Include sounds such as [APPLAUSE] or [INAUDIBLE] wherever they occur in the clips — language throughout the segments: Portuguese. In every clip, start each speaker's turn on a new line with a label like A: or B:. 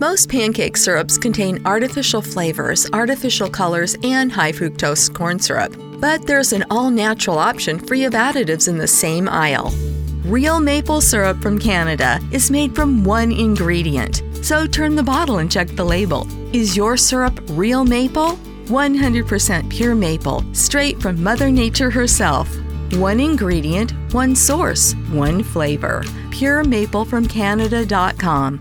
A: Most pancake syrups contain artificial flavors, artificial colors, and high fructose corn syrup. But there's an all natural option free of additives in the same aisle. Real maple syrup from Canada is made from one ingredient. So turn the bottle and check the label. Is your syrup real maple? 100% pure maple, straight from Mother Nature herself. One ingredient, one source, one flavor. PureMapleFromCanada.com.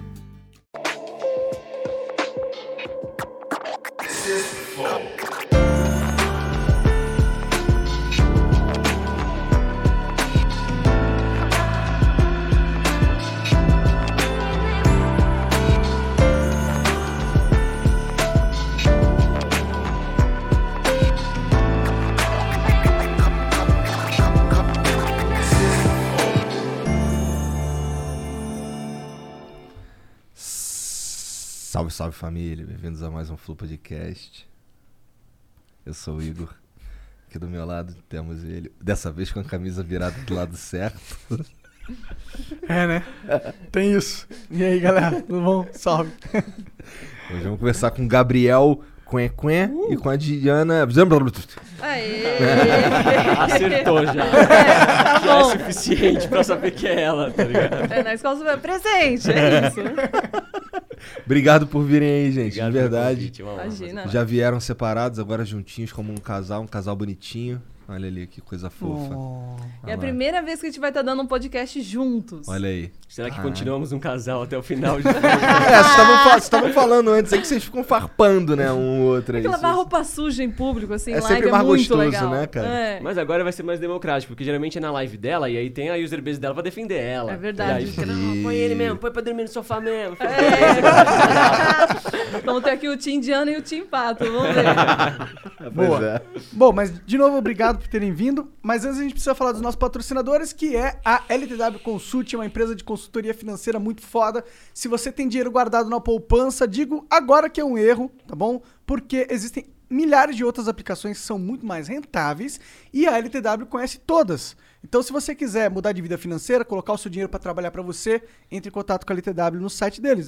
B: Salve, salve família, bem-vindos a mais um Flu Podcast. Eu sou o Igor. Aqui do meu lado temos ele, dessa vez com a camisa virada do lado certo.
C: [LAUGHS] É, né? Tem isso. E aí, galera? Tudo bom? Salve.
B: Hoje vamos conversar com o Gabriel Cunhecué
C: Uh!
B: e com a Diana.
D: Aê!
E: [LAUGHS] Acertou
D: [LAUGHS]
E: já.
D: Tá
E: Já é
D: bom.
E: suficiente pra saber que é ela, tá ligado?
D: É, na escola super presente, é isso.
B: [LAUGHS] Obrigado por virem aí, gente, de
E: pelo
B: verdade.
E: convite, uma honra.
D: Imagina.
B: Já vieram separados, agora juntinhos como um casal, um casal bonitinho. Olha ali que coisa fofa.
C: Oh.
D: É
B: Olha
D: a
B: lá.
D: primeira vez que a gente vai estar dando um podcast juntos.
B: Olha aí.
E: Será que
B: Ah.
E: continuamos um casal até o final?
C: [LAUGHS]
E: De...
B: É, vocês estavam fa- vocês estavam falando antes, é que vocês ficam farpando, né? Um ou outro.
D: Tem que
B: aí,
D: lavar
B: vocês-
D: roupa suja em público, assim,
B: É
D: em live
B: sempre
D: é
B: mais
D: muito
B: gostoso,
D: legal.
B: né, cara?
D: É.
E: Mas agora vai ser mais democrático, porque geralmente é na live dela e aí tem a user base dela pra defender ela. Tá
D: É verdade.
E: E aí fica, não, põe ele [LAUGHS] mesmo, põe pra dormir no sofá mesmo.
D: É. [LAUGHS] Vamos ter aqui o Tim Diana e o Tim Pato, vamos ver.
B: Pois
C: Boa.
B: é.
C: Bom, mas de novo, obrigado por terem vindo. Mas antes a gente precisa falar dos nossos patrocinadores, que é a LTW Consult, uma empresa de consultoria financeira muito foda. Se você tem dinheiro guardado na poupança, digo agora que é um erro, tá bom? Porque existem milhares de outras aplicações que são muito mais rentáveis e a LTW conhece todas. Então, se você quiser mudar de vida financeira, colocar o seu dinheiro para trabalhar para você, entre em contato com a LTW no site deles,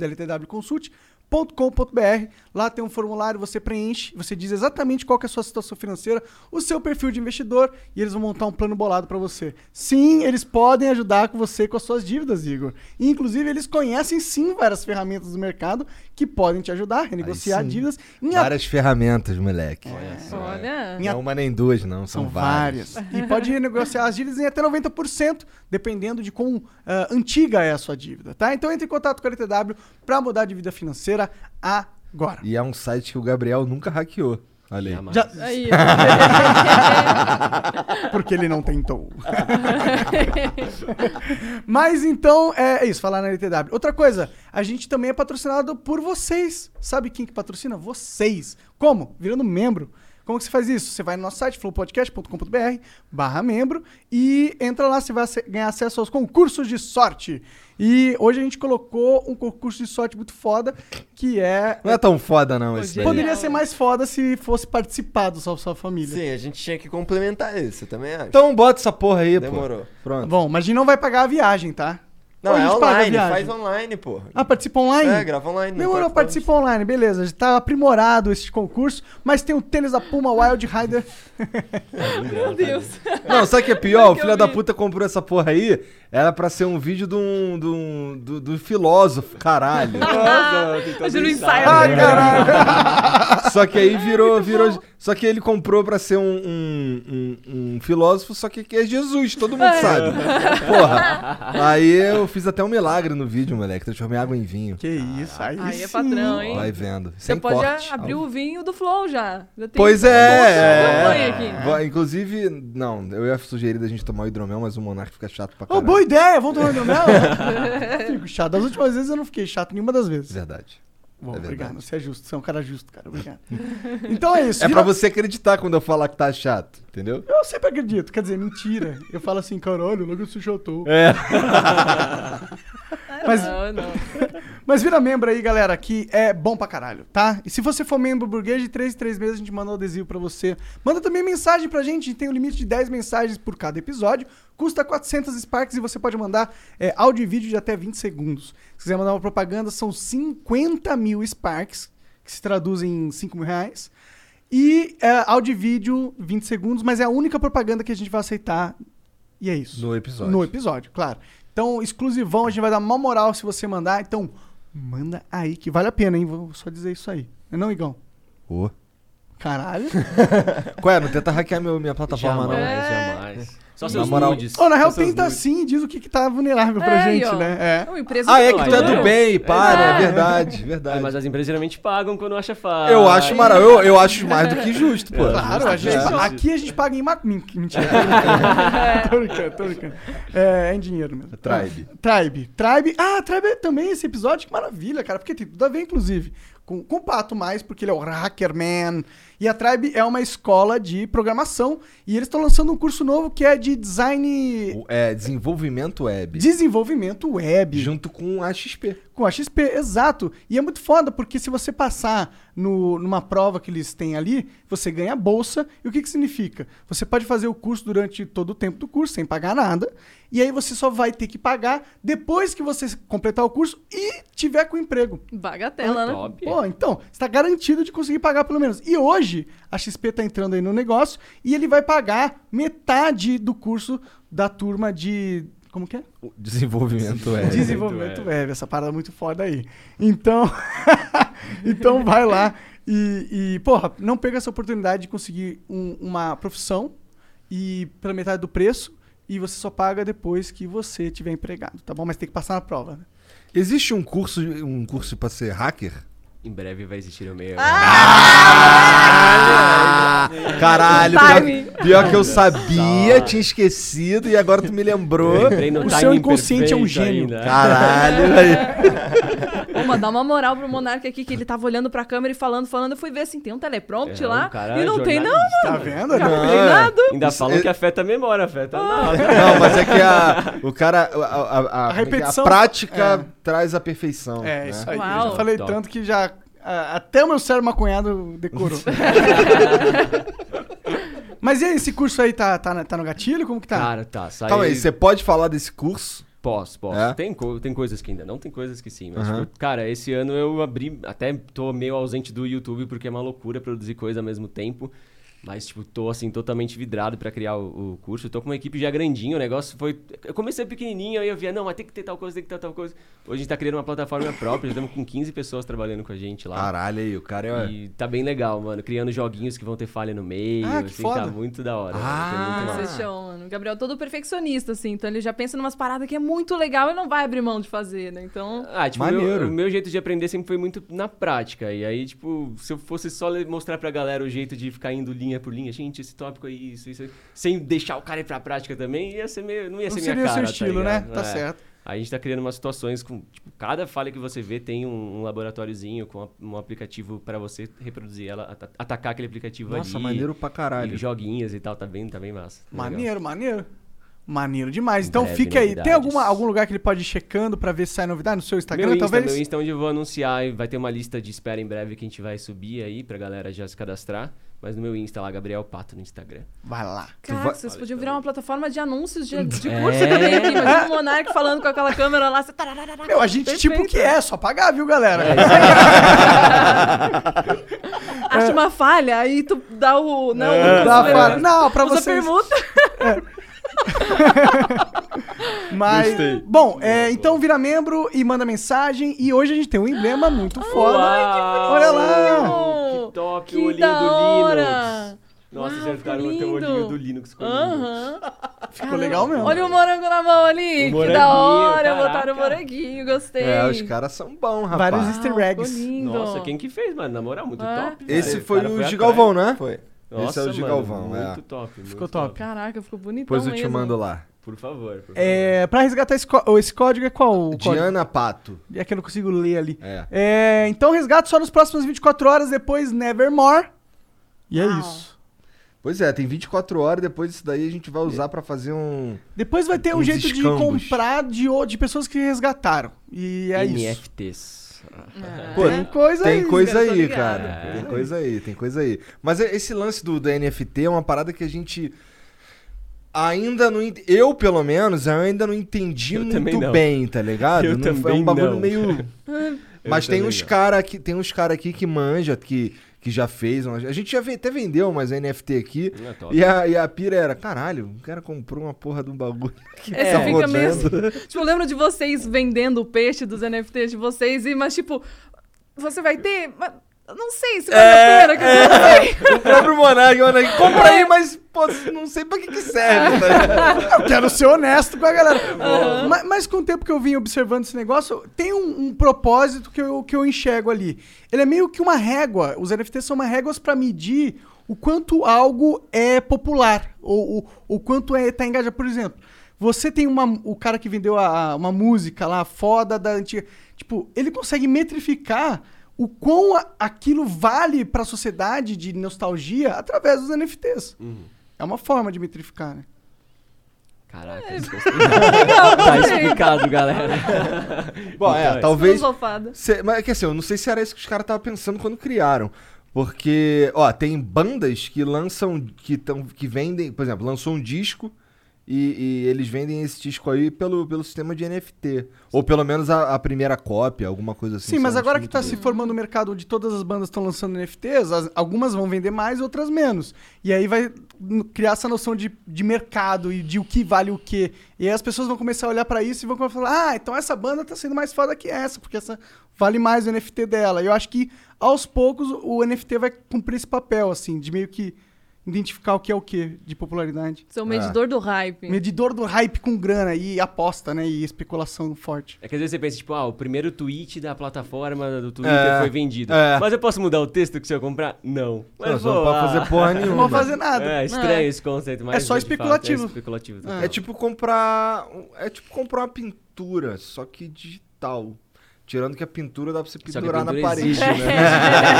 C: ltwconsult.com.br. Lá tem um formulário, você preenche, você diz exatamente qual que é a sua situação financeira, o seu perfil de investidor e eles vão montar um plano bolado para você. Sim, eles podem ajudar com você com as suas dívidas, Igor. E, inclusive, eles conhecem sim várias ferramentas do mercado que podem te ajudar a renegociar
B: sim.
C: dívidas em a-
B: Várias ferramentas, moleque.
D: Olha.
B: Não é uma nem duas, não. São,
C: São várias. E pode renegociar as dívidas em até 90%, dependendo de quão ah, antiga é a sua dívida, tá? Então entre em contato com a LTW para mudar de vida financeira agora.
B: E é um site que o Gabriel nunca hackeou. Olha aí.
E: Jamais.
C: Já-
B: [LAUGHS]
D: Aí, ó.
C: porque ele não tentou. [LAUGHS] Mas então, é isso, falar na LTW. Outra coisa, a gente também é patrocinado por vocês. Sabe quem que patrocina? Vocês. Como? Virando membro. Como que você faz isso? Você vai no nosso site, flowpodcast.com.br, barra membro, e entra lá, você vai ace- ganhar acesso aos concursos de sorte. E hoje a gente colocou um concurso de sorte muito foda, que é...
B: Não é tão foda, não, esse daí.
C: Poderia ser mais foda se fosse participado só sua família.
F: Sim, a gente tinha que complementar isso, também acho.
B: Então bota essa porra aí,
F: Demorou.
B: pô. Pronto.
C: Tá Bom, mas a gente não vai pagar a viagem, tá?
F: não,
C: Ou a
F: é
C: gente paga a
F: online,
C: viagem?
F: faz online, porra.
C: Ah, participa online?
F: É, grava online. não
C: Demorou,
F: pode falar.
C: participa online, beleza. Já tá aprimorado esse concurso, mas tem o tênis da Puma Wild Rider.
D: Meu Deus.
B: É Não, sabe o que é pior? O
D: que
B: filho
D: eu
B: da
D: vi.
B: puta comprou essa porra aí. Era pra ser um vídeo de um, de um, do, do filósofo, caralho.
C: [LAUGHS]
E: Nossa, tem todo
D: Imagina o
E: um
D: ensaio.
C: Ah,
E: ensaio.
B: né? Só que
D: É
B: aí virou. virou só que ele comprou pra ser um, um, um- um filósofo, só que que é Jesus, todo mundo sabe. Porra. Aí eu fiz até um milagre no vídeo, moleque. Transformei água em vinho.
C: Que isso, aí,
D: Aí é
C: sim.
D: patrão, hein?
B: Vai vendo.
D: Você
B: Sem
D: pode
B: corte.
D: já abrir o vinho do Flow já. já tem
B: Pois
D: um
B: é.
D: monte de champanhe
B: é.
D: aqui.
B: Vai, Inclusive, não, eu ia sugerir da gente tomar o hidromel, mas o monarca fica chato pra
C: Ô,
B: caralho.
C: boa ideia, vamos
B: [LAUGHS]
C: tomar
D: [LAUGHS]
C: hidromel? né? Fico chato. Das últimas vezes eu não fiquei chato nenhuma das vezes.
B: Verdade.
C: Bom,
B: verdade.
C: obrigado, você é justo, você é um cara justo, cara, obrigado. Então é isso.
B: É
C: vira-
B: pra você acreditar quando eu falar que tá chato, entendeu?
C: Eu sempre acredito, quer dizer, mentira. Eu falo assim, caralho, logo se chutou.
B: É.
D: Ah,
C: Mas-
D: Não, não.
C: Mas vira membro aí, galera, que é bom pra caralho, tá? E se você for membro burguês, de 3 em 3 meses a gente manda o adesivo pra você. Manda também mensagem pra gente, a gente tem um limite de 10 mensagens por cada episódio. Custa 400 Sparks e você pode mandar é, áudio e vídeo de até 20 segundos. Se quiser mandar uma propaganda, são 50 mil Sparks, que se traduzem em 5 mil reais. E é, áudio e vídeo, 20 segundos, mas é a única propaganda que a gente vai aceitar. E é isso.
B: No episódio.
C: No episódio, claro. Então, exclusivão, a gente vai dar uma moral se você mandar. Então, manda aí, que vale a pena, hein? Vou só dizer isso aí. Não é não, Igão?
B: Ô. [LAUGHS]
C: Caralho.
B: Ué, é? não tenta hackear meu, minha plataforma,
E: jamais,
B: não.
C: É.
E: jamais. Só seus
B: moral-
E: nudes.
C: Ou, na
E: só
C: real,
E: seus
C: tenta
E: nudes.
C: sim, diz o que, que tá vulnerável pra
D: É, aí,
C: gente,
D: ó.
C: né? É.
D: É uma empresa
B: Ah, é que tá
E: Claro.
B: do
D: fatura.
B: bem, para, é
D: É.
B: verdade,
E: Ah,
B: verdade.
E: mas as empresas geralmente pagam quando acha fácil.
B: Eu acho maravilhoso, eu, eu
C: [LAUGHS]
B: acho mais do que justo, pô.
C: Ah, Claro, a gente,
E: É, justo.
C: aqui a gente paga em... Ma... min-
B: [LAUGHS]
C: Mentira. [LAUGHS] tô brincando. tô brincando, tô brincando. É, é em dinheiro mesmo. É,
B: Tribe.
C: Tribe. Tribe. Ah, Tribe é também esse episódio, que maravilha, cara. Porque tem tudo a ver, inclusive, com, com o Pato mais, porque ele é o Hackerman. E a Tribe é uma escola de programação. E eles estão lançando um curso novo que é de design...
B: O- É, desenvolvimento web.
C: Desenvolvimento web.
B: Junto com a XP.
C: Com a XP, exato. E é muito foda, porque se você passar no- numa prova que eles têm ali, você ganha a bolsa. E o que, que significa? Você pode fazer o curso durante todo o tempo do curso, sem pagar nada. E aí você só vai ter que pagar depois que você completar o curso e tiver com emprego.
B: Ah,
D: Bagatela, né?
E: Top.
C: Pô, então, você tá garantido de conseguir pagar pelo menos. E hoje, a XP tá entrando aí no negócio e ele vai pagar metade do curso da turma de. Como que é?
B: O Desenvolvimento web.
C: Desenvolvimento web, essa parada é muito foda aí. Então, [LAUGHS] então vai lá e, e, porra, não perca essa oportunidade de conseguir um- uma profissão e pela metade do preço e você só paga depois que você tiver empregado, tá bom? Mas tem que passar na prova. Né?
B: Existe um curso, um curso para ser hacker?
E: Em breve vai existir o meu.
C: Ah!
B: Caralho,
D: Timing.
B: pior, pior que eu sabia, tinha esquecido e agora tu me lembrou.
E: Entrei no
C: O seu
E: timing
C: inconsciente é um
E: perfeito
C: gênio.
E: ainda. É. [LAUGHS]
B: Caralho, aí.
D: Uma, dá uma moral pro Monark aqui, que ele tava olhando pra câmera e falando, falando. Eu fui ver assim, tem um teleprompter
E: É,
D: lá.
E: o cara
D: e
E: é
D: não tem, não, mano.
E: jornalista,
C: Tá vendo?
D: Cara,
B: Não,
D: treinado.
E: Ainda
B: Isso
E: falam
B: é-
E: que afeta a memória, afeta
D: Ah.
E: nada.
B: Não, mas é que a, o cara. A, a- a-
C: A repetição-
B: a prática traz a perfeição.
C: É,
B: né?
C: isso aí.
D: Uau.
C: Eu já falei
E: Top.
C: tanto que já. a- Até o meu cérebro maconhado
E: [LAUGHS]
C: decorou. Mas e aí, esse curso aí tá, tá, na- tá no gatilho? Como que tá?
E: Cara, tá, sai.
B: Calma aí, você pode falar desse curso?
E: Posso, posso.
B: É?
E: Tem, co- tem coisas que ainda não, tem coisas que sim. Mas,
B: Aham.
E: tipo, cara, esse ano eu abri. Até tô meio ausente do YouTube porque é uma loucura produzir coisa ao mesmo tempo. Mas, tipo, tô assim, totalmente vidrado pra criar o, o curso. Tô com uma equipe já grandinha, o negócio foi. Eu comecei pequenininho, aí eu via, não, mas tem que ter tal coisa, tem que ter tal coisa. Hoje a gente tá criando uma plataforma própria, já estamos com 15 pessoas trabalhando com a gente lá.
B: Caralho, aí, o cara é.
E: E tá bem legal, mano. Criando joguinhos que vão ter falha no meio.
C: Ah, que
E: assim,
C: foda.
E: tá muito da hora.
B: Ah.
E: mano. Tem muito massa.
D: Vocês chamam, mano. O Gabriel é todo perfeccionista, assim. Então ele já pensa em umas paradas que é muito legal e não vai abrir mão de fazer, né? Então.
E: Ah, tipo,
B: Maneiro.
E: meu- o meu jeito de aprender sempre foi muito na prática. E aí, tipo, se eu fosse só le- mostrar pra galera o jeito de ficar indo linha por linha, gente, esse tópico é isso, isso, é- sem deixar o cara ir pra prática também, ia ser meio, não ia
C: Não
E: ser
C: seria
E: minha
C: o seu
E: cara,
C: estilo, né?
E: ligado?
C: Tá
E: É.
C: certo.
E: Aí a gente tá criando umas situações com, tipo, cada falha que você vê tem um, um laboratóriozinho com a- um aplicativo pra você reproduzir ela, ata- atacar aquele aplicativo ali.
B: Nossa, maneiro pra
E: E
B: caralho.
E: joguinhos e tal, tá bem, tá bem massa. Tá legal.
C: Maneiro, maneiro. Maneiro demais.
E: Em
C: Então
E: breve,
C: fica aí. Tem
E: novidades.
C: alguma, algum lugar que ele pode ir checando pra ver se sai novidade no seu Instagram,
E: meu Insta,
C: talvez?
E: meu Insta é onde eu vou anunciar, e vai ter uma lista de espera em breve que a gente vai subir aí pra galera já se cadastrar. Mas no meu Insta lá, Gabriel Pato no Instagram.
C: Vai lá.
D: Caraca,
B: vai-
D: vocês podiam virar uma plataforma de anúncios de, de
E: É.
D: curso também aqui. Imagina o Monark falando com aquela câmera lá. Você... tarararara.
C: Meu, a gente tipo
D: Perfeito.
C: que é, só pagar, viu, galera?
E: É.
D: [LAUGHS] Acha uma falha, aí tu dá o. Não,
C: É. Dá pra- Não, pra
D: usa
C: vocês.
D: permuta.
C: Mas, bom, é, então vira membro e manda mensagem. E hoje a gente tem um emblema muito foda.
E: Uau!
C: Olha lá!
E: Que top,
D: Que
E: o olhinho
D: da
E: do
D: hora!
E: Linux. Nossa,
D: Uau,
E: acertaram
D: ficou
E: até o olhinho
D: lindo.
E: do Linux. ficou lindo.
D: Aham.
C: Ficou legal mesmo.
D: Olha o morango na mão ali.
E: O
D: que da hora.
E: moranguinho,
D: Botaram
E: caraca.
D: o moranguinho, gostei.
B: É, os caras são bons, rapaz.
C: Vários
D: Ah,
C: easter
D: ficou
C: eggs.
D: lindo.
E: Nossa, quem que fez, mano? Na moral, muito
D: É.
E: top.
B: Esse
E: velho.
B: foi
E: cara
B: o
E: atrás.
B: de Galvão, né?
F: Foi.
E: Nossa,
B: é o de
E: mano,
B: Galvão, é. Tá.
E: Muito top.
C: Ficou
E: muito
C: top.
D: Caraca, ficou bonitão
B: Depois eu te
D: mesmo.
B: mando lá.
E: Por favor. por
C: É, pra resgatar esse, có- esse código é qual? O código?
B: Diana Pato.
C: É que eu não consigo ler ali.
B: É.
C: É, então resgate só nas próximas 24 horas, depois Nevermore. E é
D: Uau.
C: isso.
B: Pois é, tem 24 horas, depois isso daí a gente vai usar pra fazer um.
C: Depois vai ter um
B: Uns
C: jeito
B: escambos.
C: de comprar de, o- de pessoas que resgataram. E é isso.
E: NFTs.
D: É.
E: É.
B: Pô,
C: Tem coisa
B: Tem
C: aí.
B: coisa
D: eu tô
B: aí,
D: ligada.
B: cara. Tem coisa aí, tem coisa aí. Mas é- esse lance do, do NFT é uma parada que a gente ainda não. ent- Eu, pelo menos, eu ainda não entendi
E: Eu também
B: muito
E: não.
B: bem, tá ligado?
E: Eu
B: Não- é
E: também
B: um bagulho
E: não. [LAUGHS]
B: meio.
C: é
B: Mas tem um
E: também
B: uns
E: não.
B: cara aqui, tem uns cara aqui que manja, que, que já fez. umas- A gente já ve- até vendeu umas NFT aqui.
E: É top.
B: E a, e a pira era, caralho, o cara comprou uma porra de um bagulho. [LAUGHS] que
D: É,
B: tá
D: você fica meio-
B: rodando."
D: Tipo, eu lembro de vocês vendendo o peixe dos NFTs de vocês, e, mas tipo, você vai ter. Mas, eu não sei se vale a pena, cara. eu não sei.
B: É, [LAUGHS] O próprio Monark, o Monark, compra
D: [LAUGHS]
B: aí, mas pô, não sei pra que, que serve. Tá ligado?
C: [LAUGHS] Eu quero ser honesto com a galera. Ma- Mas, com o tempo que eu vim observando esse negócio, tem um, um propósito que eu, que eu enxergo ali. Ele é meio que uma régua. Os NFTs são uma réguas para medir o quanto algo é popular, ou o, o quanto é, tá engajado. Por exemplo, você tem uma, o cara que vendeu a- a- uma música lá, foda da antiga. Tipo, ele consegue metrificar o quão a- aquilo vale para a sociedade de nostalgia através dos NFTs. É uma forma de metrificar, né?
B: É.
E: Caraca, isso
B: [LAUGHS]
E: tá explicado, galera.
B: Bom, é,
E: Então,
B: talvez.
D: Filosofada.
B: Cê- mas é que assim, eu não sei se era isso que os caras estavam pensando quando criaram. Porque, ó, tem bandas que lançam, que, tão, que vendem, por exemplo, lançou um disco e, e eles vendem esse disco aí pelo, pelo sistema de NFT. Ou pelo menos a, a primeira cópia, alguma coisa assim.
C: Sim, mas
B: sabe?
C: agora
B: Acho
C: que tá
B: muito
C: se formando o mercado onde todas as bandas estão lançando NFTs, as- algumas vão vender mais, outras menos. E aí vai n- criar essa noção de, de mercado e de o que vale o quê. E aí as pessoas vão começar a olhar pra isso e vão começar a falar: ah, então essa banda tá sendo mais foda que essa, porque essa vale mais o NFT dela. E eu acho que aos poucos o NFT vai cumprir esse papel, assim, de meio que identificar o que é o que de popularidade. É.
D: Sou o medidor do
B: Ah.
D: hype.
C: Medidor do hype com grana e aposta, né? E especulação forte.
E: É que às vezes você pensa, tipo, ah, o primeiro tweet da plataforma do Twitter
B: É,
E: foi vendido.
B: é.
E: Mas eu posso mudar o texto que se eu comprar? Não. Mas
B: Nós
E: vou
B: não
E: lá.
B: pode
E: [LAUGHS]
B: fazer porra
C: [LAUGHS] Não
B: nenhuma.
C: vou fazer nada.
E: É estranho esse conceito, mas
C: É só
E: de fato,
C: especulativo.
E: é especulativo.
C: É.
B: É tipo comprar. É tipo comprar uma pintura, só que digital. Tirando que a pintura dá pra você
E: Só que a
B: pendurar na
E: pintura
B: parede,
E: existe,
B: né?
E: [LAUGHS]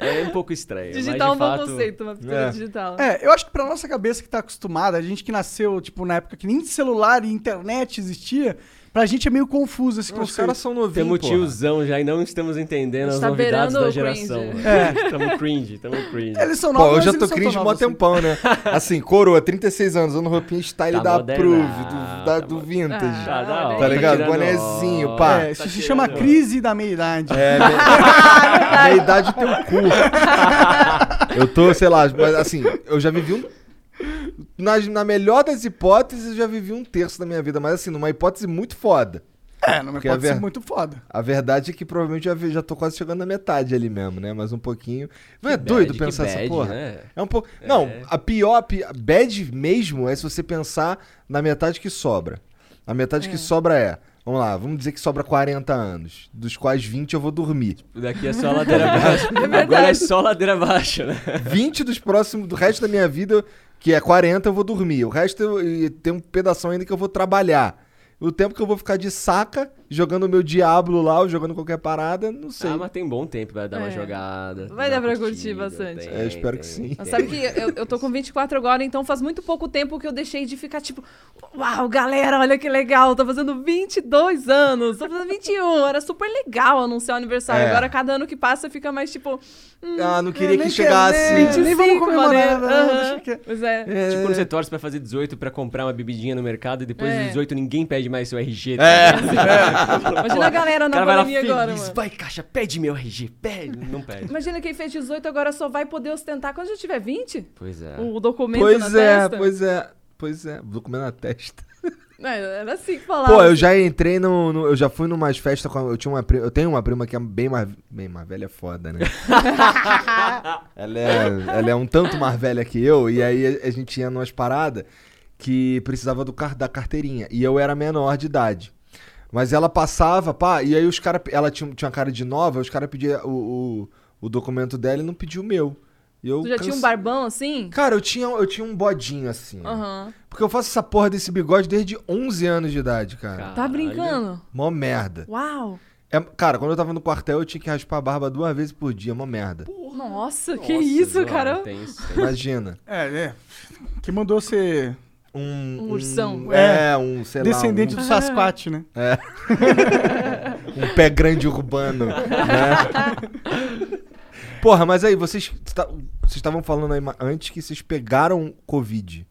E: É um pouco estranho.
D: Digital
E: mas de
D: é um bom
E: fato,
D: conceito, uma pintura
B: É.
D: digital.
C: É, eu acho que pra nossa cabeça que tá acostumada, a gente que nasceu, tipo, na época que nem celular e internet existia, pra gente é meio confuso esse
B: Não, Os
C: conceito.
B: caras são novinhos.
E: Temos
B: porra.
E: tiozão já e não estamos entendendo
D: A gente
E: as
D: tá
E: novidades
D: beirando
E: da
D: o
E: geração.
D: cringe.
B: É.
E: [LAUGHS] Tamo cringe, tamo cringe.
C: Eles são novos,
B: Pô, eu
C: mas
B: já
C: eles
B: tô
D: um
C: são
B: cringe
C: tão
B: mó
C: novos, assim.
B: tempão,
D: [LAUGHS]
B: né? Assim, coroa, 36 anos, usando roupinha style
E: Tá
B: da
E: moderna.
B: Approve, do, da-
E: Tá
B: do
E: mo-
B: Vintage.
E: Tá,
D: Ah,
E: da hora.
B: Tá ligado?
E: tirando
B: Bonezinho,
E: onda.
B: pá.
C: É, isso
E: Tá
C: se
E: tirando
C: chama
E: onda.
C: crise da meia-idade. [LAUGHS]
B: É, minha, minha idade tem um cu.
E: [LAUGHS]
B: Eu tô, sei lá, mas assim, eu já vivi um. Na, na melhor das hipóteses, eu já vivi um terço da minha vida, mas assim, numa hipótese muito foda.
C: É, não me
B: Porque
C: pode
B: é
C: ser
B: ver-
C: muito foda.
B: A verdade é que provavelmente já, vi- já tô quase chegando na metade ali mesmo, né? Mais um pouquinho. Não é
E: Que
B: doido
E: bad, que
B: pensar essa
E: bad,
B: porra?
E: né?
B: É um pouco. Não, a pior, a pi- bad mesmo é se você pensar na metade que sobra. A metade que sobra é. Vamos lá, vamos dizer que sobra 40 anos, dos quais 20 eu vou dormir.
E: Daqui é só
B: [LAUGHS]
E: ladeira baixa. Agora é só ladeira baixa, né?
B: 20 dos próximos, do resto da minha vida, que é 40, eu vou dormir. O resto eu, e tem um pedaço ainda que eu vou trabalhar. O tempo que eu vou ficar de saca, jogando o meu diabo lá, ou jogando qualquer parada, não sei.
E: Ah, mas tem bom tempo pra dar uma
D: É.
E: jogada.
D: Vai
E: dar
D: dar pra
E: uma
D: curtir
E: curtida,
D: bastante.
E: tem,
B: É, eu espero que
E: tem,
B: sim.
E: tem.
D: Mas sabe que eu, eu tô com 24 agora, então faz muito pouco tempo que eu deixei de ficar tipo, uau, galera, olha que legal, tô fazendo 22 anos, tô fazendo 21, era super legal anunciar o aniversário.
B: É.
D: Agora, cada ano que passa, fica mais tipo,
B: Ah,
D: [LAUGHS]
B: não queria
C: nem
B: que
C: quero,
B: chegasse.
C: né? Nem vamos
D: 25,
C: comemorar
D: maneiro.
C: nada, não,
D: Aham.
C: deixa quieto.
D: Pois é.
E: Tipo quando você torce pra fazer 18 pra comprar uma bebidinha no mercado e depois
D: É.
E: dos 18 ninguém pede mais seu RG. É.
D: [LAUGHS] Imagina a galera
E: O
D: na
E: cara vai lá
D: pandemia
E: feliz,
D: agora, mano.
E: vai caixa, pede meu RG, pede. Não pede.
D: Imagina quem fez 18 agora só vai poder ostentar quando já tiver 20?
E: Pois é.
D: O documento na
B: Pois é,
D: testa.
B: pois é, pois é. Vou comer na testa.
D: É, Era assim que falava.
B: Pô, eu já entrei no, no- Eu já fui numas festas com. a- Eu, tinha uma, pri- eu tenho uma prima que é bem mais. Bem mais velha é foda, né? ela, é, ela é um tanto mais velha que eu, e aí a, a gente ia numas paradas que precisava do, car- da carteirinha. E eu era menor de idade. Mas ela passava, pá, e aí os caras. Ela tinha, tinha uma cara de nova, os caras pediam o, o, o documento dela e não pediu o meu. E eu
D: Tu já tinha um
B: canse-
D: barbão assim?
B: Cara, eu tinha, eu tinha um bodinho assim.
D: Aham.
B: Porque eu faço essa porra desse bigode desde 11 anos de idade, cara.
E: Cara.
D: Tá
E: Caralho.
D: brincando?
B: Mó merda.
D: Uau!
B: É- cara, quando eu tava no quartel, eu tinha que raspar a barba duas vezes por dia, uma merda.
D: Nossa, que
E: Nossa,
D: isso,
E: zoado,
D: cara.
E: tenso, tenso.
B: Imagina.
C: É, é. Que mandou ser
B: Um,
D: [LAUGHS] Um ursão.
B: é, um, sei
C: descendente
B: lá,
C: do Sasquatch,
B: [LAUGHS]
C: né?
B: um, um pé grande urbano, né?
D: [LAUGHS]
B: Porra, mas aí, vocês tá- vocês estavam falando aí ma- antes que vocês pegaram Covid.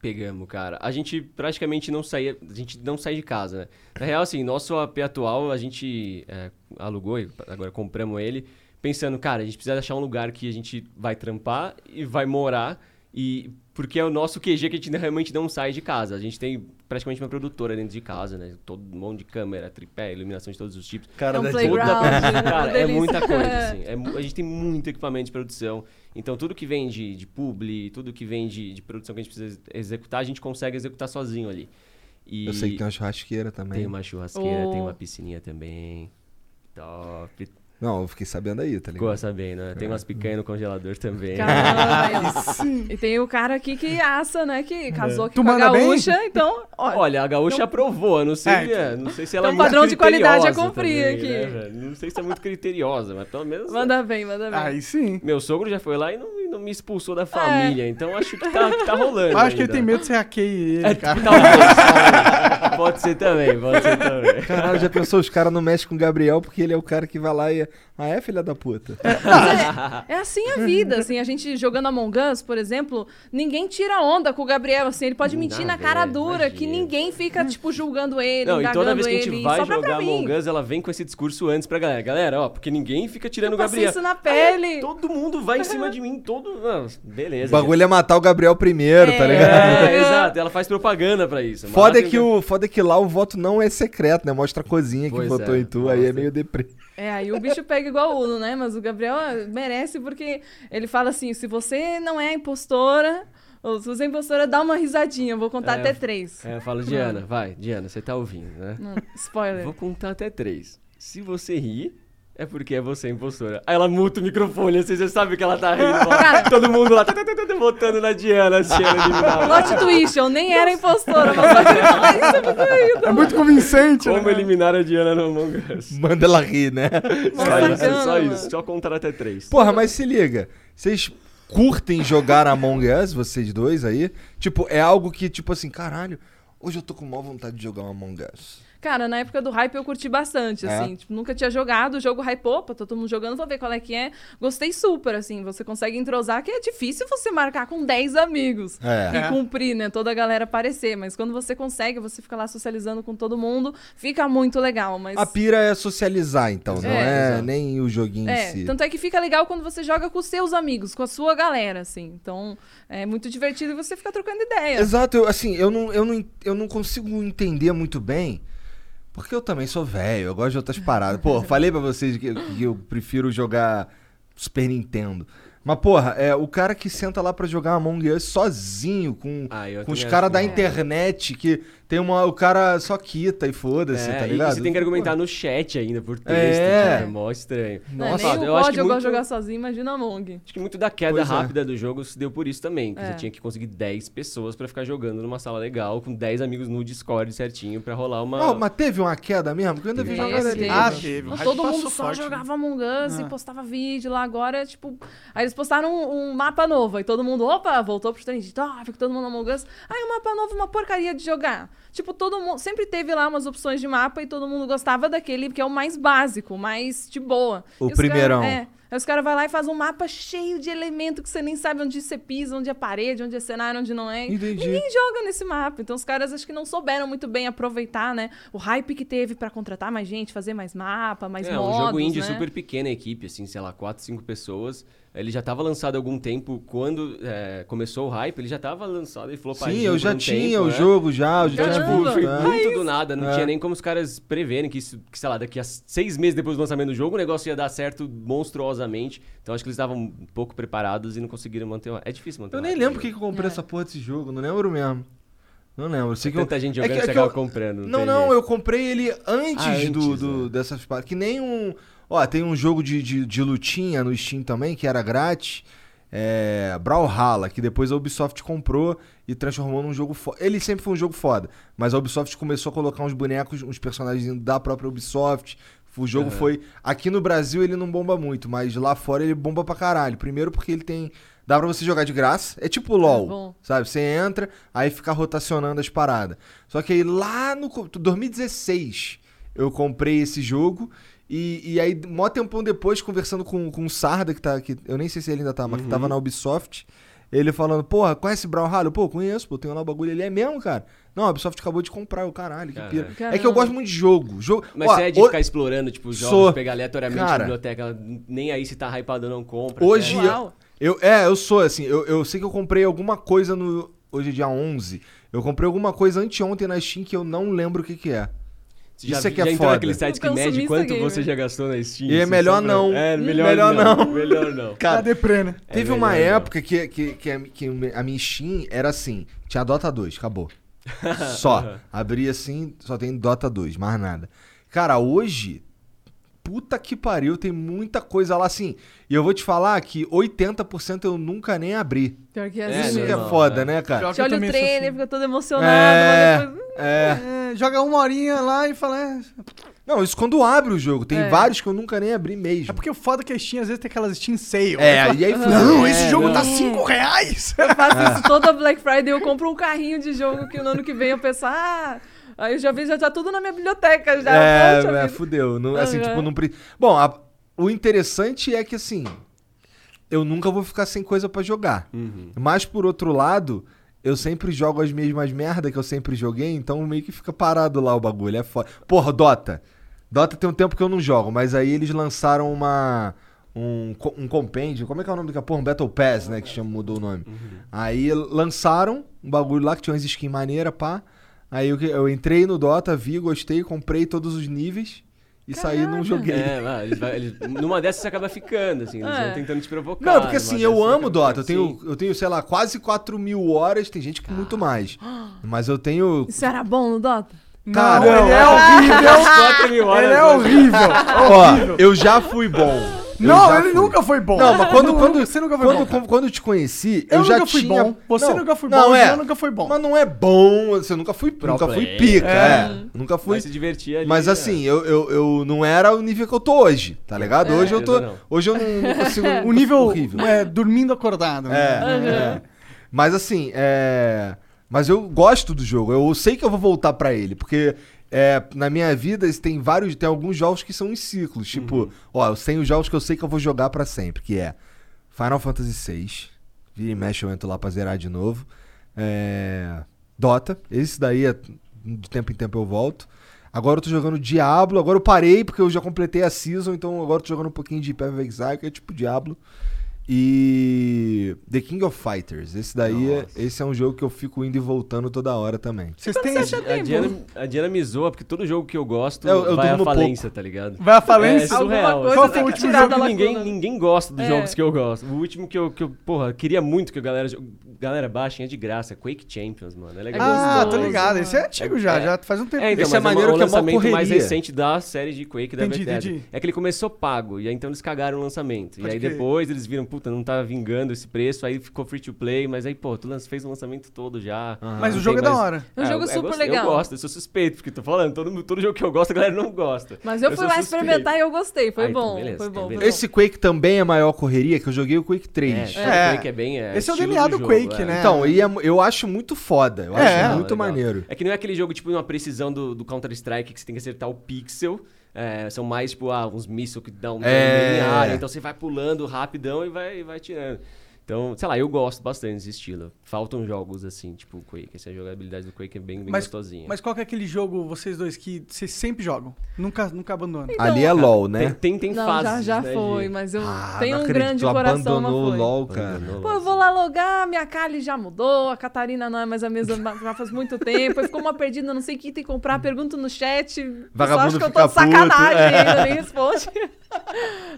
E: Pegamos, cara. A gente praticamente não saía, a gente não sai de casa, né? Na real, assim, nosso AP atual, a gente é, alugou, e agora compramos ele, pensando, cara, a gente precisa achar um lugar que a gente vai trampar e vai morar, e porque é o nosso QG que a gente realmente não sai de casa. A gente tem praticamente uma produtora dentro de casa, né? Todo um monte de câmera, tripé, iluminação de todos os tipos.
B: Cara,
D: É um
B: deve-
D: playground. né? Uma
E: Cara, é
D: delícia.
E: muita coisa, assim. É mu- a gente tem muito equipamento de produção. Então, tudo que vem de, de publi, tudo que vem de, de produção que a gente precisa ex- executar, a gente consegue executar sozinho ali. E
B: Eu sei que tem uma churrasqueira também.
E: tem uma churrasqueira,
D: Oh.
E: tem uma piscininha também. Top.
B: Não, eu fiquei sabendo aí, tá ligado?
E: Ficou sabendo, né? Tem umas picanhas no congelador também. [LAUGHS]
D: Caramba. e tem o cara aqui que assa, né?
E: É.
D: Que casou aqui
C: Tu
D: com a
C: manda bem?
D: gaúcha, então. ó,
E: Olha, a gaúcha aprovou, eu não sei,
C: É,
E: é, não sei se ela
D: Então,
E: é muito
D: padrão de qualidade é
E: criteriosa
D: cumprir
E: também,
D: aqui.
E: né, velho? não sei se é muito criteriosa, mas pelo menos é.
D: manda bem, manda bem.
C: Aí sim.
E: Meu sogro já foi lá e não, e não me expulsou da
D: É.
E: família, então acho que tá, que tá rolando.
C: Eu acho que
E: ainda.
C: ele tem medo de você hackeie ele,
E: É,
C: cara.
E: talvez. pode ser também, pode ser também.
B: Caralho, já pensou os caras não mexem com o Gabriel porque ele é o cara que vai lá e. Ah, é, filha da [LAUGHS] puta? Ah,
D: Mas é, é assim a vida, assim. A gente jogando Among Us, por exemplo, ninguém tira onda com o Gabriel, assim. Ele pode mentir
E: Nada,
D: na cara
E: é,
D: dura,
E: imagina.
D: que ninguém fica, tipo, julgando ele,
E: Não, e
D: indagando
E: toda vez que a gente
D: ele.
E: vai
D: Sobra pra
E: jogar
D: mim.
E: Among Us, ela vem com esse discurso antes pra galera. Galera, ó, porque ninguém fica tirando o
D: Eu passei
E: Gabriel.
D: isso na pele.
E: Todo mundo vai em cima
D: [LAUGHS]
E: de mim, todo. Ah, beleza.
B: O bagulho é matar o Gabriel primeiro, tá
D: É.
B: ligado?
E: [LAUGHS] É, exato, ela faz propaganda pra isso.
B: [LAUGHS] Foda é,
E: Mata
B: que o, foda é que lá o voto não é secreto, né? Mostra a cozinha que
E: Pois
B: votou
E: é,
B: em tu, aí é
E: nossa.
B: meio deprê.
D: É, aí o bicho pega igual o Uno, né? Mas o Gabriel ah, merece porque ele fala assim: se você não é impostora, ou se você é impostora, dá uma risadinha, eu vou contar
E: É,
D: até três.
E: É, eu falo, Diana, vai, Diana, você tá ouvindo, né?
D: Hum, spoiler.
E: Vou contar até três. Se você rir, é porque é você a impostora. Aí ela muta o microfone, assim, você sabe que ela tá
D: [LAUGHS]
E: rindo. ó. Todo mundo lá, tá, tá, tá, tá, tá, votando na Diana, assim, ela eliminava.
D: Plot twist, eu nem era impostora, mas só queria falar isso eu fico rindo.
C: É muito convincente, né?
E: Como eliminar a Diana no Among Us.
B: Manda ela rir, né?
E: Só
D: Nossa,
E: isso, só
D: bacana,
E: isso. Só contar até três.
B: Porra, mas se liga. Vocês curtem jogar Among Us, vocês dois aí? Tipo, é algo que, tipo assim, caralho, hoje eu tô com maior vontade de jogar um Among Us.
D: Cara, na época do hype eu curti bastante,
B: É?
D: assim. Tipo, nunca tinha jogado, o jogo hypou, pô, tá todo mundo jogando, vou ver qual é que é. Gostei super, assim. Você consegue entrosar, que é difícil você marcar com 10 amigos.
B: É.
D: E cumprir, né? Toda a galera aparecer. Mas quando você consegue, você fica lá socializando com todo mundo, fica muito legal. Mas.
B: A pira é socializar, então, não
D: É,
B: é,
E: exato.
B: nem o joguinho em
D: É,
B: si.
D: tanto é que fica legal quando você joga com os seus amigos, com a sua galera, assim. Então, é muito divertido e você fica trocando ideia.
B: Exato, eu, assim, eu não, eu, não, en- eu não consigo entender muito bem. Porque eu também sou velho, eu gosto de outras paradas.
D: [LAUGHS]
B: Pô, falei pra vocês que, que eu prefiro jogar Super Nintendo. Mas, porra, é, o cara que senta lá pra jogar Among Us sozinho, com,
E: Ah, eu
B: com os
E: também
B: caras
E: acho
B: da
E: que-
B: internet, que tem uma. O cara só quita e foda-se,
E: É,
B: tá
E: e
B: ligado?
E: você tem que argumentar no chat ainda, por texto,
B: É.
E: cara, é mó estranho.
D: Não é
E: Nossa,
D: nem o
E: eu acho
D: COD,
E: que
D: eu gosto
E: muito-
D: de jogar sozinho, imagina a Mong.
E: Acho que muito da queda
B: Pois é.
E: rápida do jogo se deu por isso também. Que
D: É.
E: você tinha que conseguir 10 pessoas pra ficar jogando numa sala legal, com 10 amigos no Discord certinho, pra rolar uma...
B: Ó, mas teve uma queda mesmo? Porque eu ainda vi
E: Teve.
B: jogar ali.
D: Teve.
C: Ah, teve. O
D: Não,
C: hype
D: todo
C: passou
D: mundo só
C: forte, né?
D: jogava Among Us
B: Ah.
D: e postava vídeo lá. Agora, tipo. Aí eles postaram um, um mapa novo. Aí todo mundo, opa, voltou pro trending topic, todo mundo Among Us. Aí o mapa novo, é uma porcaria de jogar. Tipo, todo mundo. Sempre teve lá umas opções de mapa e todo mundo gostava daquele que é o mais básico, o mais de boa.
B: O
D: E os
B: primeirão.
D: Cara, é. Aí os caras vão lá e fazem um mapa cheio de elemento que você nem sabe onde você pisa, onde é parede, onde é cenário, onde não é.
B: Entendi.
D: Ninguém joga nesse mapa. Então os caras acho que não souberam muito bem aproveitar, né? O hype que teve pra contratar mais gente, fazer mais mapa, mais
E: É,
D: modos,
E: um jogo indie
D: né?
E: super pequena a equipe, assim, sei lá, 4, 5 pessoas. Ele já tava lançado há algum tempo, quando é, começou o hype, ele já tava lançado e flopadinho
B: Sim, eu já
E: por um
B: tinha
E: tempo,
B: o
E: né?
B: jogo já, eu já
E: Então,
B: tinha
E: tipo,
B: visto,
E: foi
B: né?
E: muito do nada, não
B: É.
E: tinha nem como os caras preverem que, isso, que, sei lá, daqui a seis meses depois do lançamento do jogo o negócio ia dar certo monstruosamente. Então acho que eles estavam um pouco preparados e não conseguiram manter o... É difícil manter
B: Eu
E: o
B: nem
E: hype,
B: lembro
E: né?
B: porque que eu comprei essa porra desse jogo, não lembro mesmo. Não lembro. eu Sei que eu-
E: Tanta gente
B: é que-
E: jogando,
B: é
E: você
B: que eu-
E: acaba comprando.
B: Não,
E: tem
B: não,
E: jeito.
B: eu comprei ele antes,
E: Ah, antes,
B: do, do-
E: né?
B: dessas partes. Que nem um. Ó, tem um jogo de, de, de lutinha no Steam também, que era grátis. É. Brawlhalla, que depois a Ubisoft comprou e transformou num jogo foda. Ele sempre foi um jogo foda, mas a Ubisoft começou a colocar uns bonecos, uns personagens da própria Ubisoft. O jogo foi. Aqui no Brasil ele não bomba muito, mas lá fora ele bomba pra caralho. Primeiro porque ele tem. Dá pra você jogar de graça. É tipo LOL.
D: bom.
B: sabe? Você entra, aí fica rotacionando as paradas. Só que aí lá no. co- 2016 eu comprei esse jogo. E, e aí, mó tempão depois, conversando com, com o Sarda, que tá aqui. Eu nem sei se ele ainda tá, mas que tava na Ubisoft. Ele falando, porra, conhece Brown Halo? Pô, conheço, pô, tenho lá o bagulho. Ele é mesmo, cara? Não, a Ubisoft acabou de comprar. Eu, caralho, que pira.
D: Caralho.
B: É
E: um
B: que eu gosto muito de jogo. jogo...
E: Mas
B: Ó,
E: você é de
B: o-
E: ficar explorando, tipo, jogos,
B: sou.
E: pegar aleatoriamente
B: Cara.
E: a biblioteca, nem aí se tá hypado ou não compra.
B: Hoje,
E: né?
D: Uau.
B: eu, é, eu sou assim, eu, eu sei que eu comprei alguma coisa no. Hoje é dia 11. Eu comprei alguma coisa anteontem na Steam que eu não lembro o que, que é.
E: Você já,
B: isso é que é
E: já entrou
B: foda.
E: naquele site que
D: O
E: mede
D: consumista
E: quanto
D: gamer.
E: você já gastou na Steam.
B: E é
E: assim,
B: melhor
E: só pra-
B: não.
E: É,
B: Hum,
E: melhor,
B: melhor
E: não.
B: não.
E: Melhor não.
C: Cara, deprê, né?
E: É
B: Teve uma
E: melhor não.
B: época que, que, que, a- que a minha Steam era assim: tinha Dota 2, acabou. Só. Abri assim, só tem Dota 2, mais nada. Cara, hoje. Puta que pariu, tem muita coisa lá assim. E eu vou te falar que 80% eu nunca nem abri.
D: Pior que é
E: É,
D: assim
B: Isso que
D: mesmo.
E: normal,
B: é foda,
E: né?
B: né, cara?
D: Te olha o trailer, fica todo emocionado, mas
B: É,
D: depois...
B: é.
C: assim. É, joga uma horinha lá e fala. É,
B: Não, isso quando abre o jogo. Tem
D: É.
B: vários que eu nunca nem abri
C: é
B: mesmo.
C: porque o foda é que a Steam às vezes tem aquelas Steam sale.
B: É,
C: Aí tu
B: e aí
C: fala, Não,
B: é,
C: esse jogo
B: não.
C: tá
E: né?
C: 5 reais.
D: Eu faço
E: [LAUGHS]
D: isso toda Black Friday, eu compro um carrinho de jogo que no ano que vem eu penso, ah, aí eu já vi, já tá tudo na minha biblioteca, já. poxa
E: né?
B: É, é,
D: vida.
B: fudeu. Não, assim,
D: Aham.
B: tipo, não. pre- Bom, a- o interessante é que assim. Eu nunca vou ficar sem coisa pra jogar. Mas por outro lado, eu sempre jogo as mesmas merda que eu sempre joguei, então meio que fica parado lá o bagulho. É foda. Porra, Dota. Dota tem um tempo que eu não jogo, mas aí eles lançaram uma. Um, co- um compêndio, como é que é o nome daquela porra? Um Battle Pass, né? Que chama, mudou o nome. Aí lançaram um bagulho lá que tinha umas skins maneiras, pá. Aí eu, eu entrei no Dota, vi, gostei, comprei todos os níveis e saí e não joguei.
E: É, mas eles vai- eles- numa dessas você acaba ficando, assim, eles
D: É.
E: vão tentando te provocar.
B: Não, porque
E: numa
B: assim,
E: dessas
B: eu
E: você
B: amo
E: acaba-
B: Dota. Eu tenho,
E: Sim.
B: eu tenho, sei lá, quase 4 mil horas. Tem gente com
E: [GASPS]
B: muito mais. Mas eu tenho.
D: Isso era bom no Dota?
B: Cara,
C: Não, ele é [LAUGHS] horrível.
E: Quatro mil horas,
C: ele é
E: né? [LAUGHS]
C: horrível.
B: ó, eu já fui bom. Eu
C: Não,
B: já
C: ele
B: fui.
C: nunca foi bom.
B: Não, mas quando,
C: Não,
B: quando,
C: você nunca foi
B: quando,
C: bom.
B: quando, quando eu te conheci, eu,
C: Eu
B: já
C: nunca fui
B: tinha...
C: bom, você nunca foi
B: não
C: bom,
B: é.
C: eu nunca fui bom.
B: Mas não é bom, você nunca fui,
E: Pro
B: nunca fui
E: player.
B: pica,
E: É.
B: é. Nunca fui
E: Mas se divertir ali.
B: Mas
E: né?
B: assim, eu, eu, eu não era o nível que eu tô hoje, tá ligado?
E: É,
B: hoje eu tô.
E: não.
B: Hoje eu não,
C: [LAUGHS]
B: não consigo.
C: O nível
B: horrível.
C: é, dormindo acordado. né?
B: É, é. Mas assim, é. Mas eu gosto do jogo. Eu sei que eu vou voltar pra ele, porque. é, na minha vida isso tem vários tem alguns jogos que são em ciclos
E: Uhum.
B: tipo ó eu tenho jogos que eu sei que eu vou jogar pra sempre que é Final Fantasy VI vira e mexe eu entro lá pra zerar de novo é, Dota esse daí é, de tempo em tempo eu volto agora eu tô jogando Diablo agora eu parei porque eu já completei a season então agora eu tô jogando um pouquinho de Path of Exile que é tipo Diablo e The King of Fighters. Esse daí, é, esse é um jogo que eu fico indo e voltando toda hora também.
C: Vocês têm.
E: A Diana, a Diana me zoa, porque todo jogo que eu gosto
B: Eu- eu
E: vai à
B: durmo
E: falência, tá ligado?
C: um Vai à
E: É
C: falência?
E: surreal.
D: Alguma coisa
E: Qual foi
C: tem
E: o
C: que
E: último
C: tirar
E: jogo
D: da
E: que
D: lacuna?
E: ninguém, ninguém gosta dos
D: É.
E: jogos que eu gosto? O último que eu, que eu, porra, queria muito que a galera... jo- Galera, baixem, é de graça. Quake Champions, mano. É legal.
C: Ah,
E: gostoso.
C: tô ligado. Esse é antigo já,
E: É.
C: já faz um tempo.
E: É, então, mas
B: Esse é
E: é uma-
B: maneiro
E: o
B: que é mó
E: lançamento mais
B: correria.
E: recente da série de Quake da
C: Entendi,
E: Bethesda.
C: entendi.
E: É que ele começou pago, e aí então eles cagaram o lançamento.
C: Pode
E: e aí
C: crer.
E: depois eles viram, puta, não tá vingando esse preço, aí ficou free to play, mas aí, pô, tu lan- fez o lançamento todo já.
C: Mas o
E: Ah, Não tem
C: jogo é da
E: mais-
C: hora.
D: É um jogo
E: eu- eu
D: super
E: gosto-
D: legal.
E: Eu gosto, eu sou suspeito, porque tô falando, todo, mundo- todo jogo que eu gosto, a galera não gosta.
D: Mas eu, fui
E: sou
D: lá
E: suspeito.
D: experimentar e eu gostei, foi
E: Ah, então,
D: bom,
E: beleza,
D: foi
E: então,
D: bom. foi
C: né?
E: beleza.
D: bom.
B: Esse Quake também é maior correria, que eu joguei o Quake
E: É,
B: 3.
C: É.
E: é. Quake é bem. É,
C: Esse é o
E: estilo
C: DNA
E: do
C: do
E: jogo,
C: Quake,
E: é.
C: né?
B: Então, e é mu- eu acho muito foda. Eu
C: É.
B: acho
E: Legal,
B: muito
E: legal.
B: maneiro.
E: É que não é aquele jogo, tipo, uma precisão do, do Counter-Strike que você tem que acertar o pixel. É, são mais, tipo, ah, uns mísseis que dão um dano
B: É.
E: em área. Então você vai pulando rapidão e vai, vai tirando. Então, sei lá, eu gosto bastante desse estilo. Faltam jogos assim, tipo o Quake. Essa jogabilidade do Quake é bem, bem
C: Mas,
E: gostosinha.
C: mas qual que é aquele jogo, vocês dois, que vocês sempre jogam? Nunca, nunca abandonam.
B: Ali é LOL, né?
E: Tem, tem, tem
D: Então, Não,
E: fases,
D: já, já
E: né,
D: foi,
E: de-
D: mas eu
B: Ah,
D: tenho
B: não
D: um
B: acredito,
D: grande
B: tu
D: coração, mas
B: abandonou o
D: foi.
B: LOL, cara.
E: Abandonou.
D: Pô, eu vou lá logar, minha Kali já mudou, a Catarina não é mais a mesma [LAUGHS] já faz muito tempo, eu ficou uma perdida, não sei o que tem que comprar, pergunto no chat,
B: Vagabundo
D: acho que eu
B: fica
D: tô de sacanagem,
B: puto, é.
D: ainda nem responde. [LAUGHS]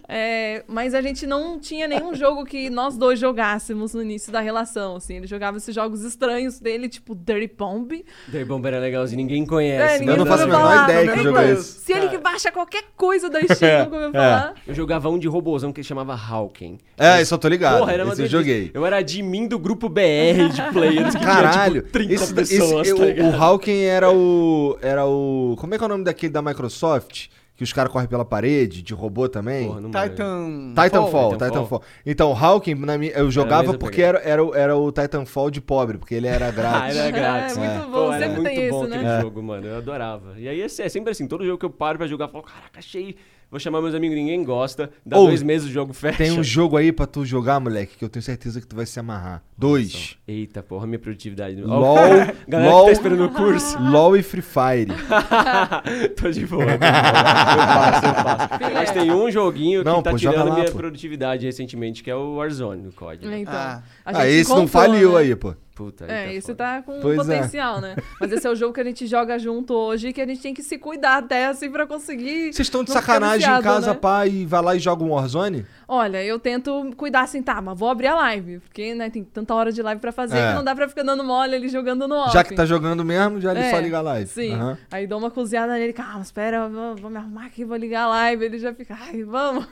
D: É, mas a gente não tinha nenhum jogo que nós dois jogássemos no início da relação, assim, ele jogava esses jogos estranhos dele, tipo Dirty Bomb,
E: Daí Bomber é legalzinho, ninguém conhece.
D: É,
E: né?
D: ninguém
B: Eu não faço a
D: nunca
B: menor
D: falava,
B: ideia que
D: nunca
B: jogo é
C: falava.
B: esse.
D: se ele que baixa qualquer coisa da
B: [LAUGHS]
D: Steam, Então, nunca ouviu falar...
E: Eu jogava um de robôzão que chamava Hawking.
B: É, isso eu tô ligado.
E: Porra, era uma
B: esse eu
E: delícia.
B: joguei.
E: Eu era admin do grupo BR de players. Que tinha,
B: Caralho,
E: tipo, 30
B: esse, esse-
E: pessoas, tá
B: o,
E: ligado?
B: o Hawking era o. Era o. Como é que é o nome daquele da Microsoft? Que que os caras correm pela parede, de robô também.
E: Porra, não lembro.
C: Titan.
B: Titanfall,
E: Titanfall.
B: Titanfall. Então, Hawking, na minha- eu jogava
E: mesma
B: porque era, era, o- era o Titanfall de pobre, porque
E: [LAUGHS]
B: ele era
E: Ah,
B: grátis.
E: era grátis.
D: É, muito
E: né?
D: bom,
E: era
D: sempre
E: muito
D: tem
E: bom
D: isso, né?
E: aquele jogo, mano. Eu adorava. E aí é sé- é sempre assim, todo jogo que eu paro pra jogar, eu falo, caraca, achei. Vou chamar meus amigos, ninguém gosta. Dá
B: Ou,
E: dois meses o jogo fecha.
B: Tem um jogo aí pra tu jogar, moleque, que eu tenho certeza que tu vai se amarrar. Dois.
E: Eita, porra, minha produtividade. Ó,
B: LOL,
E: [LAUGHS] Galera
B: LOL,
E: que tá esperando o curso.
B: LOL e
E: [LAUGHS]
B: Free Fire.
E: tô de boa. tô de boa. Eu faço, eu faço.
D: [LAUGHS] Filha.
E: Mas tem um joguinho
B: Não,
E: que tá
B: pô, joga
E: tirando
B: lá,
E: minha
B: pô.
E: produtividade recentemente, que é o Warzone, o código.
D: Então,
C: Ah.
D: a gente
B: Ah, esse não
D: encontrou,
B: faliu
D: né?
B: aí, pô.
E: Puta, aí
D: É, esse
E: foda.
D: tá com
B: Pois é.
D: potencial, né? Mas esse é o jogo que a gente joga junto hoje e que a gente tem que se cuidar até assim pra conseguir.
B: Vocês estão de
D: não ficar
B: sacanagem em
D: viciado,
B: casa,
D: né?
B: pá, e vai lá e joga um Warzone?
D: Olha, eu tento cuidar assim, tá, mas vou abrir a live. Porque, né, tem tanta hora de live pra fazer
B: É.
D: que não dá pra ficar dando mole ali jogando no off.
B: Já que tá jogando mesmo, já ele
D: É,
B: só liga a live.
D: Sim.
B: Aham.
D: Aí dou uma cozinhada nele, calma, espera, eu vou, vou me arrumar aqui, vou ligar a live. Ele já fica, ai, vamos.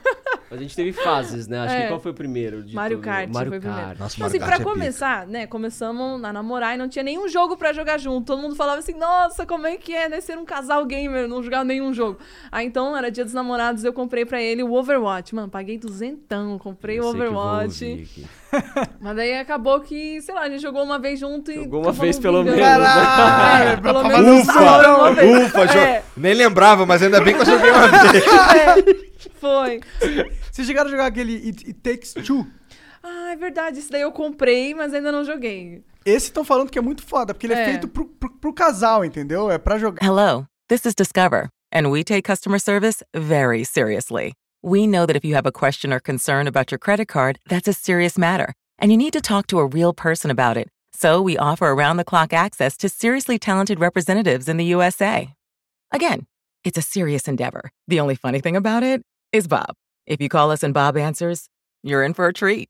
E: Mas a gente teve fases, né? Acho
D: É.
E: que qual foi o primeiro? de
D: Mario
E: tudo?
D: Kart
E: Mario
D: foi o
E: Kart.
D: primeiro.
B: Nossa,
D: Então,
B: Mario
D: assim,
B: Kart
D: pra
B: é pica.
D: começar, né? Começamos a namorar e não tinha nenhum jogo pra jogar junto. Todo mundo falava assim, nossa, como é que é, né? Ser um casal gamer, não jogar nenhum jogo. Aí então, era dia dos namorados, eu comprei pra ele o Overwatch. Mano, paguei duzentão, comprei
E: Eu
D: o
E: sei que eu vou ouvir
D: Overwatch.
E: aqui.
D: Mas daí acabou que, sei lá, a gente jogou uma vez junto e.
E: Jogou uma
D: acabou
E: vez
D: não
E: pelo
D: vingando.
E: menos, né?
C: Caralho,
B: [LAUGHS]
D: [LAUGHS] É, pelo
C: pra
D: menos
B: Ufa!
D: sobrou uma vez.
B: Ufa, jo-
D: É,
B: Nem lembrava, mas ainda bem que eu joguei uma vez.
C: [LAUGHS]
D: foi.
C: É. Vocês chegaram a jogar aquele It, It Takes Two?
D: Ah, é verdade. Esse daí eu comprei, mas ainda não joguei.
C: Esse estão falando que é muito foda, porque ele é,
D: É.
C: feito pro, pro- pro casal, entendeu? É pra jogar.
G: Hello, this is Discover, and we take customer service very seriously. We know that if you have a question or concern about your credit card, that's a serious matter, and you need to talk to a real person about it. So we offer around the clock access to seriously talented representatives in the USA. Again, it's a serious endeavor. The only funny thing about it is Bob. If you call us and Bob answers, you're in for a treat.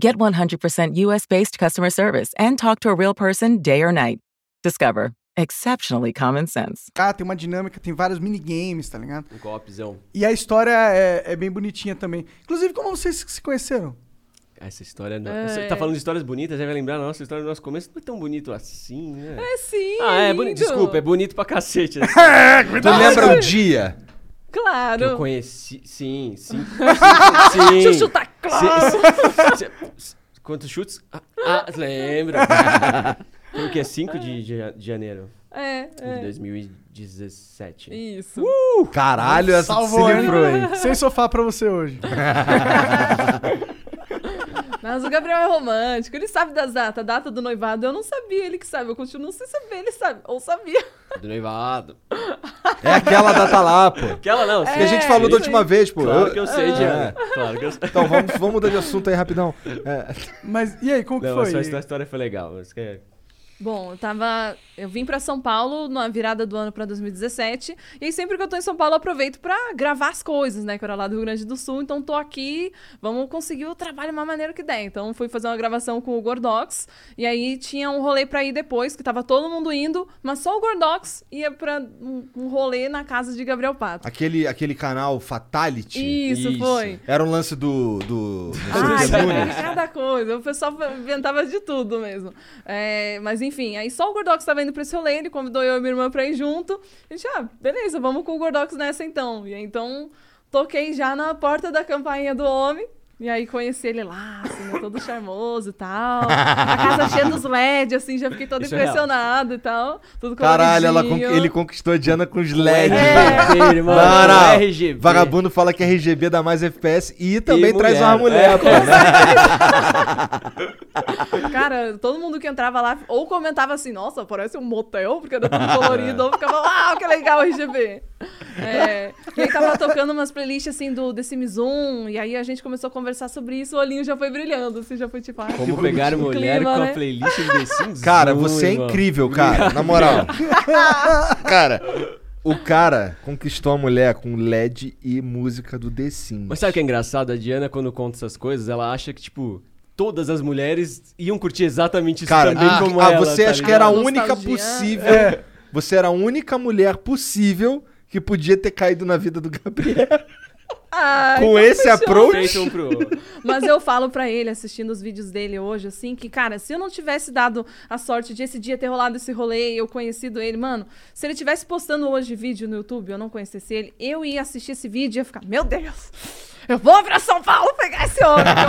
G: Get 100% US based customer service and talk to a real person day or night. Discover exceptionally common sense.
C: ah, tem uma dinâmica, tem vários minigames, tá ligado?
E: Um golpezão.
C: E a história é, é bem bonitinha também. Inclusive, como vocês se conheceram?
E: Essa história não.
D: É.
E: Você tá falando de histórias bonitas, aí vai lembrar, nossa, a história do nosso começo não é tão bonito assim, né?
D: É sim.
E: ah, é
D: lindo.
E: bonito. Desculpa, é bonito pra
B: [LAUGHS]
E: cacete. assim.
B: Tu lembra o dia?
E: Que eu
D: Claro.
E: conheci. Sim, sim.
C: [LAUGHS]
E: sim.
D: Deixa eu
C: tá
D: chutar, claro.
E: Se- se- se- Quantos chutes? Ah, ah
C: [LAUGHS]
E: lembro. Foi o que? 5 de, ja- de janeiro
D: É,
E: de
D: é.
E: 2017.
D: Isso.
E: Uh!
B: Caralho, essa tu se
C: Uh! Salvou, né? hein?
B: livrou aí.
C: [LAUGHS] Sem sofá pra você hoje.
D: Mas o Gabriel é romântico, ele sabe das datas. A data do noivado eu não sabia, ele que sabe. Eu continuo sem saber, ele sabe. Ou sabia.
E: Do noivado.
B: É aquela data lá, pô.
E: Aquela não.
B: Que a
D: É,
B: gente
C: É,
B: falou da última vez, pô.
E: Claro
B: Eu-
E: que eu sei, Diana.
B: É.
E: Claro que eu sei.
B: Então, vamos, vamos mudar de assunto aí rapidão. É.
C: Mas e aí, como que
E: Não,
C: foi?
E: mas essa história foi legal. mas que-
D: Bom, eu tava. Eu vim pra São Paulo na virada do ano pra 2017. E aí sempre que eu tô em São Paulo, eu aproveito pra gravar as coisas, né? Que eu era lá do Rio Grande do Sul, então tô aqui, vamos conseguir o trabalho de uma maneira que der. Então fui fazer uma gravação com o Gordox. E aí tinha um rolê pra ir depois, que tava todo mundo indo, mas só o Gordox ia pra um, um rolê na casa de Gabriel Pato.
B: Aquele, aquele canal Fatality.
D: Isso,
E: Isso. Ah,
D: foi.
B: Era um lance do. do, do
D: Ai,
B: Silvio
D: cara,
B: Nunes.
D: É, cada coisa. O pessoal inventava de tudo mesmo. É, mas enfim, aí só o Gordox estava indo pra esse rolê, ele convidou eu e minha irmã pra ir junto. A gente, ah, beleza, vamos com o Gordox nessa então. E aí, então, toquei já na porta da campainha do homem. E aí conheci ele lá, assim, né, todo charmoso e tal. A casa cheia dos LED, assim, já fiquei toda
E: Isso é real.
D: impressionada e tal. Tudo
B: Caralho, ela con-
D: coloridinho.
B: ele conquistou a Diana com os LEDs.
E: RGB, irmão.
B: Não, não.
E: RGB.
B: Vagabundo fala que RGB dá mais FPS e também
E: E
B: traz
E: mulher.
B: uma mulher,
E: É,
B: pô. né?
E: [LAUGHS]
D: Cara, todo mundo que entrava lá ou comentava assim, nossa, parece um motel, porque era tudo colorido, ou ficava, uau, que legal RGB. É, e aí tava tocando umas playlists assim do The Sims 1, e aí a gente começou a conversar sobre isso, o olhinho já foi brilhando, assim, já foi tipo, ah,
E: Como pegar
D: bonitinho.
E: mulher
D: Clima,
E: com a
D: né? [LAUGHS]
E: playlist do The Sims?
B: Cara,
E: Ui,
B: você é
E: irmão.
B: incrível, cara. Na moral. cara, O cara conquistou a mulher com LED e música do The Sims.
E: Mas sabe o que é engraçado? A Diana, quando conta essas coisas, ela acha que, tipo, todas as mulheres iam curtir exatamente isso
B: Cara,
E: também
B: ah,
E: como
B: ah,
E: ela.
B: você
E: tá
B: acha que era a
E: ligado? É.
B: única
D: Nostalgia.
B: possível. Você era a única mulher possível que podia ter caído na vida do Gabriel.
D: Ai,
B: Com esse approach.
E: Feito um pro outro.
D: Mas eu falo pra ele, assistindo os vídeos dele hoje, assim, que, cara, se eu não tivesse dado a sorte de esse dia ter rolado esse rolê e eu conhecido ele, mano, se ele tivesse postando hoje vídeo no YouTube e eu não conhecesse ele, eu ia assistir esse vídeo e ia ficar, meu Deus! Eu vou pra São Paulo pegar
E: [LAUGHS]
D: esse homem, que eu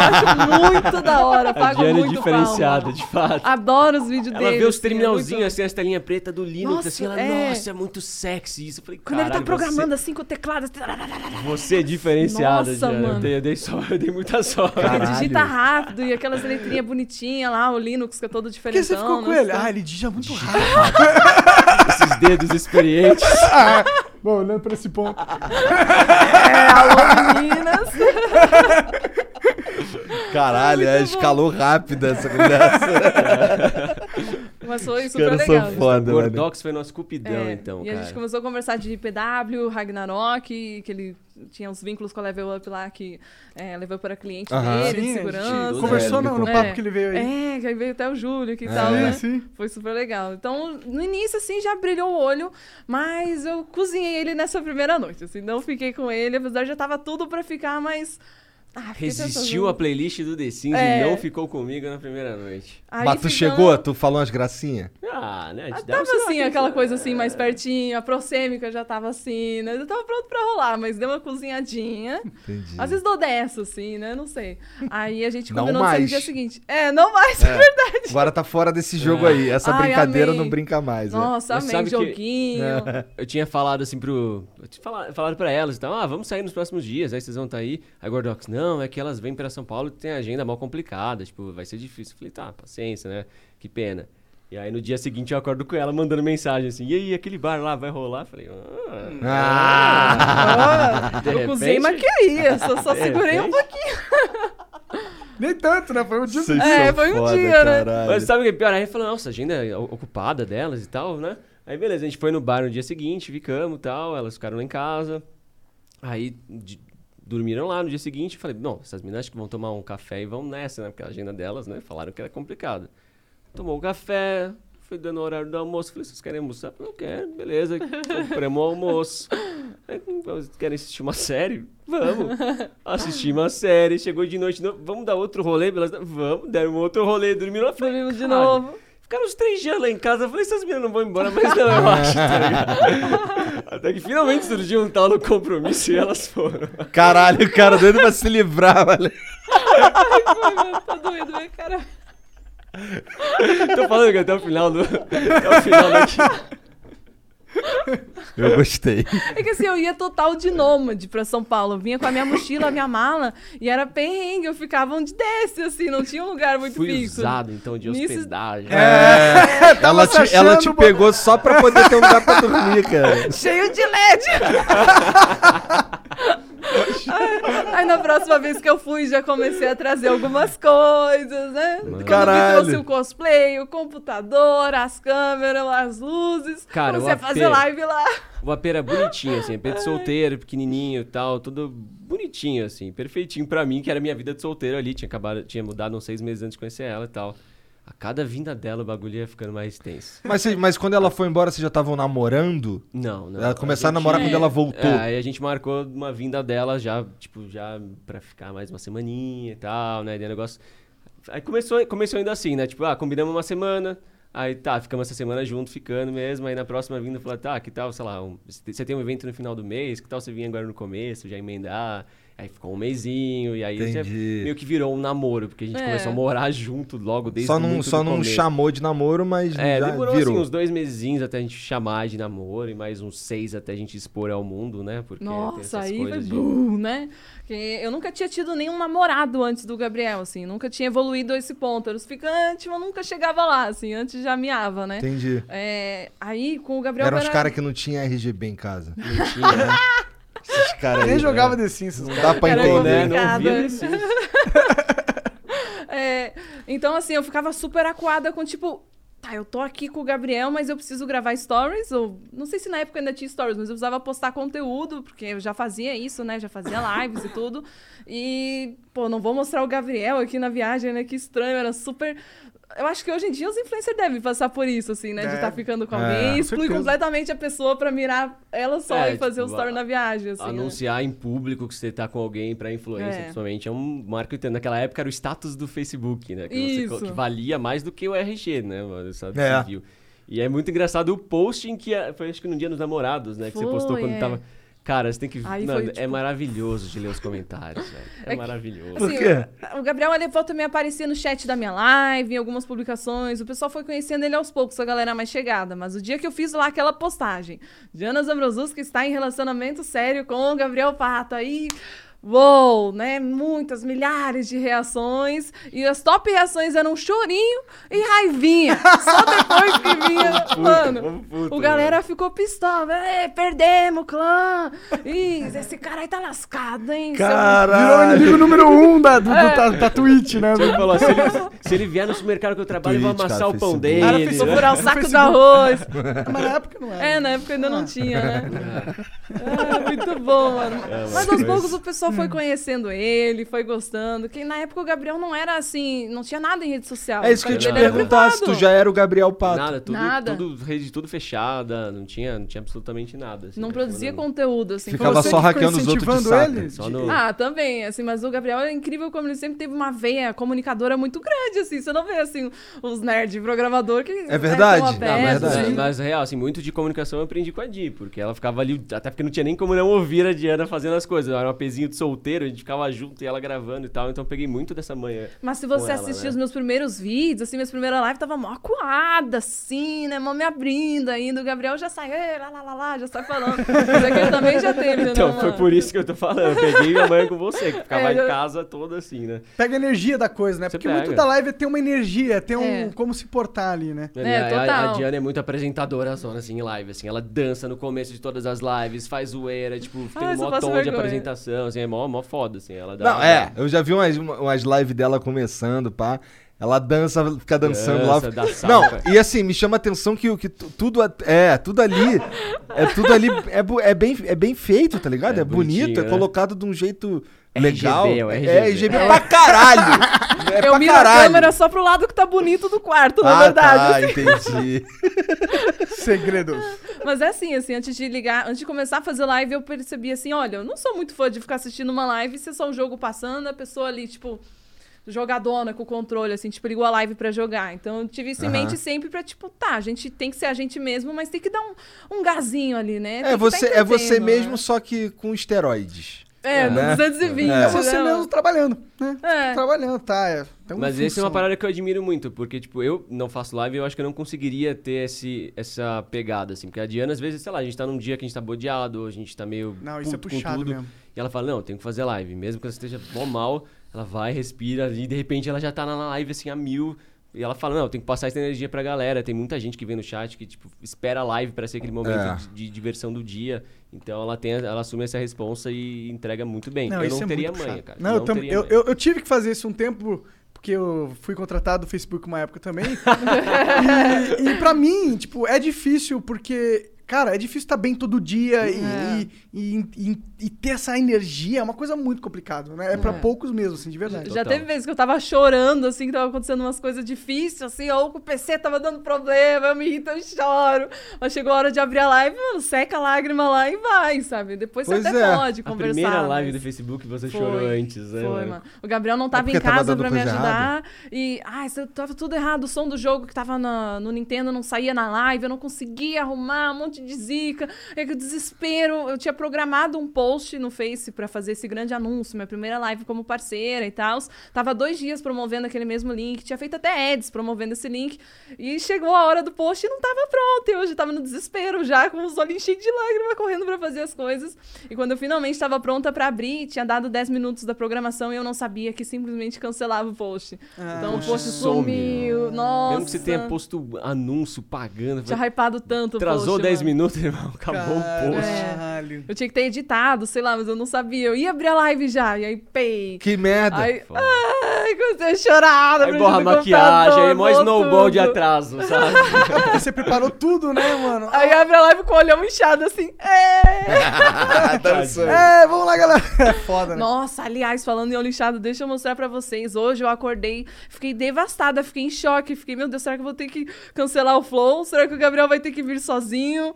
D: acho muito da hora,
E: A
D: pago
E: Diana é
D: muito pau,
E: diferenciada,
D: mano.
E: de fato.
D: Adoro os vídeos dele.
E: Ela vê os
D: assim, é
E: terminalzinhos,
D: muito-
E: assim, as telinhas preta do Linux,
D: Nossa,
E: assim, ela,
D: é.
E: nossa, é muito sexy isso. Eu falei,
D: Quando ele tá
E: "Caralho,
D: programando assim com o teclado. assim,
E: Você, você é diferenciada,
D: Nossa,
E: Diana.
D: mano.
E: Eu, dei, eu dei só, [LAUGHS] eu dei muita sorte.
D: Porque
B: Caralho.
D: digita rápido e aquelas letrinhas bonitinhas lá, o Linux que é todo
C: Por
D: diferentão.
C: que você ficou com
D: não
C: ele?
D: sei.
C: Ah, ele dija muito rápido. [LAUGHS]
E: Esses dedos experientes.
C: Bom, olhando pra esse ponto.
B: É,
D: É, [LAUGHS] Alô, meninas!
B: [LAUGHS] Caralho, é,
D: Muito bom.
B: escalou rápida essa conversa.
D: [LAUGHS] Mas foi
B: Os
D: super
B: caras
D: legal.
B: são foda, mano.
E: Gordox foi nosso cupidão,
D: É,
E: então,
D: e a
E: cara.
D: gente começou a conversar de PW, Ragnarok, que ele tinha uns vínculos com a Level Up lá, que é, levou para cliente
B: Aham.
D: dele, de
C: Sim, a gente
D: segurança.
E: É,
C: Conversou
B: ele
C: no,
B: me
C: no
B: contou.
C: papo que ele veio aí.
D: É, que aí veio até o Júlio aqui e
B: É.
D: tal, né?
C: Sim, sim.
D: Foi super legal. Então, no início, assim, já brilhou o olho, mas eu cozinhei ele nessa primeira noite, assim, não fiquei com ele, apesar de já tava tudo pra ficar, mas... Ah, fiquei
E: Resistiu
D: pensando-
E: à playlist do The Sims
D: É. Ah,
E: e não ficou comigo na primeira noite.
D: Aí
B: Mas tu
D: ficamos-
B: chegou, tu falou umas gracinhas?
E: Ah, né? A gente dá um
D: Tava
E: sinal
D: assim,
E: que-
D: aquela coisa assim, mais pertinho, a prosêmica já tava assim, né? Eu tava pronto pra rolar, mas deu uma cozinhadinha.
B: Entendi.
D: Às vezes dou dessa, assim, né? Não sei. Aí a gente
B: Não
D: combinou de ser no
B: mais.
D: dia seguinte. É, não mais, [LAUGHS] é, verdade. É.
B: Agora tá fora desse jogo aí. Essa
D: Ai,
B: brincadeira
D: amei.
B: não brinca mais. É. né?
D: Nossa,
E: Mas
D: amei,
E: sabe que-
D: joguinho.
E: Eu tinha falado assim pro. Eu tinha fala- falado pra elas, então, ah, vamos sair nos próximos dias, aí vocês vão estar aí. Aí Gordox, não, é que elas vêm pra São Paulo e tem agenda mal complicada, tipo, vai ser difícil. Eu falei, tá, paciência, né? Que pena. E aí no dia seguinte eu acordo com ela mandando mensagem assim, e aí, aquele bar lá vai rolar? Eu falei, ah,
B: Ah!
E: [LAUGHS]
D: Ah,
E: De
D: eu cozinhei, mas
E: repente-
D: queria, só, só segurei um
E: repente-
D: pouquinho.
C: [LAUGHS] Nem tanto, né? Foi um dia.
B: Vocês
D: É,
B: são
D: foi um
B: foda,
D: dia, né?
B: caralho.
E: Mas sabe o que é pior? Aí falou, nossa, agenda o- ocupada delas e tal, né? Aí beleza, a gente foi no bar no dia seguinte, ficamos e tal, elas ficaram lá em casa. Aí de- dormiram lá no dia seguinte, falei, não, essas meninas acho que vão tomar um café e vão nessa, né? Porque a agenda delas, né? Falaram que era complicado. Tomou o café, foi dando o horário do almoço, falei, vocês querem almoçar? Falei, não quero, beleza, [LAUGHS] compramos o almoço. Aí, "Vocês Querem assistir uma série? Vamos. [LAUGHS] Assistimos uma série, chegou de noite, não- vamos dar outro rolê? Elas, vamos, deram um outro rolê, dormiram lá. falei,
D: Dormimos de
E: "Cara,
D: novo.
E: Ficaram uns três dias lá em casa. Eu falei, essas meninas não vão embora, mas não, eu acho. tá
D: [LAUGHS]
E: ligado? Até que finalmente surgiu um tal no compromisso e elas foram.
B: Caralho, o cara doido pra se livrar, mano.
D: Tá doido, né, cara?
E: [LAUGHS] Tô falando que até o final do. Até o final daqui.
B: Eu gostei.
D: É que assim, eu ia total de nômade pra São Paulo. Eu vinha com a minha mochila, a minha mala, e era perrengue, eu ficava onde desce, assim, não tinha um lugar muito
E: Fui
D: fixo.
E: usado então de
D: Nisso- É.
E: hospedagem.
B: É.
D: [LAUGHS]
B: ela,
C: se
B: te, ela
C: achando,
B: te
C: mano.
B: pegou só pra poder ter um lugar pra dormir,
D: [LAUGHS]
B: cara.
D: Cheio de LED! Ai, Aí na próxima vez que eu fui, já comecei a trazer algumas coisas, né? Quando
B: Caralho.
D: me trouxe o cosplay, o computador, as câmeras, as luzes.
E: Cara,
D: comecei
E: o
D: a fazer
E: AP.
D: live lá.
E: O AP era bonitinho, assim, AP de solteiro, pequenininho e tal, tudo bonitinho, assim, perfeitinho pra mim, que era a minha vida de solteiro ali, tinha acabado, tinha mudado uns seis meses antes de conhecer ela e tal. A cada vinda dela o bagulho ia ficando mais tenso.
B: Mas, você- mas quando ela foi embora, vocês já estavam namorando?
E: Não, não.
B: Ela começar a
E: gente-
B: namorar quando ela voltou.
E: É, aí a gente marcou uma vinda dela já, tipo, já pra ficar mais uma semaninha e tal, né? Daí o negócio. Aí começou, começou ainda assim, né? Tipo, ah, combinamos uma semana. Aí tá, ficamos essa semana junto, ficando mesmo. Aí na próxima vinda, falou, tá, que tal, sei lá, um- você tem um evento no final do mês, que tal você vir agora no começo, já emendar? Aí ficou um mesinho, e aí já
B: Entendi.
E: meio que virou um namoro, porque a gente
D: É.
E: começou a morar junto logo desde
B: só não,
E: muito
B: só
E: do
B: não
E: começo.
B: chamou de namoro, mas
E: É,
B: já
E: demorou
B: virou.
E: assim uns dois mesezinhos até a gente chamar de namoro e mais uns seis até a gente expor ao mundo, né? Porque tem essas
D: Nossa, aí vai
E: coisas de...
D: bum, né? Porque eu nunca tinha tido nenhum namorado antes do Gabriel, assim. Nunca tinha evoluído a esse ponto. Era os ficantes, mas nunca chegava lá, assim. Antes já miava, né?
B: Entendi.
D: É, aí com o Gabriel...
B: Eram os
D: era-
B: caras que não tinha RGB em casa.
E: Mentira, né?
B: Esses caras
C: Nem
B: aí.
C: jogava The Sims. esses né?
B: Não
C: caras.
B: dá pra
D: Era
B: entender.
D: complicado.
E: né? Não via
D: Obrigada.
E: isso.
D: [LAUGHS] É, então, assim, eu ficava super acuada com, tipo, tá, eu tô aqui com o Gabriel, mas eu preciso gravar stories, ou não sei se na época ainda tinha stories, mas eu precisava postar conteúdo, porque eu já fazia isso, né? Já fazia lives e tudo. E, pô, não vou mostrar o Gabriel aqui na viagem, né? Que estranho, era super eu acho que hoje em dia os influencers devem passar por isso, assim, né? De estar ficando com alguém,
B: É, com
D: exclui
B: certeza.
D: completamente a pessoa pra mirar ela só
E: É,
D: e fazer o
E: tipo,
D: story
E: a-
D: na viagem, assim. né?
E: Anunciar em público que você tá com alguém pra influência,
D: É.
E: principalmente, é um marco interno. Naquela época era o status do Facebook, né? Que, você
D: Isso.
E: co- que valia mais do que o RG, né? O status
B: É.
E: civil. E é muito engraçado o post em que a- foi acho que no dia dos namorados, né? Que você postou
D: Foi,
E: quando
D: é.
E: tava. Cara, você tem que.
D: Aí
E: Mano,
D: foi,
E: é
D: tipo-
E: maravilhoso de ler os comentários, velho. É,
D: É que-
E: maravilhoso.
B: Por quê?
D: O Gabriel ele volta também aparecia no chat da minha live, em algumas publicações. O pessoal foi conhecendo ele aos poucos, a galera mais chegada. Mas o dia que eu fiz lá aquela postagem, Diana Zambrosuski está em relacionamento sério com o Gabriel Pato. Aí, uou, né? Muitas, milhares de reações. E as top reações eram chorinho e raivinha. Só depois que vinha, mano.
E: puta,
D: o galera ficou pistola. É, perdemos o clã. Ih, esse cara aí tá lascado, hein? é Seu-
C: Virou o
B: Caralho.
C: inimigo número um da, do, do-
D: É.
C: da, da Twitch, né?
D: Tipo,
E: Ele falou,
D: assim,
E: [LAUGHS] se,
C: [LAUGHS]
E: ele, se ele vier no supermercado que eu trabalho, eu
B: Twitch,
E: vou amassar
B: cara,
E: o pão
B: Facebook.
C: Cara,
E: dele. Né?
C: Facebook.
D: Furar o
C: No
D: saco do
C: Facebook.
E: [LAUGHS]
D: arroz.
C: Mas na época não era.
D: É, na época ainda não tinha,
E: É.
D: né? Ah, muito bom, mano. Mas aos poucos o pessoal
B: Hum.
D: foi conhecendo ele, foi gostando. Que na época o Gabriel não era assim, não tinha nada em rede social.
B: É isso que eu te
D: Ele era
B: perguntar se tu
D: privado.
B: já era o Gabriel Pato.
E: Nada, tudo,
D: Nada.
E: tudo- rede tudo fechada, não tinha, não tinha absolutamente nada. assim,
D: Não
E: né?
D: produzia
E: Quando-
D: conteúdo, assim.
B: Ficava
D: Foi-
C: Você
B: só
C: que ficou
B: hackeando os outros de
C: incentivando
B: saco.
C: ele?
E: Só no-
D: Ah, também, assim, mas o Gabriel é incrível como ele sempre teve uma veia comunicadora muito grande, assim. Você não vê, assim, os nerds programador que... né, tão
B: verdade,
D: abertos,
B: é
E: Ah, mas,
B: verdade.
E: mas,
D: assim.
E: mas, real, assim, muito de comunicação eu aprendi com a Di, porque ela ficava ali, até porque não tinha nem como não ouvir a Diana fazendo as coisas. Era um apezinho de solteiro, a gente ficava junto e ela gravando e tal, então eu peguei muito dessa manhã.
D: Mas se você
E: com ela,
D: assistir
E: né?
D: os meus primeiros vídeos, assim, minhas primeiras lives, tava mó coada, assim, né? Mó me abrindo ainda. O Gabriel já sai, "Ê, lá, lá, lá, lá, já
B: [LAUGHS]
D: sai falando. Mas é que ele também já teve,
E: [LAUGHS]
D: né?
E: Então,
D: mano?
E: foi por isso que eu tô falando. Eu peguei minha manhã com você, que ficava
D: É,
E: em
D: eu-
E: casa toda assim, né?
C: Pega a energia da coisa, né?
E: Você
C: Porque muito
E: pega.
C: da live é ter uma energia, ter um
D: É.
C: como se portar ali, né?
E: A
D: É,
E: minha- a- a,
D: total.
E: Diana é muito apresentadora zona, assim, em live, assim. Ela dança no começo de todas as lives, faz zoeira, tipo, tem
D: Ah,
E: um
D: isso eu
E: mó
D: passo
E: tom de
D: vergonha.
E: apresentação, assim, é mó, mó foda, assim. Ela dá
B: Não, é, eu já vi umas, umas lives dela começando, pá. Ela dança, fica dançando
E: Dança,
B: lá.
E: dá salto,
B: não,
E: cara.
B: e assim, me chama a atenção que, o- que tu- tudo at- é, tudo ali, é tudo ali, é, bu- é bem, é bem feito, tá ligado?
E: É
B: É, bonito,
E: bonitinho,
B: é
E: né?
B: colocado de um jeito
E: RGB,
B: legal.
E: é o
B: É
E: RGB.
B: RGB pra caralho! É
D: eu
B: pra
D: miro a
B: caralho!
D: câmera só pro lado que tá bonito do quarto, na
B: ah,
D: verdade.
B: tá, entendi.
C: [LAUGHS] Segredos.
D: Mas é assim, assim, antes de ligar, antes de começar a fazer live, eu percebi assim, olha, eu não sou muito fã de ficar assistindo uma live e ser só um jogo passando, a pessoa ali, tipo, jogadona com o controle, assim, tipo, ligou a live pra jogar. Então eu tive isso em
B: Aham.
D: mente sempre pra, tipo, tá, a gente tem que ser a gente mesmo, mas tem que dar um, um gazinho ali, né? Tem
B: É
D: que
B: você,
D: tá
B: é você
D: entendendo,
B: mesmo,
D: né?
B: só que com esteroides.
D: É, no
B: né?
D: 220,
B: É.
C: É
D: né,
C: você
D: mano?
C: mesmo trabalhando, né?
D: É.
C: Trabalhando, tá. É, tem um
E: Mas essa é
C: função.
E: uma parada que eu admiro muito, porque, tipo, eu não faço live e eu acho que eu não conseguiria ter esse, essa pegada, assim. Porque a Diana, às vezes, sei lá, a gente tá num dia que a gente tá bodeado, ou a gente tá meio.
C: Não, isso é
E: puto com
C: puxado
E: tudo,
C: mesmo.
E: E ela fala, não, eu tenho que fazer live. Mesmo que ela esteja mó mal, ela vai, respira, e de repente ela já tá na live, assim, a mil. E ela fala, não, eu tenho que passar essa energia pra galera. Tem muita gente que vem no chat que, tipo, espera a live pra ser aquele momento
B: É.
E: de, de diversão do dia. Então ela tem, ela assume essa responsa e entrega muito bem.
C: Não,
E: eu
C: isso
E: não
C: é
E: teria
C: muito
E: manha,
C: puxado.
E: cara.
C: Não, eu, tam-
E: teria
C: eu,
E: manha.
C: eu, eu tive que fazer isso um tempo, porque eu fui contratado do Facebook uma época também.
E: [LAUGHS]
C: e, e pra mim, tipo, é difícil, porque. Cara, é difícil estar bem todo dia e,
D: É.
C: e, e- e- e ter essa energia. É uma coisa muito complicada, né? É pra
D: É.
C: poucos mesmo, assim, de verdade.
B: Né,
D: Já
E: Total.
D: teve vezes que eu tava chorando, assim, que tava acontecendo umas coisas difíceis, assim, ou que o PC tava dando problema, eu me irrito, eu choro. Mas chegou a hora de abrir a live, mano, seca a lágrima lá e vai, sabe? Depois
B: Pois
D: você até
B: é.
D: pode
E: A
D: conversar. né?
E: primeira live
D: mas-
E: do Facebook você
D: Foi,
E: chorou antes, né?
D: Foi,
E: mano?
D: mano. O Gabriel não tava
B: É porque
D: em
B: tava
D: casa
B: dando
D: pra me
B: coisa
D: ajudar. E, ai, isso tava tudo errado. O som do jogo que tava na- no Nintendo não saía na live. Eu não conseguia arrumar um monte de zica. É que o desespero. Eu tinha programado um post no Face pra fazer esse grande anúncio. Minha primeira live como parceira e tal. Tava dois dias promovendo aquele mesmo link. Tinha feito até ads promovendo esse link. E chegou a hora do post e não tava pronto. Eu já tava no desespero já, com os olhinhos cheios de lágrima, correndo pra fazer as coisas. E quando eu finalmente tava pronta pra abrir, tinha dado 10 minutos da programação e eu não sabia que simplesmente cancelava o post.
B: Ah.
D: então o post
E: some. né?
D: sumiu. Nossa.
E: Mesmo que você tenha posto anúncio pagando,
D: Tinha hypado tanto o
E: atrasou
D: post,
E: 10
D: mano. É.
E: minutos, irmão, acabou o post.
C: Caralho.
D: Eu tinha que ter editado, sei lá, mas eu não sabia. Eu ia abrir a live já. E aí, pei.
B: Que merda.
D: Aí,
E: Foda.
D: Ai, comecei chorada.
E: Aí borra a maquiagem, aí mó snowball de
D: [LAUGHS]
E: atraso, sabe?
C: Porque
E: [LAUGHS]
C: você preparou tudo, né, mano?
D: Aí abre a live com o olhão inchado assim. É.
B: Ah,
C: É, vamos lá, galera. [LAUGHS] É foda, né?
D: Nossa, aliás, falando em olho inchado, deixa eu mostrar pra vocês. Hoje eu acordei, fiquei devastada, fiquei em choque. Fiquei, meu Deus, será que eu vou ter que cancelar o flow? Será que o Gabriel vai ter que vir sozinho?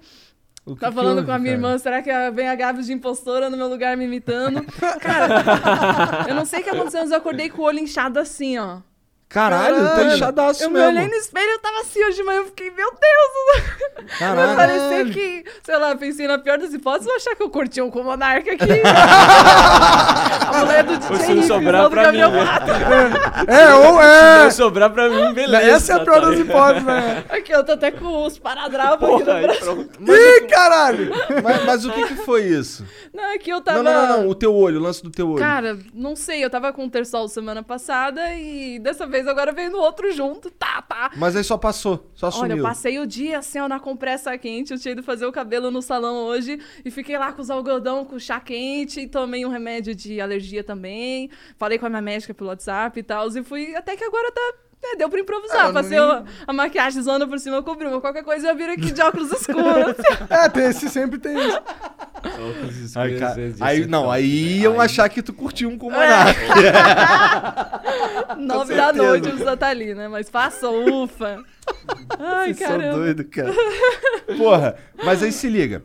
B: O que
D: Tá
B: que
D: falando
B: houve,
D: com a minha
B: cara?
D: irmã, será que vem a Gabi de impostora no meu lugar
C: [LAUGHS]
D: me imitando? Cara, eu não sei o que aconteceu, mas eu acordei com o olho inchado assim, ó.
B: Caralho,
E: Ah,
B: tá inchadaço
D: eu me
B: mesmo.
D: olhei no espelho, eu tava assim hoje de manhã, eu fiquei, meu Deus!
B: Caralho.
D: Mas parecia que, sei lá, pensei na pior das hipóteses, vou achar que eu curti um com o Monarca aqui.
B: [LAUGHS]
D: a mulher do DJ
E: Ou se
D: Ives,
E: sobrar
D: não do
E: pra
D: Gabriel
E: mim, né?
D: Mato.
E: [LAUGHS]
C: É, ou é.
E: Vai sobrar pra mim, beleza.
C: Essa é a pior
E: tá
C: das
E: ligado?
C: hipóteses, né?
D: Aqui, eu tô até com os paradravos aqui
E: Porra,
D: no
E: aí
D: braço.
E: pronto.
C: Ih, caralho!
B: Mas, mas o que que foi isso?
D: Não, aqui eu
B: Não,
D: tava...
B: não, não, não, o teu olho, o lance do teu olho.
D: Cara, não sei, eu tava com o Terçol semana passada e dessa vez agora veio no outro junto, tá, tá.
B: Mas aí só passou, só
D: Olha, eu
B: sumiu.
D: passei o dia assim, ó, na compressa quente. Eu tinha ido fazer o cabelo no salão hoje e fiquei lá com os algodão, com chá quente. E tomei um remédio de alergia também. Falei com a minha médica pelo WhatsApp e tal. E fui até que agora tá. né, deu pra
B: É,
D: improvisar. Passei a, a maquiagem zona por cima, cobriu. Mas qualquer coisa eu viro aqui de
B: [LAUGHS]
D: óculos escuros. [LAUGHS]
C: É, tem esse sempre tem isso.
B: Ai, cara, aí, não, aí iam achar que tu curtiu um
D: É.
B: com o
D: [LAUGHS]
B: Monark.
D: Nove da noite, o Zé tá ali, né? Mas passa,
B: [LAUGHS]
D: ufa. Ai,
B: Vocês são
D: caramba.
B: doido, cara. Porra, mas aí se liga.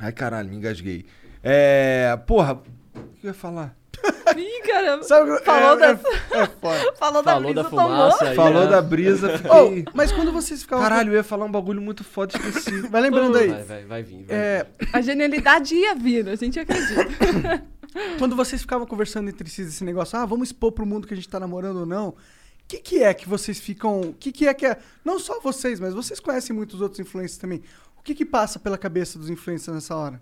B: Ai, caralho, me engasguei. É. Porra, o que eu ia falar?
D: Ih, caramba.
C: [LAUGHS] Sabe, é,
D: Falou [LAUGHS] da-
C: é, é foda.
D: Falou da
E: Falou
D: brisa,
E: da
D: tomou.
E: fumaça. aí,
B: Falou
E: né? [LAUGHS]
B: da brisa, fiquei.
C: Ô, mas quando vocês ficavam.
B: Caralho, eu ia falar um bagulho muito foda,
D: [LAUGHS]
B: esqueci.
C: Vai lembrando
E: Vai,
C: aí.
E: vai, vai vir. Vai
C: É,
D: A genialidade ia vir, a gente acredita.
C: quando vocês ficavam conversando entre si esse negócio, ah, vamos expor pro mundo que a gente tá namorando ou não. O que, que é que vocês ficam. O que, que é que é. Não só vocês, mas vocês conhecem muitos outros influencers também. O que, que passa pela cabeça dos influencers nessa hora?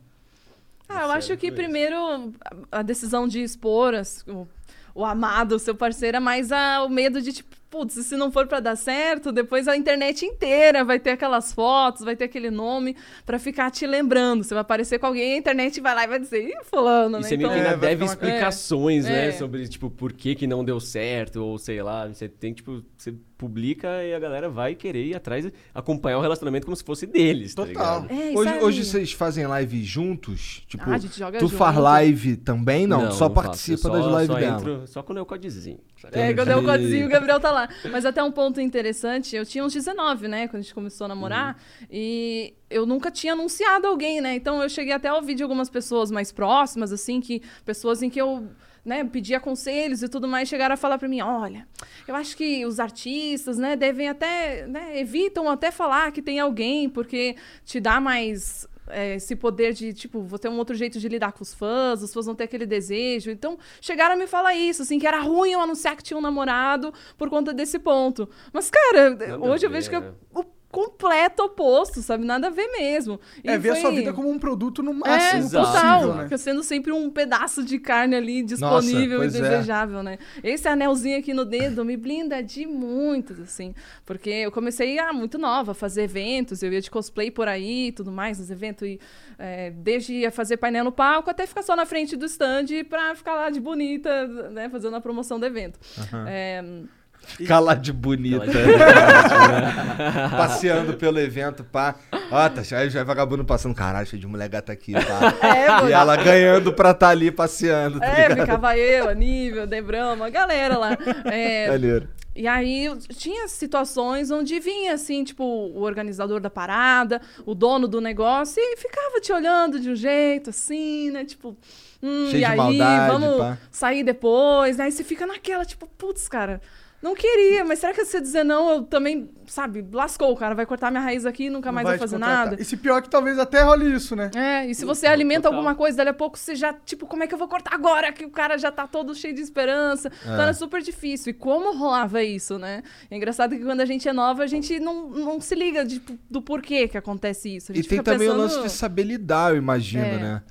E: Tá
D: Ah, eu acho
E: é
D: que primeiro a- a decisão de expor as- o, o amado, o seu parceiro, é mais a- o medo de, tipo, putz, e se não for pra dar certo, depois a internet inteira vai ter aquelas fotos, vai ter aquele nome pra ficar te lembrando. Você vai aparecer com alguém, a internet vai lá e vai dizer, ih, fulano,
E: E
D: né?
E: você meio que
D: Então,
E: ainda
C: É, vai
E: deve
C: ficar uma-
E: explicações, né?
D: É.
E: Sobre, tipo, por que que não deu certo, ou sei lá. Você tem, tipo, você publica e a galera vai querer ir atrás e acompanhar o relacionamento como se fosse deles, tá
C: Total.
E: ligado?
D: é,
B: Hoje,
D: sabe?
B: hoje vocês fazem live juntos? Tipo,
D: Ah, a gente joga
B: tu
D: junto.
B: faz live também? Não,
E: faço,
B: só participa
E: só-
B: das lives
E: só
B: dela.
E: entro- só quando é o codezinho. sabe?
D: É, quando é o
B: Entendi.
D: codezinho, o Gabriel tá lá. Mas até um ponto interessante, eu tinha uns 19, né, quando a gente começou a namorar, e eu nunca tinha anunciado alguém, né? Então eu cheguei até a ouvir de algumas pessoas mais próximas, assim, que pessoas em que eu né, pedia conselhos e tudo mais, chegaram a falar pra mim, olha, eu acho que os artistas, né, devem até, né, evitam até falar que tem alguém, porque te dá mais é, esse poder de, tipo, vou ter um outro jeito de lidar com os fãs, os fãs vão ter aquele desejo. Então, chegaram a me falar isso, assim, que era ruim eu anunciar que tinha um namorado por conta desse ponto. Mas, cara,
E: Nada
D: hoje eu
E: a ver,
D: vejo que é
E: né?
D: o completo oposto, sabe? Nada a ver mesmo. E
C: é ver a sua
D: foi-
C: vida como um produto no
D: é,
C: máximo
E: exato.
D: total.
C: possível, né?
D: Fica sendo sempre um pedaço de carne ali disponível
B: pois
D: e
B: é.
D: desejável, né? Esse anelzinho aqui no dedo me blinda de muitos, assim. Porque eu comecei ah, muito nova, a fazer eventos, eu ia de cosplay por aí e tudo mais, nos eventos. E, é, desde ia fazer painel no palco até ficar só na frente do stand pra ficar lá de bonita, né? Fazendo a promoção do evento. É,
B: Cala de bonita.
E: né?
B: [LAUGHS] Passeando pelo evento, pá. Ó, tá cheio, já é vagabundo passando. Caralho, cheio de mulher gata aqui, pá.
D: [LAUGHS] é,
B: E ela ganhando pra tá ali passeando. Tá
D: é,
B: ligado?
D: ficava eu, Aníbal, Debrão, uma galera lá.
B: [LAUGHS]
D: É,
B: Maneiro.
D: E aí eu tinha situações onde vinha assim, tipo, o organizador da parada, o dono do negócio, e ficava te olhando de um jeito assim, né? Tipo, hum,
B: Cheio
D: e
B: de
D: aí,
B: maldade,
D: vamos
B: pá.
D: sair depois, né? Aí você fica naquela, tipo, putz, cara, não queria, mas será que se eu dizer não, eu também, sabe, lascou, cara, vai cortar minha raiz aqui e nunca mais
C: Não
D: vou
C: vai te
D: fazer
C: contratar.
D: nada.
C: E se pior é que talvez até role isso, né?
D: É, e se você alimenta
E: total.
D: alguma coisa, dali a pouco você já, tipo, como é que eu vou cortar agora? Que o cara já tá todo cheio de esperança.
B: É.
D: Então era super difícil. E como rolava isso, né? É engraçado que quando a gente é nova, a gente não, não se liga de- do porquê que acontece isso. A
B: E
D: gente
B: tem
D: fica
B: também
D: pensando...
B: o lance de saber lidar, eu imagino,
D: É.
B: né?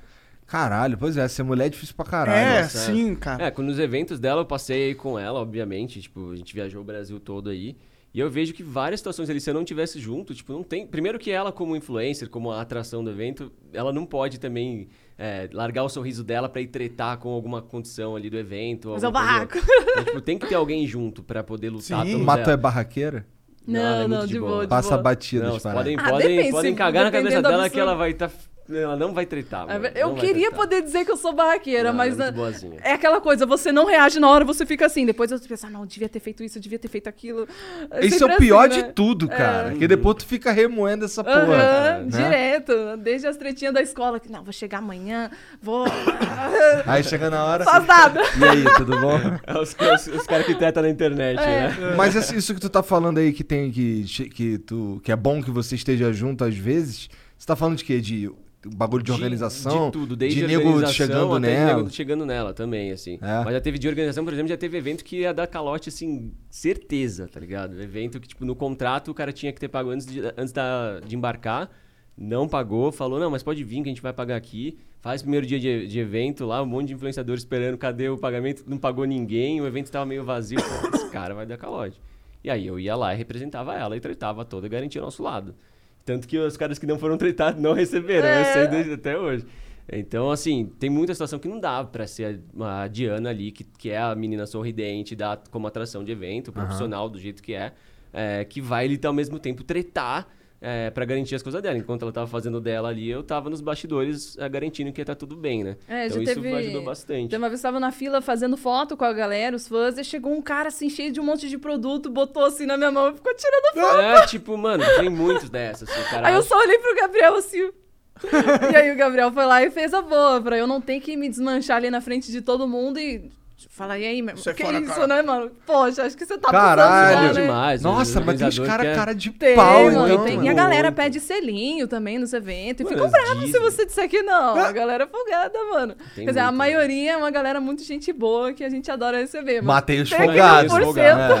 B: Caralho, pois é, ser mulher é difícil pra caralho.
C: é,
E: nossa,
C: sim, cara.
E: É, quando nos eventos dela eu passei com ela, obviamente, tipo, a gente viajou o Brasil todo aí. E eu vejo que várias situações ali, se eu não tivesse junto, tipo, não tem. Primeiro que ela, como influencer, como a atração do evento, ela não pode também é, largar o sorriso dela pra ir tretar com alguma condição ali do evento.
D: Mas
E: alguma
D: é o barraco.
E: coisa. Então, tipo, tem que ter alguém junto pra poder lutar.
C: Sim.
E: pelo
B: Mato é
E: dela.
B: barraqueira?
E: Não, ela é
D: Não,
E: muito
D: não,
E: de
D: de
E: boa.
D: boa. de
B: Passa
D: boa.
B: batida
E: Não,
B: de
E: vocês podem,
D: Ah,
E: podem,
D: depende,
E: podem
D: se-
E: cagar na cabeça
D: dependendo do
E: dela que
D: absurdo.
E: ela vai estar. Ela não vai tretar.
D: É
E: mano.
B: né?
D: ver-
E: Não
D: Eu
E: vai
D: queria
E: tretar.
D: poder dizer que eu sou barraqueira,
E: Não,
D: mas
E: ela é
D: é,
E: muito boazinha.
D: é aquela coisa, você não reage na hora, você fica assim. Depois você pensa, não, devia ter feito isso, devia ter feito aquilo.
B: Isso
D: sempre
B: é o pior
D: assim, né?
B: de tudo, cara. Que depois tu fica remoendo essa porra.
D: Aham,
B: né?
D: direto. Desde as tretinhas da escola, que não, vou chegar amanhã, vou.
B: [COUGHS] Aí chega na hora.
D: Faz nada.
B: E aí, tudo bom?
E: [LAUGHS] É os, os- os caras que tretam na internet,
D: É.
E: né?
B: Mas esse- isso que tu tá falando aí que tem que che- que tu que é bom que você esteja junto às vezes. Você tá falando de quê? De bagulho de organização,
E: de tudo, desde
B: de nego
E: organização
B: chegando
E: até de
B: nela.
E: nego chegando nela também, assim.
B: É.
E: Mas já teve de organização, por exemplo, já teve evento que ia dar calote, assim, certeza, tá ligado? Evento que, tipo, no contrato o cara tinha que ter pago antes de, antes da, de embarcar, não pagou, falou, não, mas pode vir que a gente vai pagar aqui. Faz primeiro dia de, de evento lá, um monte de influenciador esperando, cadê o pagamento? Não pagou ninguém, o evento tava meio vazio. Pô, Esse cara vai dar calote. E aí eu ia lá e representava ela e tretava toda e garantia o nosso lado. Tanto que os caras que não foram tretados não receberam, né? eu sei desde- até hoje. Então, assim, tem muita situação que não dá pra ser a, a Diana ali, que, que é a menina sorridente, dá como atração de evento, profissional do jeito que é, é, que vai ali tá, ao mesmo tempo tretar é, para garantir as coisas dela. Enquanto ela tava fazendo o dela ali, eu tava nos bastidores é, garantindo que ia tá tudo bem, né?
D: É,
E: então
D: já
E: isso
D: teve-
E: ajudou bastante.
D: Tem uma vez que tava na fila fazendo foto com a galera, os fãs, e chegou um cara assim, cheio de um monte de produto, botou assim na minha mão e ficou
B: [LAUGHS]
D: tirando foto.
E: É, tipo, mano, tem muitos dessas, assim, cara.
D: Aí eu só olhei pro Gabriel assim. [LAUGHS] e aí o Gabriel foi lá e fez a boa, pra eu não ter que me desmanchar ali na frente de todo mundo e tipo, falar, e aí, meu
C: Isso é
D: que
C: fora,
D: isso,
C: cara."
D: né, mano? Poxa, acho que você tá
B: Caralho.
D: precisando já, né?
E: demais. é
B: Nossa,
E: os
B: mas tem uns
E: organizadores
B: cara
E: querem-
B: cara de
D: Tem,
B: pau,
D: mano,
B: então.
D: tem. E a
B: mano.
D: galera pede selinho também nos eventos.
E: Mano,
D: Ficam
E: eles
D: bravos se
E: dizem.
D: você disser que não.
B: Ah!
D: A galera é folgada, mano. Quer dizer, a
E: muito, né?
D: maioria é uma galera muito gente boa que a gente adora receber. Mas
B: Matei os
D: tem um aquele
B: folgados. né?
D: 1%.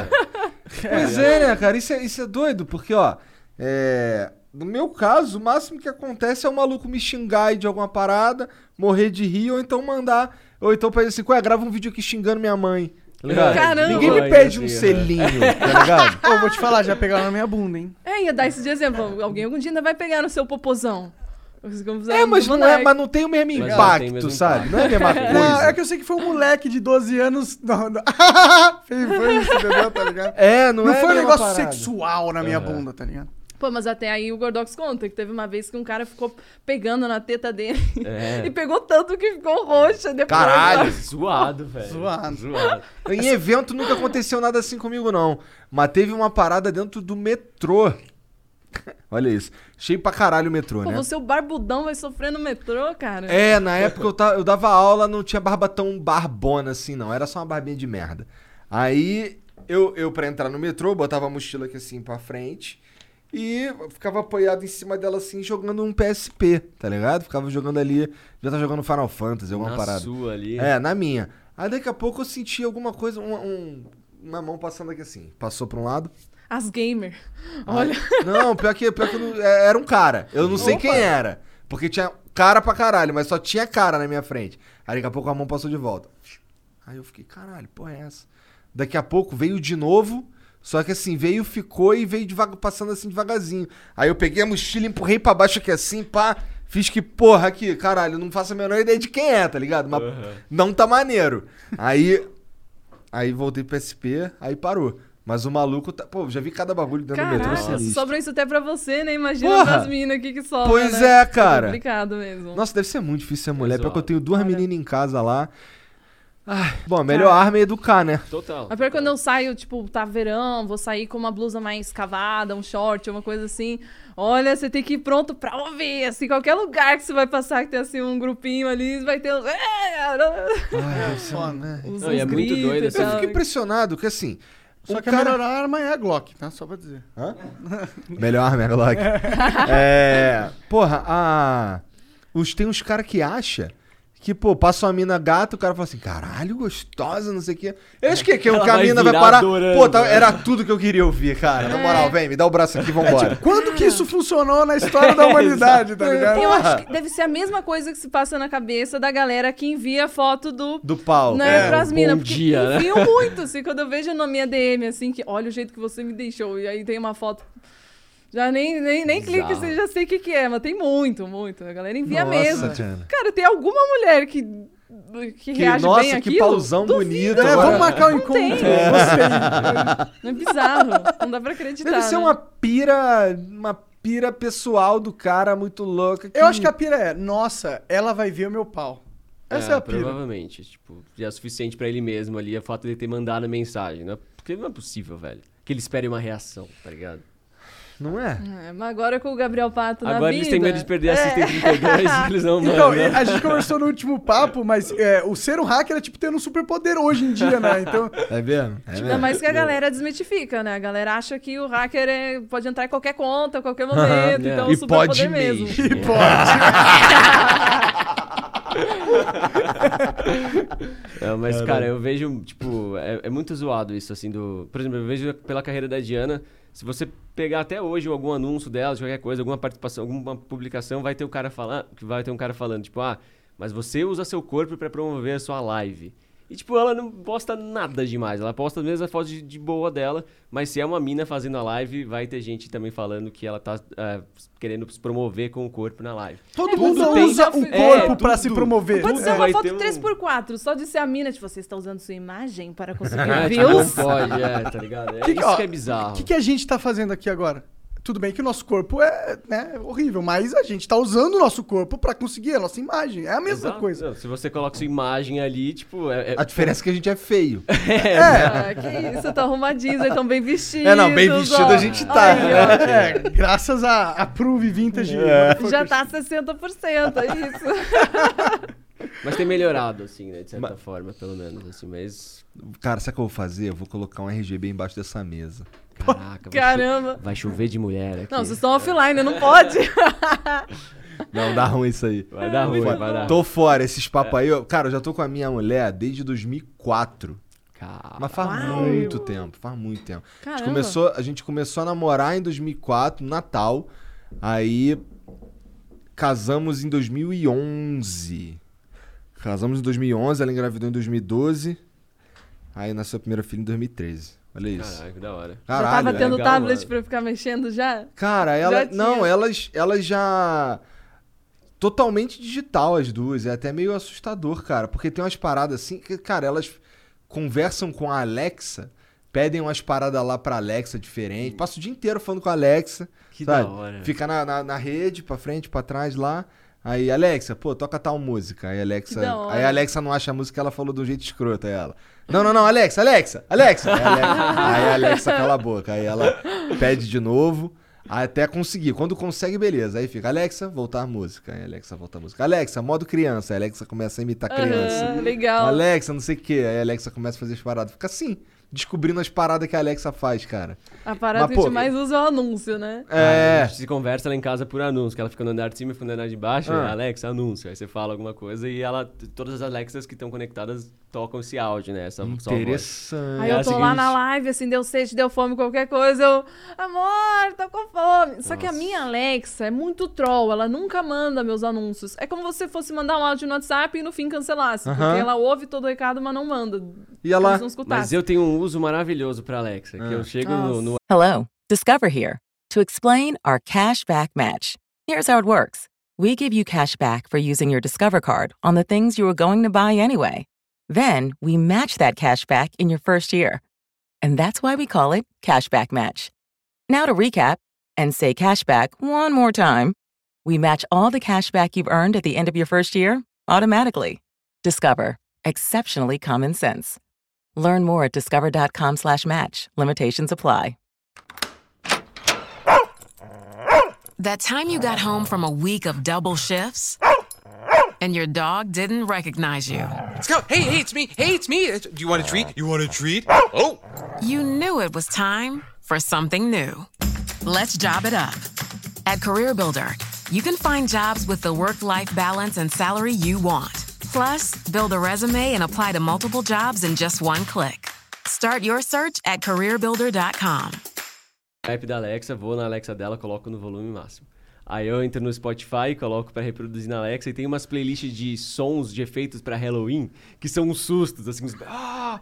B: folgados. É. Pois é, né, cara? Isso é, isso é doido, porque, ó, é, no meu caso, o máximo que acontece é o maluco me xingar aí de alguma parada, morrer de rir, ou então mandar. Ou então pra ele assim, ué, grava um vídeo aqui xingando minha mãe. Tá ligado?
D: Caramba.
B: Ninguém me
E: Mãe,
B: pede um
E: assim, é.
B: selinho, tá ligado?
C: [LAUGHS] Ô, vou te falar, já pegaram na minha bunda, hein?
D: É, ia dar esse de exemplo. Alguém algum dia ainda vai pegar no seu popozão. Como
B: É,
D: fizeram
B: mas
D: no
B: não, é,
D: Monark.
B: mas não tem o mesmo
E: Mas não
B: impacto,
E: tem o mesmo
B: sabe?
E: impacto.
B: Não é a
C: [LAUGHS]
B: mesma coisa.
C: Não, é que eu sei que foi um moleque de 12 anos. [LAUGHS] Não, não. Fez- foi isso, entendeu? Tá ligado?
B: É, não,
C: Não
B: é a
C: foi um
B: mesma
C: negócio
B: parada. É.
C: sexual na minha bunda, tá ligado?
D: Pô, mas até aí o Gordox conta que teve uma vez que um cara ficou pegando na teta dele
E: É.
D: [LAUGHS] e pegou tanto que ficou roxa depois.
B: Caralho.
E: Zoado, velho.
C: Zoado.
E: Zoado.
B: Em evento nunca aconteceu nada assim comigo, não. Mas teve uma parada dentro do metrô. [LAUGHS] Olha isso. Cheio pra caralho o metrô,
D: Pô,
B: né?
D: você é o barbudão vai sofrer no metrô, cara.
B: É, na época eu, tava, eu dava aula, não tinha barba tão barbona assim, não. Era só uma barbinha de merda. Aí eu, eu pra entrar no metrô, botava a mochila aqui assim pra frente e ficava apoiado em cima dela assim, jogando um PSP, tá ligado? Ficava jogando ali, já tá jogando Final Fantasy, alguma
E: Na
B: parada.
E: sua ali.
B: É, na minha. Aí daqui a pouco eu senti alguma coisa, um- um- uma mão passando aqui assim. Passou pra um lado.
D: As gamer.
B: Ah,
D: Olha.
B: Não, pior que, pior que eu não- é, era um cara. Eu não sei quem era. Porque tinha cara pra caralho, mas só tinha cara na minha frente. Aí daqui a pouco a mão passou de volta. Aí eu fiquei, caralho, porra é essa? Daqui a pouco veio de novo. Só que assim, veio, ficou e veio devagar, passando assim devagarzinho. Aí eu peguei a mochila, empurrei pra baixo aqui assim, pá. Fiz que, porra, aqui, caralho, não faço a menor ideia de quem é, tá ligado? Mas não tá maneiro. Aí. Aí voltei pro SP, aí parou. Mas o maluco tá. Pô, já vi cada bagulho dentro do metrô.
D: Caraca,
B: sinistro.
D: sobrou isso até pra você, né? Imagina
B: Porra!
D: as meninas aqui que sobram.
B: Pois é, cara.
D: É complicado mesmo.
B: Nossa, deve ser muito difícil ser mulher. Pior
E: É zoado.
B: que eu tenho duas meninas em casa lá. Ai, bom, a melhor arma é educar, né?
E: Total.
D: Mas pior que quando eu saio, tipo, tá verão, vou sair com uma blusa mais cavada, um short, uma coisa assim. Olha, você tem que ir pronto pra ouvir, assim, qualquer lugar que você vai passar que tem, assim, um grupinho ali, vai ter... um uns-
B: Ai, isso, né?
D: Uns,
E: Não, e é
D: uns
E: muito
D: gritos
E: doido,
D: e
E: assim.
B: Eu
D: tal.
B: fico impressionado que assim.
C: Só
B: um
C: que a melhor arma é a Glock, tá? Só pra dizer. [LAUGHS]
B: Hã? Melhor arma é a Glock.
D: [LAUGHS]
B: é. Porra, a. Os, tem uns caras que acha que, pô, passa uma mina gata, o cara fala assim, caralho, gostosa, não sei o quê. Eu acho que, é que o
E: Ela vai
B: caminho vai
E: virar
B: parar.
E: adorando,
B: pô, tá-
E: né?
B: era tudo que eu queria É, tipo, ouvir, cara.
D: É.
B: Na moral, vem, me dá o braço aqui,
C: [LAUGHS]
B: vambora.
C: Quando que isso funcionou na história [LAUGHS] da humanidade, tá ligado?
D: [LAUGHS] Eu acho que deve ser a mesma coisa que se passa na cabeça da galera que envia foto do...
B: Do pau.
D: Né,
E: É,
D: pras
E: bom
D: minas, porque
E: dia, né?
D: enviam muito, assim, quando eu vejo na minha DM, assim, que olha o jeito que você me deixou, e aí tem uma foto... Já nem, nem, nem clica,
E: Bizarro.
D: você já sei o que, que é, mas tem muito, muito. A galera envia
B: Nossa,
D: mesmo.
B: Tiana.
D: Cara, tem alguma mulher que,
B: [LAUGHS]
D: que,
B: Que,
D: reage
B: nossa,
D: bem
B: que
D: àquilo?
B: pausão
D: Duvido.
B: bonito.
C: É,
B: agora.
C: vamos marcar um
D: Não tem.
C: encontro.
B: [LAUGHS]
C: Gostei.
D: É bizarro. Não dá pra acreditar.
B: Deve ser
D: né?
B: uma pira, uma pira pessoal do cara muito louca.
C: Eu acho que a pira é, nossa, ela vai ver o meu pau. Essa é, a pira.
E: Provavelmente. Tipo, já é suficiente pra ele mesmo ali, o fato de ele ter mandado a mensagem. Não é, porque não é possível, velho. Que ele espere uma reação, tá ligado?
B: Não é?
D: É, mas agora com o Gabriel Pato na vida... é.
E: Agora eles têm medo de perder a assistente 32 e
C: [LAUGHS]
E: eles não
C: Então,
E: mandam.
C: a gente conversou no último papo, mas é, o ser um hacker é tipo tendo um superpoder hoje em dia, né? Então,
B: É mesmo? É
D: [LAUGHS] Ainda mais que a galera desmitifica, né? A galera acha que o hacker é- pode entrar em qualquer conta, a qualquer momento. então, é um
B: E pode
D: superpoder mesmo.
B: [LAUGHS]
E: É, mas, cara, eu vejo, tipo, é, é muito zoado isso, assim, do... Por exemplo, eu vejo pela carreira da Diana, se você pegar até hoje algum anúncio dela, de qualquer coisa, alguma participação, alguma publicação, vai ter o cara falar, que vai ter um cara falando, tipo, ah, mas você usa seu corpo pra promover a sua live. E, tipo, ela não posta nada demais. Ela posta mesmo a foto de, de boa dela, mas se é uma mina fazendo a live, vai ter gente também falando que ela tá ah, querendo se promover com o corpo na live.
C: todo
D: É,
C: mundo
D: tudo tem-
C: usa o
D: é,
C: corpo pra se
E: tudo.
C: promover.
D: Pode ser
E: É,
D: uma
E: vai
D: foto
E: ter um-
D: 3x4, só de ser a mina, tipo, você está usando sua imagem para
E: [LAUGHS]
D: conseguir
E: É, tipo, não
D: views.
E: pode, é, tá ligado? É
C: Que que-
E: isso
C: ó,
E: que é bizarro.
C: O que, que a gente tá fazendo aqui agora? Tudo bem que o nosso corpo é né, horrível, mas a gente tá usando o nosso corpo pra conseguir a nossa imagem. É a mesma
E: Exato.
C: coisa.
E: Não, se você coloca sua imagem ali, tipo, é, né? é-
B: A diferença é que a gente
E: [LAUGHS]
B: é feio.
D: Ah, que isso, tá arrumadinho, estão bem vestidos.
B: É, não, bem vestido
D: ó.
B: a gente tá,
D: Aí, ó,
C: É, graças a, a Prove Vintage.
E: É.
B: É.
D: Já tá 60%, é isso.
E: mas tem melhorado, assim, né? De certa forma, pelo menos, assim, mas.
B: [LAUGHS] Cara, sabe o que eu vou fazer? Eu vou colocar um RGB embaixo dessa mesa.
E: Caraca, vai
D: Caramba.
E: cho- Vai chover de mulher né? aqui.
D: Não, vocês estão offline, não
E: [LAUGHS]
D: pode.
B: Não, dá ruim isso aí.
E: Vai dar ruim, É.
B: Fora.
E: vai dar.
B: Tô fora, esses papos aí. eu- Cara, eu já tô com a minha mulher desde 2004.
E: Cara,
B: Mas faz muito tempo, faz muito tempo. A
D: Caramba.
B: gente, começou, a gente começou a namorar em 2004, no Natal. Aí casamos em 2011. Casamos em 2011, ela engravidou em 2012. Aí nasceu a primeira filha em 2013. Olha isso.
E: caraca, que da hora.
D: já tava
B: Caralho, é.
D: tendo
E: legal,
D: tablet
E: mano.
D: pra ficar mexendo já?
B: Cara, ela.
D: tinha.
B: Não, elas, elas já. Totalmente digital as duas. É até meio assustador, cara. Porque tem umas paradas assim que, cara, elas conversam com a Alexa, pedem umas paradas lá pra Alexa diferente. Passa o dia inteiro falando com a Alexa.
E: Que
B: sabe?
E: da hora.
B: Fica na, na, na rede, pra frente, pra trás lá. Aí, Alexa, pô, toca tal música. Aí, Alexa,
D: Que da hora.
B: aí a Alexa não acha a música, ela falou de um jeito escroto, aí ela. Não, não, não, Alexa, Alexa, Alexa. Aí a Alexa, [LAUGHS] aí a Alexa cala a boca. Aí ela pede de novo, até conseguir. Quando consegue, beleza. Aí fica, Alexa, voltar a música. Aí a Alexa volta a música. Alexa, modo criança. Aí a Alexa começa a imitar criança.
D: Aham, legal.
B: Alexa, não sei o quê. Aí a Alexa começa a fazer as paradas. Fica assim, descobrindo as paradas que a Alexa faz, cara.
D: A parada
B: Mas,
D: que a gente
B: pô,
D: mais usa é o anúncio, né?
E: Cara, A
B: É.
E: gente se conversa lá em casa por anúncio, que ela fica no andar de cima e fica no andar de baixo.
B: Ah.
E: Alexa, anúncio. Aí você fala alguma coisa e ela. Todas as Alexas que estão conectadas tocam esse áudio, né? Essa só a voz.
B: Interessante.
D: Aí
E: É
D: eu
E: a
D: tô lá
E: seguinte.
D: na live, assim, deu sede, deu fome, qualquer coisa, eu... Amor, tô com fome. Só que a minha Alexa é muito troll, ela nunca manda meus anúncios. É como se você fosse mandar um áudio no WhatsApp e no fim cancelasse.
B: Aham.
D: Porque ela ouve todo o recado, mas não manda.
B: E ela- Ah.
D: Eles não escutassem.
E: Mas eu tenho um uso maravilhoso pra Alexa, que eu chego no, no
G: Hello, Discover here to explain our cash back match. Here's how it works we give you cash back for using your Discover card on the things you were going to buy anyway. Then we match that cash back in your first year. And that's why we call it cash back Match. Now to recap and say cash back one more time. We match all the cash back you've earned at the end of your first year automatically. Discover. Exceptionally common sense. Learn more at discover.com slash match. Limitations apply.
H: That time you got home from a week of double shifts and your dog didn't recognize you.
I: Let's go. Hey, hey, it's me. Hey, it's me. It's- Do you
E: Ah.
I: want a treat? You want a treat? Oh.
H: You knew it was time for something new. Let's job it up. At CareerBuilder, you can find jobs with the work life balance and salary you want. Plus, build a resume and apply to multiple jobs in just one click. Start your search at careerbuilder.com.
E: app da Alexa, vou na Alexa dela, coloco no volume máximo. Aí eu entro no Spotify, coloco pra reproduzir na Alexa e tem umas playlists de sons de efeitos pra Halloween que são uns sustos, assim, uns... Ah!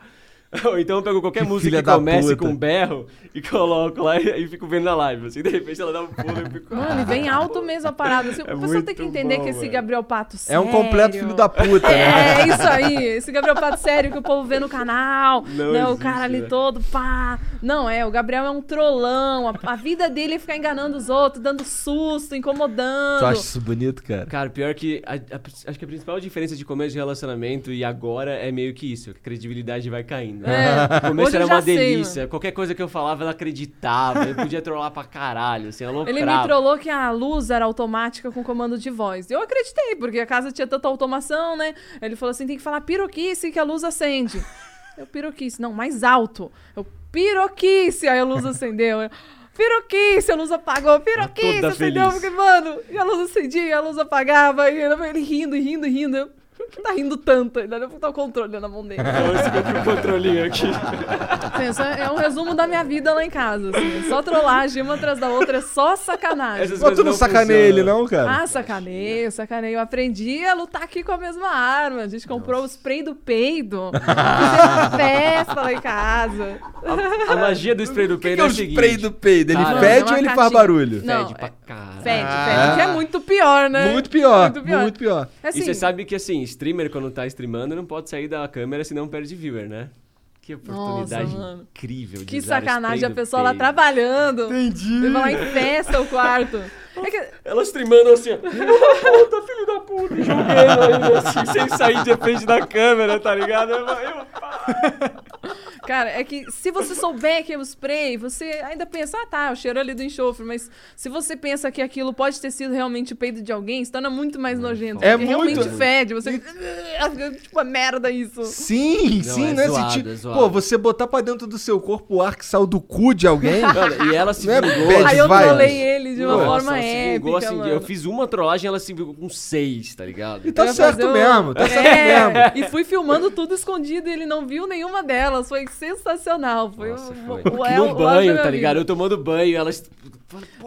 E: [LAUGHS] Ou então eu pego qualquer
B: Que
E: música
B: filha
E: que
B: da
E: comece
B: puta.
E: com um berro e coloco lá [LAUGHS] e, e fico vendo na live. Assim, de repente ela dá um pulo e eu fico.
D: Mano, e vem alto mesmo a parada. Assim, o
E: É
D: pessoal tem que
E: muito
D: entender
E: bom,
D: que esse
E: velho.
D: Gabriel Pato sério.
B: É um completo filho da puta, né?
D: É isso aí, esse Gabriel Pato sério que o povo vê no canal,
E: Não
D: né, o
E: existe,
D: cara ali
E: né?
D: todo, pá. Não, é, o Gabriel é um trollão, a, a vida dele é ficar enganando os outros, dando susto, incomodando.
B: Tu acha isso bonito, cara?
E: Cara, pior que. a- a- acho que a principal diferença de começo de relacionamento e agora é meio que isso, que a credibilidade vai caindo.
D: É,
E: No começo
D: hoje eu
E: era
D: já
E: uma
D: sei,
E: delícia. Qualquer coisa que eu falava, ela acreditava. Eu podia trollar pra caralho, assim, ela
D: Ele me trollou que a luz era automática com comando de voz. Eu acreditei, porque a casa tinha tanta automação, né? Ele falou assim: tem que falar piroquice que a luz acende. Eu, piroquice, não, mais alto. Eu, piroquice, aí a luz acendeu. Eu, piroquice, a luz apagou. Piroquice,
E: Tá Toda
D: acendeu.
E: feliz.
D: Porque, mano, e a luz acendia, e a luz apagava. E ele ele rindo, e rindo, e rindo. Eu, por que tá rindo tanto? Ele olha tá o controle na mão
C: Né?
E: [LAUGHS]
D: dele.
E: o controlinho aqui.
D: Pensa, é um resumo da minha vida lá em casa. assim. É só trollagem uma atrás da outra, é só sacanagem.
E: Essas
B: Mas
E: coisas
B: tu não sacaneia ele,
E: funcionam.
B: não, cara?
D: Ah, sacanei, eu sacanei. Eu aprendi a lutar aqui com a mesma arma. A gente comprou o spray
E: [LAUGHS]
D: do peido. Fizemos uma festa lá em casa.
E: A magia do spray do
B: Que
E: peido
B: que
E: é
B: é
E: o
B: o
E: seguinte.
B: spray do peido? Ele
E: Ah, não.
B: fede ou
D: É uma
B: ele
D: caixinha.
B: faz barulho? Ah.
D: Não,
E: Fede pra
D: é-
E: caralho.
D: Fede, fede. Que é muito pior, né?
B: Muito pior,
D: Muito
B: muito
D: pior.
B: pior.
D: Assim,
E: E você sabe que, assim, streamer, quando tá streamando, não pode sair da câmera, senão perde viewer, né? Que oportunidade
D: mano.
E: incrível de
D: que
E: usar o
D: sacanagem
E: spray
D: a
E: do
D: pessoa lá
E: peido.
D: trabalhando. Entendi. Leva lá em festa o quarto. É que-
E: Ela streamando assim, ó. [LAUGHS] Puta, filho da puta. Jogando ainda assim, sem sair de frente da câmera, tá ligado? Eu, eu-
D: Cara, é que se você souber que é o spray, você ainda pensa, ah tá, o cheiro ali do enxofre, mas se você pensa que aquilo pode ter sido realmente o peito de alguém, se torna muito mais nojento.
B: É
D: porque
B: muito-
D: realmente fede, você. tipo, é merda isso.
B: Sim, sim,
E: é
B: né?
E: zoado,
B: Sentir-
E: é zoado.
B: Pô, você botar pra dentro do seu corpo o ar que saiu do cu de alguém.
E: Mano, e ela se
B: Não é
E: vingou.
B: bad
E: assim,
D: Aí eu
B: vibes.
D: trolei ele de uma
E: nossa,
D: forma
E: ela se vingou,
D: épica.
E: assim,
D: mano.
E: Eu fiz uma trollagem, ela se vingou com seis, tá ligado?
B: E tá
D: Eu ia
B: certo
D: fazer um-
B: mesmo, tá certo mesmo.
D: É, e fui filmando tudo escondido e ele não viu nenhuma delas. Foi sensacional. Foi
E: Nossa,
D: o,
E: foi.
D: o- o
E: Que
D: el-
E: no
D: o auge da
E: banho,
D: minha
E: tá
D: vida.
E: ligado? Eu tomando banho, ela...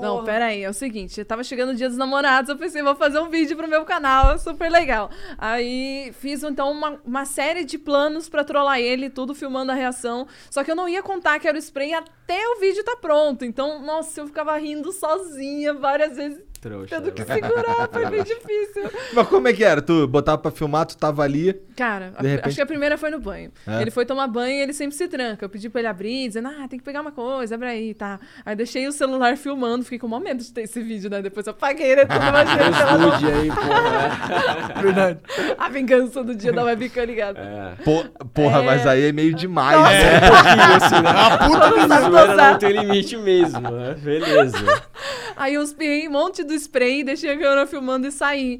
D: Não, pera aí, é o seguinte, eu tava chegando o dia dos namorados, eu pensei, vou fazer um vídeo pro meu canal, é super legal. Aí fiz então uma, uma série de planos pra trollar ele, tudo filmando a reação. Só que eu não ia contar que era o spray até o vídeo tá pronto. Então, nossa, eu ficava rindo sozinha várias vezes,
E: Trouxa.
D: tendo que segurar, foi
B: [LAUGHS]
D: bem difícil.
B: Mas como é que era? Tu botava pra filmar, tu tava ali.
D: Cara, a-
B: De repente-
D: acho que a primeira foi no banho.
B: É?
D: Ele foi tomar banho e ele sempre se tranca. Eu pedi pra ele abrir, dizendo, ah, tem que pegar uma coisa, abre aí, tá. Aí deixei o celular [LAUGHS] filmando, fiquei com o maior medo de ter esse vídeo, né? Depois eu apaguei, né? Tudo
B: [LAUGHS]
D: baixei o celular.
E: Nude aí, porra.
D: [LAUGHS] A vingança do dia da webcam ligada.
E: É.
B: Pô, porra, mas aí é meio demais, né?
E: um assim, A zoeira não tem limite mesmo, né? Beleza.
D: [LAUGHS] Aí eu espirrei um monte do spray, deixei a câmera filmando e saí.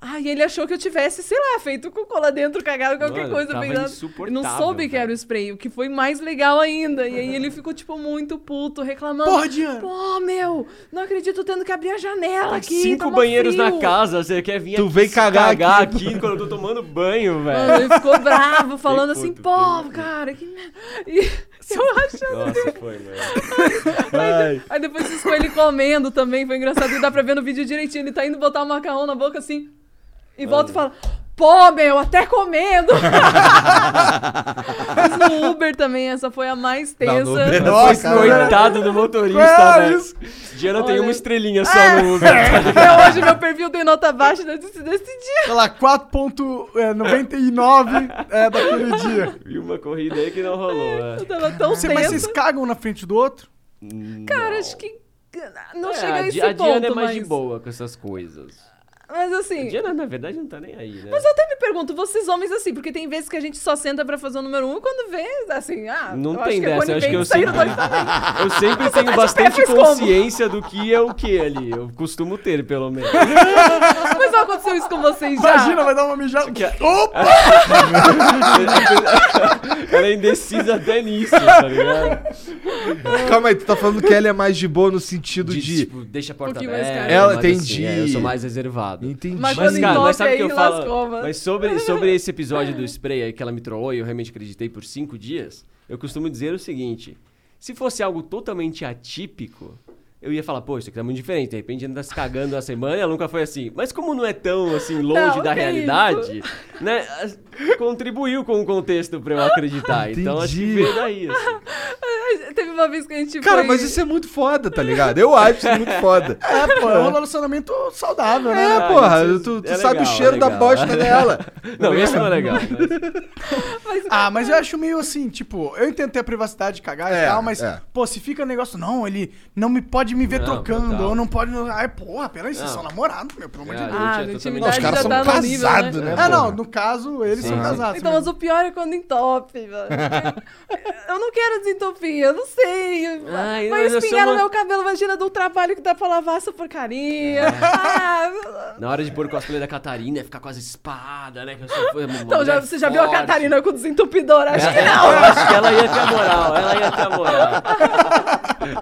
D: Ai, ele achou que eu tivesse, sei lá, feito com cola dentro, cagado, qualquer
E: Mano,
D: coisa.
E: tava
D: bem nada.
E: insuportável,
D: não soube que
E: velho.
D: era o spray, o que foi mais legal ainda. E aí ele ficou, tipo, muito puto, reclamando.
C: Porra, Diana.
D: Pô, meu, não acredito tendo que abrir a janela aqui.
E: Cinco
D: tá mó
E: banheiros na
D: frio."
E: casa, você quer vir
B: Tu
E: aqui
B: vem
E: se
B: cagar
E: aqui.
B: aqui.
E: quando eu tô tomando banho,
D: Mano,
E: velho.
D: ele ficou
E: [LAUGHS]
D: bravo, falando assim,
E: puto,
D: pô, cara, que merda. [LAUGHS] E eu achando
E: Nossa, foi, mano.
B: Ai.
D: Aí depois vocês com ele comendo também, foi engraçado. E dá pra ver no vídeo direitinho. Ele tá indo botar o macarrão na boca assim. E volta e fala: Pô, meu,
E: [LAUGHS]
D: até comendo! Mas no Uber também, essa foi a mais tensa.
B: no Uber.
D: Não,
B: Nossa,
E: Mas coitado do motorista,
B: Claro,
E: velho. Diana tem
D: Olha.
E: uma estrelinha só no Uber. tá É
D: Até é hoje meu perfil tem nota baixa desse, desse dia.
C: Sei É. Tá lá, é, 4.99 é, daquele dia.
E: E uma corrida aí que não rolou, é.
D: Eu tava tão
C: Você,
D: tensa.
C: mas vocês cagam na frente
B: [LAUGHS]
C: do outro?
D: Cara, acho que. Não
E: É,
D: chega
E: a
D: a esse
E: Di- a
D: ponto,
E: Diana é mais
D: mas...
E: de boa com essas coisas.
D: Mas
E: A
D: assim.
E: Diana, na verdade, não tá nem aí, né?
D: Mas eu até me pergunto, vocês homens assim, porque tem vezes que a gente só senta pra fazer o número um e quando vê, assim, ah,
E: Não
D: eu
E: tem
D: acho que
E: dessa, eu
D: é
E: acho que eu
D: conivente, saíram
E: sempre-
D: dois também.
E: [LAUGHS] Eu sempre tenho
D: de
E: bastante
D: pé, faz como?
E: consciência do que é o que ali. Eu costumo ter, pelo menos.
D: [LAUGHS] Mas não aconteceu isso com vocês já?
C: Imagina, vai dar uma mijada.
E: é.
C: Opa!
E: Ela é indecisa até nisso, tá ligado?
B: Calma aí, tu tá falando que ela é mais de boa no sentido de.
E: tipo, deixa a porta
D: pouquinho mais
E: aberta.
D: cara.
B: Ela
E: mas
B: tem
E: assim,
B: de-
E: é, eu sou mais reservado.
B: Entendi.
D: Mas
E: Mas,
D: Quando
E: cara,
D: entope
E: mas sabe o que
D: aí,
E: eu falo?
D: lascou, mano.
E: Mas
D: [LAUGHS]
E: sobre, sobre esse episódio do spray aí que ela me trollou e eu realmente acreditei por cinco dias, eu costumo dizer o seguinte: se fosse algo totalmente atípico, eu ia falar, pô, isso aqui tá muito diferente. De repente ainda tá se cagando a semana e ela nunca foi assim. Mas como não é tão, assim, longe
D: Não,
E: da
D: que
E: realidade, né? as- Contribuiu com o contexto pra eu acreditar. Então acho que
B: Entendi.
E: veio daí, assim.
D: Teve uma vez que a gente
B: Cara,
D: foi...
B: mas isso é muito foda, tá ligado? Eu acho isso muito foda.
C: É, pô, é um relacionamento saudável, né?
B: É,
E: Ah,
B: porra,
E: isso
B: tu, tu
E: é
B: sabe o
E: legal,
B: cheiro da
E: legal.
B: bosta
C: [LAUGHS]
B: dela.
E: Não, isso não é legal. mas-
D: [LAUGHS]
C: Ah, mas eu acho meio assim, tipo, eu entendo ter a privacidade de cagar
B: É,
C: e tal, mas,
B: é.
C: pô, se fica o negócio, não, ele não me pode me ver
E: Não,
C: trocando,
E: total.
C: ou não pode. Ai, porra, peraí, vocês
E: Não.
C: são namorados, meu, pelo amor de
E: Ah,
C: Deus.
D: Ah,
E: gente, é
D: a
E: totalmente-
D: intimidade
B: Os caras
D: já
B: são
D: tá no nível,
B: casados, né?
D: né?
C: Ah, não,
B: porra.
C: no caso, eles
E: Sim,
C: são
E: sim.
C: casados.
D: Então, mas o pior é quando entope, velho. eu não quero desentupir, eu não sei.
E: Ai,
D: vai
E: mas eu sou
D: espinhar no
E: uma-
D: meu cabelo, imagina do trabalho que dá pra lavar essa porcaria. Ah,
E: Na hora de pôr o cosplay da Catarina, ia ficar quase espada, né? Que eu sou- foi uma
D: então, já-
E: mulher
D: você já viu a
E: forte.
D: Catarina com o desentupidor? Acho que não.
E: Eu acho que ela ia ter a moral, ela ia ter a moral.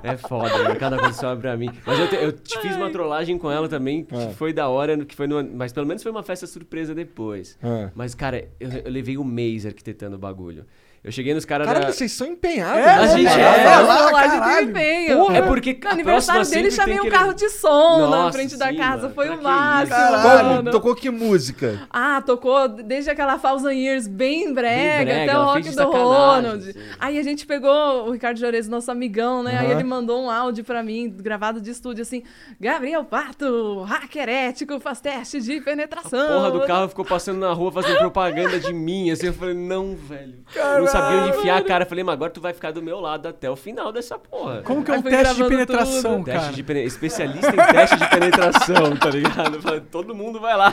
E: É foda, né? cada coisa sobra pra mim. Mas eu, te- eu te fiz uma trollagem com ela também, que
B: Ah.
E: foi da hora, que foi numa, mas pelo menos foi uma festa surpresa depois.
B: É.
E: Mas, cara, eu, eu levei um mês arquitetando o bagulho. Eu cheguei nos caras
B: Caralho,
E: da...
B: vocês são empenhados. né?
C: É,
E: a gente
D: É,
E: é,
D: a
C: lá,
D: trollagem
C: caralho.
D: teve meio.
E: Porra, é porque
D: No
E: a próxima
D: aniversário dele
E: sempre tem
D: chamei um
E: aquele-
D: carro de som na
E: Nossa,
D: frente da
E: sim,
D: casa.
E: mano,
D: Foi
E: pra
D: o
E: que
D: máximo.
E: isso?
B: Como?
D: mano.
B: Tocou que música?
D: Ah, tocou desde aquela Thousand Years bem brega,
E: brega,
D: até o
E: ela
D: rock
E: fez de
D: do
E: sacanagem,
D: Ronald.
E: sim.
D: Aí a gente pegou o Ricardo Jorez, nosso amigão, né? Aí
B: Aham.
D: ele mandou um áudio pra mim, gravado de estúdio, assim: Gabriel Pato, hacker ético, faz teste de penetração.
E: Porra do carro ficou passando na rua fazendo propaganda de mim, assim, eu falei, não, velho. Eu não sabia onde enfiar a cara. Eu falei, mas agora tu vai ficar do meu lado até o final dessa porra.
C: Como que é
D: Aí
C: um
D: foi
C: teste de
D: gravando
C: penetração,
D: tudo.
E: Teste
C: cara?
E: de pene- Especialista em teste de penetração, tá ligado? Eu falei, Todo mundo vai lá.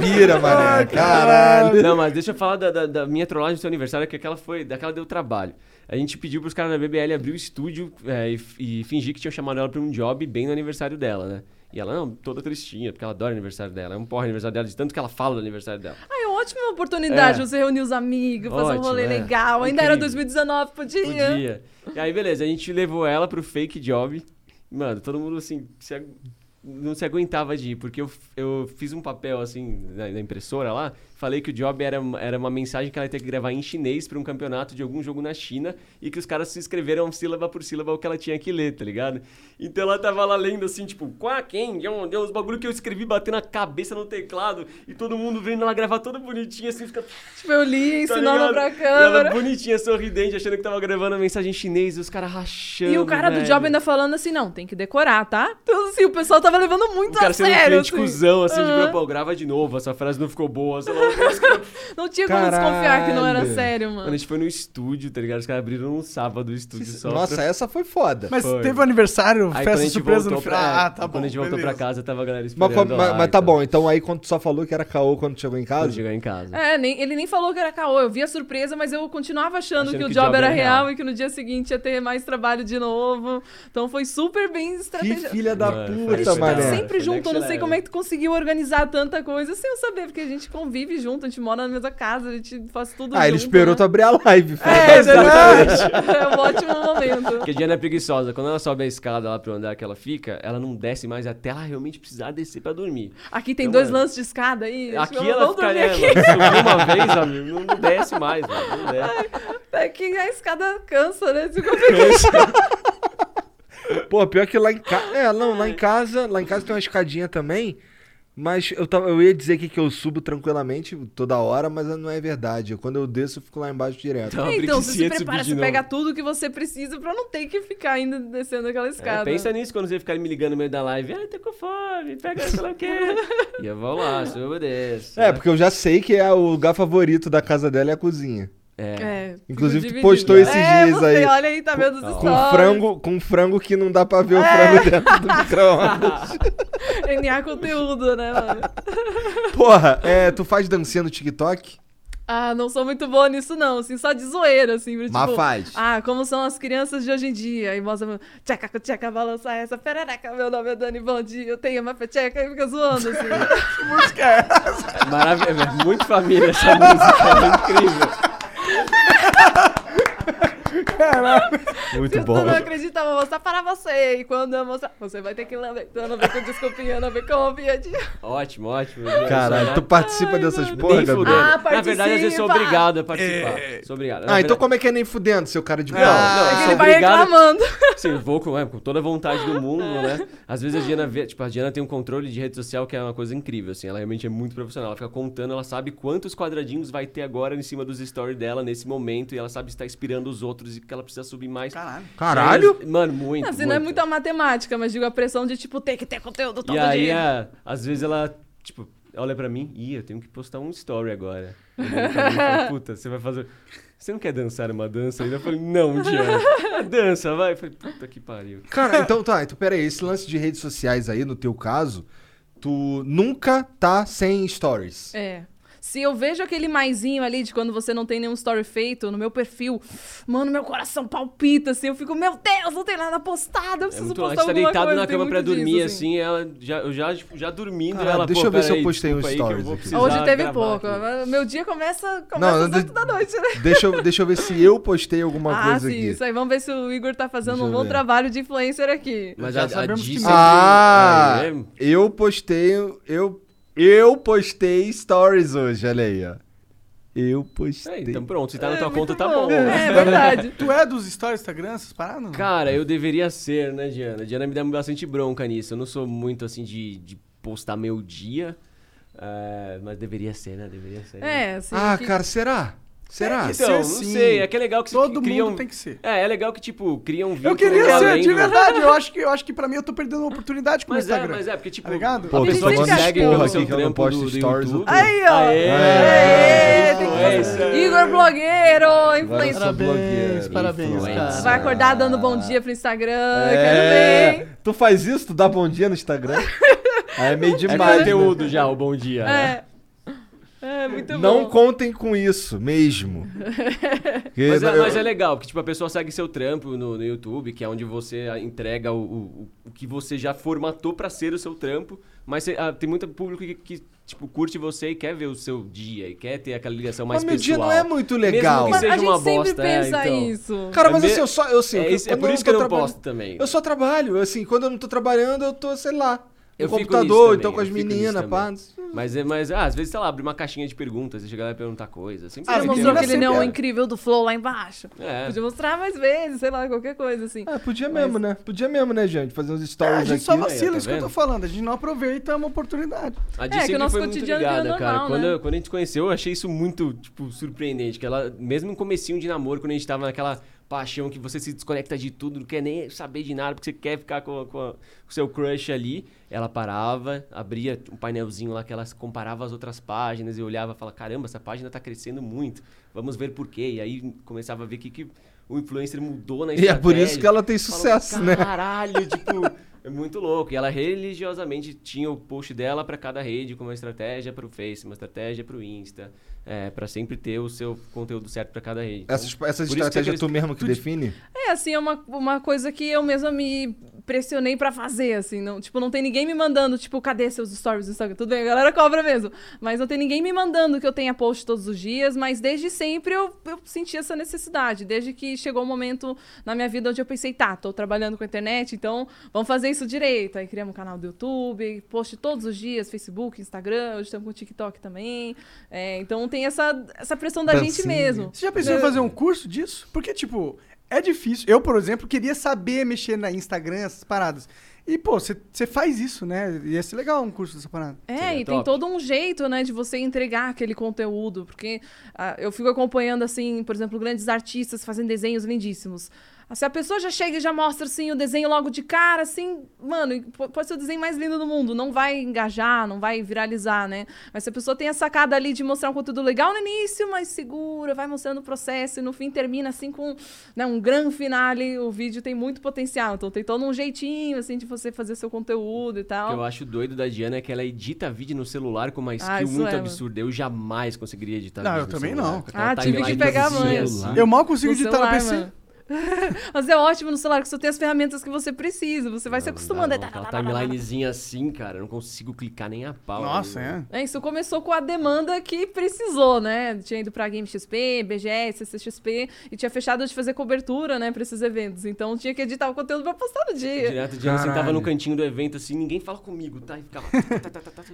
B: Pira, mané. Caralho.
E: Não, mas deixa eu falar da, da- da minha trollagem do seu aniversário, que aquela foi. Daquela deu trabalho. A gente pediu pros caras da BBL abrir o estúdio é, e, f- e fingir que tinham chamado ela pra um job bem no aniversário dela, né? E ela, não, toda tristinha, porque ela adora o aniversário dela. É um porra aniversário dela, de tanto que ela fala do aniversário dela.
D: Ah, é uma ótima oportunidade
E: É.
D: você reunir os amigos, fazer um
E: Ótimo,
D: rolê
E: é.
D: legal. Ainda era
E: Incrível.
D: 2019, podia.
E: Podia.
D: é.
E: E aí, beleza, a gente levou ela pro fake job. Mano, todo mundo assim. se agu- não se aguentava de ir, porque eu, f- eu fiz um papel assim na, na impressora lá, falei que o job era, era uma mensagem que ela ia ter que gravar em chinês pra um campeonato de algum jogo na China e que os caras se escreveram sílaba por sílaba o que ela tinha que ler, tá ligado? Então ela tava lá lendo assim, tipo, quá, quem, onde, os bagulho que eu escrevi batendo a cabeça no teclado e todo mundo vendo ela gravar toda bonitinha assim, fica
D: Tipo, eu li,
E: tá
D: ensinando
E: ligado?
D: pra
E: E Ela [LAUGHS]
D: câmera.
E: bonitinha, sorridente, achando que tava gravando a mensagem chinesa e os caras rachando.
D: E o cara do
E: velho.
D: job ainda falando assim, não, tem que decorar, tá? Então, assim, o pessoal tava levando
E: O
D: muito
E: cara
D: a
E: sendo um
D: sério.
E: cliente
D: assim.
E: cuzão, assim,
D: Aham.
E: de pô, grava de novo, essa frase não ficou boa, sei lá. o cara-
D: Não tinha como desconfiar que não era
B: Caralho.
D: sério,
E: Mano, a
D: mano.
E: gente foi no estúdio, tá ligado? Os caras abriram um sábado o estúdio só.
B: Nossa,
E: pra...
B: essa foi foda.
C: Mas
E: Foi.
C: teve um aniversário,
E: Aí, quando a
C: festa
E: gente
C: surpresa no
E: voltou
C: final.
E: pra-
C: Ah, tá bom.
E: Quando a gente voltou
C: beleza.
E: pra casa, tava a galera esperando
B: Mas, como-
E: lá
B: mas-
E: e
B: mas tá
E: tal.
B: bom, então aí quando tu só falou que era caô quando chegou em
E: Quando
B: casa.
E: chegar em casa.
D: É, nem, ele nem falou que era caô, eu vi a surpresa, mas eu continuava achando,
E: Achando
D: que o job, era real,
E: real.
D: e que no dia seguinte ia ter mais trabalho de novo. Então foi super bem
B: Que
D: estratégia.
B: filha da
E: Mano, foi
B: puta,
E: isso,
D: Tá
E: cara.
B: mané.
D: sempre
E: Foi
D: junto, eu não
E: next
D: sei
E: level.
D: como é que tu conseguiu organizar tanta coisa sem eu saber, porque a gente convive junto, a gente mora na mesma casa, a gente faz tudo junto.
B: Ah, ele esperou
D: né?
B: tu abrir a live. foi.
D: É, exatamente. [LAUGHS] é um ótimo momento.
E: Porque a Diana é preguiçosa. Quando ela sobe a escada lá pro andar que ela fica, ela não desce mais até ela realmente precisar descer pra dormir.
D: Aqui tem
E: Então,
D: dois
E: mano,
D: lances de escada aí. acho que
E: Aqui
D: eu
E: ela
D: vou
E: fica,
D: dormir
E: né,
D: aqui.
E: mano, subiu uma vez, amigo, não- não desce mais, mano, não desce.
D: [LAUGHS] É que a escada cansa,
E: [LAUGHS]
D: né? Fica meio-
B: Pô, pior que lá em casa. É, não, lá em casa. Lá em casa tem uma escadinha também. Mas eu, tava, eu ia dizer aqui que eu subo tranquilamente toda hora, mas não é verdade. Quando eu desço, eu fico lá embaixo direto.
E: Então,
D: Então, você se prepara, você pega tudo que você precisa pra não ter que ficar ainda descendo aquela
B: É,
D: escada.
E: é, pensa nisso quando você ficar me ligando no meio da live. Ah, tô com fome, pega sei lá o quê. e eu vou lá, subo e desço.
B: É, porque eu já sei que é o lugar favorito da casa dela é a cozinha.
E: É.
D: É, fico
B: Inclusive, tu
D: dividida.
B: postou esses
D: É,
B: dias
D: você
B: aí.
D: Olha aí, tá vendo É. os
E: com
B: Com
D: stories.
B: frango, com frango que não dá pra ver o frango dentro
D: [LAUGHS]
B: do micro-ondas.
D: NA conteúdo, né, mano?
B: Porra, é, tu faz dancinha no TikTok?
D: Ah, não sou muito boa nisso, não. Assim, só de zoeira, assim. Tipo,
B: Mas faz.
D: Ah, como são as crianças de hoje em dia. E mostra, tcheca, tcheca, balança essa, perereca, meu nome é Dani, bom dia, eu tenho uma peteca, e fica
B: [LAUGHS]
D: zoando, assim.
B: é
E: Maravilha. é [LAUGHS] Muito família essa música, é incrível.
C: Caralho.
E: Muito
D: Se tu não acredita, eu vou mostrar para você. E quando eu mostrar, você vai ter que lamber. Então, não vem com desculpinha, não vem com roupinha de...
E: Ótimo, ótimo.
B: Caralho, tu participa dessas porra,
E: Nem
B: Gabi?
E: fudendo.
D: Ah,
E: Na verdade, às vezes eu sou
D: participa.
E: obrigado a participar. Sou obrigado. Na
B: Ah, então
E: verdade-
B: como é que é nem fudendo, seu cara de pau?
E: Não,
D: É que
E: sou
D: ele vai
E: obrigado-
D: reclamando.
E: [LAUGHS]
D: É.
E: Sim, vou com, é, com toda a vontade do
D: [LAUGHS]
E: mundo, né? Às vezes a Diana vê, tipo, a Diana tem um controle de rede social que é uma coisa incrível, assim. Ela realmente é muito profissional. Ela fica contando, ela sabe quantos quadradinhos vai ter agora em cima dos stories dela nesse momento. E ela sabe se tá inspirando os outros e que ela precisa subir mais.
C: Caralho.
B: Caralho?
E: Mano, muito.
D: Assim, não é muita matemática, mas digo a pressão de, tipo, ter que ter conteúdo todo
E: E aí,
D: dia.
E: a- às vezes ela, tipo, olha pra mim, ih, eu tenho que postar um story
D: [LAUGHS]
E: agora. Eu olhei pra mim e falei, Puta, você vai fazer. Você não quer dançar uma dança ainda? Eu falei, não,
D: [LAUGHS]
E: Diana. Dança, vai. Eu falei, puta que pariu.
B: Cara, então tá, então peraí, esse lance de redes sociais aí, no teu caso, tu nunca tá sem stories.
D: É. Se eu vejo aquele maisinho ali de quando você não tem nenhum story feito no meu perfil, mano, meu coração palpita, assim, eu fico, meu Deus, não tem nada postado, eu
E: [LAUGHS] É
D: preciso
E: muito
D: postar
E: longe. Você tá
D: alguma
E: deitado
D: coisa.
E: na
D: tem
E: cama pra
D: muito disso,
E: dormir, assim, ela já, eu já, tipo, já dormindo.
B: Caralho,
E: ela,
B: deixa
E: pô,
B: eu ver se eu
E: peraí,
B: postei um
E: desculpa aí que eu vou
B: stories aqui.
E: precisar
D: Hoje teve
E: é gravar
D: pouco,
E: aqui.
D: meu dia começa, começa
B: Não,
D: às
B: não,
D: 8 da noite, né?
B: Deixa eu, deixa eu ver se eu postei alguma
D: Ah,
B: coisa
D: sim,
B: aqui.
D: isso aí. Vamos ver se o Igor tá fazendo
B: Deixa
D: um
B: eu
D: bom
B: ver.
D: trabalho de influencer aqui.
E: Mas
C: Já
E: a,
D: é
E: a
C: sabemos
E: Di
C: que
E: sempre-
B: Ah,
E: Ah, é?
B: eu postei, eu, eu postei stories hoje, olha aí, ó. Eu postei.
E: É, então pronto, se tá na
D: É,
E: tua
D: muito
E: conta, tá bom. [LAUGHS]
D: É verdade.
C: Tu é dos stories do Instagram, essas paradas? não?
E: Cara, eu deveria ser, né, Diana? Diana me dá bastante bronca nisso. Eu não sou muito assim de, de postar meu dia. eh, mas deveria ser, né? Deveria ser. né?
D: É, assim.
B: Ah,
D: que-
B: cara, será? Será?
C: Tem que
E: Então,
C: ser
E: não
C: sim.
E: sei. É que é legal que
C: Todo
E: cri- criam...
C: mundo tem que ser.
E: É, é legal que, tipo, criam um vínculo
C: Eu queria
E: além
C: ser, de
E: do- [LAUGHS]
C: verdade. Eu acho que, eu acho que pra mim eu tô perdendo uma oportunidade com o
E: Mas é,
C: Instagram.
E: mas é, porque, tipo,
C: Tá ligado?
B: Pô,
E: a
D: tô
E: pessoa te
D: tomando
E: segue
D: porra
E: pelo
B: aqui
E: seu
B: que eu não
E: trampo
B: posto
E: do, do
B: stories. É,
E: YouTube.
D: Aí, ó.
E: Aê! é
D: Aê, tem que
E: Influencer.
D: fazer- Igor blogueiro,
B: Agora eu
D: influencer.
B: sou blogueiro,
E: parabéns,
B: influencer.
E: cara.
D: Vai acordar dando bom dia pro Instagram,
B: É.
D: quero ver.
B: Tu faz isso? Tu dá bom dia no [LAUGHS] Instagram? Aí é meio
E: É
B: demais. né?
E: conteúdo já, o bom dia. né?
D: É. É, muito
B: Não
D: bom.
B: contem com isso [LAUGHS] mesmo. Porque
E: Mas é,
B: eu-
E: mas é legal, porque tipo, a pessoa segue seu trampo no, no YouTube, que é onde você ah, entrega o, o, o que você já formatou pra ser o seu trampo, mas você- ah, tem muito público que, que, tipo, curte você e quer ver o seu dia, e quer ter aquela ligação mais
B: Mas meu dia
E: pessoal.
B: não é muito legal.
E: Mesmo que seja
D: a gente
E: uma
D: sempre
E: bosta, é,
D: pensa
E: então.
D: isso.
B: Cara, mas
E: É me-
B: assim, eu só. Eu, assim,
E: É, isso- é
B: quando
E: por isso que eu não
B: tô traba-
E: posto também.
B: Eu só trabalho, assim, quando eu não tô trabalhando, eu tô, sei lá, no
E: Eu fico nisso
B: computador,
E: também,
B: então com
E: eu
B: as
E: fico nisso
B: meninas,
E: também.
B: pá. não sei.
E: Mas, é- mas ah, às vezes, sei lá, abre uma caixinha de perguntas e chega lá e perguntar coisas. Sempre
D: Você
C: Ah,
E: tem
D: não
C: mas
E: um-
B: assim,
D: mostrou
C: menina
D: aquele
C: sempre
D: neon
C: era.
D: incrível do Flow lá embaixo?
E: É.
D: Podia mostrar mais vezes, sei lá, qualquer coisa assim.
B: Ah, podia mesmo, né? Podia mesmo, né, gente? Fazer uns
C: É,
B: stories
C: a gente
B: aqui.
C: só
E: né?
C: vacila,
E: Tá
C: isso que eu tô
E: vendo?
C: falando. A gente não aproveita uma oportunidade.
E: A
D: É, que
E: Di
D: o
E: sempre
D: nosso
E: foi muito
D: cotidiano
E: ligada,
B: é
D: virou
E: cara.
D: normal,
E: quando,
D: né?
E: quando a gente conheceu, eu achei isso muito, tipo, surpreendente. Que ela, mesmo no comecinho de namoro, quando a gente tava naquela paixão que você se desconecta de tudo, não quer nem saber de nada, porque você quer ficar com, a- com a- com o seu crush ali, ela parava, abria um painelzinho lá que ela comparava as outras páginas e olhava e falava, caramba, essa página tá crescendo muito, vamos ver por quê. E aí começava a ver o que, que o influencer mudou na
B: [LAUGHS] E é
E: estratégia.
B: por isso que ela tem
E: Falou,
B: sucesso, né?
E: Caralho,
B: [LAUGHS]
E: tipo, é muito louco. E ela religiosamente tinha o post dela pra cada rede, com uma estratégia pro Face, uma estratégia pro Insta, é, para sempre ter o seu conteúdo certo pra cada rede. Então,
B: Essas, essas
E: por isso que
B: estratégias
E: aqueles-
B: tu mesmo que define?
D: É, assim, é uma, uma coisa que eu mesma me pressionei pra fazer, assim. Não, tipo, não tem ninguém me mandando, tipo, cadê seus stories do Instagram? Tudo bem, a galera cobra mesmo. Mas não tem ninguém me mandando que eu tenha post todos os dias, mas desde sempre eu, eu senti essa necessidade. Desde que chegou o momento na minha vida onde eu pensei, tá, tô trabalhando com a internet, então vamos fazer isso direito. Aí criamos um canal do YouTube, post todos os dias, Facebook, Instagram, hoje estamos com TikTok também. É, então tem essa, essa pressão da gente
B: Dancinha.
D: mesmo.
C: Você já pensou
E: É.
C: em fazer um curso disso? Porque, tipo, é difícil. Eu, por exemplo, queria saber mexer na Instagram, essas paradas. E, pô, você faz isso, né? Ia ser legal um curso dessa parada.
D: É,
E: Seria
D: e tem
E: top.
D: todo um jeito, né, de você entregar aquele conteúdo, porque ah, eu fico acompanhando, assim, por exemplo, grandes artistas fazendo desenhos lindíssimos. Ah, Se a pessoa já chega e já mostra, assim, o desenho logo de cara, assim, mano, e po- pode ser o desenho mais lindo do mundo, não vai engajar, não vai viralizar, né? Mas se a pessoa tem a sacada ali de mostrar um conteúdo legal no início, mas segura, vai mostrando o processo e no fim termina, assim, com né, um grande finale, o vídeo tem muito potencial, então tem todo um jeitinho, assim, de você fazer seu conteúdo e
E: O que eu
D: tal.
E: acho doido da Diana é que ela edita vídeo no celular com uma skill
D: isso
E: muito
D: é, mano.
E: absurda. Eu jamais conseguiria editar
C: Não,
E: vídeo
C: eu
E: no
C: também
E: celular.
C: não.
E: Com aquela
D: Ah, tive que
E: timeline
D: pegar a
E: do dia,
D: manha.
E: assim.
C: Eu mal consigo
D: No
C: editar no
D: celular,
C: PC.
D: mano. [LAUGHS] Mas é ótimo no celular que você tem as ferramentas que você precisa. Você vai se
E: Não dá,
D: acostumando.
E: não.
D: É, tá, tá, tá, tá,
E: Aquela
D: tá, tá.
E: timelinezinha assim, cara, eu não consigo clicar nem a pau.
C: Nossa,
E: Aí,
C: é.
D: É, isso começou com a demanda que precisou, né? Tinha ido pra Game XP, BGS, CCXP e tinha fechado de fazer cobertura, né, pra esses eventos. Então tinha que editar o conteúdo pra postar no dia.
E: Direto de eu sentava
B: Caralho.
E: no cantinho do evento assim, ninguém fala comigo, tá? E ficava.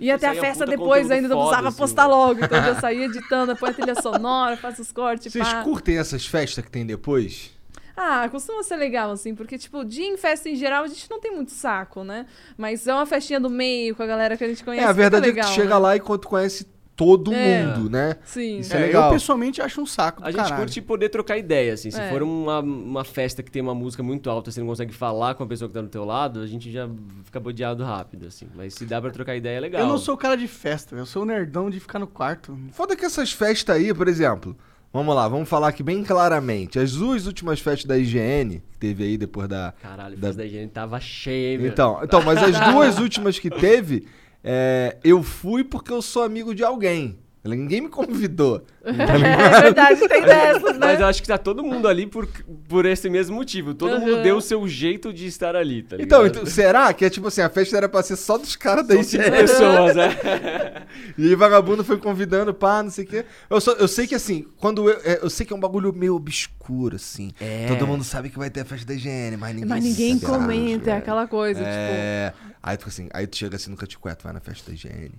D: Ia até a
E: saía um
D: festa
E: puta
D: depois
E: conteúdo
D: ainda, não
E: foda,
D: precisava
E: assim,
D: postar
E: né?
D: logo.
E: [LAUGHS]
D: Então eu já saía editando, põe a trilha sonora, faz os cortes,
B: Vocês
D: pá.
B: curtem essas festas que tem depois?
D: Ah, costuma ser legal, assim, porque, tipo, dia em festa em geral a gente não tem muito saco, né? Mas é uma festinha do meio com a galera que a gente
B: É,
D: conhece.
B: a
D: fica
B: verdade é que
D: legal,
B: tu chega
D: né?
B: lá e quando tu conhece todo
D: É.
B: mundo, né?
D: Sim.
B: Isso é,
C: É,
B: legal.
C: Eu pessoalmente acho um saco.
E: A gente curte poder trocar ideia, assim. Se
D: É.
E: for uma, uma festa que tem uma música muito alta, você não consegue falar com a pessoa que tá do teu lado, a gente já fica bodeado rápido, assim. Mas se dá pra trocar ideia, é legal.
C: Eu não sou o cara de festa, eu sou o nerdão de ficar no quarto.
B: Foda que essas festas aí, por exemplo, vamos lá, vamos falar aqui bem claramente. As duas últimas festas da IGN, que teve aí depois da.
E: Caralho, a
B: da...
E: festa da higiene tava cheia, hein, meu?
B: Então, então, mas
E: [LAUGHS]
D: [LAUGHS]
B: as duas últimas que teve, é, eu fui porque eu sou amigo de alguém. Ninguém me
D: [LAUGHS]
B: convidou. Tá
D: É verdade, tem dessas, né?
E: Mas eu acho que tá todo mundo ali por, por esse mesmo motivo. Todo mundo deu o seu jeito de estar ali, tá
B: Então,
E: ligado?
B: então, é será que é tipo assim, a festa era pra ser só dos caras da
E: São
B: IGN?
E: pessoas,
B: [LAUGHS]
E: né?
D: é.
B: E aí vagabundo foi convidando, pá, não sei o quê. Eu, só, eu sei que assim, quando eu. é, Eu sei que é um bagulho meio obscuro, assim.
E: É.
B: Todo mundo sabe que vai ter a festa da higiene, mas ninguém
D: Mas ninguém
B: sabe.
D: comenta, é aquela coisa, tipo. [LAUGHS]
B: É. Aí tu, assim, aí tu chega assim no caticueto, vai na festa da higiene.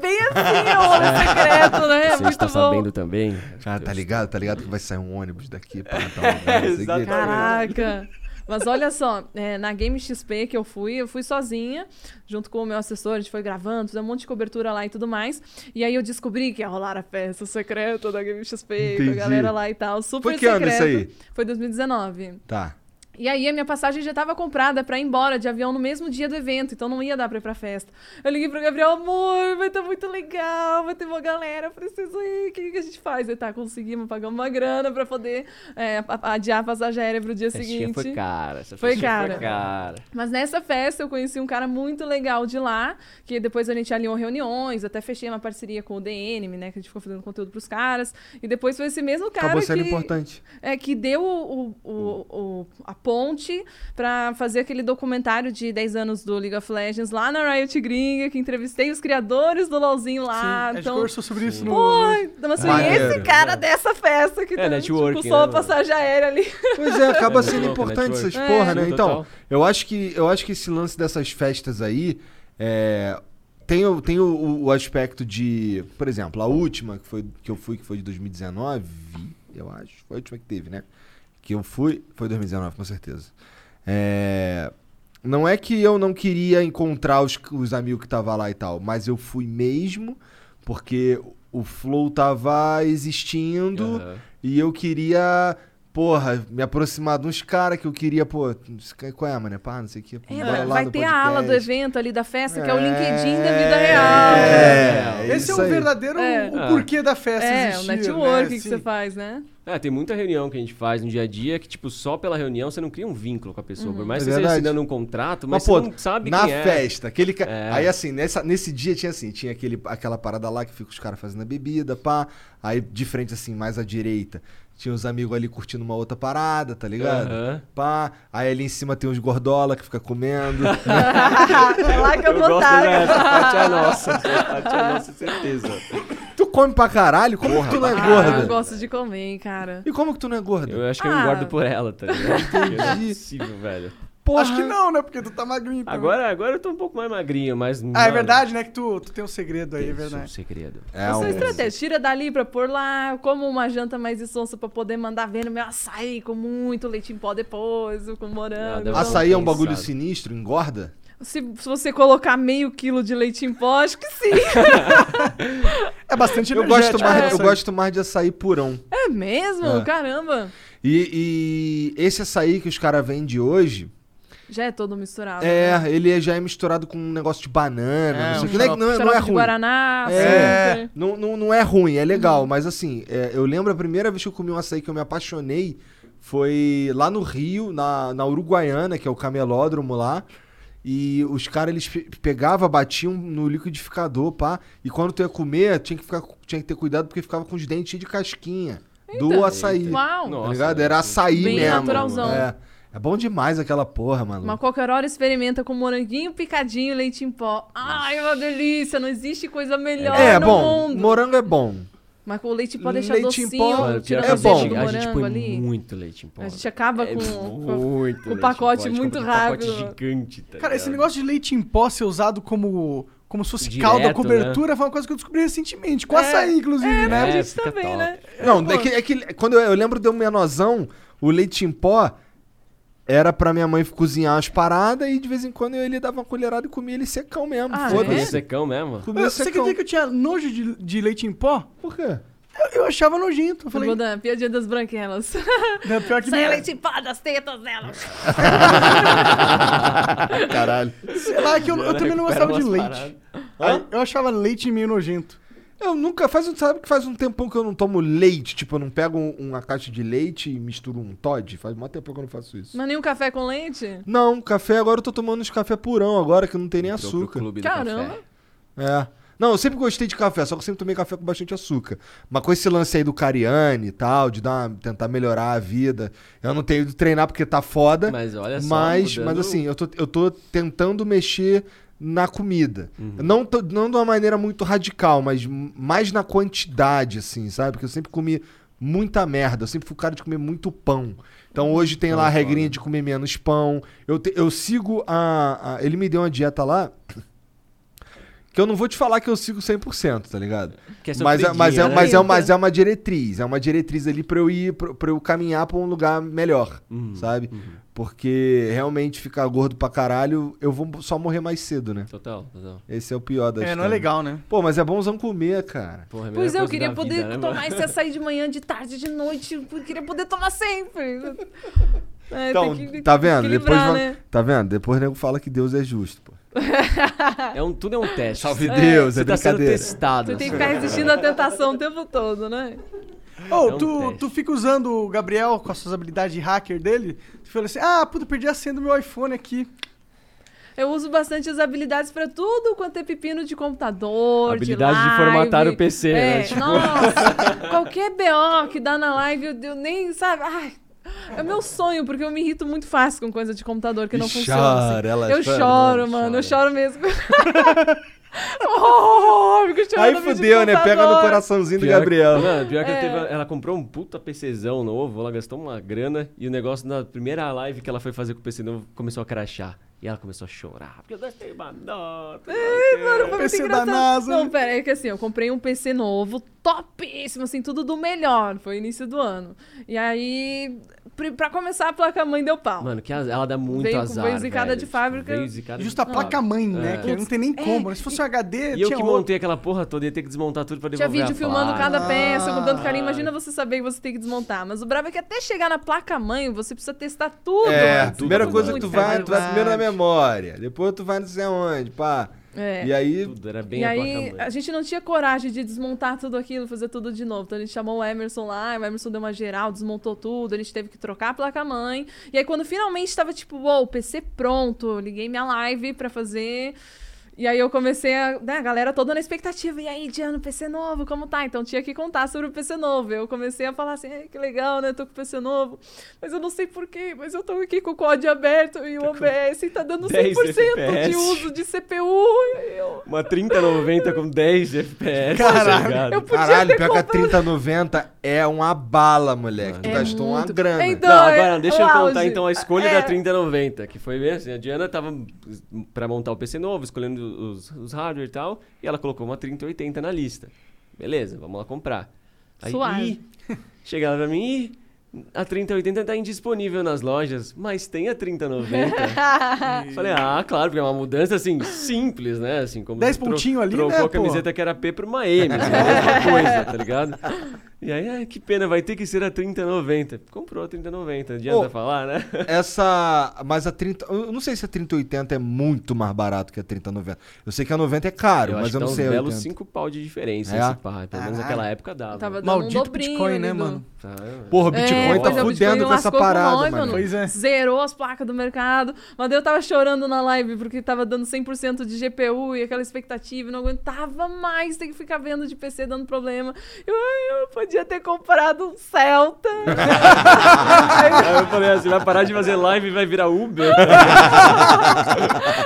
D: Bem assim, é um homem secreto, né? É
E: Você
D: muito
E: está
D: bom.
E: sabendo também?
B: Cara, tá ligado? Tá ligado que vai sair um ônibus
E: [LAUGHS]
B: daqui pra tal lugar, não sei o quê.
E: Exatamente.
D: Caraca! Mas olha só, é, na Game XP que eu fui, eu fui sozinha, junto com o meu assessor, a gente foi gravando, fizemos um monte de cobertura lá e tudo mais. E aí eu descobri que ia rolar a festa secreta da Game XP, com
B: Entendi.
D: a galera lá e tal, super
B: Foi que ano
D: secreto.
B: isso aí?
D: Foi 2019.
B: Tá.
D: E aí a minha passagem já tava comprada pra ir embora de avião no mesmo dia do evento, então não ia dar pra ir pra festa. Eu liguei pro Gabriel, amor, vai tá muito legal, vai ter uma galera, eu preciso ir, o que, que a gente faz? Ele tá, conseguimos pagar uma grana pra poder é, a- a- adiar a passagem aérea pro dia seguinte.
E: foi cara. Essa
D: Foi
E: festinha
D: cara.
E: Foi cara.
D: Mas nessa festa eu conheci um cara muito legal de lá, que depois a gente alinhou reuniões, até fechei uma parceria com o DNM, né, que a gente ficou fazendo conteúdo pros caras. E depois foi esse mesmo cara
B: Acabou sendo
D: que...
B: importante.
D: É, que deu o, o- o- o- a ponte pra fazer aquele documentário de 10 anos do League of Legends lá na Riot Gringa, que entrevistei os criadores do LoLzinho lá.
C: a gente
D: então,
C: conversou sobre isso no.
D: Pô, mas foi
B: Maneiro. né?
D: esse cara dessa festa que
E: É, networking,
D: tipo, só
E: né,
D: a passagem aérea ali.
B: Pois é, acaba
E: É,
B: sendo
E: network,
B: importante essas
E: network.
B: porra,
E: É.
B: né?
E: Sim,
B: Então,
E: total.
B: eu acho que eu acho que esse lance dessas festas aí é, tem, o, tem o, o- o aspecto de, por exemplo, a última que, foi, que eu fui, que foi de 2019, eu acho, foi a última que teve, né? Que eu fui, foi 2019, com certeza. É, não é que eu não queria encontrar os, os amigos que tava lá e tal, mas eu fui mesmo porque o flow tava existindo.
E: Aham.
B: E eu queria, porra, me aproximar de uns caras que eu queria, pô, qual é, mano? Pá, não sei o que.
D: É,
B: bora lá
D: vai
B: no
D: ter a ala do
B: podcast.
D: evento ali da festa, que é o
B: É.
D: LinkedIn da vida real.
B: É,
C: Esse é
B: isso
C: o
B: aí.
C: verdadeiro
D: É.
C: o porquê da festa
D: É, o
C: existir,
D: network
C: né?
D: que
C: Sim.
D: você faz, né?
E: É, tem muita reunião que a gente faz no dia a dia que, tipo, só pela reunião você não cria um vínculo com a pessoa. Por mais que
B: É
E: você esteja
B: verdade.
E: assinando um contrato, mas,
B: Mas, pô,
E: você não sabe
B: na
E: quem é.
B: festa, aquele ca...
E: É.
B: Aí assim, nessa, nesse dia tinha assim, tinha aquele, aquela parada lá que fica os caras fazendo a bebida, pá. Aí de frente, assim, mais à direita, tinha os amigos ali curtindo uma outra parada, tá ligado?
E: Aham.
B: Pá. Aí ali em cima tem uns gordola que fica comendo.
D: [LAUGHS] é lá que eu,
E: Eu gosto
D: botaram.
E: dessa, essa parte é nossa. Essa parte é nossa, certeza.
B: tu come pra caralho? Como que tu não é
D: Ah, eu
B: gorda?
D: gosto de comer, hein, cara.
B: E como que tu não é gorda?
E: Eu acho que eu
D: Ah.
E: engordo por ela,
B: [LAUGHS]
E: tá ligado? Porque Não é
B: Entendi.
E: possível, velho.
C: Acho que não, né? Porque tu tá magrinho. também.
E: Agora, agora eu tô um pouco mais magrinho, mas...
C: [LAUGHS] Ah, é
E: mano,
C: verdade, né? Que tu, tu tem um segredo aí, é
E: Isso é um
C: verdade.
E: segredo.
B: É
D: Essa é
B: um-
D: a estratégia. Tira dali pra pôr lá, como uma janta mais insonsa pra poder mandar ver no meu açaí com muito leite em pó depois, com morango.
E: Nada,
D: Então,
B: Açaí é um
E: Pensado.
B: bagulho sinistro, engorda?
D: se, se você colocar meio quilo de leite em pó, acho que sim.
C: [LAUGHS] É bastante
B: Eu gosto,
C: energético, né?
B: mais, eu
C: Isso aí.
B: gosto mais de açaí purão.
D: É mesmo?
B: É.
D: Caramba.
B: E, e esse açaí que os caras vendem hoje,
D: Já é todo misturado. né?
B: é, ele já é misturado com um negócio de banana,
C: É,
B: não sei o
C: um
B: que. Não é, não é- não é
D: Xarope de
B: ruim.
D: Guaraná, Uhum.
B: É.
D: açúcar.
B: Não, não, não é ruim, é legal, mas assim, é, eu lembro a primeira vez que eu comi um açaí que eu me apaixonei foi lá no Rio, na, na Uruguaiana, que é o camelódromo lá. E os caras, eles pe- pegavam, batiam no liquidificador, pá. E quando tu ia comer, tinha que, ficar, tinha que ter cuidado porque ficava com os dentes cheios de casquinha. do açaí.
D: Uau!
E: Nossa.
B: Tá ligado? Era açaí
D: Bem
B: mesmo.
D: naturalzão.
B: É. é bom demais aquela porra, mano.
D: Mas qualquer hora experimenta com moranguinho picadinho e leite em pó. Ai, uma delícia! Não existe coisa melhor
B: É,
D: no
B: bom,
D: mundo.
B: morango é bom.
D: Mas com o leite em pó deixa
B: Leite em
D: docinho,
B: pó,
E: Mano, pior
D: tira
E: que
D: o
B: é
E: a
D: azeite
B: bom.
E: gente-
D: do
E: A gente
D: morango
E: põe
D: ali.
E: muito leite em pó.
D: A gente acaba
E: É
D: com-
E: muito
D: com... o
B: né,
E: leite em
B: tipo,
D: pacote
E: pó, a
B: é
E: gente
D: muito
E: compra um
D: rápido.
E: pacote gigante, tá
C: Cara, esse
E: ligado?
C: negócio de leite em pó ser usado como, como se fosse
E: Direto,
C: calda
B: né?
C: ou cobertura foi uma coisa que eu descobri recentemente. Com
D: É.
C: açaí, inclusive,
D: É,
C: né?
D: a gente
E: fica
D: também,
E: top.
D: né?
B: Não, é que, é que quando eu, eu lembro de eu menorzão, o leite em pó era pra minha mãe cozinhar as paradas e de vez em quando eu, ele dava uma colherada e comia ele secão mesmo.
D: Ah,
E: Foda-se,
B: Foda-se.
E: secão [LAUGHS] mesmo.
B: Comia
C: Você
B: secão.
C: acredita que eu tinha nojo de, de leite em pó?
B: é Por quê?
C: Eu, eu achava nojento. Eu falei,
D: Lembrou da piadinha das branquelas.
C: não, pior que
D: Sai
C: não-
D: leite em pó das
E: [LAUGHS]
D: tetas dela.
B: Caralho.
C: Sei
B: É
C: lá,
B: [LAUGHS]
C: é que eu, eu também não gostava de
E: umas
C: leite.
E: paradas.
C: Aí Eu achava leite meio nojento.
B: Eu nunca. Faz um, sabe que faz um tempão que eu não tomo leite? Tipo, eu não pego um- uma caixa de leite e misturo um Todd? Faz mó tempo que eu não faço isso.
D: Mas nenhum café com leite?
B: Não, café agora eu tô tomando uns café purão agora que não tem nem
E: Entrou pro
B: açúcar.
E: clube do
D: Caramba.
E: café.
B: É. Não, eu sempre gostei de café, só que eu sempre tomei café com bastante açúcar. Mas com esse lance aí do Cariani e tal, de dar uma- tentar melhorar a vida, eu não tenho ido treinar porque tá foda.
E: Mas olha só,
B: Mas,
E: mudando-
B: mas assim, eu tô, eu tô tentando mexer na comida.
E: Uhum.
B: Não, tô- não de uma maneira muito radical, mas m- mais na quantidade, assim, sabe? Porque eu sempre comi muita merda. Eu sempre fui o cara de comer muito pão. Então hoje
E: Tá
B: tem lá a regrinha de comer menos pão. Eu, te- eu sigo a, a. Ele me deu uma dieta lá. Que eu não vou te falar que eu sigo 100%, tá ligado?
E: Que é
B: mas, é, mas, é,
E: sofridinho, né?
B: mas, é, mas é uma diretriz. É uma diretriz ali pra eu ir, pra, pra eu caminhar pra um lugar melhor,
E: Uhum.
B: sabe? Porque realmente ficar gordo pra caralho, eu vou só morrer mais cedo, né?
E: Total, total.
B: Esse é o pior da
C: É,
B: história.
C: não é legal, né?
B: Pô, mas é bonzão comer, cara.
E: Porra, é a melhor
D: Pois é, eu
E: coisa
D: queria
E: da
D: poder
E: vida, né,
D: tomar
E: mano?
D: esse açaí de manhã, de tarde, de noite. Eu queria poder tomar
E: [LAUGHS]
D: sempre. É,
B: Então,
D: tem que
B: tá vendo? Depois
D: equilibrar,
B: não-
D: né?
B: Tá vendo? Depois o nego fala que Deus é justo, pô.
E: É um, tudo é um teste.
B: Salve Deus, é
E: Você tá sendo
B: brincadeira.
E: testado. assim.
D: Tu tem que ficar resistindo à tentação o tempo todo, né?
C: Ô,
E: É um
C: tu,
E: teste.
C: tu fica usando o Gabriel com as suas habilidades de hacker dele, tu fala assim, ah, puta, perdi a senha do meu iPhone aqui.
D: Eu uso bastante as habilidades pra tudo quanto é pepino de computador,
E: Habilidade
D: de
E: de
D: live.
E: formatar o PC,
D: é,
E: né?
B: [LAUGHS]
E: Tipo-
D: Nossa, qualquer BO que dá na live, eu, eu nem, sabe... Ai, é meu sonho, porque eu me irrito muito fácil com coisa de computador que não
B: E
D: funciona.
B: chora,
D: assim.
B: ela
D: eu
B: chora,
D: choro,
B: mano,
D: mano, eu
B: chora.
D: choro mesmo. [LAUGHS] oh, fico chorando
B: Aí
D: no vídeo
B: fudeu,
D: do
B: né? Pega no
D: computador.
B: coraçãozinho do
E: Pior que-
B: Gabriel.
E: Mano, pior que
D: Tá É.
E: ela, teve- ela comprou um puta PCzão novo, ela gastou uma grana e o negócio na primeira live que ela foi fazer com o PC novo começou a crachar. E ela começou a chorar. Porque eu gastei uma nota.
H: É um
D: Mano, foi
C: PC
D: muito
C: da
D: engraçado.
C: NASA.
D: Não, pera, é que assim, eu comprei um PC novo, topíssimo, assim, tudo do melhor. Foi início do ano. E aí, pri- pra começar, a placa-mãe deu pau.
E: Mano, que azar, ela dá muito
D: Veio com-
E: azar.
D: veio zicada
E: velho.
D: de
E: Tipo,
D: fábrica.
E: veio zicada
C: Justo a
E: de fábrica.
C: placa-mãe, né?
E: É.
C: Que não tem nem como. né? Se fosse um HD,
E: E eu
C: tinha
E: que
C: outro.
E: montei aquela porra toda, ia ter que desmontar tudo pra
D: Tinha
E: devolver
D: vídeo
E: a
D: filmando
E: placa. Ah.
D: cada peça com tanto carinho. Imagina você saber que você tem que desmontar. Mas o brabo é que até chegar na placa-mãe, você precisa testar tudo.
B: É,
D: mano.
B: a primeira
E: tudo,
B: coisa que
D: muito
B: tu vai,
D: trabalho.
B: tu vai primeiro na memória. Depois tu vai não sei aonde, pá.
D: É.
B: E aí.
E: Tudo, era bem
D: e
E: a
D: aí, é,
E: [LAUGHS] placa-mãe.
D: a gente não tinha coragem de desmontar tudo aquilo, fazer tudo de novo. Então a gente chamou o Emerson lá, o Emerson deu uma geral, desmontou tudo, a gente teve que trocar a placa-mãe. E aí, quando finalmente tava tipo, uou, o PC pronto, eu liguei minha live pra fazer. E aí eu comecei a. Né, a galera toda na expectativa. E aí, Diana, PC novo, como tá? Então tinha que contar sobre o PC novo. Eu comecei a falar assim, "Ai, que legal, né? Eu tô com o PC novo. Mas eu não sei porquê, mas eu tô aqui com o código aberto e o OBS e tá dando
E: 10
D: 100% de
E: FPS.
D: uso de CPU. E aí eu.
E: Uma 3090 com 10 FPS. Caralho.
D: Eu podia
B: Caralho,
D: ter
B: pior que a
D: comprado.
B: 3090 é uma bala, moleque. Tu
D: É
B: gastou uma
D: muito.
B: grana.
D: Então,
E: Não, agora deixa eu
D: o auge.
E: contar então a escolha
D: É.
E: da 3090, que foi mesmo assim, a Diana tava pra montar o PC novo, escolhendo os, os hardware e tal, e ela colocou uma 3080 na lista. Beleza, vamos lá comprar. Aí,
D: Suave.
E: ih, chega ela pra mim, ih, a 3080 tá indisponível nas lojas, mas tem a
D: [LAUGHS]
E: 3090. Falei, ah, claro, porque é uma mudança assim, simples, né? Assim, como
C: Dez
E: tro-
C: pontinho ali,
E: trocou
C: né,
E: a camiseta
C: pô?
E: que era P pra uma M, assim, a mesma
B: [LAUGHS]
E: coisa, tá ligado? E aí, ai, que pena, vai ter que ser a 3090. Comprou a 3090, adianta
B: Ô. é assim,
E: falar, né?
B: Essa. Mas a 30. Eu não sei se a 3080 é muito mais barato que a 3090. Eu sei que a 90 é caro,
E: eu
B: mas
E: acho
B: eu não
E: que
B: sei.
E: dá
B: a
E: uns belos
B: 80. [LAUGHS]
E: 5 pau de diferença,
B: É?
E: esse pá. Pelo menos naquela época dava.
D: Tava dando um
C: Maldito
D: dobrinho,
C: Bitcoin, né,
D: amigo?
C: mano?
E: Tá.
B: Porra, o
D: É,
B: Bitcoin tá
D: pois é, o Bitcoin
B: fudendo com essa
D: lascou com
B: parada,
D: nós,
B: mano.
C: Pois é.
D: Zerou as placas do mercado. Mas daí eu tava chorando na live porque tava dando 100% de GPU e aquela expectativa. e Não aguentava mais ter que ficar vendo de PC dando problema. Eu, ai, eu podia podia ter comprado um Celta.
E: [LAUGHS] Aí eu falei assim, vai parar de fazer live e vai virar
B: [LAUGHS]
E: Uber?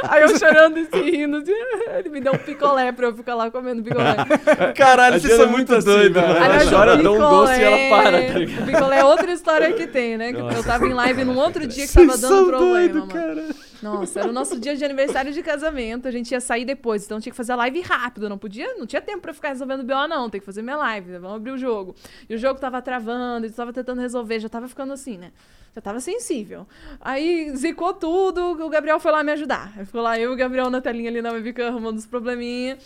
D: Aí eu chorando e se rindo. de- [LAUGHS] Ele me deu um picolé pra eu ficar lá comendo picolé.
E: Caralho,
F: vocês são muito doidos, mano.
E: Ela
D: Aliás, o
E: chora, assim, dá um doce e
D: picolé-
E: ela para, tá ligado?
D: O picolé é outra história que tem, né? Que eu tava em live num outro dia que tava dando problema, mano. Nossa, era o nosso dia de aniversário de casamento. A gente ia sair depois, então tinha que fazer a live rápido. Não podia, não tinha tempo pra ficar resolvendo BO, não. Tem que fazer minha live. né? Vamos abrir o jogo. E o jogo tava travando, eu tava tentando resolver, já tava ficando assim, né? Já tava sensível. Aí zicou tudo, o Gabriel foi lá me ajudar. Aí Ficou lá eu e o Gabriel na telinha ali na webcam arrumando os probleminha.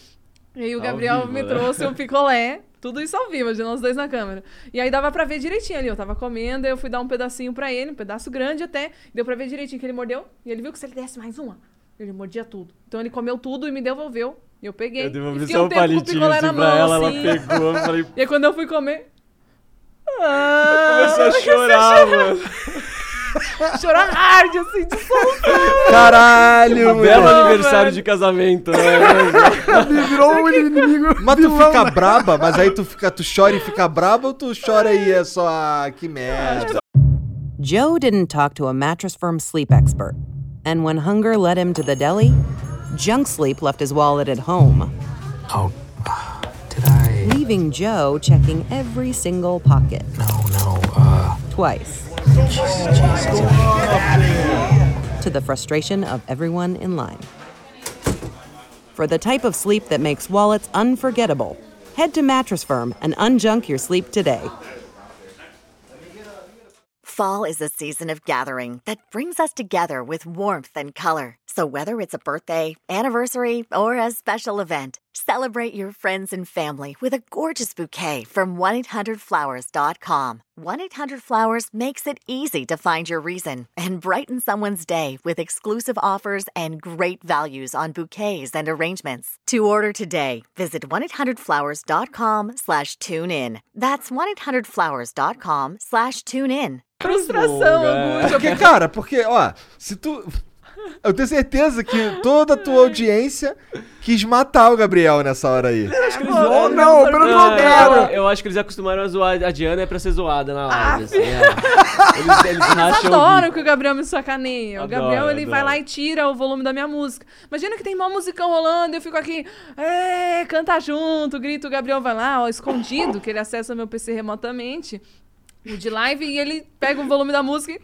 D: E aí o
E: Ao
D: Gabriel
E: vivo,
D: me
E: né? [LAUGHS]
D: trouxe um picolé. Tudo isso ao vivo, de nós dois na câmera. E aí dava pra ver direitinho ali. Eu tava comendo, aí eu fui dar um pedacinho pra ele, um pedaço grande até. Deu pra ver direitinho que ele mordeu. E ele viu que se ele desse mais uma, ele mordia tudo. Então ele comeu tudo e me devolveu. E eu peguei.
E: Eu
D: E
E: devolvi
D: fiquei
E: só
D: um
E: um
D: tempo com o
E: palitinho
D: picolé
E: assim
D: na
E: pra
D: mão,
E: ela,
D: assim.
E: ela pegou, eu falei,
D: E aí quando eu fui comer. Ah,
E: [LAUGHS]
D: [LAUGHS]
E: começou a chorar, mano.
D: chorar hard, assim,
E: [LAUGHS]
D: de soltar.
B: Caralho,
E: Belo
B: mano.
E: aniversário de casamento, né?
C: Virou um inimigo.
D: [LAUGHS]
B: Mas tu fica
D: né?
B: braba, mas aí tu fica, tu chora e fica braba ou tu chora e [LAUGHS] é só "Ah, que merda?
G: Joe didn't talk to a mattress firm sleep expert. And when hunger led him to the deli, junk sleep left his wallet at home,
I: Oh, did I?
G: leaving Joe checking every single pocket
I: No, no. Uh,
G: twice. To the frustration of everyone in line. For the type of sleep that makes wallets unforgettable, head to Mattress Firm and unjunk your sleep today.
J: Fall is a season of gathering that brings us together with warmth and color. So, whether it's a birthday, anniversary, or a special event, celebrate your friends and family with a gorgeous bouquet from 1 800flowers.com. 1 800 Flowers makes it easy to find your reason and brighten someone's day with exclusive offers and great values on bouquets and arrangements. To order today, visit 1-800-Flowers.com slash tune in. That's 1-800-Flowers.com slash tune in.
D: Frustração,
E: Longa.
D: angústia.
B: Porque, [LAUGHS] cara, porque, ó, se tu. Eu tenho certeza que toda a tua audiência quis matar o Gabriel nessa hora aí.
C: Ou não, pelo
E: Não,
C: contrário.
E: eu, eu acho que eles acostumaram a zoar a Diana é pra ser zoada na live, assim, é. Eles, eles
D: Eles
E: racham o
D: adoram
E: bico.
D: que o Gabriel me sacaneia. O
E: Adoro,
D: Gabriel, ele vai
E: adoro.
D: lá e tira o volume da minha música. Imagina que tem mó musicão rolando, eu fico aqui, é, canta junto, grito, o Gabriel vai lá, ó, escondido, que ele acessa meu PC remotamente, o de live, e ele pega o volume da música e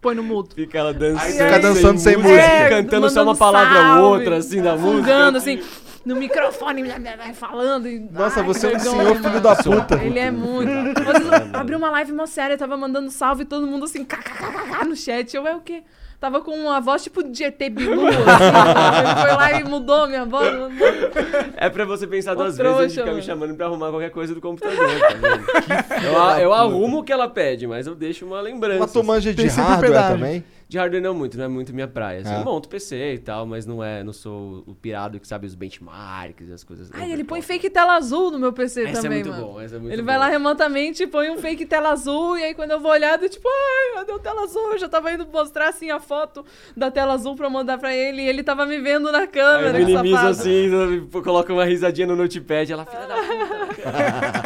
D: põe no mudo.
E: Fica ela dançando.
B: Fica dançando sem música.
D: É,
E: cantando só
D: mandando
E: uma palavra
D: salve,
E: ou outra, assim, da música.
D: Fungando, assim, no microfone, blá, blá, blá, falando. e-
B: Nossa,
D: Ai,
B: você é um
D: que vergonha,
B: senhor
D: mano.
B: filho da puta.
D: Ele
E: [LAUGHS]
D: é muito. Mas eu- Abriu uma live mó séria, tava mandando salve e todo mundo assim, kkkk no chat. Eu, é o quê? Tava com uma voz tipo de GT Bilu, assim. Ele foi lá e mudou minha voz. mudou.
E: É pra você pensar duas
D: Ô,
E: vezes antes de
D: trouxa,
E: ficar me
D: mano.
E: chamando pra arrumar qualquer coisa do computador. Tá
C: [LAUGHS]
E: vendo? eu, a- eu arrumo o que ela pede, mas eu deixo uma lembrança.
B: Mas tu manja de
C: Tem sempre
B: hardware
C: pedágio.
B: também?
E: assim. De hardware não muito, não é muito minha praia. Assim,
B: Ah.
E: Eu monto PC e tal, mas não é, não sou o pirado que sabe os benchmarks e as coisas.
D: Ai, ele põe fake tela azul no meu PC
E: Essa é
D: também,
E: muito
D: mano.
E: bom, essa é muito
D: ele vai
E: boa.
D: lá remotamente e põe um fake tela azul, e aí quando eu vou olhar, eu tipo, ai, cadê o tela azul? Eu já tava indo mostrar assim a foto da tela azul pra mandar pra ele, e ele tava me vendo na
E: Aí
D: câmera, que
E: minimiza
D: safado.
E: assim, sabe, pô, coloca uma risadinha no notepad, ela filha da
C: [LAUGHS]
D: [LAUGHS]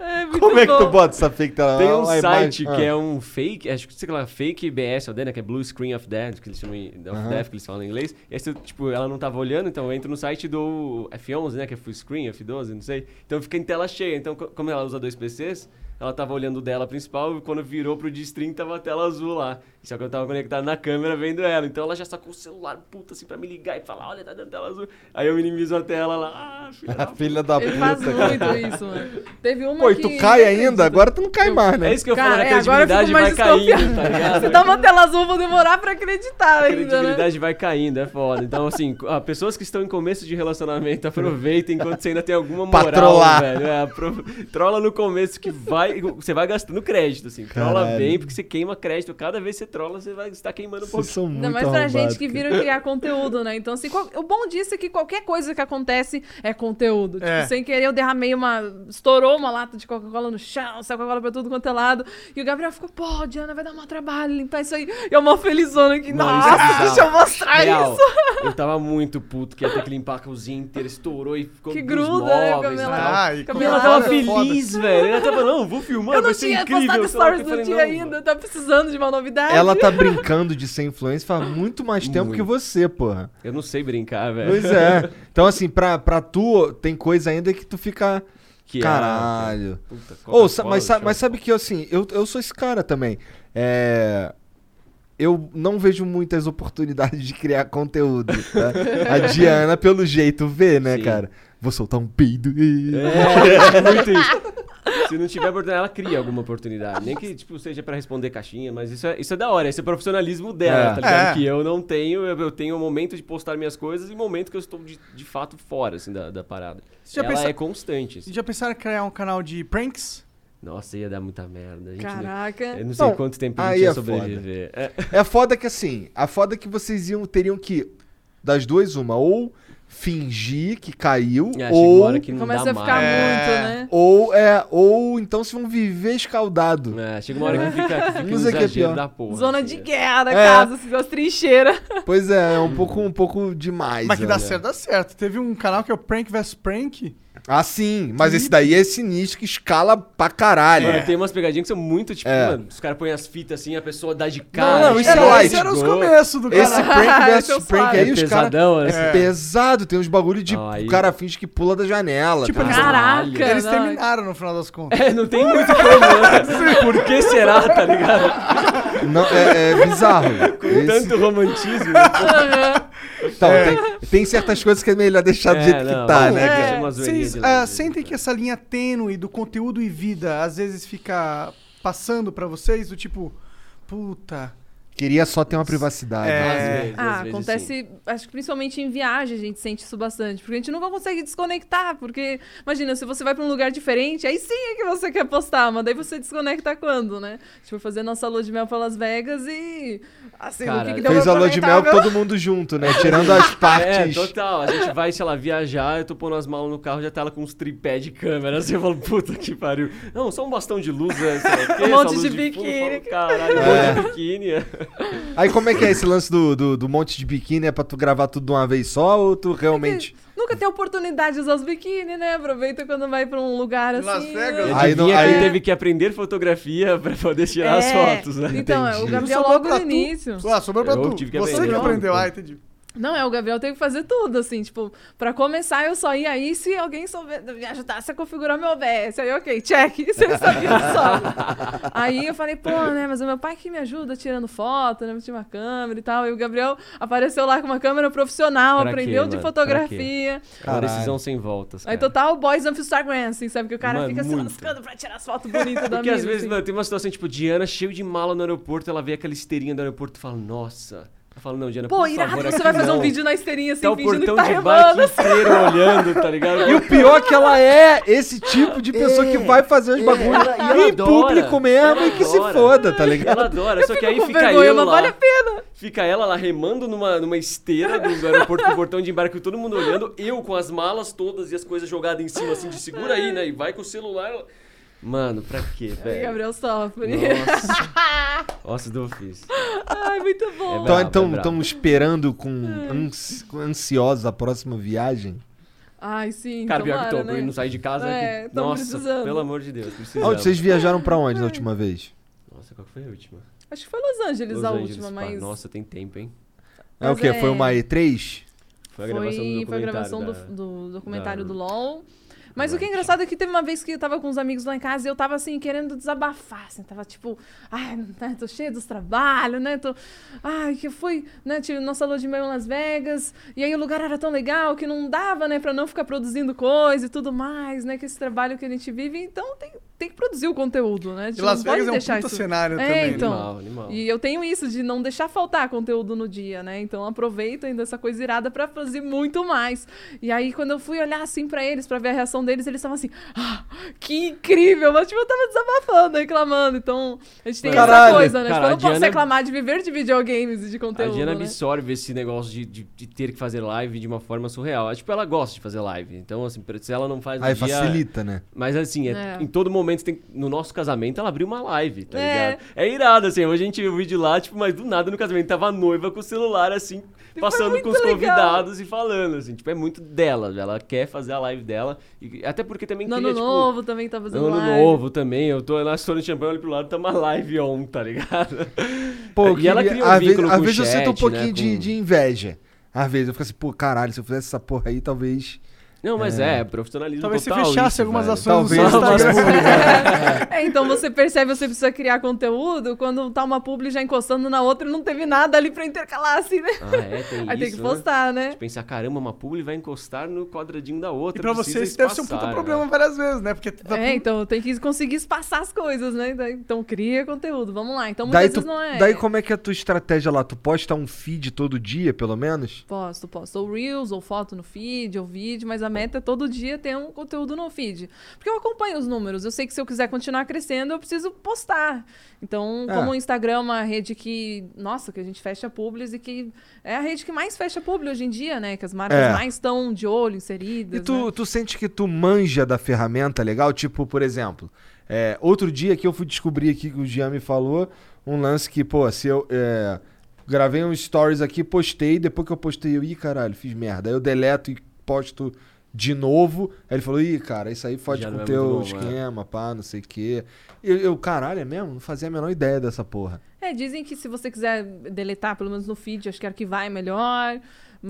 D: É, muito
B: Como é que tu
D: bom.
B: bota essa fake tela?
E: Tem um
B: a
E: site
B: imagem?
E: que
B: Então, Ah.
E: é um fake, acho que sei lá, fake BS, ou né, que é Blue Screen of Death, que eles chamam em- of Death, que eles falam em inglês. Esse, tipo, ela não tava olhando, então eu entro no site do F11, né, que é full screen, F12, não sei. Então fica em tela cheia. Então, co- como ela usa dois PCs, ela tava olhando o dela principal e quando virou pro de stream tava a tela azul lá. Só que eu tava conectado na câmera vendo ela. Então ela já sacou o celular, puta, assim, pra me ligar e falar, olha, tá dando tela azul. Aí eu minimizo a tela lá, ah, filha da
B: Filha da
D: Ele faz
B: puta. cara.
D: muito isso, mano. Teve uma
B: Pô, e
D: que...
B: tu cai ainda? Agora tu não cai mais,
E: É
B: né?
E: isso que eu
D: Cara,
E: falo, a
D: é, agora eu
E: credibilidade
D: fico mais
E: vai caindo, tá
D: desconfiada.
E: ligado?
D: Se dá uma tela azul, eu vou demorar pra acreditar
E: A
D: ainda, né?
E: credibilidade vai caindo, é foda. Então, assim, co- ah, pessoas que estão em começo de relacionamento, aproveitem enquanto você ainda tem alguma
B: Pra
E: moral,
B: trollar.
E: velho. É, apro- Trola no começo que vai vai, você vai gastando crédito, assim. Trola
B: Caralho.
E: bem, porque você queima crédito. Cada vez que você trola, você vai estar queimando um pouquinho.
B: Vocês são muito
D: Ainda mais pra
B: arrombados,
D: gente que
B: cara.
D: vira um criar conteúdo, né? Então, assim, qual- o bom disso é que qualquer coisa que acontece é conteúdo. Tipo,
K: É.
D: sem querer, eu derramei uma. estourou uma lata de Coca-Cola no chão, saiu Coca-Cola pra tudo quanto é lado. E o Gabriel ficou, pô, Diana, vai dar maior trabalho limpar isso aí. E eu mal felizona aqui.
E: Não,
D: Nossa,
E: isso é bizarro.
D: deixa eu mostrar
E: Real,
D: isso.
E: Eu tava muito puto que ia ter que limpar a cozinha inteira, estourou e ficou
D: Que
E: dos
D: gruda, né,
E: móveis,
D: Camila?
E: tal.
D: Ai,
E: Camila
D: Camila
E: tava
D: foda.
E: feliz, velho. Ela tava, não, vou filmar,
D: eu não
E: vai ser
D: tinha
E: incrível.
D: postado
E: sei lá o
D: stories
E: que. Eu falei,
D: no dia
E: não,
D: ainda. Eu tava precisando de uma novidade.
B: Ela tá
D: [LAUGHS]
B: brincando de ser influencer faz muito mais tempo que você, porra.
E: Eu não sei brincar, velho.
B: Pois é. Então, assim, pra, pra tu, tem coisa ainda que tu fica.
E: Que é,
B: Caralho.
E: que é- puta,
B: Ou,
E: Coca-Cola,
B: mas, sa-
E: show.
B: mas sabe que, assim, eu, eu sou esse cara também. É. Eu não vejo muitas oportunidades de criar conteúdo. tá?
E: [LAUGHS]
B: A Diana, pelo jeito, vê, né, cara? Vou soltar um peido.
E: É, muito isso. [LAUGHS] Se não tiver oportunidade, ela cria alguma oportunidade. Nem que, tipo, seja pra responder caixinha, mas isso é, isso é da hora. Esse é o profissionalismo dela,
B: É.
E: tá ligado?
B: É.
E: Que eu não tenho. Eu, eu tenho o momento de postar minhas coisas e o momento que eu estou, de, de fato, fora, assim, da, da parada.
C: Já
E: ela
C: pensa-
E: é constante, assim.
C: Já pensaram em criar um canal de pranks?
E: Nossa, ia dar muita merda. A gente não-
D: Caraca.
E: Eu não sei
B: Não,
E: quanto tempo a
B: aí
E: gente ia
B: é foda.
E: sobreviver. É.
B: É foda que assim, a foda que vocês iam teriam que das duas uma ou fingir que caiu
E: É, chega uma
B: ou
E: hora que não Começa dá a ficar mais. muito, né?
B: Ou é, ou então se vão viver escaldado.
E: É, chega uma hora que fica, que fica um
B: Não sei o que é
E: exagero
B: pior.
E: da porra. assim,
D: Zona de guerra,
B: É.
D: casa, assim, as trincheiras.
B: Pois é, é um pouco um pouco demais.
C: Mas que dá
B: né?
C: certo, dá certo. Teve um canal que é o Prank vs Prank.
B: Ah, sim, mas esse daí é sinistro que escala pra caralho.
E: Mano, tem umas pegadinhas que são muito tipo,
B: É.
E: mano, os caras põem as fitas assim, a pessoa dá de cara.
B: não, isso
E: tipo,
B: é light.
E: chegou.
B: Era
C: os começos
B: [LAUGHS]
C: do
B: Esse
C: caralho.
D: [LAUGHS]
B: prank
C: Esse eu
B: versus prank
C: falo.
B: aí,
E: É
B: os caras.
E: pesadão, né?
B: É
E: É.
B: pesado, tem uns bagulho de.
E: Aí-
B: O cara finge que pula da janela.
C: Tipo,
B: tá
C: eles-
B: ligado?
C: Eles
D: não.
C: terminaram no final das
E: [LAUGHS]
C: contas.
E: É, não
B: [LAUGHS]
E: tem muito como, né? Por que será, tá ligado?
B: Não, é, é bizarro.
E: Com
B: Esse-
E: tanto romantismo. né?
B: Então, tem, tem certas coisas que é melhor deixar do
E: É, não,
B: jeito que tá,
E: vamos
B: né,
E: deixar
B: cara? é.
E: uma zoeirinha
C: Vocês
E: de
C: ah,
E: lado.
C: sentem que essa linha tênue do conteúdo e vida às vezes fica passando pra vocês? Do tipo, puta.
B: Queria só ter uma privacidade. né?
C: É.
E: Às
D: Ah,
E: vezes,
D: acontece,
E: sim.
D: acho que principalmente em viagem a gente sente isso bastante, porque a gente nunca consegue desconectar, porque imagina, se você vai pra um lugar diferente, aí sim é que você quer postar, mas daí você desconecta quando, né? Tipo, fazer nossa lua de mel pra Las Vegas e assim, o
E: Cara,
D: que, que deu
B: Fez
D: pra
B: a lua de mel
D: aproveitar,
B: todo mundo junto, né? Tirando as
E: [LAUGHS] É,
B: partes.
E: total. A gente vai, sei lá, viajar, eu tô pondo as malas no carro, já tá ela com uns tripé de câmera. Assim, eu falo, puta que pariu. Não, só um bastão de luz, né? sei lá o quê,
D: [LAUGHS] Um
E: essa
D: monte
E: luz
D: de
E: fundo,
D: biquíni.
E: eu falo, Caralho, um monte de biquíni.
B: É. Aí como é que é esse lance do, do, do monte de biquíni? É pra tu gravar tudo de uma vez só ou tu realmente...
D: Nunca tem oportunidade de usar os biquíni, né? Aproveita quando vai pra um lugar assim.
C: Las Vegas?
D: né?
B: Aí
E: Aí,
B: não-
E: não,
B: aí-
E: teve que aprender fotografia [LAUGHS] pra poder tirar as
D: É,
E: fotos, né?
D: Então, é, o
B: Entendi.
D: Gabriel
C: Sobrou
D: logo
C: pra
D: no
C: tu.
D: início.
C: Ah, sobrou pra
E: Eu
C: tu.
E: tive que
C: Você
E: aprender.
C: que aprendeu. Ah, entendi.
E: [LAUGHS]
D: Não, é, o Gabriel tem que fazer tudo, assim, tipo, pra começar eu só ia aí se alguém souber, me ajudasse a configurar meu OBS. Aí, ok, check, [LAUGHS] se eu sabia só. aí eu falei, pô, né, mas o meu pai que me ajuda tirando foto, né, tinha uma câmera e tal. E o Gabriel apareceu lá com uma câmera profissional,
E: Pra quê,
D: aprendeu de
E: mano?
D: fotografia.
E: É uma decisão sem voltas.
D: Aí,
E: cara.
D: total, boys on Instagram, assim, sabe, que o cara
E: Mano,
D: fica se
E: muito.
D: lascando pra tirar as
E: [LAUGHS]
D: fotos bonitas da
E: Porque
D: mina,
E: às vezes,
D: assim.
E: mano, tem uma situação, tipo, Diana cheio de mala no aeroporto, ela vê aquela esteirinha do aeroporto e fala, nossa. Ela fala, não, Diana,
D: Pô,
E: por
D: irado,
E: favor,
D: você
E: aqui
D: vai fazer um
E: não."
D: vídeo na esteirinha, assim,
E: Tá o
D: fingindo que
E: portão
D: tá
E: de
D: remando.
E: bike inteiro olhando, tá ligado?
D: [LAUGHS]
B: E o pior é que ela é esse tipo de pessoa que vai fazer os bagulhos
E: É. ela- e ela
B: em
E: adora.
B: público mesmo
E: Ela
B: e que se
E: adora.
B: foda, tá
E: Ela
B: ligado?
E: adora, só que aí
D: com
E: fica
D: vergonha,
E: eu
D: mas
E: lá,
D: vale a pena.
E: Fica ela lá remando numa, numa esteira do do aeroporto com o portão de embarque, todo mundo olhando, eu com as malas todas e as coisas jogadas em cima, assim, de segura aí, né? E vai com o celular. ela- Mano, pra quê,
D: Aí,
E: velho?
D: Gabriel sofre.
E: é. Nossa. Nossa, do ofício.
D: [LAUGHS] Ai, muito bom.
E: É
B: Então,
E: brabo, é
B: então,
E: brabo.
B: tão esperando com ansi- com ansiosa a próxima viagem.
D: Ai, sim.
E: Cara, pior que
D: tomara,
E: tô,
D: né?
E: por não sair de casa.
D: É,
E: que-
D: tamo
E: Nossa,
D: precisando.
E: pelo amor de Deus,
B: Onde
E: precisamos.
B: vocês viajaram pra onde na última vez?
E: Nossa, qual que foi a última?
D: Acho que foi Los Angeles
E: Los
D: a
E: Angeles,
D: última,
E: pá.
D: mas.
E: Nossa, tem tempo, hein?
B: É o
D: Mas
B: quê?
D: é-
B: Foi uma E3?
E: Foi a
D: Foi,
E: gravação do
D: foi a gravação
E: documentário
D: do,
E: tá? da-
D: do documentário
E: da-
D: do LOL. Mas o que é
E: Right.
D: engraçado é que teve uma vez que eu tava com uns amigos lá em casa e eu tava assim, querendo desabafar, assim, tava tipo, ai, né, tô cheio dos trabalhos, né? Tô, ai, que eu fui, né? Tive nossa lua de mel em Las Vegas, e aí o lugar era tão legal que não dava, né, pra não ficar produzindo coisa e tudo mais, né? Que esse trabalho que a gente vive, então tem tem que produzir o conteúdo, né? A gente
C: E Las
D: não
C: Vegas
D: pode
C: é um
D: deixar
C: puta
D: isso...
C: cenário
D: É,
C: também, né?
D: Então,
E: Animal, animal.
D: E eu tenho isso de não deixar faltar conteúdo no dia, né? Então aproveito ainda essa coisa irada pra fazer muito mais. E aí quando eu fui olhar assim pra eles, pra ver a reação deles, eles estavam assim: "Ah, que incrível!" Mas tipo, eu tava desabafando, reclamando. Então, a gente tem essa
E: Caralho,
D: coisa, né?
E: cara,
D: tipo, eu
E: a
D: não posso
E: Diana-
D: reclamar de viver de videogames e de
E: A
D: conteúdo,
E: Diana
D: né?
E: absorve esse negócio de, de, de ter que fazer live de uma forma surreal. É, tipo, ela gosta de fazer live. Então, assim, pra- se ela não faz no
B: Aí
E: dia-
B: facilita, né?
E: Mas assim, é-
D: É.
E: em todo momento tem- no nosso casamento ela abriu uma live, tá
D: É.
E: ligado? É irado, assim, hoje a gente viu o vídeo lá, tipo, mas do nada no casamento tava a noiva com o celular, assim, passando
D: Tipo, é muito
E: com os
D: legal.
E: convidados e falando, assim, tipo, é muito dela, ela quer fazer a live dela. E, até porque também
D: No
E: cria,
D: ano
E: tipo,
D: novo também tá fazendo
E: no ano
D: live.
E: novo também, eu tô lá estourando champanhe, olho pro lado, tá uma live on, tá
C: [LAUGHS]
E: ligado?
B: Pô,
E: e ela cria um
B: às vezes-
E: vínculo com
B: Às
E: o
B: vezes eu
E: chat,
B: sinto um pouquinho
E: né,
B: de,
E: com-
B: de inveja. Às vezes eu fico assim, pô, caralho, se eu fizesse essa porra aí, talvez.
E: Não, mas é, profissionalismo
C: Talvez se
E: total
C: fechasse
E: isso,
C: algumas
E: velho.
C: ações
B: Talvez
C: no seu [LAUGHS]
B: algumas
C: Instagram.
D: [LAUGHS] É, então você percebe, você precisa criar conteúdo quando tá uma publi já encostando na outra e não teve nada ali pra intercalar, assim, né?
E: Ah, é, tem
D: Aí tem
E: isso,
D: que
E: né?
D: postar, né?
E: De Pensar, caramba, uma publi vai encostar no quadradinho da
C: E
E: outra.
C: pra
E: precisa
C: vocês deve ser um puta
E: espaçar,
C: problema
E: né?
C: várias vezes, né? Porque tá-
D: É, então tem que conseguir espaçar as coisas, né? Daí- Então cria conteúdo, vamos lá. Então muitas
B: Daí, tu,
D: vezes não é.
B: daí como é que é a tua estratégia lá? Tu posta um feed todo dia, pelo menos?
D: Posto, posto. Ou Reels, ou foto no feed, ou vídeo, mas a meta é todo dia ter um conteúdo no feed. Porque eu acompanho os números. Eu sei que se eu quiser continuar crescendo, eu preciso postar. Então,
B: É.
D: como o Instagram é uma rede que, nossa, que a gente fecha publis e que é a rede que mais fecha publi hoje em dia, né? Que as marcas
B: É.
D: mais estão de olho, inseridas.
B: E tu,
D: né?
B: tu sente que tu manja da ferramenta legal? Tipo, por exemplo, é, outro dia que eu fui descobrir aqui que o Jean me falou um lance que, pô, se eu é, gravei um stories aqui, postei, depois que eu postei, eu, ih, caralho, fiz merda. Aí eu deleto e posto de novo. Aí ele falou, ih, cara, isso aí fode
E: Já
B: com
E: não
B: o
E: é
B: teu
E: muito bom,
B: esquema, pá, não sei o quê. Eu, eu, caralho, é mesmo? Não fazia a menor ideia dessa porra.
D: É, dizem que se você quiser deletar, pelo menos no feed, acho que arquivar é melhor,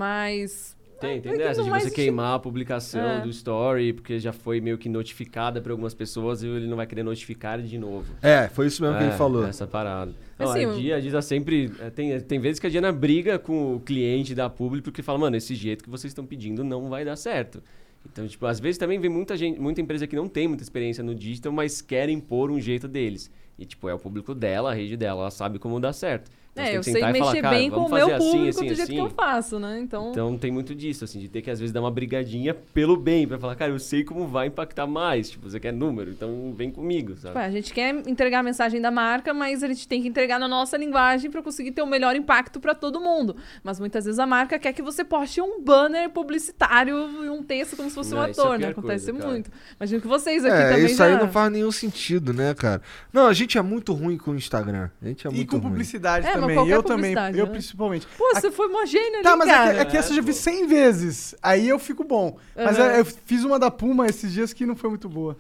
D: mas.
E: Tem, tem
D: É que
E: dessa
D: não
E: de
D: mais
E: você
D: existe-
E: queimar a publicação
D: É.
E: do story, porque já foi meio que notificada pra algumas pessoas e ele não vai querer notificar de novo.
B: É, foi isso mesmo que ele
E: É,
B: falou.
E: Essa parada.
D: Mas,
E: Não,
D: assim,
E: a,
D: o-
E: Dia, a Dia tá sempre. é, Tem, tem vezes que a Diana briga com o cliente da publi porque fala, mano, esse jeito que vocês estão pedindo não vai dar certo. Então, tipo, às vezes também vem muita gente, muita empresa que não tem muita experiência no digital, mas quer impor um jeito deles. E, tipo, é o público dela, a rede dela, ela sabe como dar certo. Então, você
D: É,
E: tem
D: eu
E: que
D: sei
E: sentar e
D: mexer
E: falar, "Cara,
D: bem com o
E: vamos
D: meu
E: fazer assim,
D: público
E: assim,
D: do jeito que
E: assim."
D: eu faço, né? Então.
E: Então tem muito disso, assim, de ter que às vezes dar uma brigadinha pelo bem, pra falar, cara, eu sei como vai impactar mais. Tipo, você quer número, então vem comigo,
D: Tipo,
E: sabe?
D: a gente quer entregar a mensagem da marca, mas a gente tem que entregar na nossa linguagem para conseguir ter o melhor impacto para todo mundo. Mas muitas vezes a marca quer que você poste um banner publicitário e um texto como se fosse um
E: Não, isso é a
D: ator, né?
E: pior
D: Acontece
E: coisa, cara.
D: muito. Imagino que vocês aqui
B: É,
D: também
B: isso
D: já...
B: aí não faz nenhum sentido, né, cara? Não, a gente é muito ruim com o Instagram. A gente é
C: E
B: muito
C: com
B: ruim.
C: publicidade
D: É, mas
C: também.
D: qualquer
C: Eu também,
D: publicidade,
C: eu
D: né?
C: [LAUGHS] principalmente.
D: Pô, você foi uma gênia,
C: Tá,
D: né,
C: mas é
D: cara?
C: que, é que essa eu já vi 100 vezes. Aí eu fico bom. Mas é,
D: Uhum.
C: eu, eu fiz uma da Puma esses dias que não foi muito
D: [LAUGHS]
C: boa.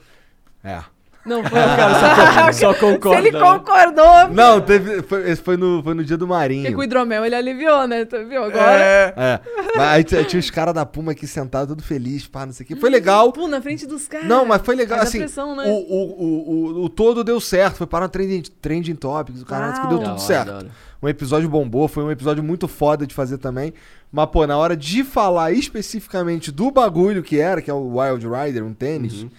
B: É.
C: [LAUGHS]
D: Não, foi, cara,
E: Só
D: Se
E: concorda.
D: ele
E: né?
D: concordou,
B: Não, teve, foi, esse foi no, foi no dia do
D: porque
B: Marinho.
D: com o hidromel ele aliviou, né? Tu viu agora?
C: É.
B: É. Mas aí t- tinha os caras da Puma aqui sentados, todo feliz, pá, não sei o quê. Foi legal.
D: Pô, na frente dos caras.
B: Não, mas foi legal,
D: É, Faz a
B: assim,
D: pressão, né?
B: o, o, o, o, o todo deu certo, foi parar no Trending, trending Topics, o caralho, isso que deu
D: Uau.
B: tudo
E: Da hora,
B: certo.
E: da hora.
B: Um episódio bombou, foi um episódio muito foda de fazer também, mas, pô, na hora de falar especificamente do bagulho que era, que é o Wild Rider, um tênis,
E: Uhum.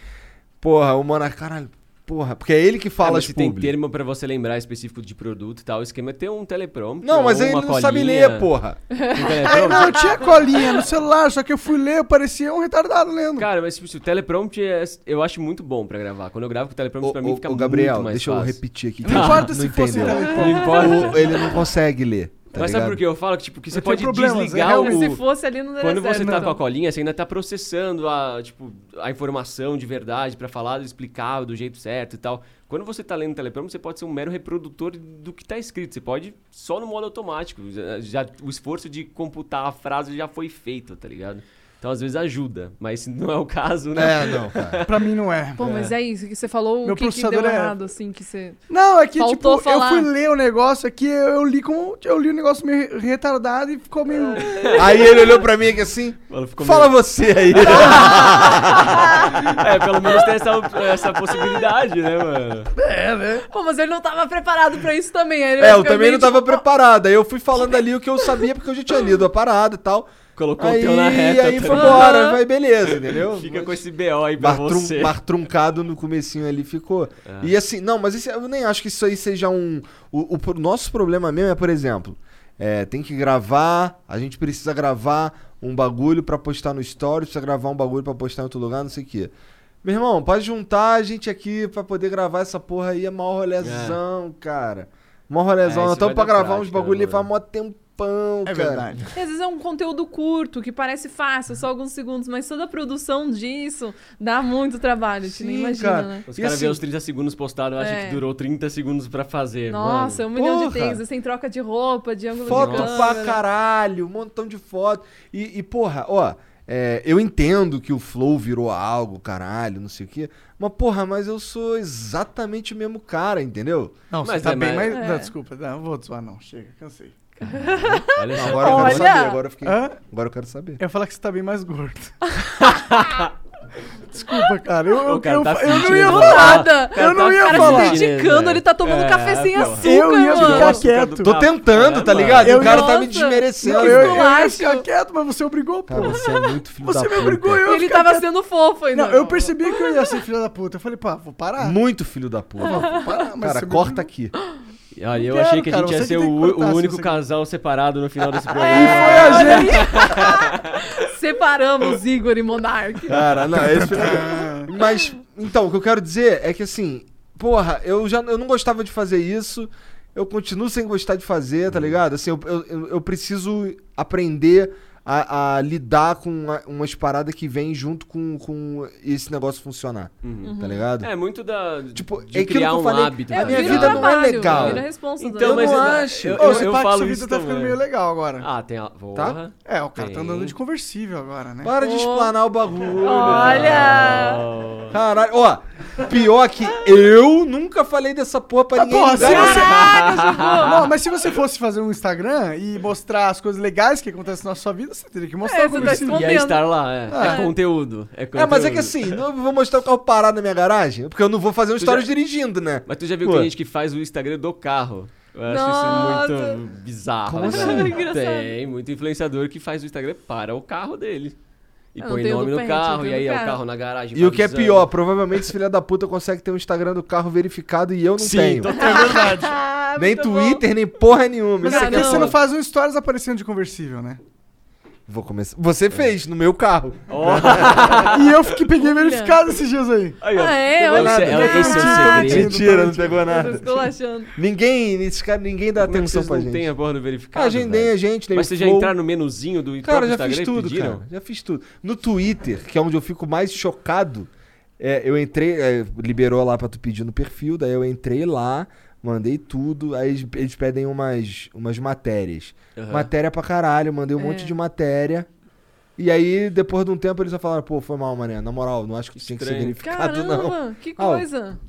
B: porra, o Monark, caralho, porra, porque é ele que
E: Ah,
B: fala
E: mas
B: as
E: se tem
B: publi.
E: termo pra você lembrar específico de produto e tal, o esquema é ter um teleprompter.
B: Não,
E: ou
B: mas aí ele
E: uma
B: não sabe
E: colinha.
B: ler, porra.
E: Um
C: Aí,
E: teleprompter.
C: não, eu tinha colinha no celular, só que eu fui ler, eu parecia um retardado lendo.
E: Cara, mas tipo, se o teleprompter é- eu acho muito bom pra gravar. Quando eu gravo com o teleprompter,
B: Ô,
E: pra mim
B: ô,
E: fica
B: ô, Gabriel,
E: muito mais
B: deixa eu
E: fácil.
B: repetir
E: [LAUGHS]
B: aqui.
C: Não importa se fosse
B: entendeu.
C: teleprompter.
E: Não importa.
B: O- um Ele não consegue ler. Tá
E: mas
B: ligado?
E: sabe por que eu falo? Que, tipo, que você
C: tenho
E: pode
C: problemas, é
E: desligar
C: real,
E: o...
D: Mas né? se fosse ali não daria
E: Quando você
D: certo,
E: tá
D: então.
E: com a colinha, você ainda tá processando a, tipo, a informação de verdade pra falar, explicar do jeito certo e tal. Quando você tá lendo o teleprompter, você pode ser um mero reprodutor do que tá escrito. Você pode só no modo automático. Já, já- o esforço de computar a frase já foi feito, tá ligado? Então, às vezes ajuda, mas [LAUGHS] se não é o caso, né?
B: É,
E: [LAUGHS]
B: não, cara.
C: [LAUGHS]
D: [LAUGHS]
C: Pra mim não é.
D: Pô, mas é isso, que você falou
C: Meu
D: o que, que deu
C: processador é-
D: errado, assim, que você...
C: Não, é que
D: Faltou
C: tipo,
D: falar.
C: eu fui ler o negócio aqui, eu, eu li como. Eu li o negócio meio retardado e ficou meio. [LAUGHS]
D: É.
B: Aí ele olhou pra mim aqui assim.
E: Ela ficou
B: Fala você
E: [LAUGHS]
B: aí.
E: meio- É, pelo menos tem essa, op- essa possibilidade, né, mano?
D: Pô, mas ele não tava preparado pra isso também. aí ele
B: é, eu
D: fica
B: também
D: meio
B: não tava
D: tipo,
B: preparado. Aí eu fui falando ali o que eu sabia porque eu já tinha lido a parada e tal.
E: colocou
B: Aí-
E: o teu na reta.
B: aí
E: tá
B: foi
E: ligado?
B: embora, vai, beleza,
E: [LAUGHS]
B: entendeu?
E: Fica com esse BO aí pra
B: Bar, trun-
E: você. É.
B: bar truncado no comecinho ali ficou. E assim, não, mas esse- eu nem acho que isso aí seja um. O, o pro- nosso problema mesmo é, por exemplo, é, tem que gravar, a gente precisa gravar um bagulho pra postar no story, precisa gravar um bagulho pra postar em outro lugar, não sei o quê. Meu irmão, pode juntar a gente aqui pra poder gravar essa porra aí, é maior rolezão, cara. Mó rolezão.
E: É,
B: Nós
E: isso
B: estamos
E: vai
B: pra
E: dar
B: gravar uns
E: prática,
B: bagulho
E: né,
B: e faz mó tempão, cara.
C: verdade.
D: Às vezes é um conteúdo curto, que parece fácil, só alguns segundos, mas toda a produção disso dá muito trabalho, a gente nem
B: Sim,
D: imagina,
B: cara.
D: né?
E: Os
B: E
E: caras
B: assim-
E: vê os 30 segundos postados, acha
D: É.
E: que durou 30 segundos pra fazer.
D: Nossa,
E: mano.
D: um milhão
B: Porra.
D: de takes, sem troca de roupa, de ângulo
B: Foto
D: de câmera.
B: pra caralho, um montão de foto. E, e, porra, ó, é, eu entendo que o Flow virou algo, caralho, não sei o quê. Mas, porra, mas eu sou exatamente o mesmo cara, entendeu?
C: Não, você
E: Mas
C: tá
E: é
C: bem,
E: mais-
C: mas.
D: É.
C: Não, desculpa, não, eu vou zoar, não. Chega,
B: [LAUGHS]
C: cansei.
E: Olha só.
B: Agora eu
D: Olha!
B: quero saber, agora eu fiquei.
C: Hã?
B: Agora eu quero saber.
C: Eu ia falar que você tá bem mais
B: [LAUGHS]
C: gordo. desculpa, cara. Eu, eu,
E: O cara
C: eu,
E: tá
C: eu não
E: sentindo
C: ia
E: revoltado.
C: falar.
D: Nada!
B: tá
C: Eu não ia
D: O cara
C: falar.
D: se dedicando, ele tá tomando
E: É,
D: café sem
E: pô.
D: açúcar,
C: Eu ia
D: mano.
C: ficar
E: Nossa, cara,
C: quieto.
E: do-
B: Tô tentando,
E: É,
B: tá
E: mano.
B: ligado? E
C: Eu-
B: o cara tá me
D: Nossa.
B: desmerecendo.
C: Não, eu, eu
B: velho.
C: ia
D: Esculacho.
C: ficar quieto, mas você obrigou, pô.
B: Cara, você é muito filho da
C: Você
B: puta.
C: me obrigou, eu ia
D: Ele
C: ficar
D: tava
C: quieto.
D: sendo fofo ainda.
C: Não, eu percebi que eu ia ser filho da puta. Eu falei, pá, vou parar.
B: Muito filho da puta.
C: parar, mas você é
B: Cara,
C: me
B: corta aqui.
E: Olha, eu
C: quero,
E: achei que a
C: cara,
E: gente ia
C: você
E: ser
C: que
E: o,
C: tem que cortar,
E: o
C: se
E: único
C: você-
E: casal separado no final
B: É,
E: desse programa.
D: É. [LAUGHS] Separamos Igor e Monark.
B: Cara, não, é esse [LAUGHS] Mas, então, o que eu quero dizer é que assim, porra, eu já eu não gostava de fazer isso. Eu continuo sem gostar de fazer,
E: Uhum.
B: tá ligado? Assim, eu, eu- eu, eu preciso aprender a, a lidar com uma- umas paradas que vêm junto com, com esse negócio funcionar. Tá ligado?
E: É muito da.
B: Tipo,
E: de
B: é aquilo que
E: criar
B: eu
E: um
B: falei,
E: hábito.
B: a
E: tá
B: minha
E: ligado?
D: vira
B: vida não é
D: trabalho,
B: legal.
D: Vira responsa do-
E: Então,
B: Eu
E: mas
B: não
E: eu-
B: acho.
E: Eu,
C: Ô,
E: eu,
C: você
E: eu
C: pá, que
E: falo
C: sua
E: isso
C: vida tá ficando
E: também.
C: meio legal agora. Tá?
E: Ah, tem a. Porra.
C: É, o cara tá
E: Tem.
C: andando de conversível agora, né?
B: Para de explanar o bagulho.
E: Ah,
D: Olha!
B: Caralho, ó, pior que eu nunca falei dessa porra pra
C: Ah,
B: ninguém.
C: porra, se
B: Cara,
C: você... Não, mas se você fosse fazer um Instagram e mostrar as coisas legais que acontecem na sua vida, você teria que mostrar
D: É,
C: o
D: você tá
C: conversível.
E: E
D: Comendo.
E: aí estar lá, é. É conteúdo. É,
B: É, mas é que
E: conteúdo.
B: assim, não eu vou mostrar o carro parado na minha garagem, porque eu não vou fazer um stories dirigindo, né?
E: Mas tu já viu
B: Pô.
E: que tem gente que faz o Instagram do carro? Eu acho
D: Nossa.
E: isso muito bizarro.
B: Como
E: velho.
D: assim? Engraçado.
E: Tem muito influenciador que faz o Instagram para o carro dele. E
D: Eu não
E: põe
D: tenho
E: nome
D: do
E: no
D: pet, eu
E: carro,
D: tenho
E: e aí
D: do
E: é o
D: carro.
E: carro na garagem.
B: E o que é
E: paralisando.
B: pior, provavelmente esse filho da puta consegue ter o Instagram do carro verificado e eu não
E: Sim,
B: tenho.
E: total-
C: [LAUGHS]
D: Ah,
B: Nem
D: muito bom.
B: Twitter, nem porra nenhuma.
C: Mas
B: Isso
C: é
B: aqui
C: que
B: é
C: você
B: foda.
C: não faz um stories aparecendo de conversível, né?
B: Vou começar. Você fez no meu carro. [LAUGHS]
C: E eu fiquei, peguei verificado esses dias aí.
E: Aí, ó.
D: Ah, é?
E: Ela-
D: Olha
E: ela, tem seu
C: Mentira,
E: segredo.
B: Mentira, não pegou
D: Tô
B: nada.
D: esculachando.
B: Ninguém, esses caras, ninguém dá
E: Como é que
B: atenção
E: vocês
B: pra
E: não tem
B: gente.
E: a porra do verificado,
B: A gente nem a
E: velho?
B: gente, nem
E: Mas
B: o
E: vocês já
B: Flow.
E: entraram no menuzinho do
B: Cara,
E: próprio
B: já
E: Instagram
B: fiz
E: e
B: tudo,
E: pediram?
B: cara. Já fiz tudo. No Twitter, que é onde eu fico mais chocado, é, eu entrei, é, liberou lá pra tu pedir no perfil, daí eu entrei lá, mandei tudo, aí eles, eles pedem umas, umas matérias.
E: Aham.
B: Matéria pra caralho, mandei um
D: É.
B: monte de matéria. E aí, depois de um tempo, eles já falaram, pô, foi mal, mané. Na moral, não acho que tinha que ser
E: Estranho.
B: verificado, não.
D: Caramba, que
B: Ah, ó.
D: coisa.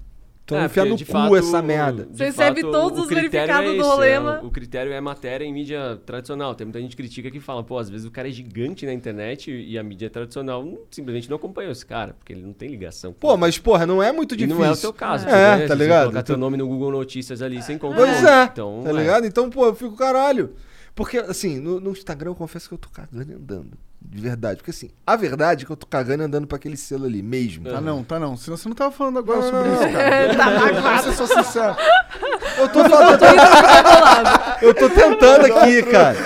B: Então
E: É,
B: enfia
E: porque,
B: no
E: de
B: cu
E: fato,
B: essa merda.
E: de
D: Você recebe
E: fato,
D: todos
E: o
D: os
E: critério
D: verificados
E: é
D: do
E: esse,
D: rolê,
E: é,
D: né?
E: O critério é matéria em mídia tradicional. Tem muita gente que critica que fala, pô, às vezes o cara é gigante na internet e a mídia tradicional não- simplesmente não acompanha esse cara, porque ele não tem ligação. com
B: Pô,
E: ele.
B: mas porra, não é muito
E: E
B: difícil.
E: não é o teu caso.
B: É,
E: tu
B: tá
E: Se você
B: ligado?
E: colocar teu
B: Tu-
E: nome no Google Notícias ali, sem conta.
B: Pois é,
E: Então,
B: tá
E: é.
B: ligado? Então, pô, eu fico caralho. Porque, assim, no, no Instagram eu confesso que eu tô cagando e andando. De verdade. Porque, assim, a verdade é que eu tô cagando e andando pra aquele selo ali mesmo.
C: Tá não, tá não. Senão você não tava falando agora
B: Não,
C: sobre
B: não,
C: isso,
B: não. [LAUGHS]
C: cara.
D: [LAUGHS]
C: tá magoado. [LAUGHS] Eu sou sincero.
B: Eu tô falando.
C: [LAUGHS]
B: eu tô tentando aqui, cara.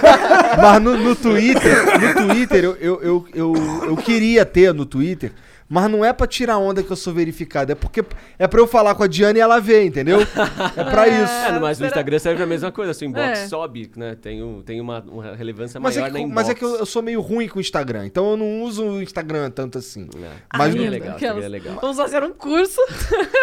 B: Mas no, no Twitter, no Twitter, eu, eu, eu, eu, eu queria ter no Twitter. Mas não é pra tirar onda que eu sou verificado, é porque é pra eu falar com a Diana e ela ver, entendeu? É pra isso.
E: [LAUGHS] É, mas o Instagram serve pra mesma coisa. Seu inbox
D: É.
E: sobe, né? Tem, um, tem uma, uma relevância
B: Mas
E: Tá maior
B: é,
E: na
B: que,
E: inbox.
B: mas é que eu, eu sou meio ruim com o Instagram, então eu não uso o Instagram tanto assim.
E: É.
B: Mas-
E: Seria
D: Ainda,
E: legal,
D: aquelas-
E: seria legal.
D: Vamos fazer um curso.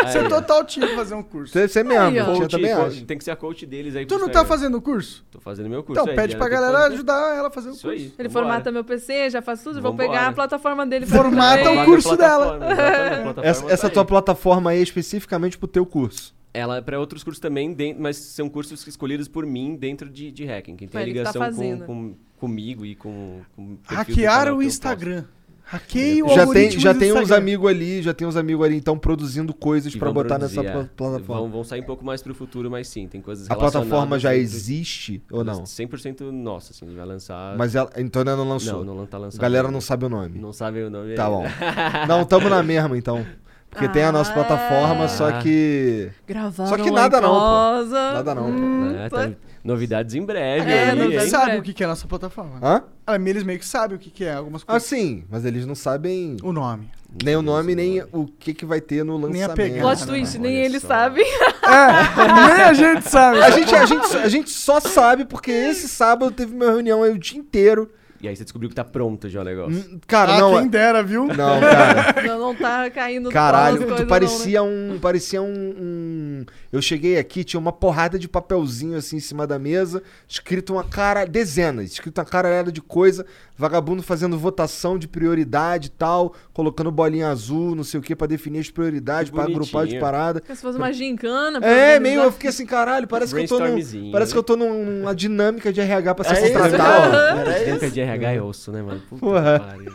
C: Você é total tinha que fazer um curso.
B: Você, você é mesmo,
D: Aí, ó.
B: eu
E: Coach,
B: também
E: co-
B: acho.
E: tem que ser a coach deles aí.
C: Tu
E: pro
C: não tá
E: Instagram.
C: fazendo o curso?
E: Tô fazendo meu curso.
C: Então,
E: é,
C: pede pra
E: Diana, tem
C: galera
E: que fazer.
C: ajudar ela a fazer o
E: Isso
C: curso.
E: aí.
D: Ele
E: vambora.
D: formata meu PC, já faz tudo, vou
E: Vambora.
D: pegar a plataforma dele.
C: Formata
D: também.
C: o curso dela.
E: Plataforma, exatamente, a plataforma
B: Essa,
E: tá
B: essa
E: aí.
B: tua plataforma aí é especificamente pro teu curso.
E: Ela é pra outros cursos também, den- mas são cursos escolhidos por mim dentro de, de hacking. Quem tem
D: Mas ele que tá
E: ligação com,
D: fazendo.
B: Ah,
E: com- comigo e com. com o perfil do canal
C: Hackearam
E: que eu
C: o
E: posto.
C: Instagram. Hackeia o
B: já tem,
C: algoritmo
B: já
C: do
B: tem uns
C: Instagram.
B: amigos ali, já tem uns amigos ali, então, produzindo coisas
E: que
B: pra
E: vão
B: botar
E: produzir,
B: nessa
E: é.
B: pla- plataforma.
E: Vão, vão sair um pouco mais pro futuro, mas sim, tem coisas
B: A plataforma
E: relacionadas
B: já
E: junto.
B: existe ou não?
E: 100% nossa, assim, a gente vai lançar...
B: Mas ela, então ela não lançou.
E: Não, não tá lançado.
B: Galera não sabe o nome.
E: Não sabe o nome
B: Tá
E: [LAUGHS]
B: bom.
E: ainda.
B: Não, tamo na mesma então. Porque tem a nossa plataforma, só
E: Ah.
B: que.
D: Gravaram
B: Só que nada
D: em
B: não, pô.
D: casa.
B: Nada não,
D: Hum,
B: pô.
E: É, tá- Novidades em breve.
C: É,
E: aí,
C: não
E: hein?
C: sabe o que que é a nossa plataforma.
B: Hã?
C: Ah, mas eles meio que sabem o que que é algumas
B: Ah,
C: coisas.
B: sim, mas eles não sabem
C: O nome.
B: nem o nome, nem o que, que vai ter no
C: Nem a
B: lançamento.
C: pegada.
D: Plot twist, nem ele sabe.
C: É, [LAUGHS] nem a gente sabe.
B: A gente, a, gente, a gente só sabe porque esse sábado teve uma reunião aí o dia inteiro.
E: E aí você descobriu que tá pronto já o negócio.
B: Hum, Cara,
C: Ah,
B: não.
C: quem dera, viu?
E: [LAUGHS]
B: Não, cara.
D: [LAUGHS] Não, não tá caindo todas as
B: Caralho, tu
D: coisas, né?
B: parecia um. Parecia um, um- Eu cheguei aqui, tinha uma porrada de papelzinho assim em cima da mesa, escrito uma cara. Dezenas, escrito uma caralhada de coisa, vagabundo fazendo votação de prioridade e tal, colocando bolinha azul, não sei o que, pra definir as prioridades,
E: Que
B: pra agrupar as
E: bonitinho.
B: paradas.
D: não, né? Se fosse uma gincana. pra
B: É,
D: organizar.
B: meio eu fiquei assim, caralho, parece que eu tô num,
E: Brainstormzinho,
B: parece
E: né?
B: que eu tô num- numa dinâmica de RH pra ser
F: É isso,
B: contratado.
F: cara, é
E: Dinâmica
F: isso.
E: de RH é osso, né, mano? Puta
B: Porra.
E: que pariu.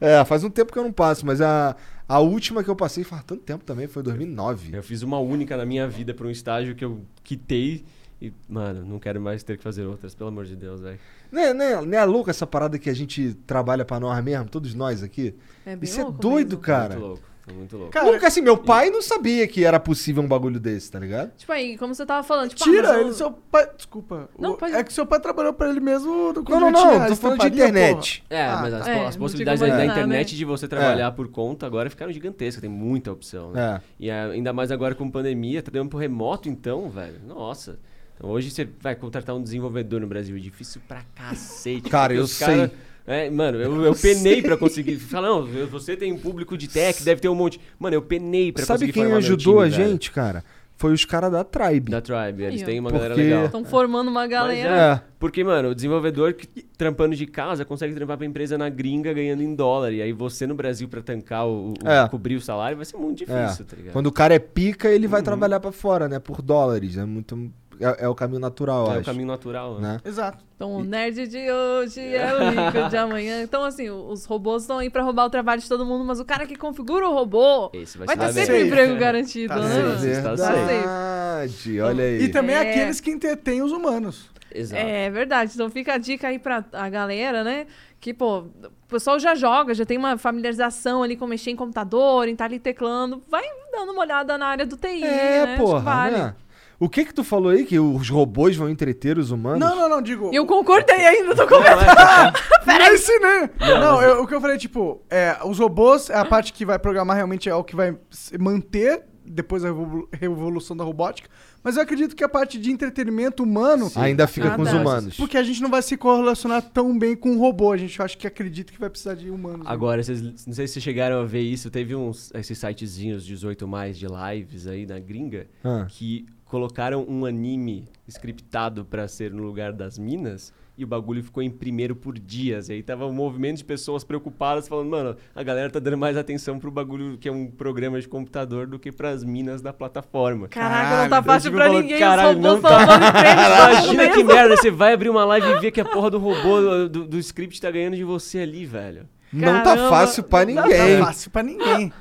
B: É, faz um tempo que eu não passo, mas a, a última que eu passei faz tanto tempo também, foi em 2009.
E: Eu fiz uma única na minha vida pra um estágio que eu quitei e, mano, não quero mais ter que fazer outras, pelo amor de Deus, velho.
B: Né, né, né é louco essa parada que a gente trabalha pra nós mesmo, todos nós aqui?
D: É bem
B: Isso é
D: louco
B: doido,
D: mesmo.
B: cara.
E: Muito louco, foi muito louco.
C: Cara,
B: Nunca assim, meu pai não sabia que era possível um bagulho desse, tá ligado?
D: Tipo aí, como você tava falando. Tipo, ah,
C: Tira,
D: mas eu-
C: ele, seu pai. Desculpa.
D: Não,
C: O-
D: pode-
C: É que seu pai trabalhou pra ele mesmo do
B: Não, não, não, tô falando de internet.
E: É,
C: Ah,
E: mas as,
D: tá.
E: po-
D: É,
E: as
D: não
E: possibilidades
D: digo
E: da,
D: mais
E: da
D: nada,
E: internet
D: né?
E: de você trabalhar por conta agora ficaram gigantescas, tem muita opção, né? E ah, ainda mais agora com pandemia, tá dando pro remoto então, velho. Nossa. Então, hoje você vai contratar um desenvolvedor no Brasil, é difícil pra cacete.
B: Cara,
E: porque
B: eu
E: os cara-
B: sei.
E: É, mano, [LAUGHS] eu, eu penei pra conseguir. Fala, não, você tem um público de tech, deve ter um monte. Mano, eu penei pra
B: Sabe
E: conseguir
B: quem
E: formar meu
B: ajudou
E: time,
B: a
E: velho.
B: gente, cara? Foi os caras da Tribe.
E: Da Tribe, eles
D: Aí, ó.
E: têm uma galera
B: Porque-
E: legal.
D: Estão formando uma galera.
B: É.
E: Porque, mano, o desenvolvedor que trampando de casa consegue trampar pra empresa na gringa ganhando em dólar. E aí você no Brasil pra tancar o, o-
B: É.
E: cobrir o salário vai ser muito
B: É.
E: difícil, tá ligado? Uhum.
B: Quando o cara é pica, ele vai trabalhar pra fora, né? Por dólares. É muito. É, é o caminho natural, eu
E: é
B: acho.
E: o caminho natural, né?
B: né?
C: É. Exato.
D: Então o nerd de hoje
E: [LAUGHS]
D: é o rico de amanhã. Então, assim, o- os robôs estão aí pra roubar o trabalho de todo mundo, mas o cara que configura o robô
E: Esse vai,
D: vai
E: ser
B: Tá
D: ter
E: a
D: sempre
E: merda.
D: emprego garantido,
C: Tá
D: né?
C: safe.
D: mano?
E: Tá
B: Verdade, olha aí.
C: E também
D: É.
C: aqueles que entretêm os humanos.
E: Exato.
D: É verdade. Então fica a dica aí pra a galera, né? Que, pô, o pessoal já joga, já tem uma familiarização ali com mexer em computador, em estar ali teclando. Vai dando uma olhada na área do TI,
B: É,
D: né?
B: porra,
D: Acho que vale.
B: né? O que que tu falou aí? Que os robôs vão entreter os humanos?
C: Não, não, não, digo.
D: Eu concordei ainda, tô com
C: é,
D: [LAUGHS]
C: Não ensinei. Não, eu- o que eu falei, tipo, é, os robôs, a parte que vai programar realmente é o que vai se manter depois da revolu- revolução da robótica. Mas eu acredito que a parte de entretenimento humano.
B: Ainda fica
D: Ah,
B: com os
D: tá.
B: humanos.
C: Porque a gente não vai se correlacionar tão bem com o robô. A gente eu acho que acredita que vai precisar de
D: né?
C: humanos.
E: Agora, vocês, não sei se vocês chegaram a ver isso, teve uns esses sitezinhos 18 mais de lives aí na gringa
B: Ah.
E: que colocaram um anime scriptado pra ser no lugar das minas. E o bagulho ficou em primeiro por dias. E aí tava um movimento de pessoas preocupadas, falando, mano, a galera tá dando mais atenção pro bagulho que é um programa de computador do que pras minas da plataforma.
D: Caraca, não tá fácil
E: tipo,
D: pra
E: falando,
D: ninguém.
E: "Caralho,
D: os
E: não
D: robôs
E: tá-
D: salvando
E: [LAUGHS]
D: emprego de todo mundo
E: Imagina que
D: mesmo.
E: merda, você vai abrir uma live e ver que a porra do robô, do, do script tá ganhando de você ali, velho.
B: Não tá
D: Caramba,
B: fácil pra
C: Não
B: ninguém.
C: tá fácil pra ninguém.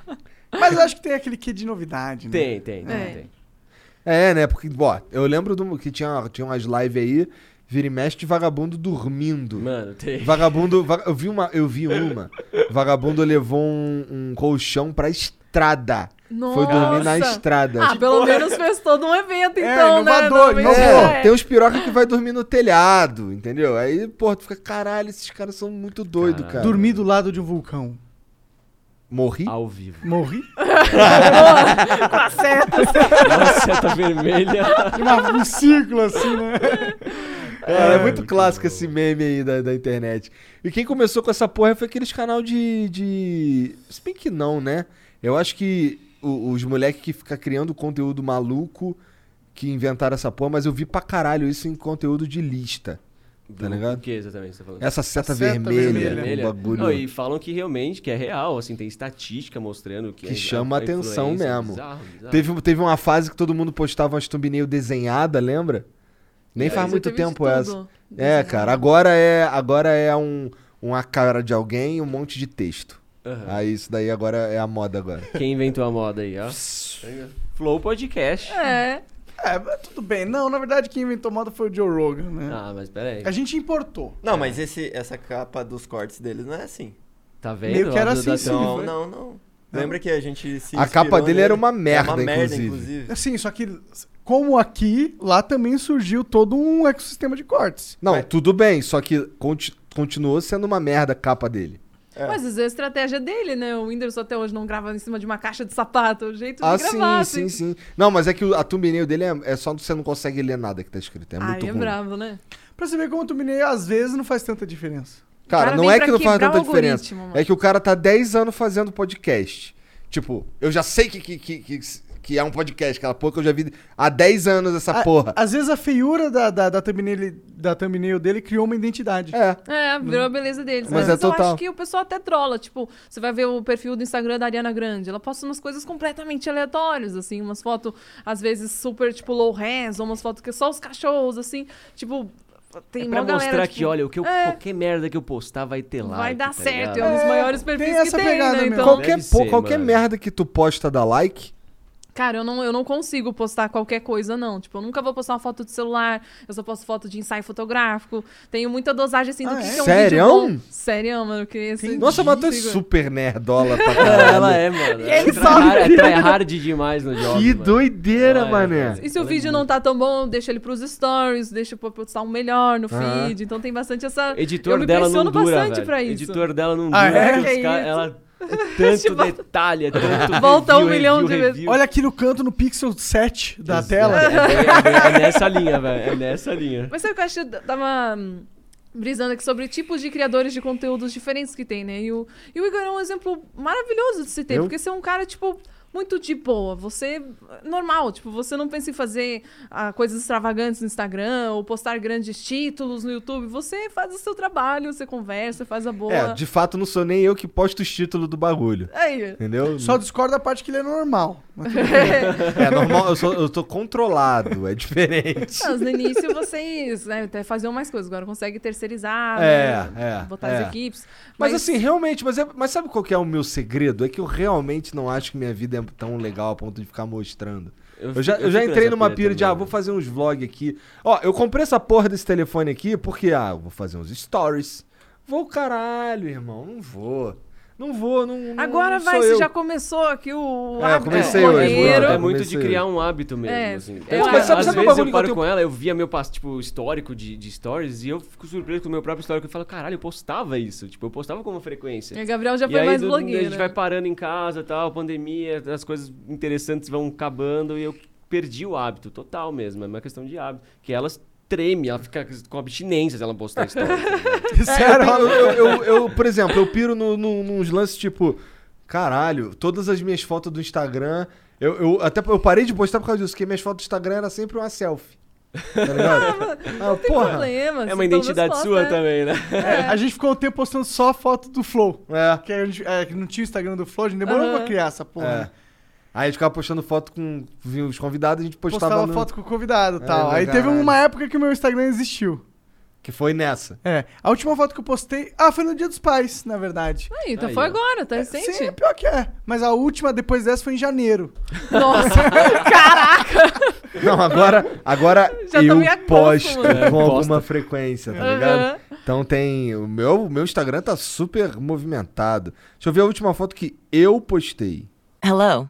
C: Mas eu acho que tem aquele quê de novidade, né?
E: Tem, tem, tem,
D: É.
E: tem.
B: É, né? Porque, bó, eu lembro do, que tinha, tinha umas lives aí, vira e mexe de vagabundo dormindo.
E: Mano, tem.
B: Vagabundo. va- eu, vi uma, eu vi uma. Vagabundo levou um, um colchão pra estrada. Foi dormir na
D: Nossa.
B: estrada.
D: Ah, pelo menos fez todo um evento,
C: É,
D: então, né?
C: inovador,
D: Não, mas-
B: É,
D: é.
B: tem uns piroca que vai dormir no telhado, entendeu? Aí, pô, tu fica, caralho, esses caras são muito doidos,
E: Caralho.
B: cara.
C: Dormir do lado de um [LAUGHS] vulcão.
B: Morri?
E: Ao vivo. [LAUGHS]
C: Morri?
E: Uma seta vermelha.
C: De assim. [LAUGHS] uma- um círculo assim, né?
B: [LAUGHS] Cara, é, muito
E: muito
B: clássico
E: bom.
B: esse meme aí da, da internet. E quem começou com essa porra foi aqueles canal de. de... Se bem que não, né? Eu acho que o- os moleques que ficam criando conteúdo maluco que inventaram essa porra, mas eu vi pra caralho isso em conteúdo de lista. Tá ligado?
E: O que exatamente você tá falando?
B: Essa seta,
C: seta
B: vermelha,
E: Vermelha.
B: um bagulho.
E: Não, e falam que realmente, que é real, assim, tem estatística mostrando que... é
B: Que chama atenção
E: influência, é
B: mesmo.
E: bizarro, bizarro.
B: Teve, um- teve uma fase que todo mundo postava umas thumbnail desenhada, lembra? Nem
E: É,
B: faz
E: isso
D: eu
B: muito
D: tive de
B: tempo
D: tudo.
B: essa. É, cara, agora é, agora é um, uma cara de alguém e um monte de texto. Aí isso daí agora é a moda agora.
E: Quem inventou a moda aí, ó? É Flow Podcast.
D: É.
C: É, mas tudo bem. Não, na verdade, quem inventou moda foi o Joe Rogan, né?
E: Ah, mas peraí.
C: A gente importou.
F: Não, mas esse, essa capa dos cortes deles não é assim.
E: Tá vendo?
C: Meio que era
E: A
C: assim,
E: da-
C: sim.
F: Não,
C: foi.
F: não, não. Lembra que a gente se
B: É. A capa
F: inspirou
B: dele
F: nele?
B: era uma
F: É
B: merda,
F: uma merda,
B: inclusive.
F: inclusive.
C: Assim, só que como aqui, lá também surgiu todo um ecossistema de cortes.
B: Não, tudo bem, só que conti- continuou sendo uma merda a capa dele.
D: Mas isso é a estratégia dele, né? O Whindersson até hoje não grava em cima de uma caixa de sapato. O jeito de
B: Ah, sim,
D: gravar, assim.
B: sim, sim. Não, mas é que o- a thumbnail dele é, é só você não consegue ler nada que tá escrito. É muito
D: Ai, é
B: ruim.
D: bravo, né?
C: Pra você ver como o thumbnail às vezes não faz tanta diferença.
B: Cara,
D: cara
B: não
D: vem
B: é
D: pra
B: que não faz
D: quebrar o
B: tanta diferença.
D: algoritmo, mano.
B: É que o cara tá 10 anos fazendo podcast. Tipo, eu já sei que, que, que, que, que é um podcast, aquela porra que eu já vi há 10 anos É assim. essa
C: A-
B: porra.
C: Às vezes a feiura da, da, da, thumbnail, da thumbnail dele criou uma identidade.
B: É.
D: É, virou a beleza deles. né?
B: Mas
D: Mas,
B: é
D: eu
B: total.
D: acho que o pessoal até trola. Tipo, você vai ver o perfil do Instagram da Ariana Grande. Ela posta umas coisas completamente aleatórias, assim. Umas fotos, às vezes, super, tipo, low res. Ou umas fotos que é só os cachorros, assim. Tipo, tem
E: É
D: uma
E: pra
D: galera...
E: mostrar
D: tipo,
E: que, olha, o que eu,
D: é.
E: qualquer merda que eu postar vai ter tá lá.
D: Vai dar certo. É um
E: Eu...
D: dos
C: É,
D: maiores
C: tem
D: perfis
C: essa
D: que tem,
C: pegada
D: né?
C: mesmo.
D: Então,
B: qualquer
E: Deve
B: porra,
E: ser,
B: qualquer
E: mano.
B: merda que tu posta dá like.
D: Cara, eu não, eu não consigo postar qualquer coisa, não. Tipo, eu nunca vou postar uma foto de celular, eu só posto foto de ensaio fotográfico. Tenho muita dosagem, assim, do
C: Ah,
D: que,
C: é?
D: que é um
B: Sério?
D: vídeo bom. Sério, mano, que assim...
B: Nossa, mas tu é
D: digo-
B: super nerdola
D: [LAUGHS]
B: pra caralho.
E: Ela é, mano.
C: E ele
E: é
C: sabe.
E: tryhard- É tryhard demais no jogo.
B: Que
E: mano.
B: doideira,
E: Ela é,
B: mané.
E: mano.
D: E se o
E: Ela é
D: vídeo não tá tão bom, deixa ele pros stories, deixa pra postar um melhor no
B: Aham.
D: feed. Então tem bastante essa. eu
E: Editor
D: me
E: dela não
D: pressiono
E: dura,
D: bastante
E: velho.
D: pra isso.
E: Editor dela não dura.
C: Ah, é?
E: porque os
D: Que
E: cara-
D: isso? [LAUGHS]
E: ela é tanto detalhe, é tanto
D: Volta
E: review,
D: um milhão
E: review,
D: de vezes.
E: review.
C: Olha aqui no canto, no pixel 7 da
E: Exato.
C: tela.
E: É, é, é nessa linha, velho. É nessa linha.
D: Mas sabe o que eu acho? Eu Tava hum, brisando aqui sobre tipos de criadores de conteúdos diferentes que tem, né? E o, e o Igor é um exemplo maravilhoso de se ter,
B: Eu?
D: porque você é um cara, tipo. Muito de boa, você. normal, tipo, você não pensa em fazer ah, coisas extravagantes no Instagram ou postar grandes títulos no YouTube. Você faz o seu trabalho, você conversa, faz a boa.
B: É, de fato não sou nem eu que posto os títulos do bagulho.
D: Aí.
B: Entendeu?
C: Só discorda da parte que ele é normal.
B: É normal, eu, sou, eu tô controlado, é diferente.
D: Mas no início vocês né, até faziam mais coisas, agora consegue terceirizar,
B: É,
D: né,
B: é,
D: botar
B: é.
D: as equipes.
B: Mas, assim, realmente, mas, é- mas sabe qual que é o meu segredo? É que eu realmente não acho que minha vida é tão legal a ponto de ficar mostrando. Eu já, eu já
E: fico
B: entrei
E: nessa
B: numa
E: pira
B: pira de, ah,
E: também,
B: vou
E: velho.
B: fazer uns vlogs aqui. Ó, eu comprei essa porra desse telefone aqui porque, ah, eu vou fazer uns stories. Vou caralho, irmão, não vou. Não vou, não. não
D: Agora
B: não
D: vai,
B: sou
D: você
B: eu.
D: já começou aqui o.
B: É,
D: hábito
B: comecei
D: do
B: hoje,
D: blogueiro.
B: Brother,
E: É muito de
B: comecei.
E: criar um hábito mesmo,
D: É.
E: assim.
D: É,
E: Tanto
D: mas
E: que,
D: sabe-
E: às
B: sabe o
E: vezes
B: bagulho
E: eu
B: que
E: paro
B: eu tenho-
E: com ela, eu via meu passo, tipo, histórico de, de stories e eu fico surpreso com o meu próprio histórico. Eu falo, caralho, eu postava isso. Tipo, eu postava com uma frequência.
D: E o Gabriel já
E: E
D: foi
E: aí,
D: mais né?
E: do-
D: blogueiro.
E: A gente vai parando em casa, tal, pandemia, as coisas interessantes vão acabando e eu perdi o hábito total mesmo. É uma questão de hábito. Que elas tremem, ela fica com abstinência se ela postar tá história.
B: [LAUGHS]
D: [LAUGHS] É,
B: Sério, É, eu, eu- eu- eu, por exemplo, eu piro no, no- nos lances tipo, caralho, todas as minhas fotos do Instagram. Eu, eu- até eu parei de postar por causa disso, porque minhas fotos do Instagram era sempre uma selfie. Tá
C: Ah,
B: ligado? ah,
D: [LAUGHS] Não tem
B: porra.
D: problema,
E: é
D: você
E: uma
D: pelo menos
E: identidade
D: posta,
E: sua
D: né?
E: também, né?
C: A gente ficou um tempo postando só foto do Flow.
B: É.
C: Que a gente, é, que não tinha o Instagram do Flow, a gente demorou
D: Aham.
C: pra criar essa porra.
B: É. Aí a gente ficava postando foto com vinha os convidados, a gente postava,
C: Postava
B: no-
C: foto com o convidado e
B: É,
C: tal. Aí
B: legal.
C: teve uma época que o meu Instagram existiu.
B: que foi nessa.
C: É. A última foto que eu postei. Ah, foi no Dia dos Pais, na verdade.
D: Aí, então
E: Aí,
D: foi
E: ó.
D: agora, tá recente?
C: Sim, pior que é. Mas a última depois dessa foi em janeiro. [LAUGHS]
D: Nossa,
B: Não, agora, agora
D: [LAUGHS] Já tá tô
B: eu
D: me aposto,
B: posto
E: mano.
B: com
E: É,
B: alguma frequência, tá ligado?
D: Aham.
B: Então tem. O meu, o meu Instagram tá super movimentado. Deixa eu ver a última foto que eu postei.
G: Hello,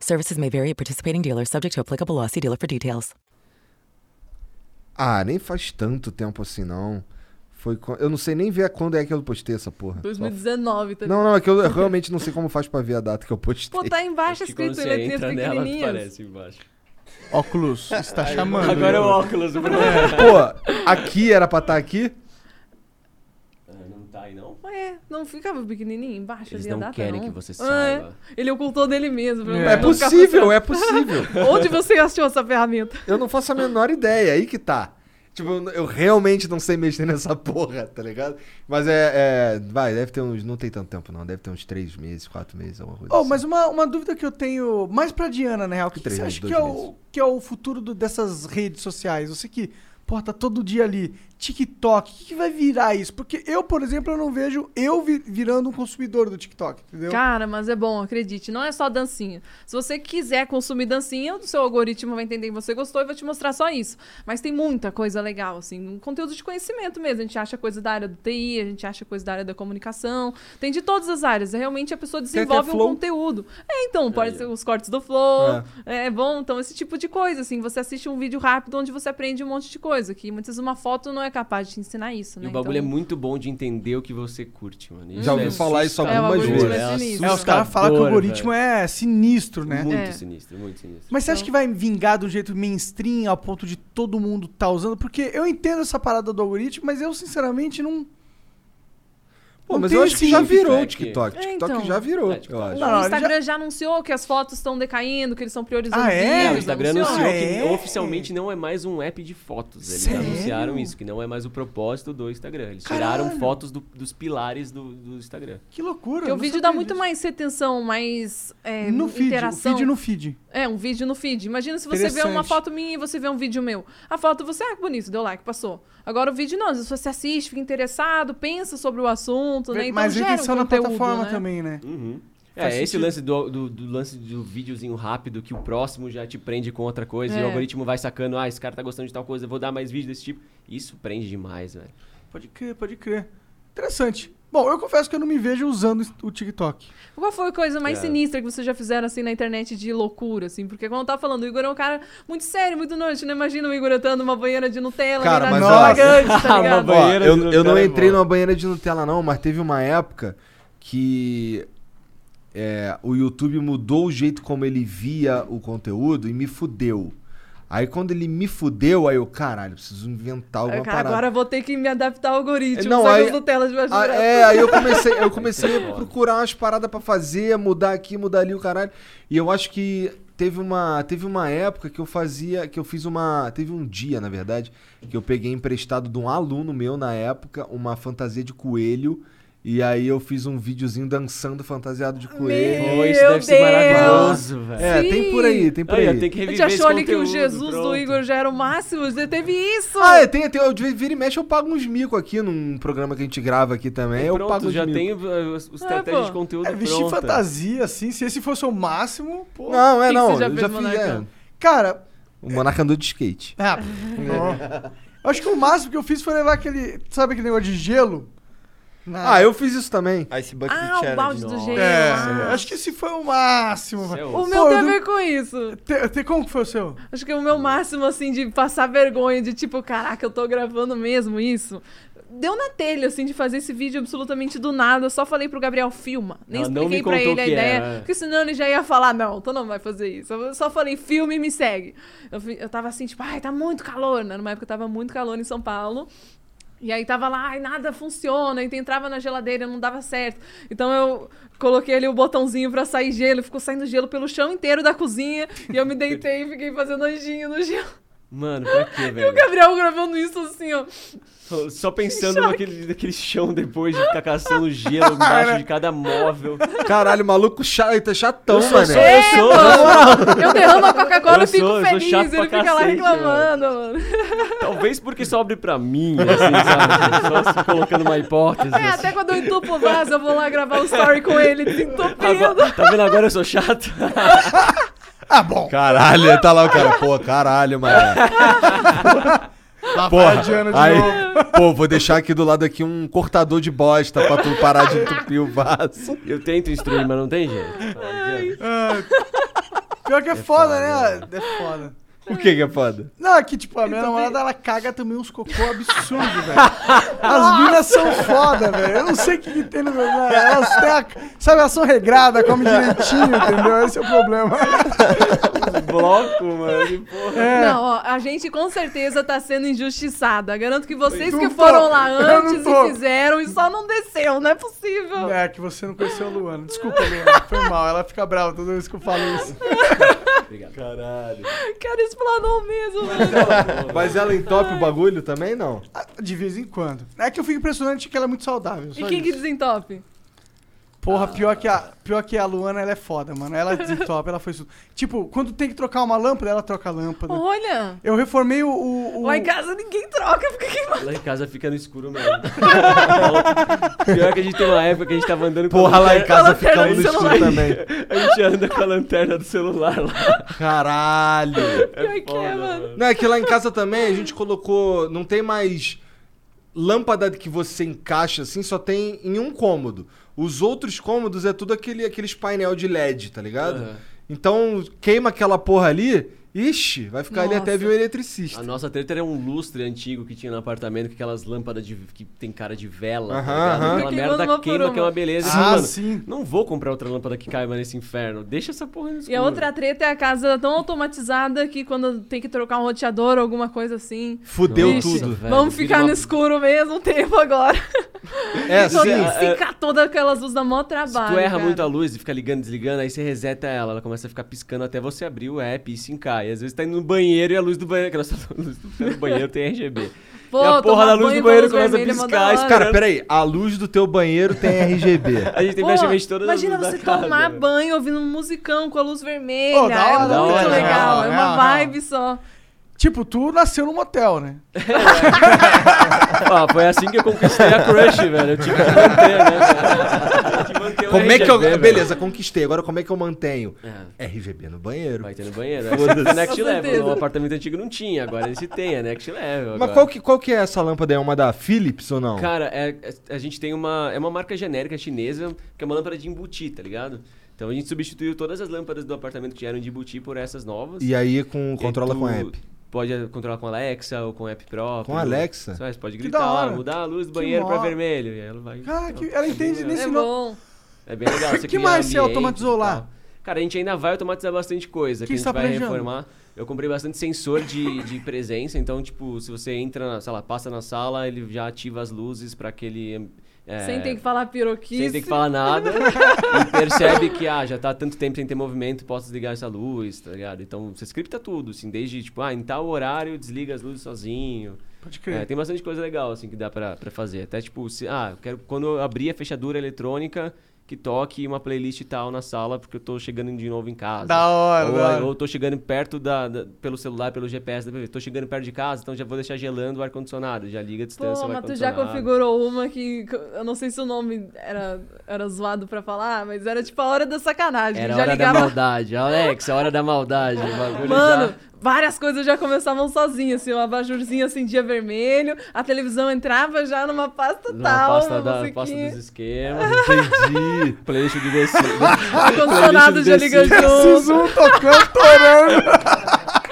G: Services may vary at participating dealers, subject to applicable law. See dealer for details.
B: Ah, nem faz tanto tempo assim, não. Foi co- Eu não sei nem ver quando é que eu postei essa porra. Só-
D: 2019 também.
B: Não, não, é que eu eu realmente não sei como faz pra ver a data que eu postei.
D: tá Pô, tá embaixo
E: Acho que quando
D: escrito em
E: você
D: letrinhas
E: entra nela,
D: pequenininhas.
E: aparece embaixo.
B: Óculos, está
E: Aí, Agora é o óculos, Bruno.
B: É, Pô, aqui era pra estar aqui?
E: Ah, Não tá aí, não?
D: Ué, não ficava pequenininho embaixo
E: Eles
D: ali a
E: não
D: data,
E: querem
D: não.
E: que você
D: É,
E: saiba.
D: Ele ocultou dele mesmo. pra não
B: É
D: ficar
B: possível,
D: funcionando.
B: é possível.
D: [LAUGHS] Onde você achou essa ferramenta?
B: Eu não faço a menor ideia, aí que tá. Tipo, eu, eu realmente não sei mexer nessa porra, tá ligado? Mas é, é- Vai, deve ter uns. Não tem tanto tempo, não. Deve ter uns três meses, quatro meses, alguma coisa. assim.
C: Oh, mas uma, uma dúvida que eu tenho, mais pra Diana, na real, o que, que
B: Três
C: você
B: anos,
C: acha
B: dois
C: que é,
B: meses.
C: o, que é o futuro do- dessas redes sociais? Você que, porra, tá todo dia ali, TikTok, o que, que vai virar isso? Porque eu, por exemplo, eu não vejo eu vi- virando um consumidor do TikTok, entendeu?
D: Cara, mas é bom, acredite. Não é só dancinha. Se você quiser consumir dancinha, o seu algoritmo vai entender que você gostou e vai te mostrar só isso. Mas tem muita coisa legal, assim. Um conteúdo de conhecimento mesmo. A gente acha coisa da área do TI, a gente acha coisa da área da comunicação. Tem de todas as áreas. É, Realmente a pessoa
B: até
D: desenvolve um
B: flow.
D: conteúdo. É, então, pode ser os cortes do flow. É. bom, então, esse tipo de coisa, assim. Você assiste um vídeo rápido onde você aprende um monte de coisa. Que muitas vezes uma foto não é capaz de te ensinar isso,
E: E
D: né?
E: o bagulho
D: Então-
E: é muito bom de entender o que você curte, mano. Isso
B: Já
E: é
B: ouvi falar isso
E: assustador.
B: algumas
D: É, o
B: vezes.
D: algoritmo é sinistro.
C: É, os caras falam que o
E: assustador,
C: algoritmo
E: velho.
C: é sinistro, né?
E: Muito
D: É. Então
E: sinistro, muito sinistro.
C: Mas você acha que vai vingar de um jeito mainstream ao ponto de todo mundo tá usando? Porque eu entendo essa parada do algoritmo, mas eu, sinceramente, não.
B: Pô,
C: não
B: mas
C: tenho
B: eu acho que
C: esse-
B: já virou o
E: TikTok.
B: TikTok. tipo,
D: É,
B: TikTok
D: então.
B: já virou,
E: É, TikTok.
B: eu acho.
C: Não,
D: o
C: ele
D: Instagram já... anunciou que as fotos estão decaindo, que eles estão priorizando
C: Ah, é?
E: É,
D: vídeos.
E: o Instagram
D: anunciou.
E: anunciou
C: É.
E: que oficialmente não é mais um app de fotos. Eles
C: Sério?
E: anunciaram isso, que não é mais o propósito do Instagram. Eles
C: Caralho.
E: tiraram fotos do- dos pilares do, do Instagram.
C: Que loucura.
D: Porque
C: eu
D: o
C: não
D: vídeo
C: sabia
D: dá muito
C: disso.
D: mais retenção, mais é,
C: No feed,
D: interação.
C: o feed no feed.
D: É, um vídeo no feed. Imagina se você vê uma
C: Interessante.
D: foto minha e você vê um vídeo meu. A foto você, ah, que bonito, deu like, passou. Agora o vídeo não, às vezes você assiste, fica interessado, pensa sobre o assunto, né? Então
C: mas
D: gera um
C: retenção na
D: conteúdo,
C: plataforma
D: né?
C: também, né?
E: É,
C: Faz
E: esse
C: sentido.
E: lance do, do, do lance do videozinho rápido que o próximo já te prende com outra coisa e
D: É.
E: o algoritmo vai sacando, ah, esse cara tá gostando de tal coisa, eu vou dar mais vídeo desse tipo. Isso prende demais, velho.
C: Pode crer, pode crer. Interessante. Bom, eu confesso que eu não me vejo usando o TikTok.
D: Qual foi a coisa mais
E: É.
D: sinistra que vocês já fizeram assim na internet de loucura, assim? Porque quando eu tava falando, o Igor é um cara muito sério, muito noite, não imagina o Igor entrando numa banheira de Nutella, né?
B: Cara,
D: verdade,
E: [LAUGHS]
B: mas [LAUGHS]
D: extravagante, tá
E: Uma
D: ligado?
E: banheira-
B: Ó, eu,
E: de Nutella
B: eu não
E: é
B: entrei
E: boa.
B: numa banheira de Nutella, não, mas teve uma época que é, o YouTube mudou o jeito como ele via o conteúdo e me fudeu. Aí quando ele me fudeu, aí eu, caralho, preciso inventar alguma
D: Aí, cara,
B: parada.
D: agora eu vou ter que me adaptar ao algoritmo,
B: Não,
D: não, só que
B: aí-
D: as Nutellas me
B: Ah,
D: ajudaram.
B: é, aí eu comecei, eu
E: [LAUGHS]
B: comecei a procurar umas paradas pra fazer, mudar aqui, mudar ali o caralho. E eu acho que teve uma, teve uma época que eu fazia, que eu fiz uma, teve um dia, na verdade, que eu peguei emprestado de um aluno meu na época uma fantasia de coelho e aí eu fiz um videozinho dançando fantasiado de coelho.
D: Meu
E: Pô, isso deve ser
D: Deus!
E: maravilhoso, velho.
B: É, tem por aí, tem por aí.
E: Olha, tem que
D: A gente
E: reviver esse
D: achou ali que o
E: conteúdo,
D: Jesus do
E: pronto.
D: Igor já era o máximo, já teve isso!
B: Ah, é, tem, tem, eu vira e mexe, eu pago uns mico aqui num programa que a gente grava aqui também.
E: E
B: eu
E: pronto,
B: pago uns
E: já
B: mico.
E: tem uh, os- os estratégias
D: Ah, pô.
E: de conteúdo
C: É, vestir
E: pronta.
C: fantasia, assim, se esse fosse o máximo, pô.
B: Não,
D: O que
B: é,
D: que
B: não.
D: você já
B: eu
D: fez,
B: já fiz. É,
D: Monarca?
C: Cara,
B: o Monarca andou de skate.
C: ah, ó. [LAUGHS] eu acho que o máximo que eu fiz foi levar aquele. Sabe aquele negócio de gelo? Na-
B: Ah, eu fiz isso também.
F: Ice Bucket
D: Ah, o
F: Challenge.
D: balde do gelo.
C: É,
D: ah.
C: acho que esse foi o máximo.
E: Isso é
C: velho.
D: O
E: outro.
D: meu
C: Pô,
D: tem a
C: eu
D: ver com isso.
C: Te- te- como que foi o seu?
D: Acho que o meu máximo, assim, de passar vergonha, de tipo, caraca, eu tô gravando mesmo isso. Deu na telha, assim, de fazer esse vídeo absolutamente do nada. Eu só falei pro Gabriel, filma. Nem
E: Ela não
D: expliquei
E: me
D: pra
E: contou
D: ele a
E: o que
D: ideia.
E: era, é.
D: Porque senão ele já ia falar, não, tu não vai fazer isso. Eu só falei, filme e me segue. Eu, fi- eu tava assim, tipo, ai, tá muito calor, né? Numa época tava muito calor em São Paulo. E aí tava lá, ai, nada funciona. E tu entrava na geladeira, não dava certo. Então eu coloquei ali o botãozinho pra sair gelo. Ficou saindo gelo pelo chão inteiro da cozinha. E eu me deitei e fiquei fazendo anjinho no gelo.
E: Mano, pra quê,
D: [LAUGHS] E o
E: velho?
D: Gabriel gravando isso assim, ó.
E: Só pensando naquele, naquele chão depois de ficar caçando
B: [LAUGHS]
E: gelo embaixo de cada móvel.
B: Caralho, maluco chato, tá chatão,
E: Eu sou,
B: mano.
E: sou, eu sou, eu sou.
D: Eu derramo a Coca-Cola e
E: Eu
D: fico
E: sou, eu sou
D: feliz. Ele
E: chato
D: fica
E: pra
D: lá
E: cacete,
D: reclamando, mano.
E: Talvez porque sobre pra mim, assim, sabe? Só se colocando uma hipótese.
D: É,
E: assim.
D: até quando eu entupo o vaso, eu vou lá gravar o story com ele, desentupindo.
E: Agora- tá vendo agora eu sou chato?
B: [LAUGHS]
C: Ah, bom.
B: Caralho, tá lá o cara, pô, caralho, mano.
D: Tá
B: Porra, aí,
D: [LAUGHS]
B: pô, vou deixar aqui do lado aqui um cortador de bosta pra tu parar de entupir o vaso.
E: Eu tento instruir, mas não tem jeito. Não adianta.
C: É, Pior que é, foda, né? É foda.
B: O que que é foda?
C: Não, é que, tipo, a minha
D: Então
C: namorada, ela caga também uns
D: [LAUGHS]
C: cocô absurdos, velho. As minas são foda, velho. Eu não sei o que, que tem no meu... né, Elas têm a... Sabe, elas são regradas, comem direitinho, entendeu? Esse é o problema.
E: [LAUGHS] Bloco, mano. que porra.
C: É.
D: Não, ó, a gente com certeza tá sendo injustiçada. Garanto que vocês
C: Não
D: que
C: tô,
D: foram lá
C: Então, eu não
D: antes
C: tô.
D: e fizeram e só não desceu, não é possível.
C: É, que você não conheceu a Luana. Desculpa, Luana. Foi mal. Ela fica brava toda vez que eu falo isso.
B: Caralho.
D: Cara, explanou mesmo, né? velho.
E: [LAUGHS]
B: Mas ela entope o bagulho também, não?
C: De vez em quando. É que eu fico impressionante que ela é muito saudável.
D: E
C: Só
D: quem que
C: isso.
D: desentope? Ah.
C: Porra, pior que, a, pior que a Luana, ela é foda, mano. Ela desentopa, ela foi... su- Tipo, quando tem que trocar uma lâmpada, ela troca a lâmpada.
D: Olha!
C: Eu reformei o... o, o-
D: Lá em casa ninguém troca, fica queimado.
E: Lá em casa fica no escuro mesmo. [LAUGHS] Pior que a gente tem uma época que a gente tava andando com
B: Porra,
E: a
B: lá em
E: lanterna.
B: casa
D: Ela pega
B: ficamos
D: no
B: no estilo
D: celular.
B: também.
E: A gente anda com a lanterna do celular lá.
B: Caralho.
D: Pior que é, mano.
B: Não, é que lá em casa também a gente colocou. Não tem mais lâmpada que você encaixa assim, só tem em um cômodo. Os outros cômodos é tudo aquele, aqueles painel de LED, tá ligado?
E: Aham.
B: Então queima aquela porra ali, ixi, vai ficar ali até
D: Nossa.
B: vir o eletricista.
E: A nossa treta era um lustre antigo que tinha no apartamento, com aquelas lâmpadas de, que tem cara de vela.
B: Aham,
E: tá ligado?
B: aham.
E: Aquela
D: Fica queimando uma
E: merda
D: por
E: queima,
D: uma.
E: que é uma beleza.
C: Ah,
E: Assim, mano,
C: sim.
E: Não vou comprar outra lâmpada que caiba nesse inferno. Deixa essa porra no escuro.
D: E a outra treta é a casa tão automatizada que quando tem que trocar um roteador ou alguma coisa assim.
B: Fudeu
D: Ixi,
B: tudo.
E: velho,
D: Vamos
E: vira
D: ficar
E: uma-
D: no escuro mesmo um tempo agora. [LAUGHS]
B: É,
D: Só tem
B: sim.
D: que ficar todas aquelas luzes da mó
E: Se
D: trabalho.
E: tu erra
D: cara.
E: muito a luz e fica ligando, desligando, aí você reseta ela, ela começa a ficar piscando até você abrir o app e sincar. E às vezes tá indo no banheiro e a luz do banheiro, aquela [LAUGHS] luz do banheiro tem RGB.
D: Pô,
E: e a porra
D: tomar
E: da luz
D: banho
E: do
D: com
E: banheiro
D: luz
E: começa a
D: vermelha é mó da
E: piscar. esse
D: hora.
B: Cara, peraí, a luz do teu banheiro tem RGB.
E: [LAUGHS] A gente tem
D: Pô,
E: praticamente todas as
D: imagina
E: luzes da
D: você
E: casa,
D: tomar
E: velho.
D: banho ouvindo um musicão com a luz vermelha.
C: Pô, da hora,
D: é
E: da
D: muito
E: hora,
D: legal.
C: não,
D: é uma
C: não,
D: vibe só.
C: Tipo, tu nasceu num motel, né?
E: Ah, foi assim que eu conquistei a crush, velho. Eu tive que manter, né? velho? Eu tive manter o
B: Como é que eu.
E: RGB, velho.
B: Beleza, conquistei. Agora como é que eu mantenho?
E: É.
B: RGB no banheiro.
E: Vai ter no banheiro. é. Aí você tem Next
D: Com
E: Level.
D: certeza.
E: O apartamento antigo não tinha, agora esse tem, é Next Level.
B: Mas
E: agora.
B: qual que, qual que é essa lâmpada? É uma da Philips ou não?
E: Cara, é, é- a gente tem uma. É uma marca genérica chinesa, que é uma lâmpada de embuti, tá ligado? Então a gente substituiu todas as lâmpadas do apartamento que eram de embuti por essas novas.
B: E aí com,
E: E
B: controla
E: tu
B: com app.
E: Pode controlar com Alexa ou com app próprio.
B: Com Alexa?
E: Só, você pode
C: Que
E: gritar
C: da
E: lá,
C: hora.
E: mudar a luz do
C: Que
E: banheiro pra
C: mó-
E: vermelho. E ela vai.
C: Cara, Ah, que- ela entende nesse
D: É
C: no-
D: bom.
E: É tá?
B: [LAUGHS]
E: bem legal.
C: Que
E: Você cria
C: mais você
E: ambientes
C: automatizou
E: e
C: lá?
E: tal. Cara, a gente ainda vai automatizar bastante coisa.
C: Que
E: Que, a gente
C: você tá
E: vai
C: planejando?
E: reformar. Eu comprei bastante sensor de, de presença. Então, tipo, se você entra, na- sei lá, passa na sala, ele já ativa as luzes pra aquele... é,
D: Sem ter que falar piroquice.
E: sem ter que falar nada.
D: [LAUGHS]
E: e percebe que, ah, já tá há tanto tempo sem ter movimento, posso desligar essa luz, tá ligado? Então, você scripta tudo, assim, desde, tipo, ah, em tal horário desliga as luzes sozinho.
C: Pode
E: É, tem bastante coisa legal, assim, que dá pra, pra fazer. Até, tipo, se, ah, eu quero, quando eu abrir a fechadura eletrônica, que toque uma playlist e tal na sala, porque eu tô chegando de novo em casa.
C: Da hora,
E: Ou,
C: da hora.
E: ou eu tô chechegando perto da, da- pelo celular, pelo GPS, da, tô chegando perto de casa, então já vou deixar gelando o ar-condicionado, já liga a distância,
D: Pô,
E: o
D: mas tu já
E: ar-condicionado.
D: configurou uma que que eu não sei se o nome era, era zoado pra falar, mas era tipo a hora da sacanagem.
E: Era a
D: já
E: hora
D: ligava.
E: da maldade. Alex, a hora da maldade. O bagulho
D: Mano,
E: já-
D: várias coisas já começavam sozinhas, assim, o abajurzinho acendia vermelho, a televisão entrava já numa pasta
E: na
D: tal,
E: pasta,
D: uma
E: da, pasta
D: musiquinha,
E: dos esquemas. Entendi.
D: [LAUGHS]
E: Playlist de DC.
D: ar-condicionado
E: playlist
D: já
E: do
D: liga
E: The
D: junto.
C: Um tocando, torando.
B: [LAUGHS]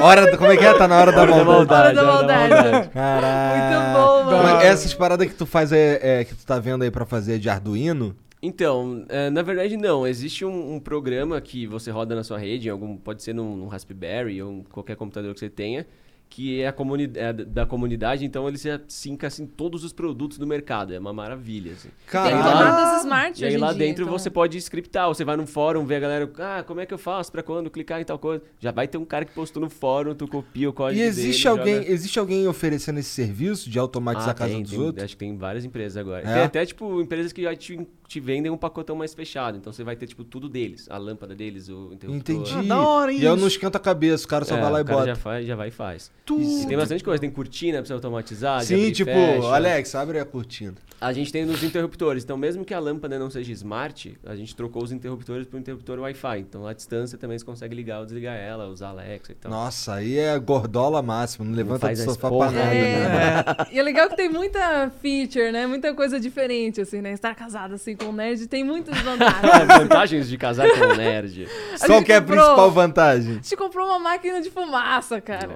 B: Hora, da- como é que é? Tá na hora da
E: Hora da
B: maldade.
E: maldade.
D: Hora da
E: hora da
D: maldade.
E: maldade.
B: Caralho.
D: Muito bom, mano.
B: Mas essas paradas que tu faz é, é- que tu tá vendo aí pra fazer de Arduino?
E: Então, é, na verdade não. Existe um, um programa que você roda na sua rede, em algum, pode ser num, num Raspberry ou em qualquer computador que você tenha, que é, a comuni é da- da comunidade, então ele se sinca assim, todos os produtos do mercado. É uma maravilha. Assim.
D: Tem
E: Caralho.
D: tomadas smart
E: E aí
D: hoje em
E: lá
D: dia,
E: dentro
D: então.
E: você pode scriptar, você vai num fórum, vê a galera, ah, como é que eu faço, pra quando, clicar em tal coisa. Já vai ter um cara que postou no fórum, tu copia o código
B: E existe
E: dele,
B: alguém,
E: joga-
B: existe alguém oferecendo esse serviço de automatizar
E: Ah,
B: a casa
E: tem,
B: dos
E: tem,
B: outros?
E: Acho que tem várias empresas agora.
B: É?
E: Tem até, tipo, empresas que já te, te vendem um pacotão mais fechado. Então você vai ter, tipo, tudo deles. A lâmpada deles, o interruptor.
B: Entendi.
C: Ah, da hora, hein,
B: e eu
C: isso.
B: não esquento a cabeça, o cara só
E: É,
B: vai lá e
E: o cara
B: bota.
E: Já, faz, já vai e faz.
C: Tu-
E: E tem bastante coisa. Tem cortina pra você automatizar. de abrir
B: Sim,
E: e
B: tipo,
E: fecha.
B: Alex, abre a cortina.
E: A gente tem nos interruptores. Então, mesmo que a lâmpada não seja smart, a gente trocou os interruptores por um interruptor Wi-Fi. Então, à distância também você consegue ligar ou desligar ela, usar Alexa e tal.
B: Nossa, aí é gordola máxima, não levanta
E: Então. faz
B: do
E: as
B: sofá pra
E: porra
B: nada.
D: É.
E: [LAUGHS]
B: né?
D: E é legal que tem muita feature, né? Muita coisa diferente, assim, né? Estar casado assim com um nerd tem muitas vantagens.
E: É, Vantagens de casar com um nerd.
D: A
B: Qual
D: gente
B: que é a
D: comprou-
B: principal vantagem?
D: A gente comprou uma máquina de fumaça, cara.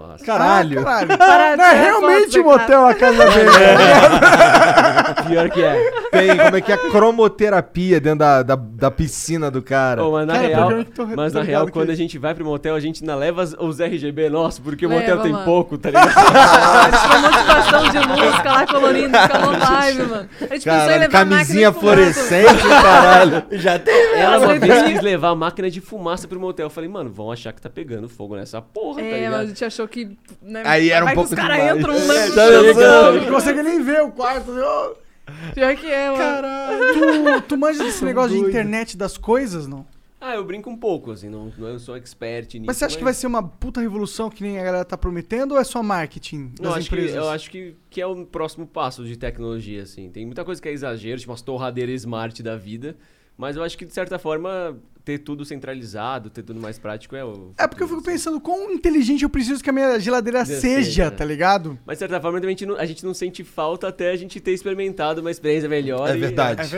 E: Ah,
B: Caralho.
C: Caralho.
D: Para
C: Não, é
D: tirar fotos
C: realmente
D: da
C: um hotel
E: [LAUGHS]
C: a casa dele.
E: Pior que é.
B: [LAUGHS] Tem, como é que é? Cromoterapia dentro da, da, da piscina do cara.
E: Pô, mas na
C: Cara,
E: real,
C: pior que eu tô- tô
E: mas na
C: ligado
E: real
C: que-
E: quando a gente vai pro motel, a gente ainda leva as- os RGB nossos, porque o
D: Leva,
E: motel tem
D: mano.
E: pouco, tá ligado?
D: [LAUGHS] Uma motivação
E: [LAUGHS]
D: de
E: tá
D: música lá colorindo, fica uma vibe, mano. A gente pensou em
B: Caralho,
D: levar a máquina
B: camisinha
D: de fumaça.
E: [LAUGHS]
B: fluorescente, caralho.
F: Já tem.
E: Ela
D: Nossa,
E: uma vez
D: legal.
E: quis levar a máquina de fumaça pro motel. Eu falei, mano, vão achar que tá pegando fogo nessa porra, tá
D: É, mas a
E: ligado?
D: gente achou que. Né,
B: Aí era um
D: vai que
B: pouco
D: Os caras
B: demais.
D: entram
C: [LAUGHS]
D: um
B: É,
D: lance
B: tá
D: de
B: ligado?
D: fogo.
C: Não consegue nem ver o quarto. assim, Ô,
D: Pior que é, mano.
C: Tu, tu manja desse negócio de internet das coisas, não?
E: Ah, eu brinco um pouco, assim, não, não eu sou expert nisso.
C: Mas você acha que vai ser uma puta revolução que nem a galera tá prometendo ou é só marketing
E: Não,
C: das
E: acho que,
C: empresas?
E: eu acho que, que é o próximo passo de tecnologia, assim. Tem muita coisa que é exagero, tipo as torradeiras smart da vida. Mas eu acho que, de certa forma, ter tudo centralizado, ter tudo mais prático é o.
C: É porque eu
E: futuro,
C: fico
E: assim.
C: pensando quão inteligente eu preciso que a minha geladeira
E: Deve ser,
C: seja,
E: né?
C: tá ligado?
E: Mas, de certa forma, também a gente não, a gente não sente falta até a gente ter experimentado uma experiência melhor.
B: É
E: e-
B: verdade.
D: É, isso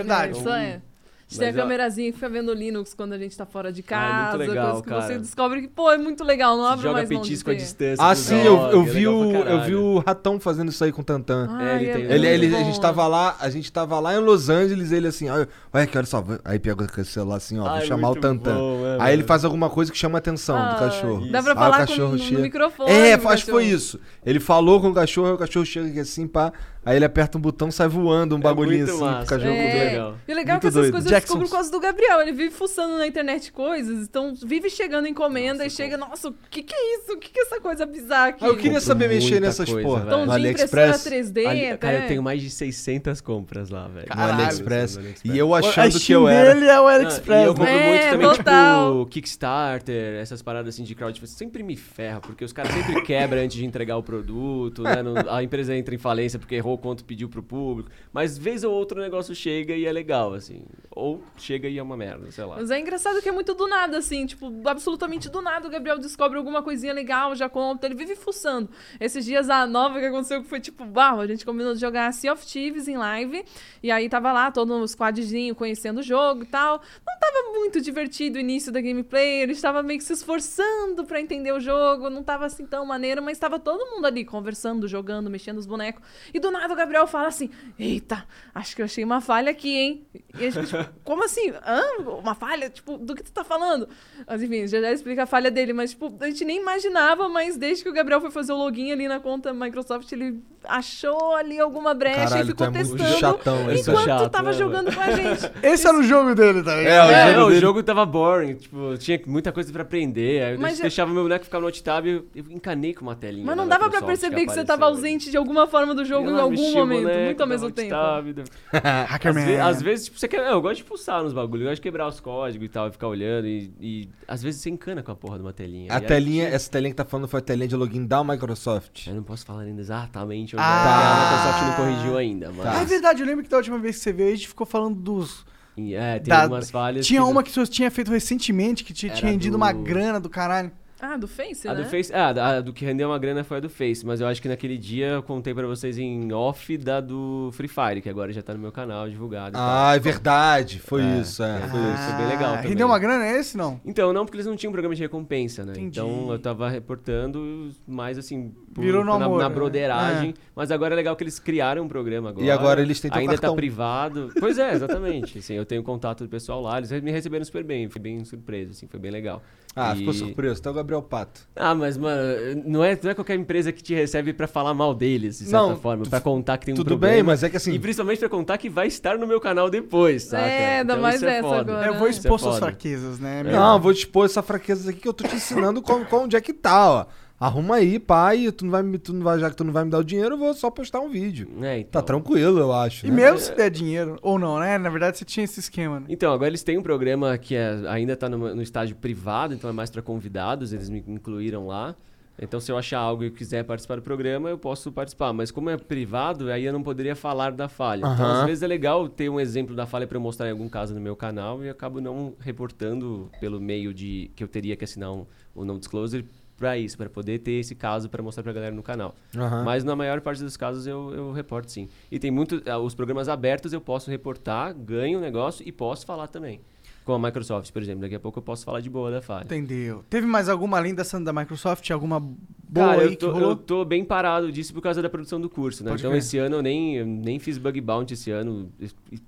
D: é. A gente
E: Então,
D: tem a
E: Mas, ó-
D: câmerazinha que fica vendo Linux quando a gente tá fora de
E: Ah, é
D: casa,
E: muito legal,
D: coisa que você
E: cara.
D: descobre que, pô, é muito legal, não
E: Você
D: abre
E: joga
D: mais mão
E: petisco à
D: de ter.
E: distância.
B: Ah,
E: pro
B: sim, eu, eu
E: jogo, é
B: vi
E: legal pra
B: o, eu
E: caralho.
B: vi o Ratão fazendo isso aí com o Tantan.
C: Ah,
D: Ai,
E: ele
D: é
E: tem- um
D: muito
B: Ele, ele- a
D: bom,
B: gente tava lá, a gente tava lá em Los Angeles, ele assim, olha, olha que olha só, vou- aí pega o celular assim, ó,
E: Ah,
B: vou
E: é
B: chamar o
E: muito
B: Tantan.
E: bom, é,
B: aí
E: mano.
B: ele faz alguma coisa que chama a atenção do
D: Ah,
B: cachorro.
D: Dá pra
B: Aí
D: falar
B: o cachorro
D: com,
B: chega.
D: no microfone.
B: é,
D: do
B: acho que foi
D: cachorro.
B: isso. Ele falou com o cachorro, aí o cachorro chega aqui assim, pá. Aí ele aperta um botão, sai voando um bagulhinho
E: É muito
B: assim
E: massa,
B: pro cachorro
E: é.
B: ver.
E: legal.
D: E o legal é
B: Muito
D: que essas
B: doido.
D: coisas eu
B: Jackson.
D: descubro por causa do Gabriel. Ele vive fuçando na internet coisas, então vive chegando encomenda e chega, nossa, o que que é isso? O que que é essa coisa bizarra aqui?
B: Ah, eu queria saber
E: Muita
B: mexer nessas
E: coisa,
B: porra.
E: velho.
D: Então,
B: No
D: de impressora né?
B: AliExpress.
D: 3D
E: Ali-
D: até...
E: Cara, eu tenho mais de 600 compras lá, velho.
B: No AliExpress.
E: No AliExpress.
B: E eu
C: a
B: achando que
C: Steam
B: eu era.
C: dele é o
E: Ah, e
C: AliExpress.
E: eu compro
D: né?
E: muito
D: É,
E: também,
D: total.
E: tipo, Kickstarter, essas paradas assim de crowdfunding. Sempre me ferra, porque os caras sempre quebram antes de entregar o produto, né? Não- a empresa entra em falência porque errou quanto pediu pro público. Mas vez ou outra o negócio chega e é legal, assim. Ou chega e é uma merda, sei lá.
D: Mas é engraçado que é muito do nada, assim, tipo, absolutamente do nada o Gabriel descobre alguma coisinha legal, já conta, ele vive fuçando. Esses dias a nova que aconteceu que foi tipo, uau, a gente combinou de jogar Sea of Thieves em live, e aí tava lá todo um squadzinho conhecendo o jogo e tal. Não tava muito divertido o início da gameplay, ele estava meio que se esforçando pra entender o jogo, não tava assim tão maneiro, mas tava todo mundo ali conversando, jogando, mexendo os bonecos. E do nada o Gabriel fala assim: Eita, acho que eu achei uma falha aqui, hein? E a gente, tipo, como assim? Hã? Uma falha? Tipo, do que tu tá falando? Mas enfim, já já explica a falha dele, mas tipo, a gente nem imaginava, mas desde que o Gabriel foi fazer o login ali na conta Microsoft, ele achou ali alguma brecha
B: Caralho,
D: e ficou
B: tu é muito
D: testando.
B: chatão,
E: eu sou
D: enquanto
E: chato,
D: tava
E: né,
D: jogando com a gente.
C: [LAUGHS] Esse era o jogo dele, tá
B: É, o
C: ligado?
E: É,
B: jogo
E: não, o
B: dele.
E: jogo tava boring, tipo, tinha muita coisa pra aprender. Aí eu
D: Mas
E: deix-
D: é-
E: deixava meu boneco ficar no alt tab e eu, eu encanei com uma telinha.
D: Mas
E: da
D: não dava pra
E: Microsoft
D: perceber que, você
E: apareceu
D: tava
E: ali.
D: ausente de alguma forma do jogo
E: Eu
D: em
E: lá
D: algum
E: mexia Ah, o
D: momento,
E: boneco,
D: muito ao mesmo
E: dava alt
B: [LAUGHS]
D: tempo.
E: tab, dava- Às,
C: Hackerman.
E: ve- às vezes, tipo, você quer. Eu gosto de pulsar nos bagulhos, eu gosto de quebrar os códigos e tal, e ficar olhando. E, e às vezes você encana com a porra de uma telinha.
B: A
E: E aí- é
B: telinha, essa telinha que tá falando foi a telinha de login da Microsoft.
E: Eu não posso falar ainda exatamente onde
C: Ah.
E: é, porque a Microsoft não corrigiu ainda,
C: Ah, é
E: mas.
C: verdade, eu lembro que da última vez que você veio, a gente ficou falando dos.
E: E, É, tem
C: da-
E: algumas falhas.
C: Tinha
E: que-
C: uma que você tinha feito recentemente, que tinha, tinha
E: Era
C: rendido
E: do-
C: uma grana do caralho.
D: Ah, do Face,
E: A
D: né?
E: do Face. Ah, a do que rendeu uma grana foi a do Face, mas eu acho que naquele dia eu contei pra vocês em off da do Free Fire, que agora já tá no meu canal divulgado. e tal.
B: Ah, é verdade. Foi isso, é.
E: Foi, tá? foi bem legal.
C: Ah,
E: também.
C: Rendeu uma grana, é esse não?
E: Então, não, porque eles não tinham programa de recompensa, né?
C: Entendi.
E: Então eu tava reportando, mas assim,
C: Virou no
E: na,
C: amor,
E: na
C: né?
E: broderagem.
C: É.
E: Mas agora é legal que eles criaram um programa agora.
B: E agora eles um têm teu
E: Ainda
B: cartão.
E: tá privado. Pois é, exatamente. assim, eu tenho contato do pessoal lá, eles me receberam super bem, fui bem surpreso, assim, foi bem legal.
B: Ah,
E: E-
B: ficou surpreso. Até o Gabriel Pato.
E: Ah, mas, mano, não é, não é qualquer empresa que te recebe pra falar mal deles, de certa
B: Não,
E: forma,
B: tu-
E: pra contar que tem um
B: Tudo
E: problema.
B: bem, mas é que assim.
E: E principalmente pra contar que vai estar no meu canal depois, saca?
D: É, ainda
E: Então,
D: mais
E: isso é
D: essa
E: foda.
D: agora. né?
C: Eu vou
E: é
D: Isso
C: expor suas
E: foda.
C: fraquezas, né?
E: É,
C: meu?
B: Não, vou te expor essa fraqueza aqui que eu tô te ensinando como, como onde é que tá, ó. Arruma aí, pai. Tu não vai me, tu não vai, já que tu não vai me dar o dinheiro, eu vou só postar um vídeo.
E: É,
B: Tá
E: então.
B: tranquilo, eu acho.
C: E
B: né?
C: mesmo se der dinheiro, ou não, né? Na verdade, você tinha esse esquema, né?
E: Então, agora eles têm um tá programa que é- ainda está no, no estágio privado, então é mais para convidados, eles me incluíram lá. Então, se eu achar algo e quiser participar do programa, eu posso participar. Mas como é privado, aí eu não poderia falar da falha. Então,
B: Aham.
E: às vezes é legal ter um exemplo da falha para eu mostrar em algum caso no meu canal e acabo não reportando pelo meio de que eu teria que assinar um, um non-disclosure para isso, para poder ter esse caso para mostrar para a galera no canal.
B: Aham.
E: Mas na maior parte dos casos eu, eu reporto sim. E tem muito. ah, Os programas abertos eu posso reportar, ganho o negócio e posso falar também. Com a Microsoft, por exemplo. Daqui a pouco eu posso falar de boa da falha.
C: Entendeu. Teve mais alguma além dessa da Microsoft? Alguma boa
E: Cara,
C: aí
E: eu tô,
C: que rolou?
E: eu tô bem parado disso por causa da produção do curso, né?
C: Pode
E: então
C: crer.
E: esse ano eu nem, eu nem fiz bug bounty esse ano.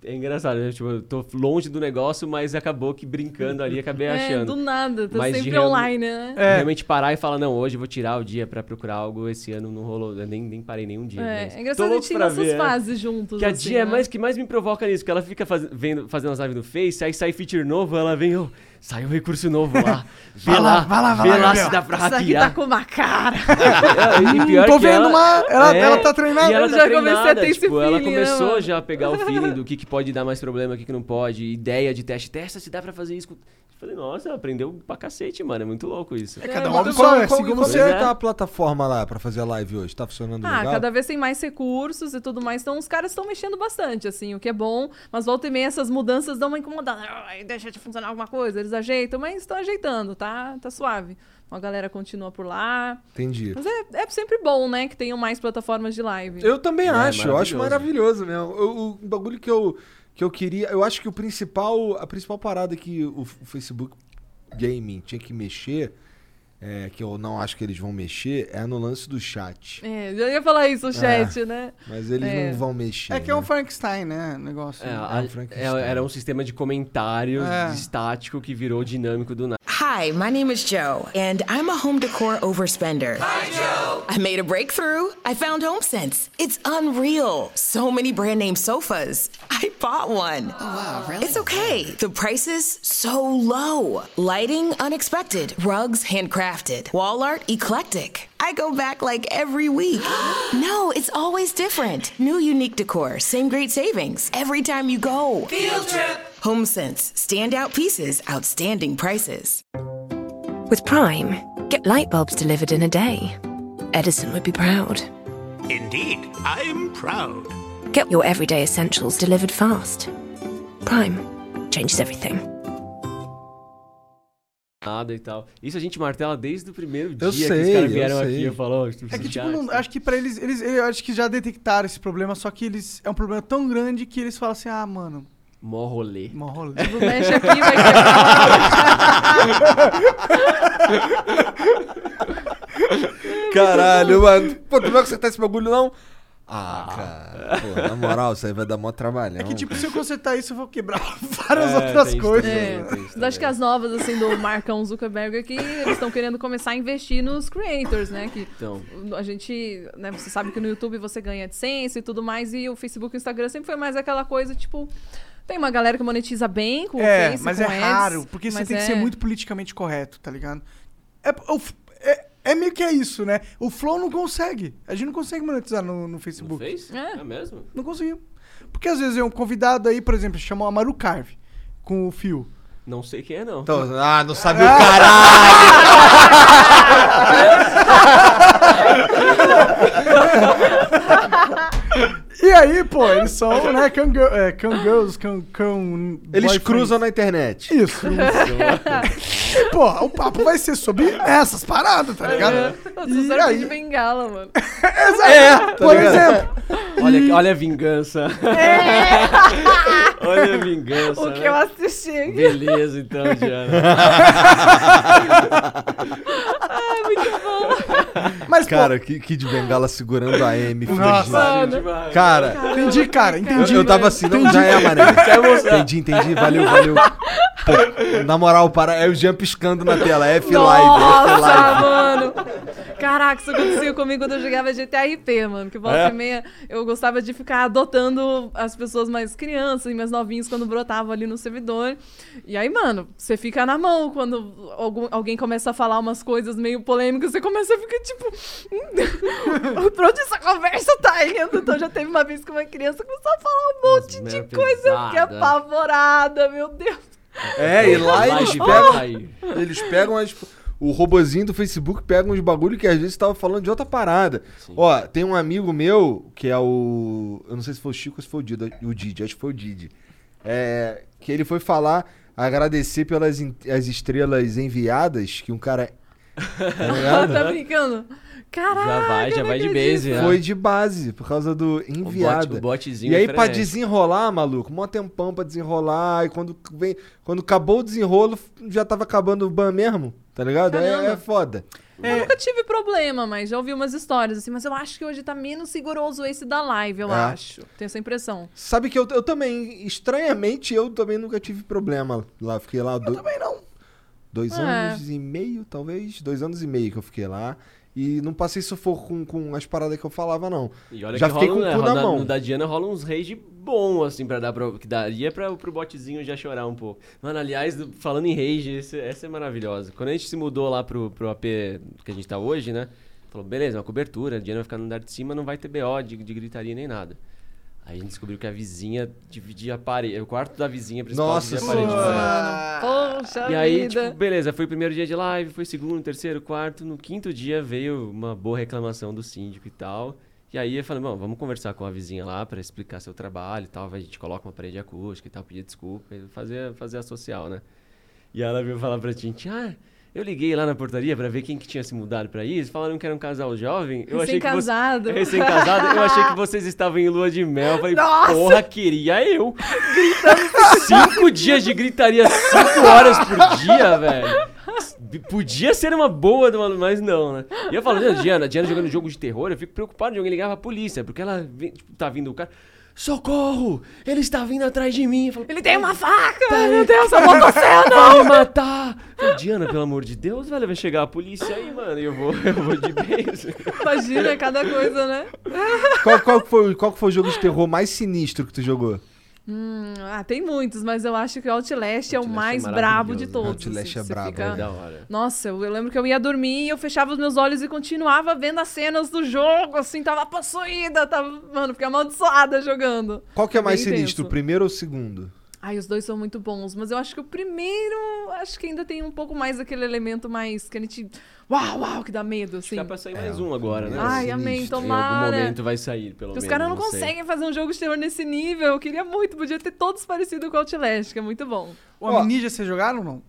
E: É engraçado, né? Tipo, eu tô longe do negócio, mas acabou que brincando ali, acabei
D: [LAUGHS] É,
E: achando.
D: do nada, tá
E: Mas de
D: sempre
E: real-
D: online, né?
C: É.
E: Realmente parar e falar, não, hoje eu vou tirar o dia pra procurar algo, esse ano não rolou, eu nem, nem parei nenhum dia.
D: É,
E: mas
D: é
E: tô
D: engraçado a
E: louco
D: gente ir
E: pra
D: nessas
E: ver, né?
D: fases juntos.
E: Que a
D: assim,
E: Dia é
D: né?
E: mais que mais me provoca nisso, que ela fica faz- vendo, fazendo as lives no Face, aí sai feature novo, ela vem, ô, saiu um recurso novo
C: [LAUGHS]
E: lá. Vê
C: Vai lá,
E: lá,
C: vai lá, vai
E: vê
C: lá,
E: lá,
C: Gabriel.
E: se dá pra
D: Isso daqui
E: hackear. É,
D: tá com
E: [LAUGHS]
D: uma cara. É,
E: E
C: Hum,
E: pior
C: tô
E: que é,
C: vendo uma- ela- ela tá treinada.
E: E ela
D: Eu
E: tá
D: é, já comecei
E: treinada,
D: a ter esse
E: tipo, ela
D: feeling, né,
E: começou
D: mano?
E: já a pegar o feeling
D: [LAUGHS]
E: do que, que pode dar mais problema, o que, que não pode, ideia de teste. Testa se dá pra fazer isso. com- Eu falei, nossa, aprendeu pra cacete, mano. É muito louco isso.
D: É,
C: cada um
D: mano.
C: abre
B: Qual,
C: Só-
B: qual,
C: segundo
B: como
E: você-
B: é que tá a plataforma lá pra fazer a live hoje? Tá funcionando
D: Ah,
B: legal?
D: cada vez tem mais recursos e tudo mais, então os caras estão mexendo bastante, assim, o que é bom, mas volta e meia essas mudanças dão uma incomodada. Ai, Deixa de funcionar alguma coisa, eles ajeitam, mas estão ajeitando, tá? Tá suave. A galera continua por lá.
B: Entendi.
D: Mas é, é sempre bom, né, que tenham mais plataformas de live.
B: Eu também
E: É,
C: Né,
B: acho, eu acho
E: maravilhoso.
B: maravilhoso mesmo. Eu- o um bagulho que eu, que eu queria, eu acho que o principal, a principal parada que o, F- o Facebook Gaming tinha que mexer, é, que eu não acho que eles vão mexer, é no lance do chat.
D: É, já ia falar isso, o chat, né?
B: Ah, Mas eles
D: É.
B: não vão mexer.
C: É que é um
B: né?
C: Frankenstein, né? o Negócio.
E: É,
B: É
E: a-
B: um Frankenstein.
E: é- era um sistema de comentários
C: É.
E: estático que virou dinâmico do nada.
H: Hi, my name is Joe, and I'm a home decor overspender. Hi, Joe! I made a breakthrough. I found HomeSense. It's unreal. So many brand name sofas. I bought one. Oh, wow, really? It's okay. The prices so low. Lighting unexpected. Rugs handcrafted. Wall art eclectic. I go back like every [GASPS] week. no, it's always different. New unique decor, same great savings every time you go. Field trip. HomeSense. Standout pieces, outstanding prices.
K: With Prime, get light bulbs delivered in a day. Edison would be proud.
L: Indeed, I'm proud.
K: Get your everyday essentials delivered fast. Prime changes everything.
E: Nada e tal. Isso a gente martela desde o primeiro dia
B: Eu
E: que os
B: sei, eu
E: caras vieram aqui.
B: sei.
E: Eu falo, ó, tipo,
C: É que,
E: já-
C: tipo, não- acho que pra eles, eles, eu acho que já detectaram esse problema, só que eles, é um problema tão grande que eles falam assim, ah, mano,
B: [LAUGHS]
E: mó rolê.
C: mó rolê.
D: Tipo, mexe aqui, vai quebrar.
C: [LAUGHS]
D: [LAUGHS]
B: Caralho, mano. Pô, tu não vai consertar esse bagulho, não? Ah, cara. Pô, na moral, isso aí vai dar mó trabalhão.
C: É que, tipo, se eu consertar isso, eu
B: [LAUGHS]
C: vou quebrar [LAUGHS] várias
E: É,
C: outras
E: tem isso
C: coisas.
E: também, tem isso
D: Mas acho que as novas, assim, do Marcão Zuckerberg aqui, eles estão querendo começar a investir nos creators, né? Que
E: Então.
D: a gente, né, você sabe que no YouTube você ganha AdSense e tudo mais, e o Facebook e o Instagram sempre foi mais aquela coisa, tipo, tem uma galera que monetiza bem com o
C: É,
D: Face,
C: mas
D: com
C: é
D: ads,
C: raro, porque você
D: mas
C: tem que
D: é-
C: ser
D: [LAUGHS]
C: muito politicamente correto, tá ligado? É, o f- é- é meio que é isso, né? O Flow não consegue. A gente não consegue monetizar no, no
E: Não
C: Facebook.
E: fez?
D: É.
E: é mesmo?
C: Não conseguiu. Porque às vezes é um convidado aí, por exemplo, chamou a Maru Carve com o Fio.
E: Não sei quem é, não.
C: Tá
B: Então, ah, não sabe o caralho.
C: [LAUGHS] E aí, pô, eles são, né, cangirl, é, cangirls, can, can
B: Eles
C: boyfriends.
B: cruzam na internet.
C: Isso. e, pô, o papo vai ser sobre essas paradas, tá ligado?
D: Nossa,
C: E
D: serve
C: aí-
D: É, de
C: [LAUGHS]
D: bengala, mano. [LAUGHS]
E: tá
B: É,
C: Por exemplo,
E: Olha, olha a vingança. olha a vingança.
D: É. o que
E: né?
D: eu assisti aqui.
E: Beleza, então,
D: [LAUGHS]
E: Diana. Ah,
D: Ah,
C: mas, pô,
B: Cara, que, que de bengala segurando a M,
C: Nossa.
B: fugindo.
E: Mano.
B: Cara,
C: entendi, cara, entendi.
B: eu, eu tava assim, não, já é, mané. Entendi, entendi, valeu, valeu. Pô, na moral, para, é o Jean piscando na tela, é F live,
E: Tá
B: F
D: Nossa,
B: live.
D: Tá mano! Caraca, isso acontecia comigo quando eu jogava GTA RP, mano. Que
E: É.
D: volta e meia eu gostava de ficar adotando as pessoas mais crianças e mais novinhos quando brotavam ali no servidor. E aí, mano, você fica na mão quando algum- alguém começa a falar umas coisas meio polêmicas, você começa a ficar tipo. "Hum, [LAUGHS] pra onde essa conversa tá indo? Então já teve uma vez que uma criança começou a falar um monte
E: Nossa,
D: de
E: mas é
D: coisa. Eu fiquei
E: pesada.
D: apavorada, meu Deus.
B: É, e lá
E: Então, Vai
B: eles
E: de
B: pegam,
E: vai.
B: eles pegam as- o robozinho do Facebook pega uns bagulho que às vezes tava falando de outra parada. Ó, tem um amigo meu, que é o. Eu não sei se foi o Chico ou se foi o Didi, o Didi acho que foi o Didi. É, que ele foi falar, agradecer pelas in- as estrelas enviadas, que um cara. Tá ligado?
D: [LAUGHS] tá brincando? Caraca,
E: Já vai, já
D: eu não
E: vai de
D: acredito.
E: base. já.
B: Foi de base, por causa do enviado.
E: é. o botezinho
B: e aí,
E: é
B: pra
E: frenético.
B: desenrolar, maluco, mó tempão pra desenrolar. E quando, vem, quando acabou o desenrolo, já tava acabando o ban mesmo, tá ligado? É,
D: Caramba.
B: é foda.
D: Eu nunca tive problema, mas já ouvi umas histórias assim. Mas eu acho que hoje tá menos rigoroso esse da live, eu
B: É.
D: acho. Tenho essa impressão.
B: Sabe que eu, eu também, estranhamente, eu também nunca tive problema lá. Fiquei lá do... também não. Dois
D: É.
B: anos e meio, talvez. Dois anos e meio que eu fiquei lá. E não passei sufoco com, com as paradas que eu falava, não.
E: E olha
B: já
E: que
B: fiquei
E: rola,
B: com
E: né,
B: o cu na
E: roda-
B: mão.
E: No da Diana rola uns rage bom, assim, pra dar pra, que daria pra, pro botezinho já chorar um pouco. Mano, aliás, do- falando em rage, esse- essa é maravilhosa. Quando a gente se mudou lá pro, pro AP que a gente tá hoje, né? Falou, beleza, uma cobertura, a Diana vai ficar no andar de cima, não vai ter BO de, de gritaria nem nada. Aí a gente descobriu que a vizinha dividia a parede, o quarto da vizinha principal
B: Nossa
E: dividia a parede.
B: Senhora.
E: mano.
D: Poxa
E: E aí,
D: vida.
E: tipo, beleza, foi o primeiro dia de live, foi segundo, terceiro, quarto. No quinto dia veio uma boa reclamação do síndico e tal. E aí eu falei, bom, vamos conversar com a vizinha lá pra explicar seu trabalho e tal. A gente coloca uma parede acústica e tal, pedir desculpa, e fazer, fazer a social, né? E ela veio falar pra gente, ah, eu liguei lá na portaria pra ver quem que tinha se mudado pra isso. Falaram que era um casal jovem. Eu achei que você-
D: Recém-casado.
E: Recém-casado. Eu achei que vocês estavam em lua de mel. Eu falei,
D: [LAUGHS] Nossa!
E: porra, queria eu. Gritando. Cinco dias de gritaria, cinco horas por
D: [LAUGHS]
E: dia, velho. Podia ser uma boa, de uma- mas não, né? E eu falo, Diana, Diana jogando jogo de terror, eu fico preocupado de alguém ligar pra polícia, porque ela vem- tipo, tá vindo o cara. Socorro! Ele está vindo atrás de mim. Eu falo,
D: Ele tem uma faca! Meu Deus, eu vou você, é
E: Vai
D: não!
E: me matar! Eu falo, Diana, pelo amor de Deus, velho, vai chegar a polícia aí, mano. E eu vou, eu vou de base.
D: Imagina cada coisa, né?
B: Qual, qual, que foi, qual que foi o jogo de terror mais sinistro que tu jogou?
D: Hum, ah, tem muitos, mas eu acho que o Outlast é o mais brabo
E: né?
D: de todos. assim,
B: Outlast é
D: Você
B: brabo,
D: fica-
B: é da hora.
D: Nossa, eu, eu lembro que eu ia dormir e eu fechava os meus olhos e continuava vendo as cenas do jogo, assim, tava possuída, tava, mano, fiquei amaldiçoada jogando.
B: Qual que é mais
D: Bem
B: sinistro, o
D: tenso.
B: primeiro ou o segundo?
D: Ai, os dois são muito bons, mas eu acho que o primeiro, acho que ainda tem um pouco mais daquele elemento mais que a gente. Uau, uau, que dá medo, assim.
E: Dá pra sair
B: É.
E: mais um agora, né?
D: Ai, amém,
E: Em
D: tomara.
E: algum momento vai sair, pelo
D: Porque
E: menos.
D: os caras não,
E: sei.
D: conseguem fazer um jogo de terror nesse nível. Eu queria muito, podia ter todos parecido com o Outlast, que é muito bom.
C: O Amnesia vocês jogaram ou não?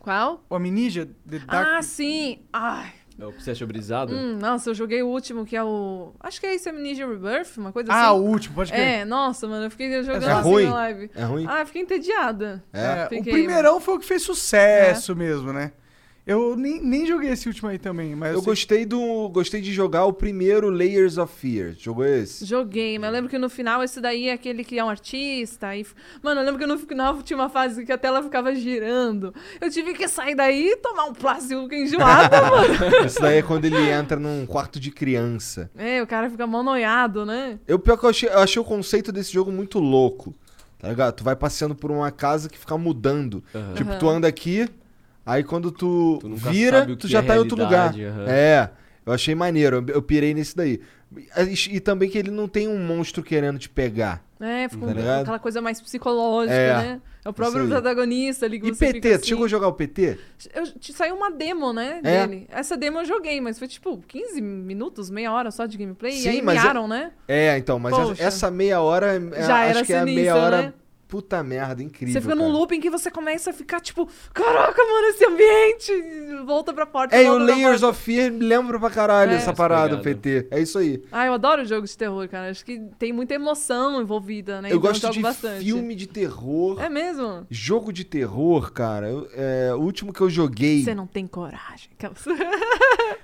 D: Qual?
C: O Amnesia? The
D: Ah,
C: Dark...
D: sim! Ai.
E: É o que você achou brisado?
D: Hum, nossa, eu joguei o último, que é o. Acho que é esse Amnesia Rebirth, uma coisa assim.
C: Ah, o último, pode crer.
D: É, nossa, mano, eu fiquei jogando
C: É
D: assim
C: ruim?
D: na live.
C: É ruim?
D: Ah, eu fiquei entediada.
C: É, o
D: Fiquei,
C: primeirão foi o que fez sucesso mesmo, né? Eu nem, nem joguei esse último aí também, mas...
B: Eu gostei do. Gostei de jogar o primeiro Layers of Fear. Jogou esse?
D: Joguei, mas eu lembro que no final esse daí é aquele que é um artista. E... Mano, eu lembro que no final tinha uma fase que a tela ficava girando. Eu tive que sair daí e tomar um plástico [LAUGHS] enjoada,
B: [LAUGHS]
D: mano.
B: Isso daí é quando ele entra num quarto de criança.
D: É, o cara fica mal noiado, né?
B: Eu pior que eu achei, eu achei o conceito desse jogo muito louco. Tá ligado? Tu vai passeando por uma casa que fica mudando.
E: Aham.
B: Tipo,
D: Aham.
B: tu anda aqui, aí quando tu,
E: nunca
B: vira,
E: sabe o
B: tu
E: que
B: já
E: é
B: tá em outro lugar.
E: realidade, aham.
B: É. Eu achei maneiro, eu- eu pirei nesse daí. E, e também que ele não tem um monstro querendo te pegar.
D: É, fica um-
B: Tá ligado?
D: aquela coisa mais psicológica,
B: É,
D: né? É o próprio
B: isso aí.
D: protagonista ali que
B: E
D: você
B: PT,
D: fica
B: tu
D: assim.
B: chegou a jogar o PT?
D: Eu, te- saiu uma demo, né,
B: É.
D: dele. Essa demo eu joguei, mas foi tipo 15 minutos, meia hora só de gameplay. e
B: Sim,
D: aí
B: mas é-
D: miaram, né?
B: É, então, mas
D: Poxa.
B: essa meia hora. é-
D: Já
B: acho
D: era
B: que é a
D: sinistro,
B: meia hora.
D: né?
B: Puta merda, incrível.
D: Você fica
B: cara.
D: num looping que você começa a ficar tipo, caraca, mano, esse ambiente! E Volta pra porta.
B: É, e o
D: volta pra
B: Layers
D: porta.
B: of Fear me lembra pra caralho
D: É.
B: essa parada,
E: Essa pegada.
B: PT. É isso aí.
D: Ah, eu adoro jogos de terror, cara. Acho que tem muita emoção envolvida, né?
B: eu
D: Então
B: gosto
D: jogo
B: de
D: bastante.
B: filme de terror.
D: É mesmo?
B: Jogo de terror, cara. eu- é, o último que eu joguei.
D: Você não tem coragem. [LAUGHS] Aquelas-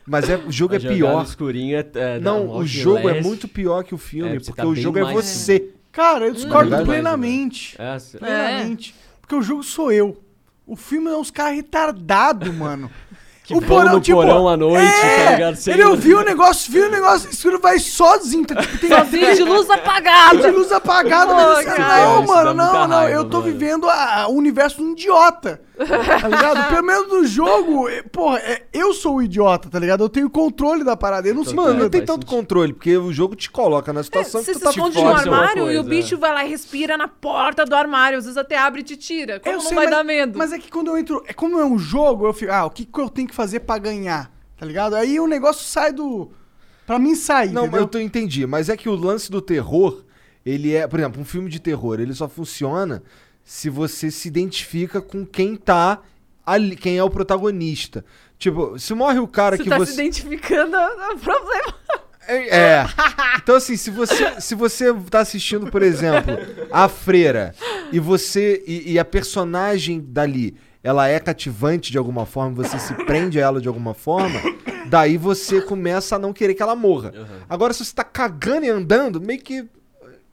B: Mas é, o jogo é
E: Mas jogar no
B: pior.
E: escurinho é- é- dá
B: Não,
E: um
B: o
E: Outlast.
B: jogo é muito pior que o filme,
E: É, você
B: porque
E: tá
B: o
E: bem
B: jogo é
E: mais-
B: você.
C: Cara, eu discordo
B: É Verdade.
C: plenamente.
E: É, cê-
C: Plenamente. Porque o jogo sou eu. O filme é uns caras retardados, [LAUGHS] mano. tipo, é,
E: Que vão no porão à noite,
B: É!
E: tá ligado? Sei
C: ele
E: lá.
C: ouviu o um negócio, viu o negócio escuro, vai sozinho. Tá, tipo, tem
D: Sozinho, de luz apagada.
C: De luz apagada.
D: Pô,
C: mas, assim,
D: cara.
C: não,
E: Isso dá muita
C: mano, não, não.
E: raiva,
C: Eu tô
E: mano.
C: vivendo a- o universo de um idiota. Tá ligado? Pelo menos no jogo, é, porra, é, eu sou o idiota, tá ligado? Eu tenho controle da parada. Eu não sei.
B: Mano, não tem
E: faz
B: tanto tá, controle, porque o jogo te coloca na situação
D: Você
B: que tu
D: se
B: tá
D: esconde
B: te
D: no
B: força.
D: armário e o
E: coisa,
D: bicho vai lá e respira na porta do armário. Às vezes até abre e te tira. Como
C: Eu
D: não
C: sei,
D: vai
C: mas-
D: dar medo?
C: é Mas é que quando eu entro. É como é um jogo, eu fico. Ah, o que, que eu tenho que fazer pra ganhar, tá ligado? Aí o negócio sai do. Pra mim sai.
B: Não, mas
C: entendeu?
B: eu tô- entendi. Mas é que o lance do terror, ele é, por exemplo, um filme de terror, ele só funciona se você se identifica com quem tá ali, quem é o protagonista. Tipo, se morre o cara
D: você
B: que
D: tá
B: você
D: se identificando, [LAUGHS] é um problema.
B: É. Então, assim, se você, se você tá assistindo, por exemplo, a freira e você. E, e a personagem dali ela é cativante de alguma forma, você se prende a ela de alguma forma, daí você começa a não querer que ela morra. Agora, se você tá cagando e andando, meio que.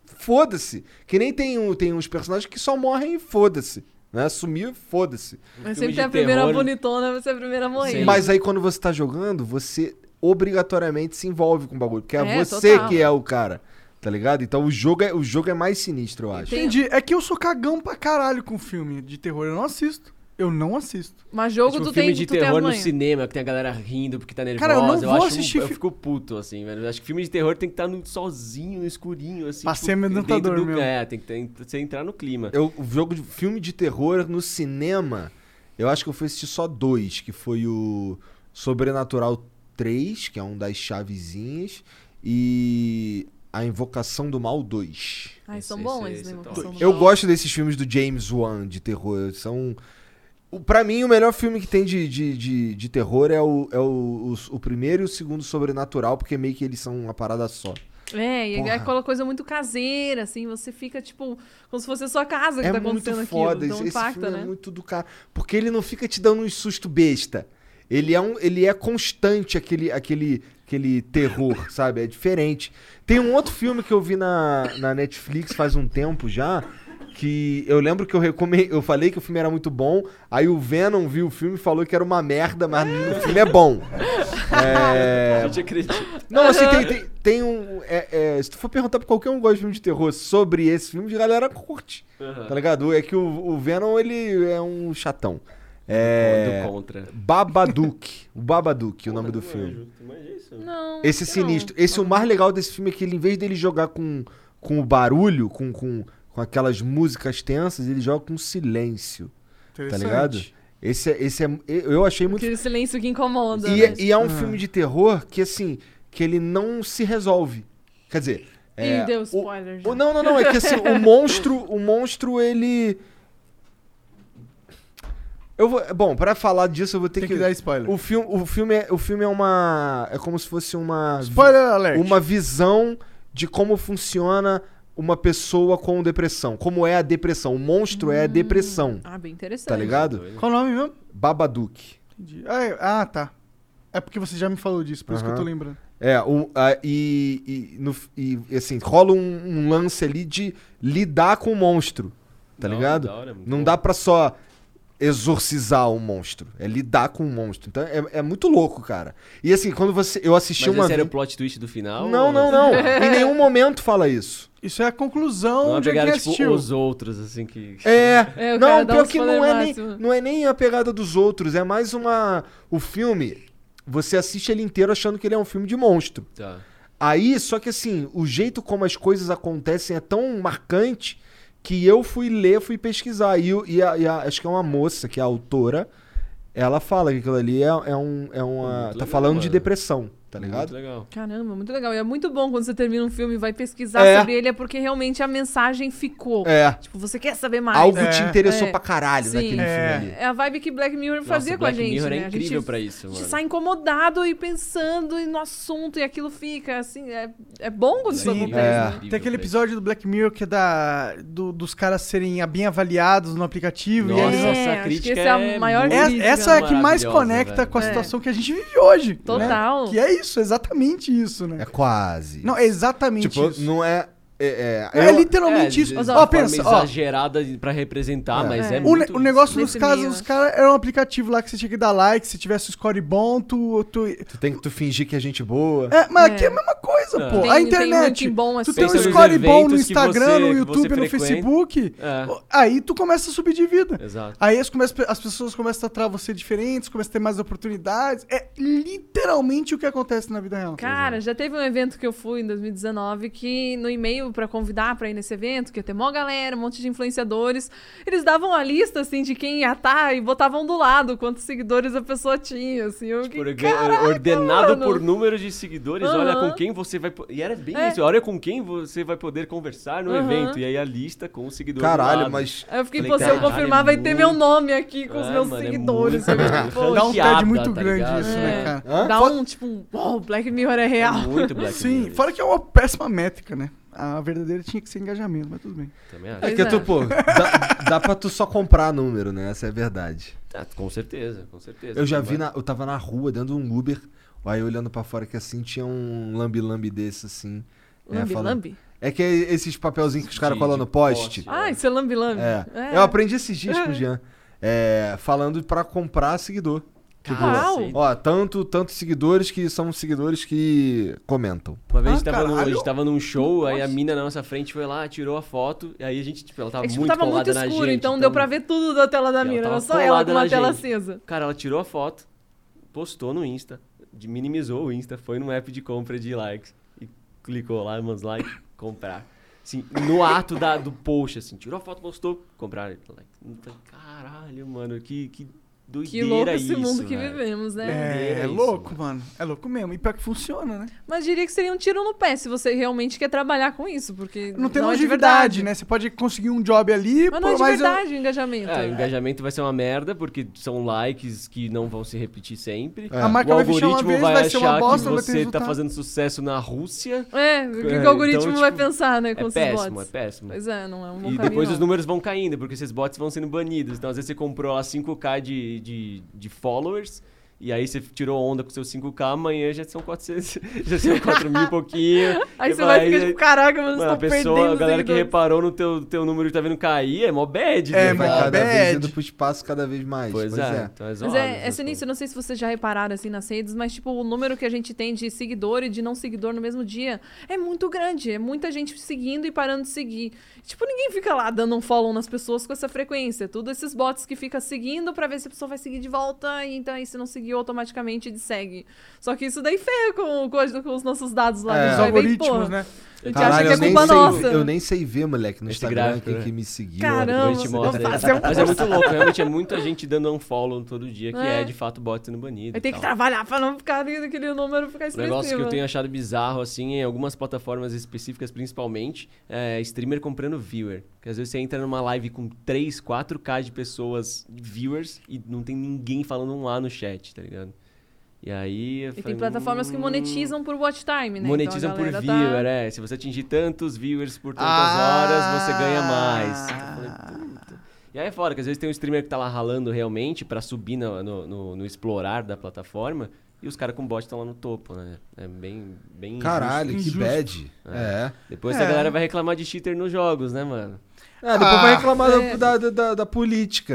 B: Foda-se. Que nem tem, um, tem uns personagens que só morrem e foda-se. Né? Sumiu e foda-se.
D: Mas sempre é a primeira bonitona, você é a primeira a morrer.
B: Mas aí quando você tá jogando, você obrigatoriamente se envolve com o bagulho. Porque é,
D: É,
B: você
D: total.
B: que é o cara. Tá ligado? Então o jogo é, o jogo é mais sinistro, eu acho.
C: Entendi. É que eu sou cagão pra caralho com filme de terror. Eu não assisto. Eu não assisto.
D: Mas
E: Tipo, filme de terror no cinema, que tem a galera rindo porque tá nervosa.
C: Cara, eu não vou
E: acho um-
C: assistir
E: Eu
C: fi-
E: fico puto, assim, velho. Eu acho que filme de terror tem que estar no, sozinho, no escurinho, assim.
C: Pra ser
E: dentro
C: amedrontador
E: do-
C: mesmo.
E: É, tem que ter- você entrar no clima.
B: tá Eu, o jogo de filme de terror no cinema, eu acho que eu fui assistir só dois, que foi o Sobrenatural 3, que é um das chavezinhas, e A Invocação do Mal 2.
D: Ai, são bons eles, né? São
B: Eu
D: bons.
B: gosto desses filmes do James Wan de terror. São. o- Pra mim, o melhor filme que tem de, de, de, de terror é, o, é o, o, o primeiro e o segundo sobrenatural, porque meio que eles são uma parada só.
D: É, e é
B: Porra.
D: aquela coisa muito caseira, assim, você fica, tipo, como se fosse a sua casa que
B: é
D: tá
B: muito
D: acontecendo
B: foda.
D: aquilo. Então
B: esse
D: impacta,
B: filme
D: né?
B: é muito do cara. Porque ele não fica te dando um susto besta. Ele é, um, ele é constante aquele, aquele, aquele terror, [LAUGHS] sabe? É diferente. Tem um outro filme que eu vi na, na Netflix faz um tempo já. Que eu lembro que eu recomendei. Eu falei que o filme era muito bom. Aí o Venom viu o filme e falou que era uma merda, mas o filme é
D: [LAUGHS]
B: bom. É...
E: A gente acredita.
B: Não, assim, tem, tem, tem um. é- é, se tu for perguntar pra qualquer um que gosta de filme de terror sobre esse filme, a galera curte.
E: Aham.
B: Tá ligado? É que o, o Venom, ele é um chatão. É.
E: Do contra.
B: Babadook. O Babadook, o nome do filme.
D: Não.
B: Esse é sinistro. Esse, o mais legal desse filme é que ele, em vez dele jogar com, com o barulho, com, com, com aquelas músicas tensas, ele joga com silêncio. Tá
D: Interessante.
B: ligado? Esse, é- esse é. Eu achei muito
D: Aquele silêncio que incomoda.
B: e,
D: né?
B: e
C: Ah.
B: é um filme de terror que, assim, que ele não se resolve. Quer dizer. é,
D: Ih, deu spoiler. já.
B: o- não, não, não. É que assim,
D: [LAUGHS]
B: o monstro, o monstro, ele. Eu vou, bom, pra falar disso eu vou ter que, dar
C: spoiler.
B: O filme, o filme é, o filme é uma é como se fosse uma vi-
C: Spoiler alert.
B: uma visão de como funciona uma pessoa com depressão, como é a depressão. O monstro é a depressão,
D: Ah, bem interessante.
B: tá ligado?
C: Qual o nome mesmo?
B: Babadook.
C: Entendi. Ah, ah, tá. É porque você já me falou disso, por isso que eu tô
B: Aham.
C: lembrando.
B: É, o- a- e, e, no- e, assim, rola um, um lance ali de lidar com o monstro, tá ligado?
E: da hora, é muito
B: Não dá pra só exorcizar o monstro, é lidar com o monstro. Então é, é muito louco, cara. E assim, quando você. Eu assisti
E: Mas
B: uma.
E: esse era o
B: vez-
E: plot twist do final?
B: Não,
E: [LAUGHS]
B: não, não. em nenhum momento fala isso.
C: Isso é a conclusão
E: Não é
C: de quem
E: pegaram, tipo,
C: assistiu.
E: os outros, assim, que...
B: É,
D: É, o cara
B: não,
D: dá
B: pior
D: um
B: que não
D: spoiler
B: é, nem,
D: máximo.
B: não é nem a pegada dos outros, é mais uma. O filme, você assiste ele inteiro achando que ele é um filme de monstro.
E: Tá.
B: Aí, só que assim, o jeito como as coisas acontecem é tão marcante que eu fui ler, fui pesquisar. E, o- e a- e a- acho que é uma moça, que é a autora, ela fala que aquilo ali é, é um, é uma. tá
E: legal,
B: falando de
E: mano.
B: depressão, tá
E: Muito
B: ligado?
E: legal.
D: Caramba, muito legal. E é muito bom quando você termina um filme e vai pesquisar
B: É.
D: sobre ele, é porque realmente a mensagem ficou.
B: É.
D: Tipo, você quer saber mais. É.
B: Algo
E: É.
B: te interessou pra caralho
D: Sim.
B: naquele filme ali.
D: É a vibe que Black Mirror fazia com
E: Black
D: a gente,
E: Mirror é
D: né? A gente-
E: incrível pra isso,
D: A gente
E: mano.
D: sai incomodado e pensando e no assunto e aquilo fica, assim, é, é bom quando isso
C: Sim,
D: acontece.
E: é.
D: né?
C: tem aquele episódio do Black Mirror que é da, do- dos caras serem bem avaliados no aplicativo.
E: Nossa,
C: e eles vão-
E: essa É, acho que crítica essa é a é maior muito
C: Essa,
E: crítica.
C: essa é a que mais
E: maravilhosa,
C: conecta
E: velho.
C: com a
E: É.
C: situação que a gente vive hoje. né?
D: Total.
C: Que é isso, exatamente isso, né?
B: É quase.
C: Não, é exatamente
B: Tipo,
C: isso.
B: não é. É,
C: É literalmente isso.
E: de
C: Ó,
E: uma
C: pensa,
E: forma
C: ó.
E: exagerada pra representar, mas é,
C: o, ne-
E: muito...
C: o negócio
E: isso,
C: dos
E: né?
C: caras, os caras era um aplicativo lá que você tinha que dar like, se tivesse o score bom, tu. tu...
B: Tu tem que tu fingir que é gente boa.
C: É, mas aqui é a mesma coisa,
B: É.
C: pô.
B: Tem-
C: a
B: tem
C: internet.
D: ranking bom,
C: tu
D: assim.
C: tem um
D: Pensa nos
C: score bom no
E: eventos que
C: Instagram,
E: você-
C: no
E: que
C: YouTube,
E: você
C: no
E: frequenta.
C: Facebook.
E: É.
C: Aí tu começa a subir de vida.
E: Exato.
C: Aí as, come- as pessoas começam a tratar você diferentes, começam a ter mais oportunidades. É literalmente o que acontece na vida real.
D: Cara, já teve um evento que eu fui em 2019 que no e-mail e-mail pra convidar pra ir nesse evento, que ia ter mó galera, um monte de influenciadores. Eles davam a lista, assim, de quem ia estar e botavam do lado quantos seguidores a pessoa tinha, assim. Eu fiquei,
E: Orga-
D: "Caraca,
E: ordenado
D: mano."
E: por número de seguidores,
D: Aham.
E: olha com quem você vai. po- E era bem
D: É.
E: isso, olha com quem você vai poder conversar no
D: Aham.
E: evento. E aí a lista com os seguidores.
B: Caralho,
E: do lado.
B: mas-
D: Aí eu fiquei,
E: Falei,
D: pô, se eu
E: "Caralho,
D: confirmar,
E: é
D: vai ter meu
E: muito-
D: nome aqui com os
E: É,
D: meus
E: mano, é
D: seguidores.
E: muito- [LAUGHS] muito
D: eu fiquei, "Pô,
C: Dá um
E: ranqueada,
C: TED muito
E: tá
C: grande
E: ligado?
C: isso,
D: É.
C: né, cara?
D: Dá um, tipo, um, "Uau, Black Mirror é real.
C: Sim, fora que é uma péssima métrica, né? A verdadeira tinha que ser engajamento, mas tudo bem.
E: Também acho.
B: É que tu, pô,
E: [LAUGHS]
B: dá, dá pra tu só comprar número, né? Essa é a verdade.
E: Tá, com certeza, com certeza.
B: Eu já vi,
E: Vai-
B: na- eu tava na rua, dentro de um Uber, aí olhando pra fora que assim tinha um lambi-lambi desse, assim. né,
D: Lambi-lambi?
B: falando- É que é esses papelzinhos que os caras colam no poste.
D: Ai, seu lambi-lambi.
B: É. Eu aprendi esses dias
C: tipo,
D: [LAUGHS]
B: com o Jean. É, falando pra comprar seguidor. Tipo,
D: Uau.
B: ó, tanto, tanto seguidores que são seguidores que comentam.
E: Uma vez a, gente
B: Ah,
E: tava num, a gente
B: caralho.
E: tava num show, aí a mina na nossa frente foi lá, tirou a foto, e aí a gente, tipo, ela tava
D: É que, tipo,
E: muito
D: tava muito
E: colada na
D: escuro,
E: gente.
D: então, deu pra ver tudo da tela da mina. Era só ela com uma tela acesa.
E: Cara, ela tirou a foto, postou no Insta, de- minimizou o Insta, foi num app de compra de likes e clicou lá, mans like, [COUGHS] comprar. Assim, no ato da, do post, assim, tirou a foto, postou, comprar. like. Então, Caralho, mano, que, que
D: Que
E: doideira
D: louco esse
E: isso,
D: mundo que
E: velho.
D: vivemos, né?
C: É,
E: Doideira isso,
C: louco, mano. É louco mesmo. E pior que funciona, né?
D: Mas diria que seria um tiro no pé se você realmente quer trabalhar com isso, porque
C: Não tem
D: é de
C: longevidade, né? Você pode conseguir um job ali,
D: Mas
C: pô,
D: não é de
C: mas eu- [LAUGHS]
D: verdade o engajamento. né?
E: É, o engajamento vai ser uma merda, porque são likes que não vão se repetir sempre.
C: A marca
E: o
C: vai fechar
E: algoritmo
C: uma vez,
E: vai,
C: vai ser uma
E: achar
C: bosta,
E: que
C: não vai ter
E: você tá
C: resultado.
E: fazendo sucesso na Rússia.
D: É, o que
E: É,
D: o algoritmo
E: então,
D: vai
E: tipo,
D: pensar, né, com
E: é
D: esses
E: péssimo,
D: bots.
E: É péssimo,
D: Pois é, não é um bom
E: E
D: caminho,
E: depois os
D: não.
E: números vão caindo, porque esses bots vão sendo banidos. Então, às vezes, você comprou lá 5k de, de, de followers... E aí você tirou onda com seus 5k, amanhã já são 400, [LAUGHS] já são 4 mil e pouquinho.
D: [LAUGHS] Aí
E: E
D: você vai
E: vai-
D: ficar tipo, caraca, mas eu
E: Mano, a
D: tô
E: pessoa,
D: perdendo
E: a galera que
D: seguidores.
E: reparou no teu, teu número que tá vindo cair, é mó bad,
B: É,
E: né,
B: vai
E: cara?
B: cada vez indo pro espaço cada vez mais.
E: Pois é, então é
D: Mas
E: zoado,
D: é, é sinistro, eu não sei se vocês já repararam assim nas redes, mas tipo, o número que a gente tem de seguidor e de não seguidor no mesmo dia é muito grande. É muita gente seguindo e parando de seguir. Tipo, ninguém fica lá dando um follow nas pessoas com essa frequência. Tudo esses bots que fica seguindo pra ver se a pessoa vai seguir de volta, e então aí se não seguiu, automaticamente dessegue. Só que isso daí ferra com, com, as- com os nossos dados lá.
B: É.
D: A gente
B: Os
D: vai ver,
B: algoritmos,
D: porra,
B: né?
D: A gente
B: Caralho,
D: acha que é culpa
B: eu nem
D: nossa.
B: sei, Eu nem sei ver, moleque, no
E: Esse
B: Instagram
E: gráfico,
B: quem
E: né?
B: que me seguiu.
D: Caramba,
B: depois te
D: você
B: mostra
D: não
B: aí.
D: faz tempo.
E: Mas é muito louco, realmente é muita gente dando unfollow todo dia, que
D: É.
E: é, de fato bot sendo banido.
D: Aí
E: e
D: tem que
E: tal.
D: trabalhar né? pra não ficar aquele número ficar
E: O
D: expressivo.
E: negócio que eu tenho achado bizarro, assim, em algumas plataformas específicas, principalmente, é streamer comprando viewer. Porque às vezes você entra numa live com 3, 4K de pessoas, viewers, e não tem ninguém falando um A no chat, tá ligado? E aí. eu
D: E tem
E: falei,
D: plataformas que
E: "Hum,
D: monetizam por watch
B: Então
D: time, né?
E: Monetizam por
D: viewer,
B: tá
E: viewer, é. Se você atingir tantos viewers por tantas
B: Ah!
E: horas, você ganha mais. Eu falei, "Puta." E aí é fora, que às vezes tem um streamer que tá lá ralando realmente pra subir no, no- no- no explorar da plataforma e os caras com bot estão lá no topo, né? É bem. bem
B: Caralho,
E: injusto.
B: que bad. É.
E: Depois
B: É.
E: a galera vai reclamar de cheater nos jogos, né, mano?
B: Ah, depois vai reclamar da-
E: é.
B: da, da, da- da política.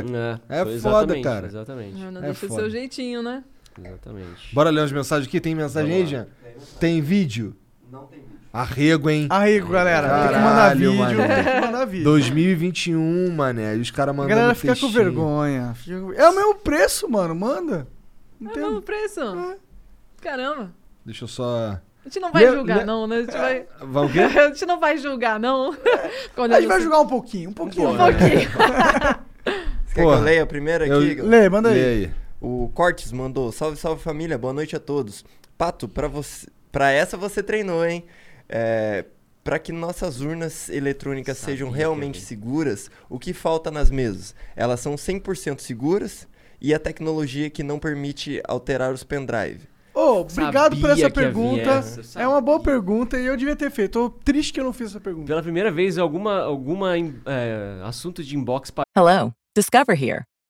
E: É,
B: É,
E: foi
B: foda,
E: exatamente,
B: cara.
E: exatamente.
D: Não
B: É
D: deixa o
B: foda.
D: seu jeitinho, né?
E: Exatamente.
B: Bora ler umas mensagens aqui? Tem mensagem aí, Jean? Tem vídeo? Não tem vídeo. Arrego, hein?
C: Arrego, galera. Tem que mandar vídeo, tem
E: [LAUGHS]
C: que mandar vídeo.
B: 2021, mané. E os caras
C: A
B: mandando
C: galera fica com
B: textinho.
C: vergonha. Fica com- É o mesmo preço, mano. Manda.
D: É o mesmo preço. Caramba.
B: Deixa eu só...
D: A gente não vai
B: Lê-
D: julgar,
B: lê-
D: não, né? A gente vai...
B: Vai o quê?
D: [LAUGHS] A gente não vai julgar, não. [LAUGHS] Quando
C: A gente vai
D: assim-
C: jogar um pouquinho, um pouquinho.
D: Um pouquinho.
F: Você quer que eu leia a primeira aqui?
C: Eu-
F: Igor?
C: Lê, manda aí. Lê aí.
F: O Cortes mandou. Salve, salve família. Boa noite a todos. Pato, pra, você... pra essa você treinou, hein? É... Pra que nossas urnas eletrônicas sejam realmente seguras, o que falta nas mesas? Elas são 100% seguras e a tecnologia que não permite alterar os pendrive.
C: Ô, obrigado por
F: Sabia
C: essa
F: que havia
C: pergunta.
F: essa, eu
C: é uma boa pergunta e eu devia ter feito. Tô triste que eu não fiz essa pergunta.
E: Pela primeira vez, alguma, alguma em- é, assunto de inbox pa-
G: Hello, Discover here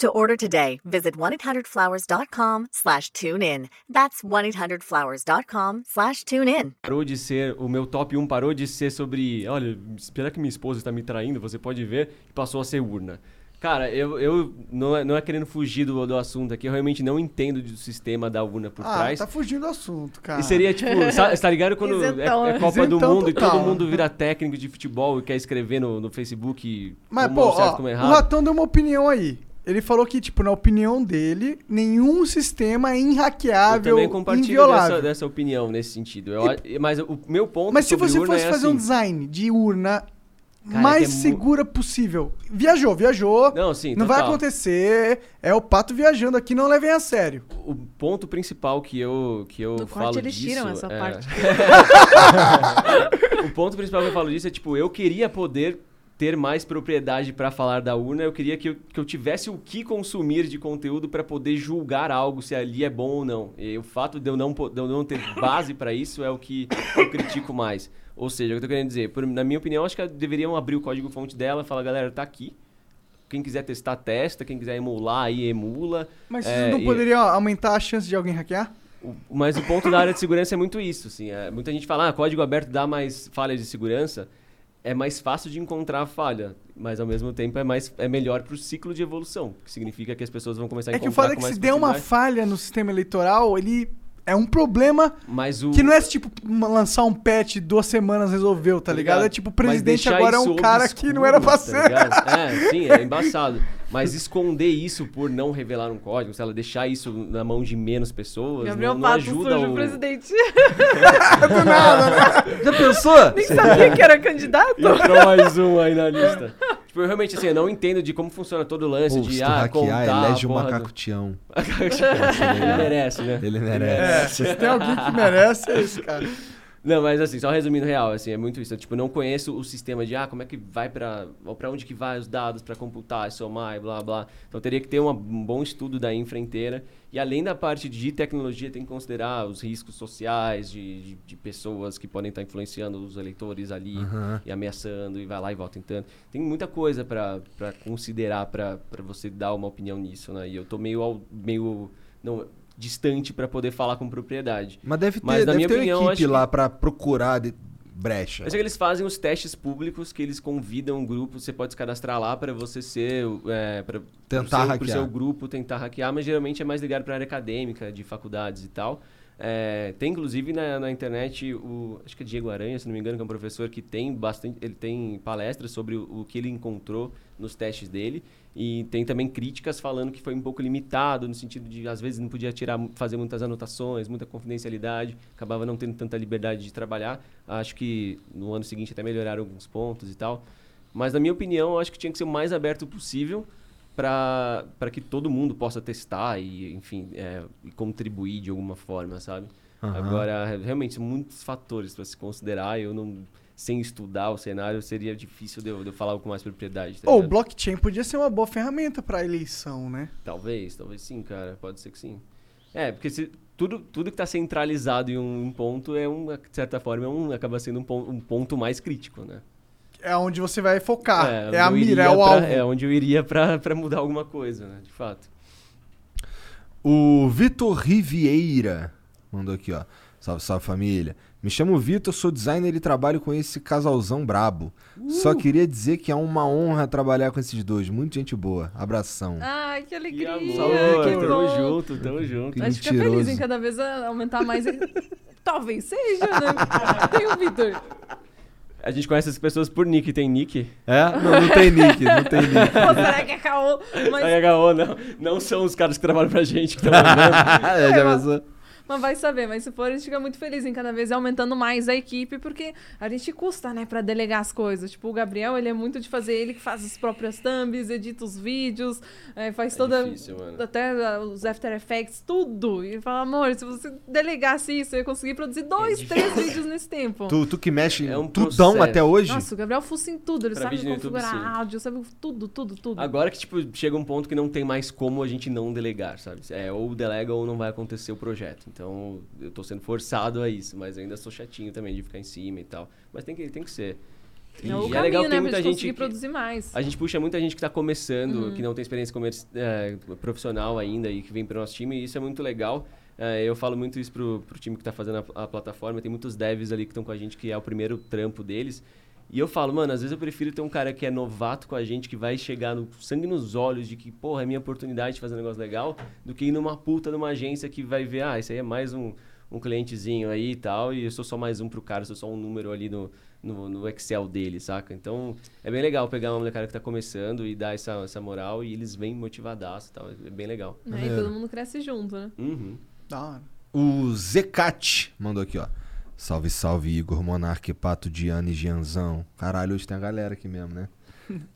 J: To order today, visit 1-800-Flowers.com slash tune in. That's 1-800-Flowers.com slash tune in.
E: Parou de ser, o meu top 1 parou de ser sobre, olha, será que minha esposa está me traindo? Você pode ver, e passou a ser urna. Cara, eu, eu não, é, não é querendo fugir do, do assunto aqui, eu realmente não entendo do sistema da urna por
C: Ah,
E: trás.
C: tá fugindo do assunto, cara.
E: E seria tipo, [LAUGHS]
C: [LAUGHS]
E: sa- tá ligado quando é-
C: Isentão.
D: né?
C: né?
E: é, Copa do
C: Isentão
E: Mundo e todo
C: total.
E: mundo vira técnico de futebol e quer escrever no, no Facebook
C: Mas,
E: como
C: pô,
E: um certo,
C: ó,
E: como
C: o
E: errado?
C: Ratão deu uma opinião aí. Ele falou que, tipo, na opinião dele, nenhum sistema é
E: Eu
C: inhackeável,
E: também compartilho
C: inviolável.
E: dessa, dessa opinião nesse sentido. Eu a- mas o meu ponto
C: Mas se
E: sobre
C: você
E: urna
C: fosse
E: é
C: fazer um
E: assim.
C: design de urna
E: Cara,
C: mais
E: é que é mu-
C: segura possível, viajou, viajou.
E: Não, sim,
C: Não vai
E: total.
C: acontecer. É o pato viajando aqui, não levem a sério.
E: O ponto principal que eu, que eu
C: No corte
E: falo
C: eles
E: disso...
C: tiram essa
E: é-
C: parte.
E: [LAUGHS] o ponto principal que eu falo disso é, tipo, eu queria poder ter mais propriedade pra falar da urna, eu queria que eu, que eu tivesse o que consumir de conteúdo pra poder julgar algo, se ali é bom ou não. E o fato de eu não, po- de eu não ter base pra isso é o que eu critico mais. Ou seja, o que eu tô querendo dizer, por- na minha opinião, acho que deveriam abrir o código-fonte dela e falar, galera, tá aqui. Quem quiser testar, testa. Quem quiser emular, aí emula.
C: Mas
E: É,
C: vocês não
E: e-
C: poderiam aumentar a chance de alguém hackear?
E: mas o ponto da área de segurança é muito isso, assim. é, muita gente fala, ah, código aberto dá mais falhas de segurança. É mais fácil de encontrar a falha, mas ao mesmo tempo é, mais, é melhor para o ciclo de evolução, que significa que as pessoas vão começar a
C: É que
E: encontrar
C: o fato
E: Tá
C: é
E: com
C: que
E: mais
C: se der uma
E: facilidade.
C: falha no sistema eleitoral, ele é um problema
E: Mas o-
C: que não é tipo uma- lançar um patch duas semanas resolveu, tá ligado? É tipo o
E: Mas
C: presidente
E: deixar
C: agora é
E: isso
C: um cara que não era pra
E: obscuro, tá
C: ser. [LAUGHS]
E: ligado? é, sim, é embaçado. Mas esconder isso por não revelar um código, se ela deixar isso na mão de menos pessoas,
D: Gabriel
E: não, não
D: Pato
E: ajuda
D: sujo
E: o...
D: presidente.
C: [LAUGHS]
E: Do nada, né? Já pensou?
D: Nem sabia que era candidato.
E: Entrou mais um aí na lista. Tipo, eu realmente, assim, eu não entendo de como funciona todo o lance
B: Pô, se
E: de,
B: tu
E: ah,
B: hackear,
E: contar
B: elege um
E: a
B: o
E: porra do- [LAUGHS]
B: macaco-tião.
E: Ele merece, né?
B: Ele merece.
C: É, se tem alguém que merece, é esse cara.
E: [LAUGHS] Não, mas assim, só resumindo real, assim, é muito isso. Eu, tipo, não conheço o sistema de, ah, como é que vai pra... ou Pra onde que vai os dados pra computar, somar e blá, blá. Então, teria que ter uma- um bom estudo da infra inteira. E além da parte de tecnologia, tem que considerar os riscos sociais de, de, de pessoas que podem estar influenciando os eleitores ali
B: Aham.
E: e ameaçando e vai lá e volta tentando. Tem muita coisa pra pra considerar pra pra você dar uma opinião nisso, né? E eu tô meio... ao- meio não, distante pra poder falar com propriedade.
B: Mas deve ter,
E: na
B: deve
E: minha
B: ter
E: opinião,
B: uma
E: acho que-
B: equipe lá pra procurar de- brecha.
E: eu sei que eles fazem os testes públicos que eles convidam grupos, você pode se cadastrar lá para você ser. É, pra,
B: Tentar
E: pro seu, pro
B: hackear.
E: seu grupo tentar hackear, mas geralmente é mais ligado para área acadêmica, de faculdades e tal. É, tem inclusive na, na internet o. Acho que é Diego Aranha, se não me engano, que é um professor que tem bastante. Ele tem palestras sobre o, o que ele encontrou nos testes dele. E tem também críticas falando que foi um pouco limitado, no sentido de às vezes não podia tirar, mu- fazer muitas anotações, muita confidencialidade, acabava não tendo tanta liberdade de trabalhar. Acho que no ano seguinte até melhoraram alguns pontos e tal. Mas na minha opinião, eu acho que tinha que ser o mais aberto possível para que todo mundo possa testar e, enfim, é, e contribuir de alguma forma, sabe?
B: Aham.
E: Agora, re- realmente, são muitos fatores para se considerar. Eu não. Sem estudar o cenário, seria difícil de eu, de eu falar com mais propriedade. tá
C: Ou o
E: ligado?
C: blockchain podia ser uma boa ferramenta pra eleição, né?
E: Talvez, talvez sim, cara. Pode ser que sim. É, porque se, tudo, tudo que está centralizado em um, um ponto é um, de certa forma, é um, acaba sendo um, pon- um ponto mais crítico, né?
C: É onde você vai focar. É,
E: onde
C: a
E: eu
C: mira,
E: iria
C: é o
E: pra-
C: alvo.
E: É onde eu iria pra, pra mudar alguma coisa, né? De fato.
B: O Vitor Riviera mandou aqui, ó. Salve, salve família. Me chamo Vitor, sou designer e trabalho com esse casalzão brabo. Só queria dizer que é uma honra trabalhar com esses dois. Muito gente boa. Abração.
D: Ai, que alegria.
E: Salve, tamo
D: que bom.
E: junto, tamo junto.
D: A gente fica feliz em cada vez a- aumentar mais. Talvez seja, né? Tem o Vitor.
E: A gente conhece as pessoas por nick. Tem nick?
B: É? Não, não tem nick, não tem
D: [LAUGHS]
B: nick.
D: Ou será que é caô?
E: Mas... HO, não. Não são os caras que trabalham pra gente que estão mandando.
B: [LAUGHS] Ah, É, já pensou?
D: Mas vai saber, mas se for, a gente fica muito feliz em cada vez aumentando mais a equipe, porque a gente custa, né, pra delegar as coisas. Tipo, o Gabriel, ele é muito de fazer, ele que faz as próprias thumbs, edita os vídeos, é, faz toda.
E: difícil, mano.
D: até ah, os After Effects, tudo. E ele fala, amor, se você delegasse isso, eu ia conseguir produzir dois,
E: É
D: três vídeos nesse tempo.
B: Tu, tu que mexe em tudão até hoje?
D: Nossa, o Gabriel fuça em tudo, ele
E: Pra
D: sabe
E: vídeo no YouTube,
D: configurar
E: sim.
D: áudio, sabe tudo, tudo, tudo.
E: Agora que, tipo, chega um ponto que não tem mais como a gente não delegar, sabe? É, ou delega ou não vai acontecer o projeto. Então, eu tô sendo forçado a isso, mas eu ainda sou chatinho também de ficar em cima e tal. Mas tem que, tem que ser.
D: É o
E: E
D: caminho,
E: legal
D: né,
E: que
D: pra
E: tem muita
D: gente
E: gente que-
D: conseguir produzir mais.
E: A gente puxa muita gente que tá começando,
D: Uhum.
E: que não tem experiência comerci- eh, profissional ainda e que vem pro nosso time, e isso é muito legal. Eh, eu falo muito isso pro, pro time que tá fazendo a, a plataforma, tem muitos devs ali que estão com a gente, que é o primeiro trampo deles. E eu falo, mano, às vezes eu prefiro ter um cara que é novato com a gente, que vai chegar no sangue nos olhos de que, porra, é minha oportunidade de fazer um negócio legal, do que ir numa puta numa agência que vai ver, ah, isso aí é mais um, um clientezinho aí e tal, e eu sou só mais um pro cara, eu sou só um número ali no, no, no Excel dele, saca? Então é bem legal pegar uma molecada que tá começando e dar essa, essa moral e eles vêm motivadaço e tal, é bem legal.
D: Né? E todo mundo cresce junto, né?
B: Hum.
E: Uhum.
C: Da hora.
B: O Zecat mandou aqui, ó. Salve, salve, Igor Monarque, Pato, Diana e Gianzão. Caralho, hoje tem a galera aqui mesmo,
C: [LAUGHS]
B: né?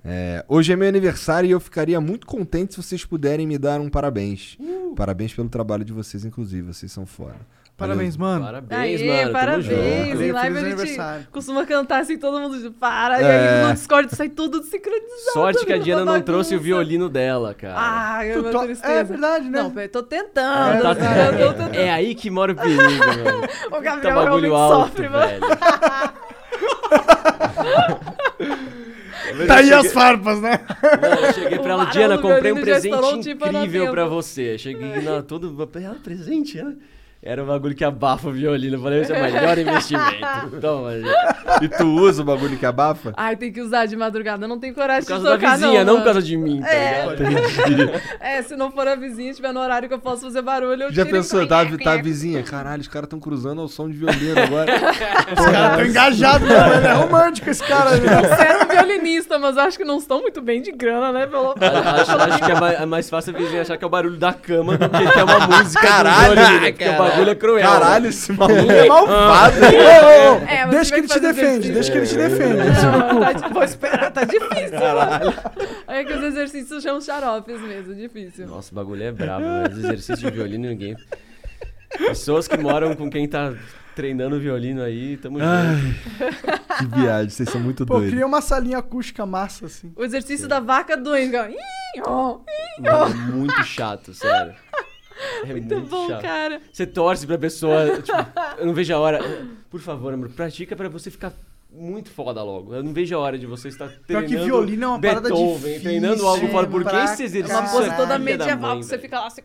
B: É, hoje é meu aniversário e eu ficaria muito contente se vocês puderem me dar um parabéns.
C: Uh!
B: Parabéns pelo trabalho de vocês, inclusive. Vocês são foda.
C: Parabéns, mano.
E: Uhum. Parabéns,
D: Aê,
E: mano.
D: parabéns!
C: junto.
D: Em live
C: Feliz
D: a
C: aniversário.
D: gente costuma cantar assim, todo mundo diz, para, e
E: É.
D: aí no Discord sai tudo desincronizado.
E: Sorte que a
D: vira uma
E: Diana não
D: bagunça.
E: trouxe o violino dela, cara.
D: Ah,
C: Tu
D: eu
C: to-
D: tô... tristeza.
C: É verdade, né?
D: Não, eu tô tentando.
E: Tá-
D: eu tô
E: é aí que mora o
D: [LAUGHS]
E: perigo, mano.
D: tentando. O
E: Tá
D: Gabriel realmente
E: bagulho alto,
D: sofre, mano.
E: velho.
C: [LAUGHS] Tá aí
E: cheguei-
C: as farpas, né?
E: Não, eu cheguei pra ela,
D: [LAUGHS] O
E: Diana,
D: Barão do
E: comprei um
D: Violino já
E: presente
D: estourou, tipo, há
E: incrível
D: 90.
E: pra você. Cheguei na todo. Ah, presente? Era- Era um bagulho que abafa o violino. Eu Falei, esse é o melhor
D: [LAUGHS]
E: investimento. Toma, gente.
B: E tu usa o bagulho que abafa?
D: Ai, tem que usar de madrugada. Eu não tenho coragem
E: Por causa
D: de
E: da
D: tocar,
E: vizinha, não,
D: não
E: por causa de mim, tá
D: É.
E: ligado? Entendi.
D: [LAUGHS] É, se não for a vizinha, tiver no horário que eu posso fazer barulho,
C: é,
D: eu
B: Já
D: tiro e-
B: pensou, tá, tá a vizinha? Caralho, os caras estão cruzando ao som de violino
C: [LAUGHS]
B: agora.
C: Os caras tão engajados, né? Ele é romântico esse cara, né?
D: Certo, é um violinista, mas acho que não estão muito bem de grana, né? Pelo...
E: acho, acho que é mais, é mais fácil a vizinha achar que é o barulho da cama do que que é uma música. do
F: Caralho,
E: violino, porque o bagulho é cruel. Ah.
B: Caralho, esse maluco
C: Ele é
B: é
C: malvado. Ô, ô, ô,
D: É, mas
C: deixa que ele
D: tiver que
C: te
D: fazer
C: defende,
D: exercício.
C: deixa que ele te defende.
D: Não, tá- vou esperar, tá difícil, mano. É que os exercícios chamam xaropes mesmo, é difícil.
E: Nossa, o bagulho é brabo, mas exercício de violino ninguém. Pessoas que moram com quem tá treinando violino aí, tamo junto.
B: Que viagem, vocês são muito
C: Pô,
B: doidos.
C: cria uma salinha acústica massa, assim.
D: O exercício da vaca doente. ó. Ih, ó, ih, ó.
E: Mano, é muito chato, sério. É muito,
D: Muito bom,
E: chato.
D: cara.
E: Você torce pra pessoa, tipo, eu não vejo a hora. Por favor, amor, pratica pra você ficar muito foda logo. Eu não vejo a hora de você estar
C: Pior que
E: treinando
C: violino é uma parada
E: Beethoven,
C: difícil,
E: treinando algo fora. Por que
C: pra
E: esse exercício?
D: Uma pose
E: é
D: toda
E: filha da
D: medieval
E: mãe,
D: que você
E: velho?
D: fica
E: [LAUGHS]
D: lá assim.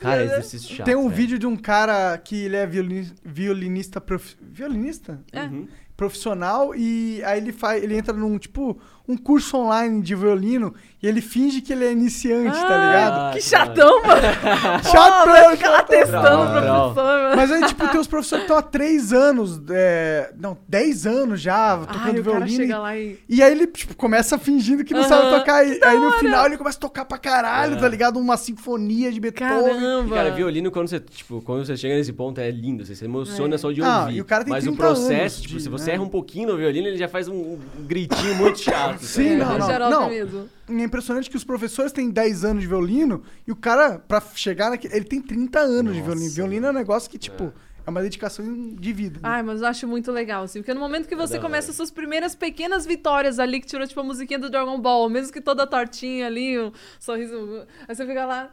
E: Cara, é exercício chato.
C: Tem um
E: velho.
C: vídeo de um cara que ele é violini- violinista prof- violinista
D: É.
E: Uhum.
C: profissional e aí ele faz, ele entra num tipo um curso online de violino e ele finge que ele é iniciante, tá ligado?
D: Ah,
E: Ah,
D: Que
E: que [LAUGHS]
D: chatão, mano. [LAUGHS]
C: Chato, né?
E: né?
D: Vai ficar lá testando o
E: Brau, brau.
D: professor, mano.
C: Mas aí, tipo, tem uns professores que estão há três anos, é, não, dez anos já tocando
D: Ai, o cara
C: violino. e-
D: chega lá e.
C: E aí ele, tipo, começa fingindo que não
D: Aham.
C: sabe tocar. E, aí no final ele começa a tocar pra caralho,
E: É.
C: tá ligado? Uma sinfonia de Beethoven.
D: Caramba!
E: Cara, violino, quando você, tipo, quando você chega nesse ponto, é lindo. Você se emociona
D: É.
E: só de ouvir.
C: Ah, e o cara tem
E: Mas
C: 30
E: o processo,
C: anos
E: tipo,
C: de-
E: se você
C: né?
E: erra um pouquinho no violino, ele já faz um, um gritinho muito chato. tá
C: Sim,
E: ligado?
C: não,
D: É
C: não.
D: xarope
C: não.
D: mesmo.
C: E É impressionante que os professores têm 10 anos de violino e o cara, pra chegar naquele. Ele tem 30 anos de violino. Violino é um negócio que, tipo, é, uma dedicação de vida. né?
D: Ai, mas eu acho muito legal, assim, porque no momento que você
E: da
D: começa
E: hora.
D: as suas primeiras pequenas vitórias ali, que tirou, tipo, a musiquinha do Dragon Ball, mesmo que toda tortinha ali, o sorriso, aí você fica lá...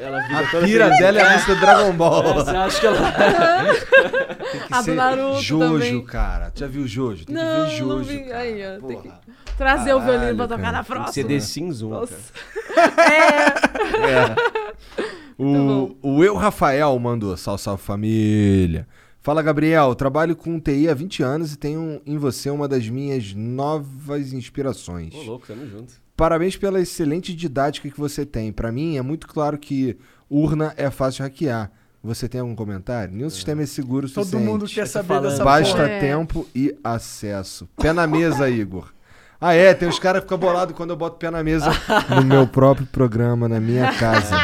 E: Ela fica
B: A
E: toda
B: pira
E: feliz.
B: dela é a música do Dragon
E: É,
B: Ball.
E: Você acha que
D: [LAUGHS]
E: ela.
B: Tem que
D: A Ah, do
B: ser
D: Naruto
B: Jojo,
D: também.
B: cara. Tu já viu Jojo? Tem
D: Não,
B: que ver Jojo.
D: não vi.
B: cara.
D: Aí, ó, tem que
B: Porra.
D: trazer o violino pra
B: Caralho,
D: tocar
B: cara,
E: Tem
D: na
E: que
D: próxima. É.
E: ser The Sims 1, cara.
D: [LAUGHS]
B: É. O, o Eu Rafael mandou, sal salve família. Fala, Gabriel. Trabalho com TI há 20 anos e tenho em você uma das minhas novas inspirações.
E: Ô, louco, tamo junto.
B: Parabéns pela excelente didática que você tem. Pra mim, é muito claro que urna é fácil de hackear. Você tem algum comentário? Nenhum sistema é seguro o
C: Todo
B: suficiente.
C: mundo quer saber
E: falando.
C: dessa
B: Basta
C: porra.
D: É.
B: tempo e acesso. Pé na mesa, Igor. Ah, é, tem os caras que ficam bolados quando eu boto
E: [LAUGHS]
F: [LAUGHS]
B: pé na mesa no meu próprio programa, na minha casa.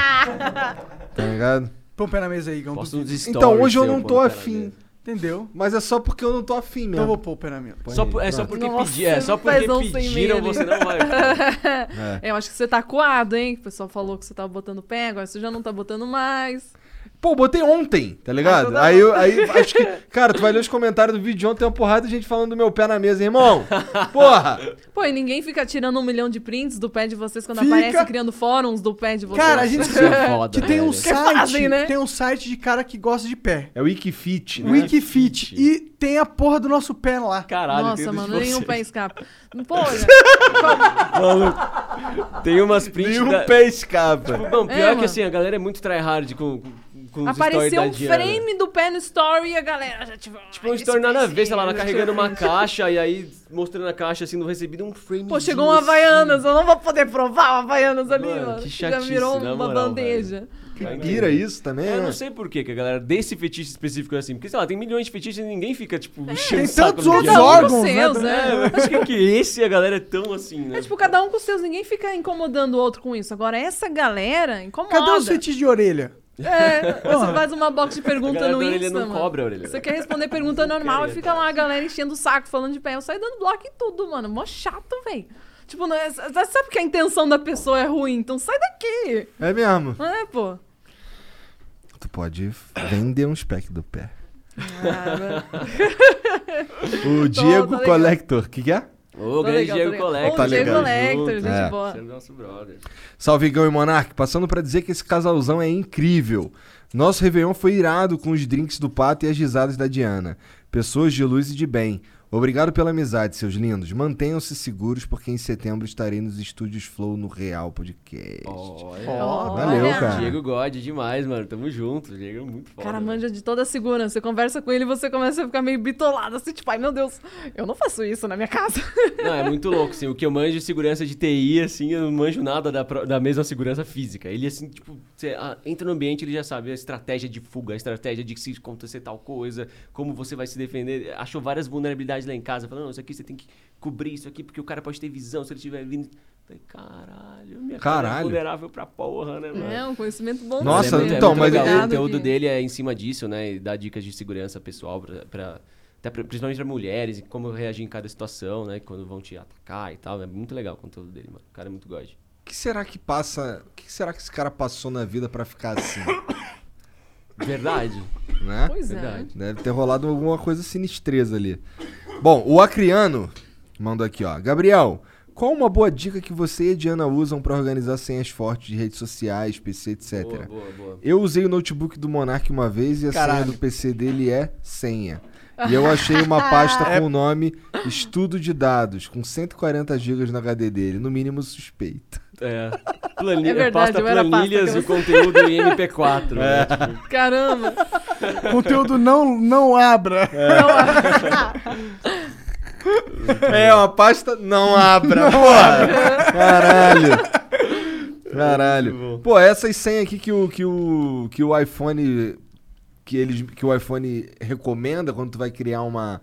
B: Tá ligado?
C: Põe o pé na mesa aí, Gão.
E: Posta uns stories
B: Então, hoje eu
E: seu
B: não
E: pondo
B: tô
E: o pé na
B: afim.
C: Entendeu?
B: Mas é só porque eu não tô afim mesmo.
C: Então eu vou pôr o pé na mesa.
E: Só por- é só
B: Pronto.
E: porque pedi- é só porque
D: pezão um sem
E: pediram,
D: milho.
E: você não vai.
D: [LAUGHS]
E: [LAUGHS]
C: É.
D: Eu acho que você tá coado, hein? O pessoal falou que você tava botando pé, agora você já não tá botando mais.
B: Pô, botei ontem, tá ligado?
E: Ah,
B: aí,
E: então
B: eu, aí acho que. Cara, tu vai ler os comentários do vídeo de ontem, tem uma porrada de gente falando do meu pé na mesa, irmão. Porra!
D: Pô, e ninguém fica tirando um milhão de prints do pé de vocês quando
C: Fica.
D: aparece, criando fóruns do pé de vocês.
C: Cara, a gente
E: é
C: [LAUGHS]
E: foda,
C: que tem um
E: velho.
D: Que
C: site,
D: fazem, né?
C: tem um site de cara que gosta de pé.
B: É o Wikifit, né?
C: Wikifit. E tem a porra do nosso pé lá.
E: Caralho,
D: Nossa,
E: tem dos
D: mano, nenhum
E: vocês. [LAUGHS]
D: pé escapa. Pô, olha,
E: Maluco, Tem umas prints.
B: Nenhum
E: da-
B: pé escapa.
E: Bom,
D: É,
E: pior que
D: mano.
E: assim, a galera é muito tryhard com, com, com os stories
D: apareceu
E: da
D: um
E: Diana.
D: frame do pé no story e a galera já tipo...
E: Tipo, um story nada a ver, sei lá, ela carregando
D: [LAUGHS]
E: uma caixa e aí mostrando a caixa assim, não recebido um frame.
D: Pô, chegou um Havaianas, eu não vou poder provar o Havaianas ali,
E: Mano,
D: mano.
E: que
D: já
E: chatice,
D: virou
E: na
D: uma
E: moral,
D: bandeja.
E: Vai
B: Pira
E: entender.
B: isso também,
E: É, Eu
B: né?
E: não sei por que que a galera desse fetiche específico é assim. Porque, sei lá, tem milhões de fetiches e ninguém fica, tipo,
D: É,
E: enchendo
C: Tem
E: o saco
C: tantos
E: do
C: outros
E: Diana.
D: órgãos,
C: órgãos, né?
D: seus, né?
E: É, mas por que que esse a galera é tão assim, né?
D: É tipo, cada um com os seus, ninguém fica incomodando o outro com isso. Agora, essa galera incomoda.
C: Cadê os fetiches de orelha?
D: É, você faz uma box de
E: a
D: pergunta
E: galera
D: no
E: da orelha
D: Insta,
E: não
D: mano.
E: cobra a orelha. né?
D: Você quer responder
E: [LAUGHS]
D: pergunta normal e fica lá a galera enchendo o saco, falando de pé. Eu saio dando bloco em tudo, mano. Mó chato, velho. Tipo, não é- você sabe que a intenção da pessoa é ruim, então sai daqui.
B: É mesmo.
D: Não é, pô?
B: Tu pode vender um spec do pé.
D: Ah,
E: né?
B: O Diego
D: legal.
B: Collector, o que, que é?
E: Ô,
D: Tô
E: grande
D: legal, tô
E: Diego
D: legal.
E: Collector.
D: Ô,
B: Tá Diego legal.
D: Collector,
E: Junto.
D: gente
E: É.
D: boa.
E: Você é nosso brother.
B: Salve Gão e Monark, passando pra dizer que esse casalzão é incrível. Nosso Réveillon foi irado com os drinks do Pato e as risadas da Diana. Pessoas de luz e de bem. Obrigado pela amizade, seus lindos. Mantenham-se seguros, porque em setembro estarei nos estúdios Flow no Real Podcast.
E: Olha.
B: valeu,
D: Olha.
B: cara.
E: Diego God demais, mano. Tamo junto. Diego é muito
D: O
E: foda.
D: cara
E: velho.
D: manja de toda a segurança. Você conversa com ele e você começa a ficar meio bitolado, assim, tipo, ai meu Deus, eu não faço isso na minha casa. [LAUGHS]
E: Não, é muito louco, assim. O que eu manjo de segurança de TI, assim, eu não manjo nada da, pro- da mesma segurança física. Ele, assim, tipo, você ah, entra no ambiente, ele já sabe a estratégia de fuga, a estratégia de que se acontecer tal coisa, como você vai se defender. Achou várias vulnerabilidades lá em casa, falando, não, isso aqui você tem que cobrir isso aqui, porque o cara pode ter visão se ele estiver vindo. Falei, caralho, minha cara é
B: Caralho.
E: vulnerável pra porra, né, mano?
D: É, um conhecimento bom.
B: Nossa,
D: né?
E: Ele é muito-
B: então,
E: é muito
B: mas-
E: legal. o
D: Cuidado
E: conteúdo
D: que-
E: dele é em cima disso, né? E dá dicas de segurança pessoal pra, pra- até pra- principalmente para mulheres, e como reagir em cada situação, né? Quando vão te atacar e tal. É muito legal o conteúdo dele, mano. O cara é muito god.
B: O que será que passa. O que será que esse cara passou na vida pra ficar assim?
E: Verdade.
B: né?
D: Pois é.
E: Verdade.
B: Deve ter rolado alguma coisa sinistreza ali. Bom, o Acriano mandou aqui, ó. Gabriel, qual uma boa dica que você e a Diana usam pra organizar senhas fortes de redes sociais, PC, etc?
E: Boa, boa, boa.
B: Eu usei o notebook do Monark uma vez e a
C: Caralho.
B: senha do PC dele é senha. E eu achei uma
D: [LAUGHS]
B: pasta com o nome Estudo de Dados, com 140 GB no HD dele, no mínimo suspeito.
E: [LAUGHS] É, planilha,
D: É verdade,
E: pasta
D: eu era pasta
E: planilhas
D: que eu-
E: e
D: [LAUGHS]
E: conteúdo em MP4.
B: É.
E: né? Tipo,
D: Caramba!
C: [LAUGHS] Conteúdo não, [LAUGHS] não abra.
E: [LAUGHS]
B: É, uma pasta não abra, porra! [LAUGHS] Caralho!
E: Muito bom.
B: Caralho. Pô, essas senhas aqui que o, que o, que o iPhone. Que, eles, que o iPhone recomenda quando tu vai criar uma.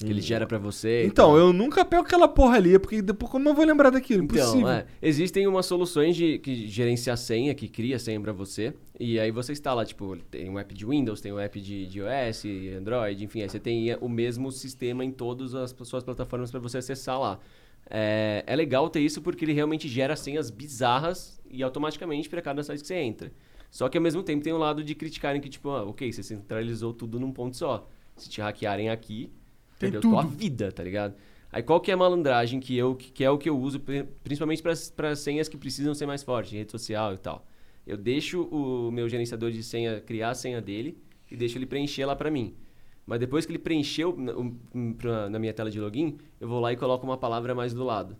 B: um
E: que ele gera pra você. e
B: Então, eu nunca pego aquela porra ali, porque depois como eu vou lembrar daquilo? Impossível.
E: né? Então, é, existem umas soluções de que gerencia a senha, que cria a senha pra você. E aí você instala, tipo, tem um app de Windows, tem um app de, de iOS, Android, enfim, aí você tem é, o mesmo sistema em todas as suas plataformas pra você acessar lá. É, é legal ter isso porque ele realmente gera senhas bizarras e automaticamente pra cada site que você entra. Só que ao mesmo tempo tem o lado de criticarem que, tipo, ah, ok, você centralizou tudo num ponto só. Se te hackearem aqui,
C: Tem
E: perdeu
C: tudo.
E: tua vida, tá ligado? Aí qual que é a malandragem que eu que é o que eu uso pri- principalmente para senhas que precisam ser mais fortes, em rede social e tal. Eu deixo o meu gerenciador de senha criar a senha dele e deixo ele preencher lá pra mim. Mas depois que ele preencheu na, um- um- pra- na minha tela de login, eu vou lá e coloco uma palavra mais do lado.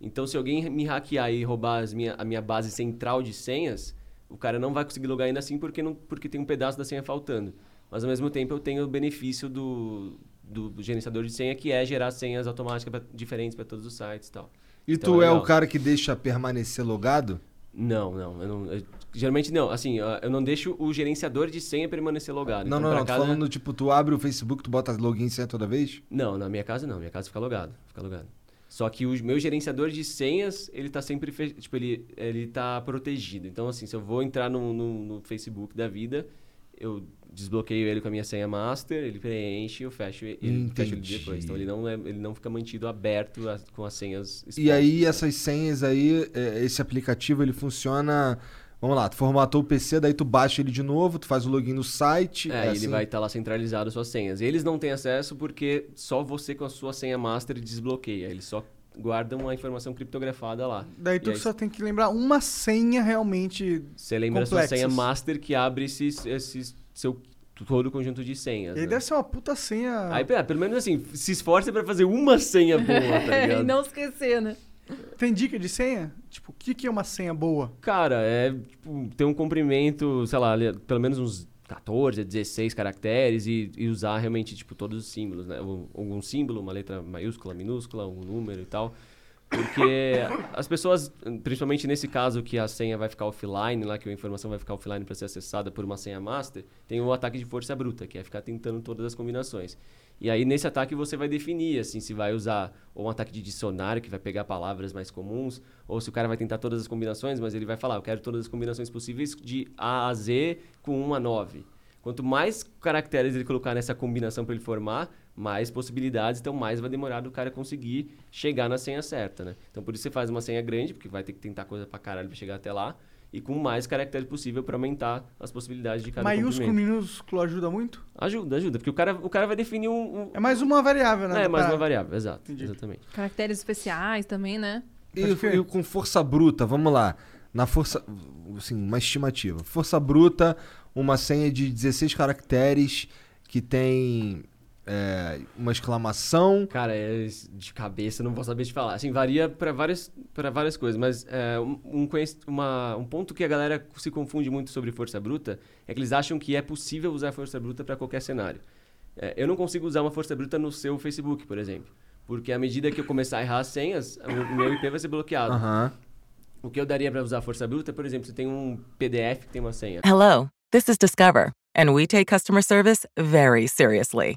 E: Então, se alguém me hackear e roubar as minha, a minha base central de senhas, o cara não vai conseguir logar ainda assim porque, não, porque tem um pedaço da senha faltando. Mas, ao mesmo tempo, eu tenho o benefício do, do, do gerenciador de senha, que é gerar senhas automáticas pra- diferentes para todos os sites e tal.
B: E
E: Então
B: tu é
E: legal.
B: o cara que deixa permanecer logado?
E: Não, não. Eu não eu- geralmente, não. Assim, eu eu não deixo o gerenciador de senha permanecer logado.
B: Não,
E: Então,
B: não,
E: pra
B: não. Tô
E: cada-
B: falando, tipo, tu abre o Facebook, tu bota login senha toda vez?
E: Não, na minha casa não. Minha casa fica logado. Fica logado. Só que o meu gerenciador de senhas, ele tá sempre, fe- tipo, ele, ele tá protegido. Então, assim, se eu vou entrar no, no- no Facebook da vida, eu desbloqueio ele com a minha senha master, ele preenche, eu fecho ele, ele fecho ele
B: Entendi.
E: depois. Então, ele não, é- ele não fica mantido aberto a- com as senhas
B: E aí,
E: né?
B: essas senhas aí, é, esse aplicativo, ele funciona. Vamos lá, tu formatou o PC, daí tu baixa ele de novo, tu faz o login no site.
E: É, e ele
B: assim?
E: vai estar lá centralizado as suas senhas. Eles não têm acesso porque só você com a sua senha master desbloqueia. Eles só guardam a informação criptografada lá.
C: Daí tu
E: E aí
C: só tem que lembrar uma senha realmente.
E: Você lembra a sua
C: complexas.
E: senha master que abre esse, esse seu todo o conjunto de senhas.
C: E aí
E: né?
C: deve ser uma puta senha.
E: Aí, pelo pelo menos assim, se esforça pra fazer uma senha boa,
C: [LAUGHS]
D: [LAUGHS]
E: tá
C: É,
D: e
E: ligado?
D: não esquecer, né?
C: Tem dica de senha? Tipo, o que, que é uma senha boa?
E: Cara, é tipo, ter um comprimento, sei lá, ali, pelo menos uns 14, 16 caracteres e, e usar realmente tipo todos os símbolos, né? Um- Algum símbolo, uma letra maiúscula, minúscula, algum número e tal. Porque as pessoas, principalmente nesse caso que a senha vai ficar offline, lá que a informação vai ficar offline para ser acessada por uma senha master, tem o ataque de força bruta, que é ficar tentando todas as combinações. E aí nesse ataque você vai definir assim se vai usar ou um ataque de dicionário que vai pegar palavras mais comuns, ou se o cara vai tentar todas as combinações, mas ele vai falar, eu quero todas as combinações possíveis de A a Z com 1 a 9. Quanto mais caracteres ele colocar nessa combinação para ele formar, mais possibilidades, então mais vai demorar do cara conseguir chegar na senha certa, né? Então por isso você faz uma senha grande, porque vai ter que tentar coisa pra caralho pra chegar até lá, e com mais caracteres possível para aumentar as possibilidades de cada
C: Maiúsculo,
E: comprimento.
C: minúsculo ajuda muito?
E: Ajuda, ajuda, porque o cara, o cara vai definir um... um-
C: É mais uma variável, né?
E: É, mais
C: Pra-
E: uma variável, exato, exatamente.
D: Caracteres especiais também, né?
B: E, e com força bruta, vamos lá. Na força. Assim, uma estimativa. Força bruta, uma senha de 16 caracteres que tem é, uma exclamação.
E: Cara, é de cabeça não vou saber te falar. Assim, varia para várias, pra várias coisas, mas é, um, um conhec- uma- um ponto que a galera se confunde muito sobre força bruta é que eles acham que é possível usar força bruta para qualquer cenário. É, eu não consigo usar uma força bruta no seu Facebook, por exemplo, porque à medida que eu começar a errar as senhas, o meu IP vai ser bloqueado.
B: Aham.
E: O que eu daria para usar força bruta, por exemplo, você tem um PDF que tem uma senha.
G: Hello, this is Discover, and we take customer service very seriously.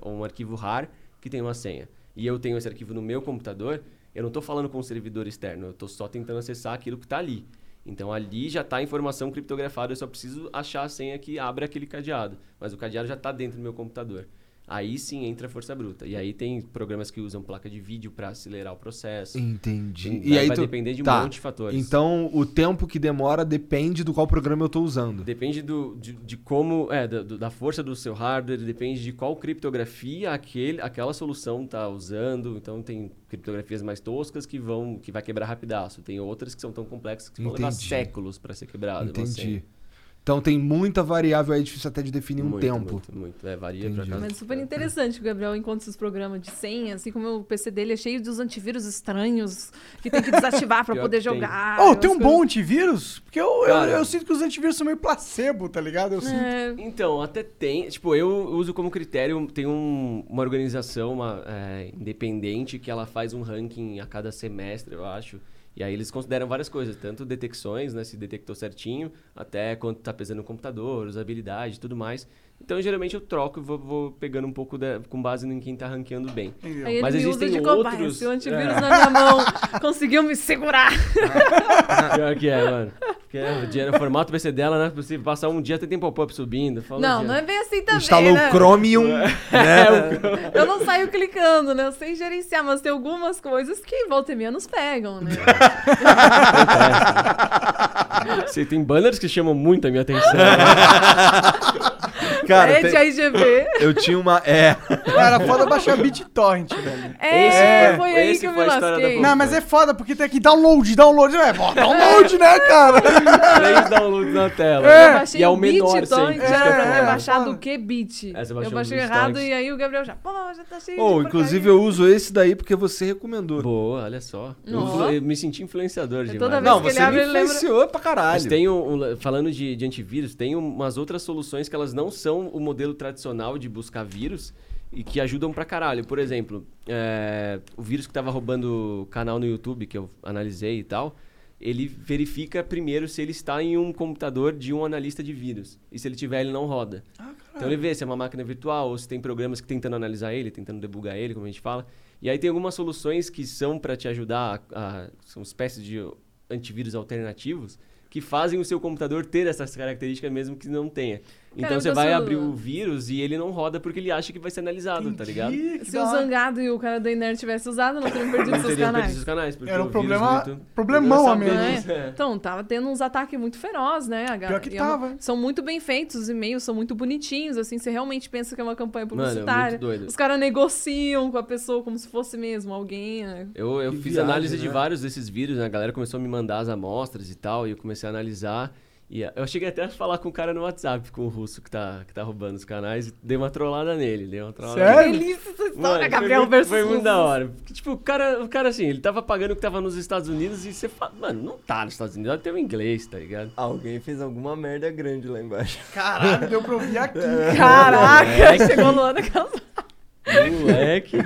E: ou um arquivo RAR que tem uma senha. E eu tenho esse arquivo no meu computador, eu não estou falando com o servidor externo, eu estou só tentando acessar aquilo que está ali. Então ali já está a informação criptografada, eu só preciso achar a senha que abre aquele cadeado. Mas o cadeado já está dentro do meu computador. Aí sim entra a força bruta. E aí tem programas que usam placa de vídeo para acelerar o processo.
B: Entendi.
E: Tem- vai
B: tu-
E: depender de um
B: tá.
E: monte de fatores.
B: Então, o tempo que demora depende do qual programa eu tô usando.
E: Depende do, de, de como. É, da, do- da força do seu hardware, depende de qual criptografia aquele, aquela solução está usando. Então tem criptografias mais toscas que vão. que vai quebrar rapidaço. Tem outras que são tão complexas que vão levar
B: Entendi.
E: séculos para ser quebrada. uma senha.
B: Entendi. Então tem muita variável aí, difícil até de definir um
E: Muito,
B: tempo.
E: Muito, muito. É, varia para
D: Mas é super interessante que o Gabriel encontra esses programas de senha, assim como o PC dele é cheio dos antivírus estranhos que tem que
E: [LAUGHS]
D: desativar pra
C: Pior
D: poder
C: que tem.
D: jogar.
C: Oh,
D: umas
C: tem um
D: coisas-
C: bom antivírus? Porque eu, eu,
E: Cara.
C: eu sinto que os antivírus são meio placebo, tá ligado?
D: É.
C: Eu sinto.
E: Então, até tem. Tipo, eu uso como critério. Tem um- uma organização uma, é, independente que ela faz um ranking a cada semestre, eu acho. E aí eles consideram várias coisas, tanto detecções, né? Se detectou certinho, até quanto tá pesando o computador, usabilidade e tudo mais. Então, geralmente eu troco e vou, vou pegando um pouco da- com base em quem tá ranqueando bem.
D: Aí ele
E: Mas
D: me
E: existem
D: usa de
E: outros.
D: cobaia,
E: [LAUGHS]
D: assim, o antivírus
E: É.
D: na minha mão conseguiu me segurar.
E: Pior que é, mano. Porque o dinheiro- o formato PC dela, né? Você passar um dia, tem pop-up subindo. Fala
D: Não,
E: dia.
D: não é bem assim também.
E: Instalou o
D: né?
E: Chromium, né?
D: Eu não saio clicando, né? Eu sei gerenciar, mas tem algumas coisas que volta e meia nos pegam,
E: [LAUGHS]
D: né?
E: Você tem banners que chamam muito a minha atenção. né? [LAUGHS]
B: Cara,
D: Rede IGV.
B: Eu tinha uma.
D: [LAUGHS]
B: É.
C: Cara, foda baixar BitTorrent, velho.
D: É, Esse- foi aí esse que eu me foi a história lasquei. da
C: Não,
D: Pompa.
C: mas é foda, porque tem aqui download, download. É, pô, download, né, cara?
E: Três
D: [LAUGHS]
E: downloads na tela.
D: Eu baixei
E: e é o
D: o beat então, é,
E: menor sempre.
D: torrent,
E: isso que eu
D: era pra
E: falo.
D: ter baixado o que beat.
E: É, você
D: Eu
E: baixou
D: baixei
E: o
D: errado
E: torrent.
D: e aí o Gabriel já, pô, já tá cheio
B: Ou,
D: de
B: inclusive, eu uso esse daí porque você recomendou.
E: Boa, olha só. Eu,
D: Ó.
E: fui- eu me senti influenciador demais.
D: É toda vez Não, que ele você me abre, ele lembra-
B: influenciou pra caralho.
E: Mas tem um, um- falando de, de antivírus, tem umas outras soluções que elas não são o modelo tradicional de buscar vírus e que ajudam pra caralho. Por exemplo, é, o vírus que tava roubando o canal no YouTube, que eu analisei e tal, ele verifica primeiro se ele está em um computador de um analista de vírus. E se ele tiver, ele não roda.
D: Ah,
E: então ele vê se é uma máquina virtual ou se tem programas que tentando analisar ele, tentando debugar ele, como a gente fala. E aí tem algumas soluções que são pra te ajudar, a- a- são espécies de antivírus alternativos que fazem o seu computador ter essas características mesmo que não tenha. Então
D: Caramba,
E: você vai
D: eu sou-
E: abrir o vírus e ele não roda porque ele acha que vai ser analisado, tá ligado?
D: Se o Zangado e o cara da Inert tivesse usado, não teriam perdido
E: Não
D: seus
E: teriam perdido
D: canais.
E: seus canais, porque
C: Era um
E: o vírus é
C: problema-
E: do YouTube-
C: problemão
E: Eu
C: a menos.
E: sabia disso,
D: É.
E: é.
D: Então, tava tendo uns ataques muito ferozes, né? A
C: Pior que
D: e é uma-
C: tava.
D: São muito bem feitos, os e-mails são muito bonitinhos, assim, você realmente pensa que é uma campanha
E: Mano, é muito
D: publicitária.
E: doido.
D: Os caras negociam com a pessoa como se fosse mesmo alguém, né?
E: Eu, eu
D: Que
E: fiz
D: viagem,
E: análise de
D: né?
E: vários desses vírus, né? A galera começou a me mandar as amostras e tal, e eu comecei a analisar. E eh, eu cheguei até a falar com o cara no WhatsApp, com o russo que tá, que tá roubando os canais, e dei uma trollada nele, dei uma trollada
D: Sério?
E: nele.
D: Delícia essa história,
E: Mano,
D: Gabriel
E: foi muito,
D: versus
E: Foi muito
D: russos.
E: da hora. Porque, tipo, o cara, o cara, assim, ele tava pagando o que tava nos Estados Unidos e você fala, mano, não tá nos Estados Unidos, ela tem o inglês, tá ligado?
F: Alguém fez alguma merda grande lá embaixo.
C: Caralho, deu pra ouvir aqui.
E: É.
D: Caraca, chegou no ano
E: Moleque.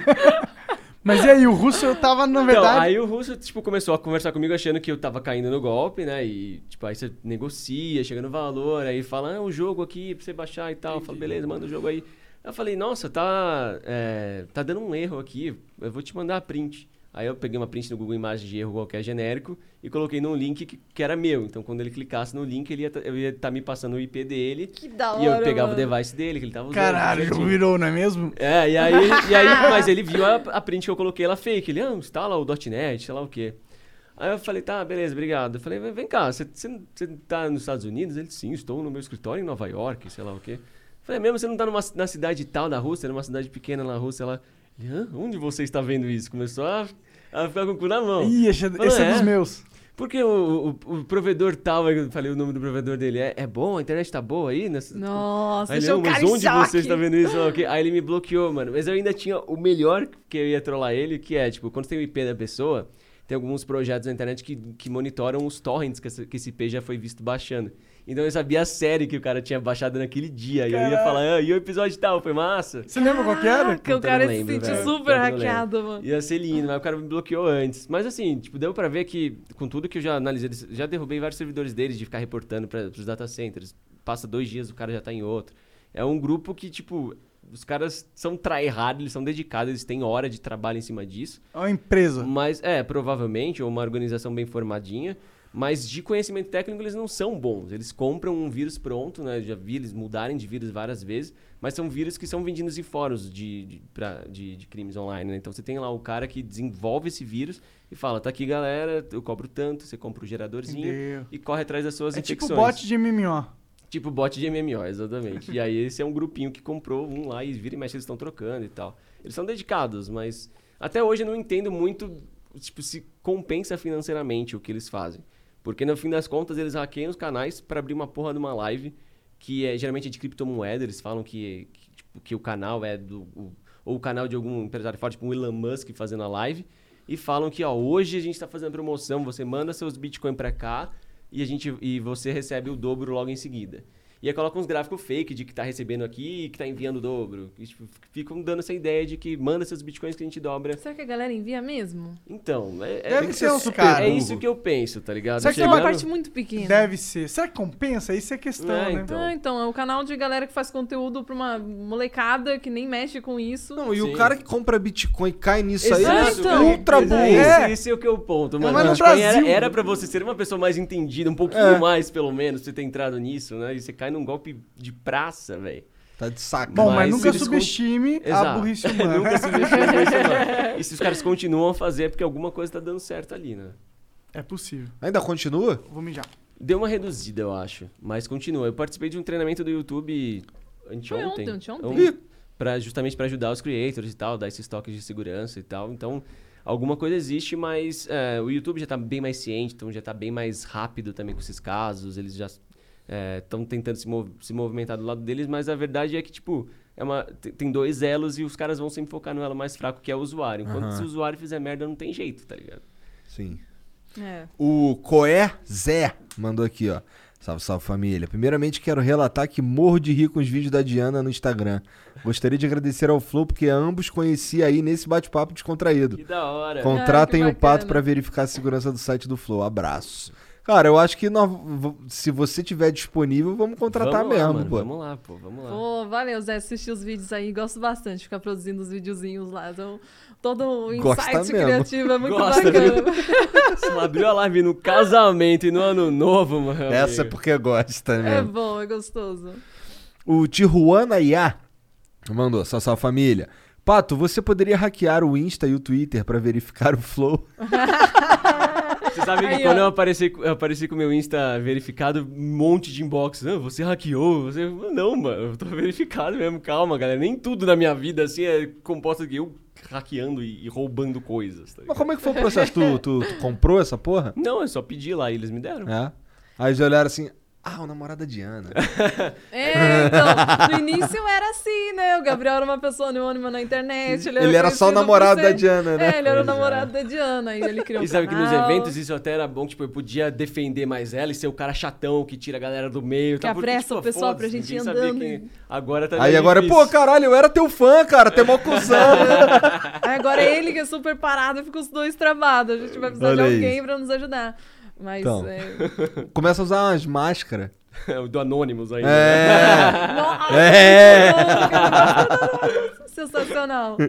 C: Mas e aí, o russo eu tava, na
E: Então,
C: verdade.
E: aí o russo, tipo, começou a conversar comigo achando que eu tava caindo no golpe, né? E, tipo, aí você negocia, chega no valor, aí fala, ah, o jogo aqui pra você baixar e tal. Eu falo, beleza, manda o jogo aí. Eu falei, nossa, tá, é, tá dando um erro aqui, eu vou te mandar a print. Aí eu peguei uma print no Google Imagens de erro qualquer genérico e coloquei num link que, que era meu. Então, quando ele clicasse no link, ele ia, tá- eu ia estar me passando o IP dele. Que
D: da
E: E eu
D: hora,
E: pegava
D: mano.
E: o device dele, que ele tava usando.
C: Caralho, o jogo
E: certinho.
C: virou, não é mesmo?
E: É, e aí, e aí
C: [LAUGHS]
E: mas ele viu a, a print que eu coloquei lá fake. Ele, ah, instala o .NET, sei lá o quê. Aí eu falei, tá, beleza, obrigado. Eu falei, "Vem- vem cá, você você- você tá nos Estados Unidos? Ele, sim, estou no meu escritório em Nova York, sei lá o quê. Eu falei, mesmo você não tá numa, na cidade tal da Rússia, numa cidade pequena na Rússia lá? Ele, "Hã? onde você está vendo isso? Começou a, a ficar com o cu na mão.
C: Ih, esse é-
E: Falei,
C: esse é dos meus.
E: Porque o, o- o provedor tal, aí eu falei o nome do provedor dele, é, é bom? A internet tá boa aí? Nessa...
D: Nossa,
E: Aí ele, "Não,
D: deixou o cara
E: mas
D: em
E: onde você
D: choque."
E: está vendo isso? Ah, ok. Aí ele me bloqueou, mano. Mas eu ainda tinha o melhor que eu ia trollar ele, que é, tipo, quando tem o IP da pessoa, tem alguns projetos na internet que, que monitoram os torrents que, essa- que esse IP já foi visto baixando. Então eu sabia a série que o cara tinha baixado naquele dia. E eu ia
D: Caraca.
E: falar, ah, e o episódio tal, foi massa.
C: Você lembra qual que era?
D: Que o
E: Puta,
D: cara
E: não
D: se
E: lembro,
D: sentiu
E: velho. Pior
D: super
E: que eu não
D: hackeado,
E: lembro.
D: mano.
E: Ia ser lindo, mas o cara me bloqueou antes. Mas assim, tipo, deu pra ver que, com tudo que eu já analisei, eles- já derrubei vários servidores deles de ficar reportando pra, pros data centers. Passa dois dias, o cara já tá em outro. É um grupo que, tipo, os caras são tryhard, eles são dedicados, eles têm hora de trabalho em cima disso.
C: É uma empresa.
E: Mas, é, provavelmente, ou uma organização bem formadinha. Mas de conhecimento técnico eles não são bons. Eles compram um vírus pronto, né? Já vi eles mudarem de vírus várias vezes, mas são vírus que são vendidos em fóruns de, de, pra- de- de crimes online, né? Então você tem lá o cara que desenvolve esse vírus e fala: tá aqui, galera, eu cobro tanto, você compra o geradorzinho
C: Entendeu.
E: e corre atrás das suas
C: É tipo
E: infecções.
C: bot de MMO.
E: Tipo bot de MMO, exatamente. e aí esse é um grupinho que comprou um lá e vira e mexe, eles estão trocando e tal. Eles são dedicados, mas até hoje eu não entendo muito tipo, se compensa financeiramente o que eles fazem. Porque no fim das contas eles hackeiam os canais pra abrir uma porra de uma live que é geralmente é de criptomoeda, eles falam que, que, tipo, que o canal é do. o- ou o canal de algum empresário forte, tipo um Elon Musk fazendo a live, e falam que ó, hoje a gente tá fazendo promoção, você manda seus Bitcoin pra cá e a gente e você recebe o dobro logo em seguida. E aí coloca uns gráficos fake de que tá recebendo aqui e que tá enviando o dobro. E, tipo, ficam dando essa ideia de que manda seus bitcoins que a gente dobra.
D: Será que a galera envia mesmo?
E: Então, é, é,
C: Deve
E: é
C: ser um
E: isso-
C: cara.
E: é isso que eu penso, tá ligado?
D: Será que tem
E: Chegando-
D: uma parte muito pequena?
C: Deve ser. Será que compensa? Isso é questão,
E: É,
C: né?
E: então.
D: Ah, então, é o canal de galera que faz conteúdo pra uma molecada que nem mexe com isso.
B: Não, E o cara que compra Bitcoin e cai nisso aí,
D: Exato.
B: ele é ultra
E: Mas
B: burro.
E: é Esse, esse é o que eu ponto, mano.
B: Mas no
E: Bitcoin era,
B: Brasil-
E: era pra você ser uma pessoa mais entendida, um pouquinho
B: É.
E: mais, pelo menos, você ter entrado nisso, né? E você cai num golpe de praça, velho.
B: Tá de saco.
C: Bom,
E: Mas
C: mas, nunca
E: eles com-
C: subestime a
E: Exato. [LAUGHS]
C: burrice humana.
E: Nunca subestime a burrice humana. E se os caras continuam a fazer, é porque alguma coisa tá dando certo ali, né?
C: É possível.
B: Ainda continua?
C: Vou mijar.
E: Deu uma reduzida, eu acho. Mas continua. Eu participei de um treinamento do YouTube anteontem.
D: Foi ontem, anteontem.
E: Ontem. Pra, justamente para ajudar os creators e tal, dar esses toques de segurança e tal. Então, alguma coisa existe, mas é, o YouTube já tá bem mais ciente, então já tá bem mais rápido também com esses casos. Eles já estão tentando se, mov- se movimentar do lado deles, mas a verdade é que, tipo, é uma, te- tem dois elos e os caras vão sempre focar no elo mais fraco, que é o usuário. Enquanto
B: Aham.
E: se o usuário fizer merda, não tem jeito, tá ligado?
B: Sim.
D: É.
B: O Coé Zé mandou aqui, ó. Salve, salve família. Primeiramente, quero relatar que morro de rir com os vídeos da Diana no Instagram. Gostaria de agradecer ao Flow, porque ambos conheci aí nesse bate-papo descontraído.
E: Que da hora.
B: Contratem
E: Ah, que
B: o Pato
E: bacana.
B: para verificar a segurança do site do Flow. Abraço. Cara, eu acho que nós, v- se você tiver disponível, vamos contratar
E: Vamos lá,
B: mesmo,
E: mano,
B: pô.
E: Vamos lá, pô, vamos lá.
D: Pô, valeu, Zé, assistir os vídeos aí. Gosto bastante de ficar produzindo os videozinhos lá. Então, todo o
E: Gosta
D: insight
E: mesmo.
D: criativo é muito
E: Gosta,
D: bacana.
E: Você abriu a live no casamento e no ano novo, mano.
B: Essa é porque gosta
D: É
B: mesmo.
D: bom, é gostoso.
B: O Tijuana Iá mandou, só salve família. Pato, você poderia hackear o Insta e o Twitter para verificar o Flow?
E: Você sabe que
B: Aí,
E: quando
B: ó.
E: eu apareci, eu apareci com o meu Insta verificado, um monte de inbox. Não, você hackeou, você. Não, mano, eu tô verificado mesmo. Calma, galera. Nem tudo na minha vida assim é composto de eu hackeando e, e roubando coisas. tá
B: Mas como é que foi o processo? tu, tu- tu comprou essa porra?
E: ligado? [LAUGHS] Não, eu só pedi lá e eles me deram.
B: É. Aí eles olharam assim, ah, o namorado da Diana. [LAUGHS]
D: É, então, no início era assim, né? O Gabriel era uma pessoa anônima na internet. Ele era,
B: Ele era só o
D: conhecido por
B: namorado
D: ser-
B: da Diana, né?
D: É, ele era o
B: Pois é.
D: namorado da Diana. E ele criou
E: E
D: um
E: sabe que nos
D: canal.
E: eventos isso até era bom, tipo, eu podia defender mais ela e ser o cara chatão que tira a galera do meio.
D: Que
E: tá? Porque,
D: apressa o
E: tipo,
D: pessoal pra
E: foda-se,
D: gente ir
E: ninguém sabia
D: andando.
E: quem- Agora tá
B: [LAUGHS] Aí
E: meio
B: agora, é
E: difícil. [LAUGHS]
B: pô, caralho, eu era teu fã, cara, tem mó
D: [LAUGHS]
B: cuzão.
D: Aí Agora [LAUGHS] é ele que é super parado e fica os dois travados. A gente vai precisar
B: Olha
D: de alguém
B: isso.
D: pra nos ajudar. Mas
B: Então,
D: é,
B: começa a usar umas máscaras.
E: É O do Anonymous aí. né?
D: Nossa,
B: É.
D: é. Sensacional.
B: Tá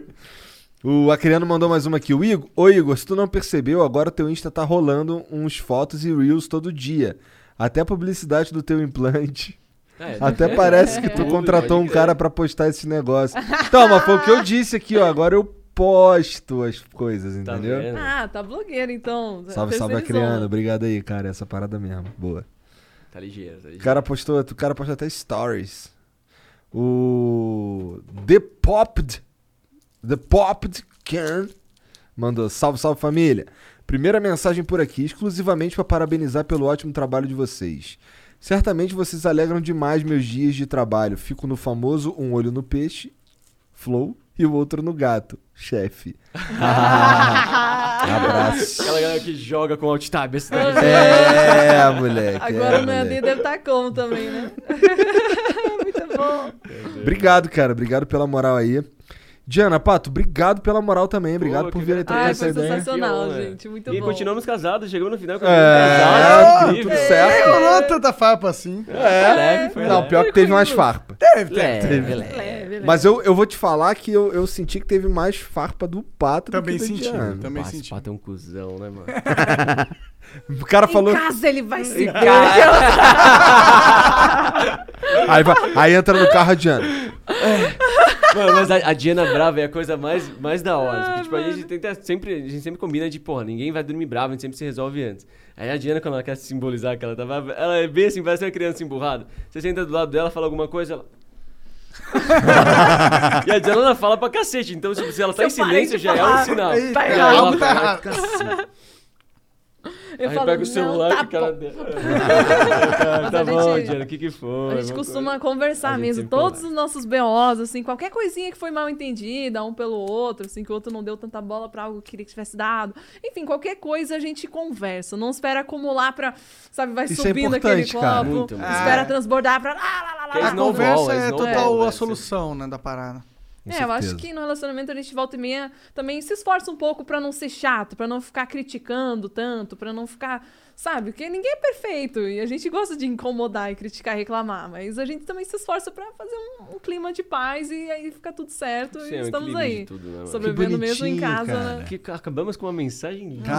B: O Acriano mandou mais uma aqui. O Igor, ô Igor, se tu não percebeu, agora teu Insta tá rolando uns fotos e reels todo dia. Até a publicidade do teu implante.
E: É,
B: Até
E: é.
B: parece que tu
E: Tudo,
B: contratou
E: pode
B: um cara pra postar esse negócio. Então, mas foi o que eu disse aqui, ó. Agora eu posto as coisas, entendeu?
D: Ah, tá blogueiro então.
B: Salve, salve,
D: Terceirizou.
B: Acriano. Obrigado aí, cara. Essa parada mesmo. Boa.
E: Tá ligeiro, tá
B: O
E: ligeiro.
B: cara postou, o cara postou até stories. O The Popped, The Popped Can mandou salve, salve família. Primeira mensagem por aqui, exclusivamente para parabenizar pelo ótimo trabalho de vocês. Certamente vocês alegram demais meus dias de trabalho. Fico no famoso um olho no peixe, flow, e o outro no gato, chefe. [LAUGHS] Um
E: [LAUGHS]
B: Abraço.
E: Aquela galera que joga com alt tab. assim, né?
B: É, moleque.
D: Agora
B: é,
D: o Nandinho
B: moleque.
D: deve estar como
B: [LAUGHS]
D: também, né? Muito bom.
B: Obrigado, cara. Obrigado pela moral aí. Diana, Pato, obrigado pela moral também. Obrigado por vir aí trocar
D: Ai,
B: essa
D: foi
B: ideia.
D: sensacional,
E: Que honra.
D: gente. Muito
E: E
D: bom.
E: continuamos casados, chegamos no final.
B: É,
E: casados,
B: tudo certo.
C: Não rolou tanta farpa assim.
E: É, foi
B: Não,
E: leve.
B: pior que teve umas farpas.
C: Teve,
E: Leve,
B: teve.
E: leve.
C: [LAUGHS]
B: Mas eu, eu vou te falar que eu, eu senti que teve mais farpa do Pato
C: Também
B: do que
C: senti,
B: do Diana.
C: também
E: Pá, Esse pato é um cuzão, né, mano?
B: [LAUGHS] O cara falou...
D: Em casa ele
E: [LAUGHS]
D: vai se
B: Em
D: [LAUGHS]
B: Aí, vai- aí entra no carro a Diana.
E: Mano, mas a, a Diana brava é a coisa mais, mais da hora. porque, tipo, a gente tenta sempre, a gente sempre combina de, porra, ninguém vai dormir bravo, a gente sempre se resolve antes. Aí a Diana, quando ela quer simbolizar que ela tava. Ela é bem assim, parece uma criança emburrada. Você senta do lado dela, fala alguma coisa, ela. [LAUGHS] e a Diana ela fala pra cacete, então tipo, se ela tá
D: Eu
E: em
D: parei
E: silêncio
D: de
E: já é
D: falar.
E: um sinal.
D: Tá
E: Ela fala,
D: errado, tá errado.
E: "Cacete."
D: Eu
E: Aí
D: falo,
E: pega o
D: "Não,
E: celular
D: tá
E: e o cara.
D: bom."
E: dele. tá
D: Mas
E: tá
D: a
E: bom,
D: gente-
E: Diana, o que, que foi?
D: A gente
E: Vamos-
D: costuma conversar
E: gente
D: mesmo,
E: sempre
D: todos os nossos BOs, assim, qualquer coisinha que foi mal entendida, um pelo outro, assim, que o outro não deu tanta bola pra algo que queria que tivesse dado. Enfim, qualquer coisa a gente conversa, não espera acumular pra, sabe, vai
B: Isso é
D: subindo aquele
B: importante,
D: copo,
B: cara. Muito, muito.
D: espera
B: Ah.
D: transbordar pra lá, lá, lá, lá, lá.
C: A conversa é
E: snowball,
C: total
E: né?
C: a solução, né, da parada.
D: É, eu acho que no relacionamento a gente volta e meia também se esforça um pouco pra não ser chato, pra não ficar criticando tanto, pra não ficar, sabe? Porque ninguém é perfeito e a gente gosta de incomodar e criticar e reclamar, mas a gente também se esforça pra fazer um, um clima de paz e aí fica tudo certo
E: Sim,
D: e
E: é um
D: estamos
E: equilíbrio
D: aí.
E: de tudo, né, mano?
D: sobrevivendo mesmo em casa, né?
E: Que acabamos com uma mensagem linda. Ah,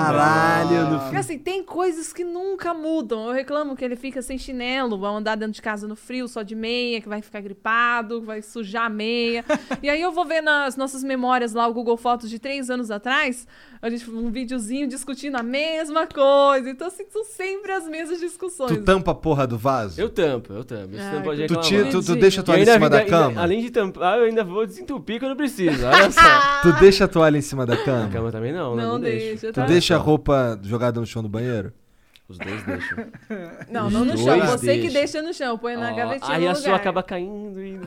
B: Caralho, no
D: Porque assim, tem coisas que nunca mudam. Eu reclamo que ele fica sem chinelo, vai andar dentro de casa no frio, só de meia, que vai ficar gripado, que vai sujar a meia.
B: [LAUGHS]
D: e aí eu vou ver nas nossas memórias lá, o Google Fotos de três anos atrás, a gente um videozinho discutindo a mesma coisa. Então, assim, são sempre as mesmas discussões.
B: Tu tampa a porra do vaso?
E: Eu tampo, eu tampo. Isso
D: Ai,
E: não pode
B: tu
E: reclamar.
B: tira- tu- tu deixa a toalha
E: E ainda
B: em cima da
E: ainda- ainda-
B: cama?
E: além de tampar, eu ainda vou desentupir quando precisa.
D: [LAUGHS]
E: Olha só.
B: Tu deixa a toalha em cima da cama?
E: cama também não, né?
D: Ah. Não
E: Não deixo.
D: deixa,
B: Tu
D: tá?
B: deixa a roupa jogada no chão do banheiro?
E: Os dois deixam.
D: [LAUGHS] Não,
B: Os
D: não no
B: dois
D: chão. Você que
B: deixam.
D: deixa no chão, põe na
E: Ó,
D: gavetinha.
E: Aí
D: no
E: a
D: lugar.
E: sua acaba caindo
B: [LAUGHS]
E: e.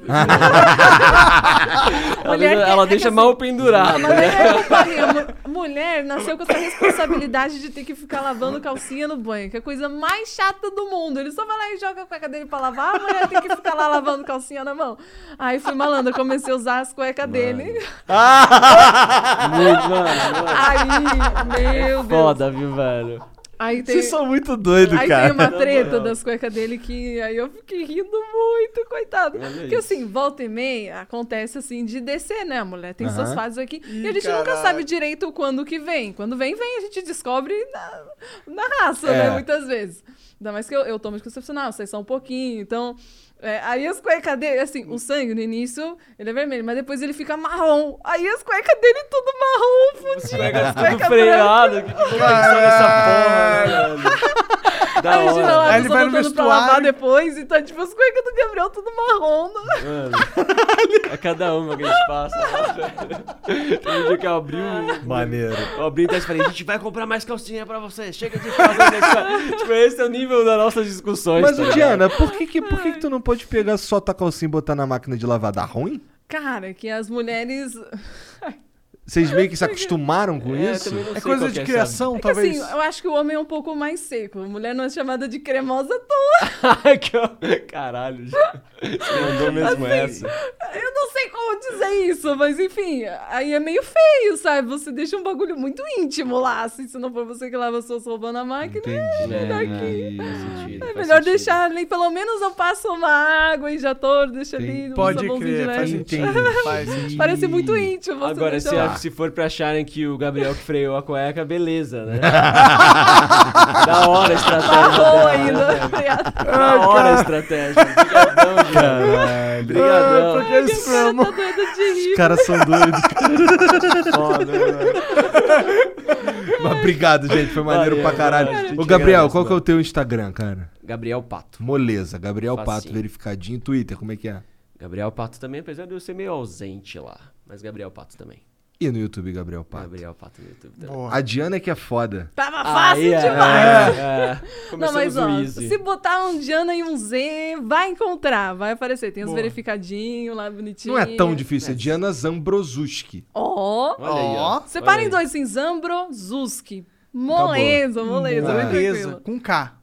E: ela
D: Mulher
E: deixa,
D: que-
E: ela
D: é que
E: deixa
D: assim-
E: mal pendurada. né?
D: Não, mas é que
B: [LAUGHS]
D: eu falei, a mu- mulher nasceu com essa responsabilidade de ter que ficar lavando calcinha no banho, que é a coisa mais chata do mundo. Ele só vai lá e joga a cueca dele pra lavar, a mulher tem que ficar lá lavando calcinha na mão. Aí fui malandra, comecei a usar as cuecas dele. [LAUGHS]
E: Muito, mano.
D: Aí, meu Deus.
E: Foda, viu, velho?
D: Aí tem...
B: Vocês são muito doidos,
D: Aí
B: cara.
D: tem uma treta
E: moral.
D: das cuecas dele que aí eu fiquei rindo muito, coitado.
E: Olha
D: Porque assim, volta e meia acontece assim de descer, né, mulher? Tem suas
E: Aham.
D: fases aqui. e
E: Ih,
D: a gente nunca
E: caralho.
D: sabe direito quando que vem. Quando vem, vem, a gente descobre na, na raça,
E: É.
D: né? Muitas vezes. Ainda mais que eu, eu tomo anticoncepcional, vocês são um pouquinho, então. é, aí as cuecas dele, assim, o sangue no início, ele é vermelho, mas depois ele fica marrom. Aí as cuecas dele tudo marrom, fundido, as
E: Pega tudo
D: cuecas
E: freado. Que
D: brancas.
E: como é que sabe essa porra, velho? Da
D: Aí
E: hora.
D: tira lá, Aí ele vai no vestuário. Pra lavar depois, então, tipo, as cuecas do Gabriel tudo marrom. né?
E: Mano, é cada uma que a gente passa. Tem um dia que eu abri um.
B: Maneiro.
E: Eu abri um teste e falei: a gente vai comprar mais calcinha pra você. Chega de fazer isso. Tipo, esse é o nível das nossas discussões.
B: Mas,
E: tá
B: ô,
E: ligado?
B: Diana, por que, que, por que, que tu não pode pegar só tua calcinha e botar na máquina de lavar? Dá ruim?
D: Cara, que as mulheres.
B: Vocês meio que se acostumaram com
E: É,
B: isso?
E: também não É sei coisa qual de que é, criação,
D: É que, assim, eu acho que o homem é um pouco mais seco. A mulher não é chamada de cremosa à toa.
E: [LAUGHS] Caralho, gente. Você mandou mesmo
D: Assim,
E: essa.
D: Eu não sei como dizer isso, mas enfim, aí é meio feio, sabe? Você deixa um bagulho muito íntimo lá, assim, se não for você que lava suas roupas na máquina. né?
B: Entendi.
E: É,
D: daqui.
E: faz sentido,
D: É
E: faz
D: melhor
E: sentido.
D: deixar ali, pelo menos eu passo uma água e já tô, deixa ali um
C: Pode
D: sabãozinho
C: crer,
D: de
C: faz
E: [LAUGHS]
D: leve. [LAUGHS]
C: sentido, faz sentido.
D: Parece muito íntimo. você
E: Agora, se,
D: deixar-
E: se for pra acharem que o Gabriel que freou a cueca, beleza, né? da hora a estratégia.
D: Marrom
E: dela,
D: ainda.
E: né, velho? da hora a estratégia. Obrigadão, Diana.
C: Ah,
E: Obrigadão.
B: Ai, porque eles amam. Os caras
D: [LAUGHS]
B: são doidos.
E: Foda,
B: né,
E: velho.
B: Mas obrigado, gente. Foi maneiro
E: Valeu,
B: pra
E: valeu,
B: caralho.
E: gente,
B: Ô, Gabriel,
E: agradece,
B: qual que é o
E: mano.
B: teu Instagram, cara?
E: Gabriel Pato.
B: Moleza, Gabriel Pato,
E: Facinho.
B: verificadinho. Twitter, como é que é?
E: Gabriel Pato também, apesar de eu ser meio ausente lá. Mas Gabriel Pato também.
B: E no YouTube, Gabriel Pato.
E: Gabriel Pato no YouTube também.
B: A Diana é que é foda.
D: Tava fácil
E: Aí, é,
D: demais.
E: é.
D: Não,
E: Começamos
D: mas
E: o
D: ó,
E: easy.
D: se botar um Diana e um Z, vai encontrar, vai aparecer. Tem os
B: Boa.
D: verificadinhos lá bonitinho.
B: Não é tão difícil, é Diana Zambrosuski.
D: Ó.
B: Olha aí, ó.
D: Separa
B: Olha
D: em
B: aí.
D: dois, assim, Zambro, Zuski.
B: Hum,
D: Moleza, moleza. bem
C: Moleza,
D: tranquilo.
C: com K.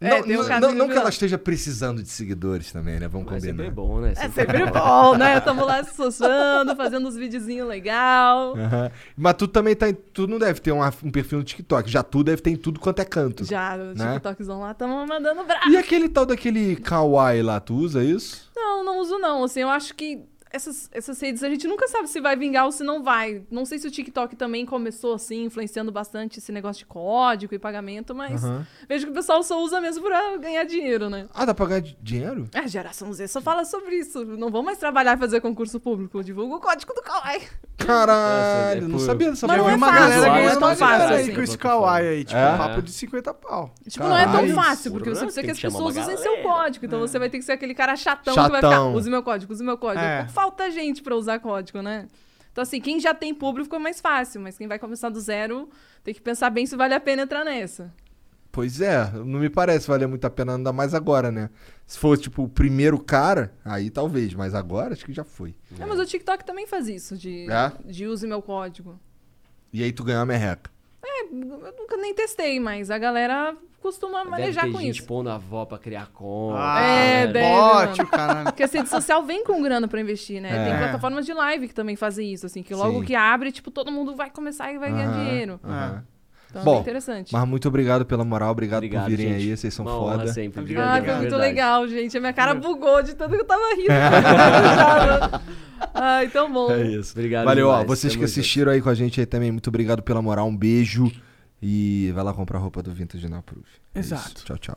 D: É,
B: Não,
D: tem um
B: não-
D: caso
B: não-
D: de
B: não que
D: vilão.
B: ela esteja precisando de seguidores também, né? Vamos
E: Mas
B: combinar.
E: sempre é bom, né?
D: É sempre bom, né? Tamo lá se sociando, fazendo uns videozinhos legal.
B: Aham. Mas tu também tá em, tu não deve ter um, af- um perfil no TikTok. Já tu deve ter em tudo quanto é canto.
D: Já, no
B: né?
D: TikTokzão lá, tamo mandando bravo.
B: E aquele tal daquele kawaii lá, tu usa isso?
D: Não, não uso não. Assim, eu acho que essas, essas redes a gente nunca sabe se vai vingar ou se não vai. Não sei se o TikTok também começou assim, influenciando bastante esse negócio de código e pagamento, mas
B: Aham.
D: vejo que o pessoal só usa mesmo pra ganhar dinheiro, né? É,
B: Ah, dá pra ganhar di- dinheiro?
D: A geração Z só fala sobre isso. Não vão mais trabalhar e fazer concurso público. Divulga o código do Kawaii.
B: Caralho, não sabia dessa
D: Mas não
B: porra.
D: é fácil, não é tão
C: uma galera
D: fácil
C: aí
D: assim.
C: com esse kawaii aí, tipo,
B: É?
C: papo de 50 pau.
D: Tipo, não é tão fácil, porque
B: né?
D: você precisa que as pessoas usem seu código. Então você vai ter que ser aquele cara chatão, que vai ficar,
C: Chatão.
D: use meu código, use meu código. Então,
C: É.
D: Falta gente pra usar código, né? Então, assim, quem já tem público é mais fácil, mas quem vai começar do zero tem que pensar bem se vale a pena entrar nessa.
B: Pois é, não me parece valer muito a pena, ainda mais agora, né? Se fosse, tipo, o primeiro cara, aí talvez, mas agora acho que já foi.
D: Não, É, mas o TikTok também faz isso, de,
B: É?
D: de use meu código.
B: E aí tu ganhou a merreca.
D: É, eu nunca nem testei, mas a galera costuma
E: Deve
D: manejar
E: ter
D: com
E: gente
D: isso.
E: pondo a avó pra criar conta.
B: Ah,
D: é,
E: né?
D: deve. mano. Porque as redes sociais vêm com grana pra investir, né?
E: É.
D: Tem plataformas de live que também fazem isso, assim, que logo
B: Sim.
D: que abre, tipo, todo mundo vai começar e vai ganhar
B: Aham,
D: dinheiro.
B: aham.
D: Então é
B: Bom,
D: bem interessante.
B: mas muito obrigado pela moral, obrigado,
E: Obrigado,
B: por virem
E: gente.
B: aí, vocês são
E: Uma honra
B: foda.
E: sempre, obrigado.
D: Ah, foi muito
E: Verdade.
D: legal, gente. A minha cara bugou de tanto que eu tava
B: [LAUGHS]
D: rindo. [LAUGHS] Tava- Ai, tão bom.
B: É isso.
E: Obrigado
B: Valeu, ó.
E: demais.
B: Vocês que
E: Tamo junto.
B: assistiram aí com a gente aí também, muito obrigado pela moral. Um beijo. E vai lá comprar roupa do Vintage na Proof. É isso.
C: Exato.
B: Tchau, tchau.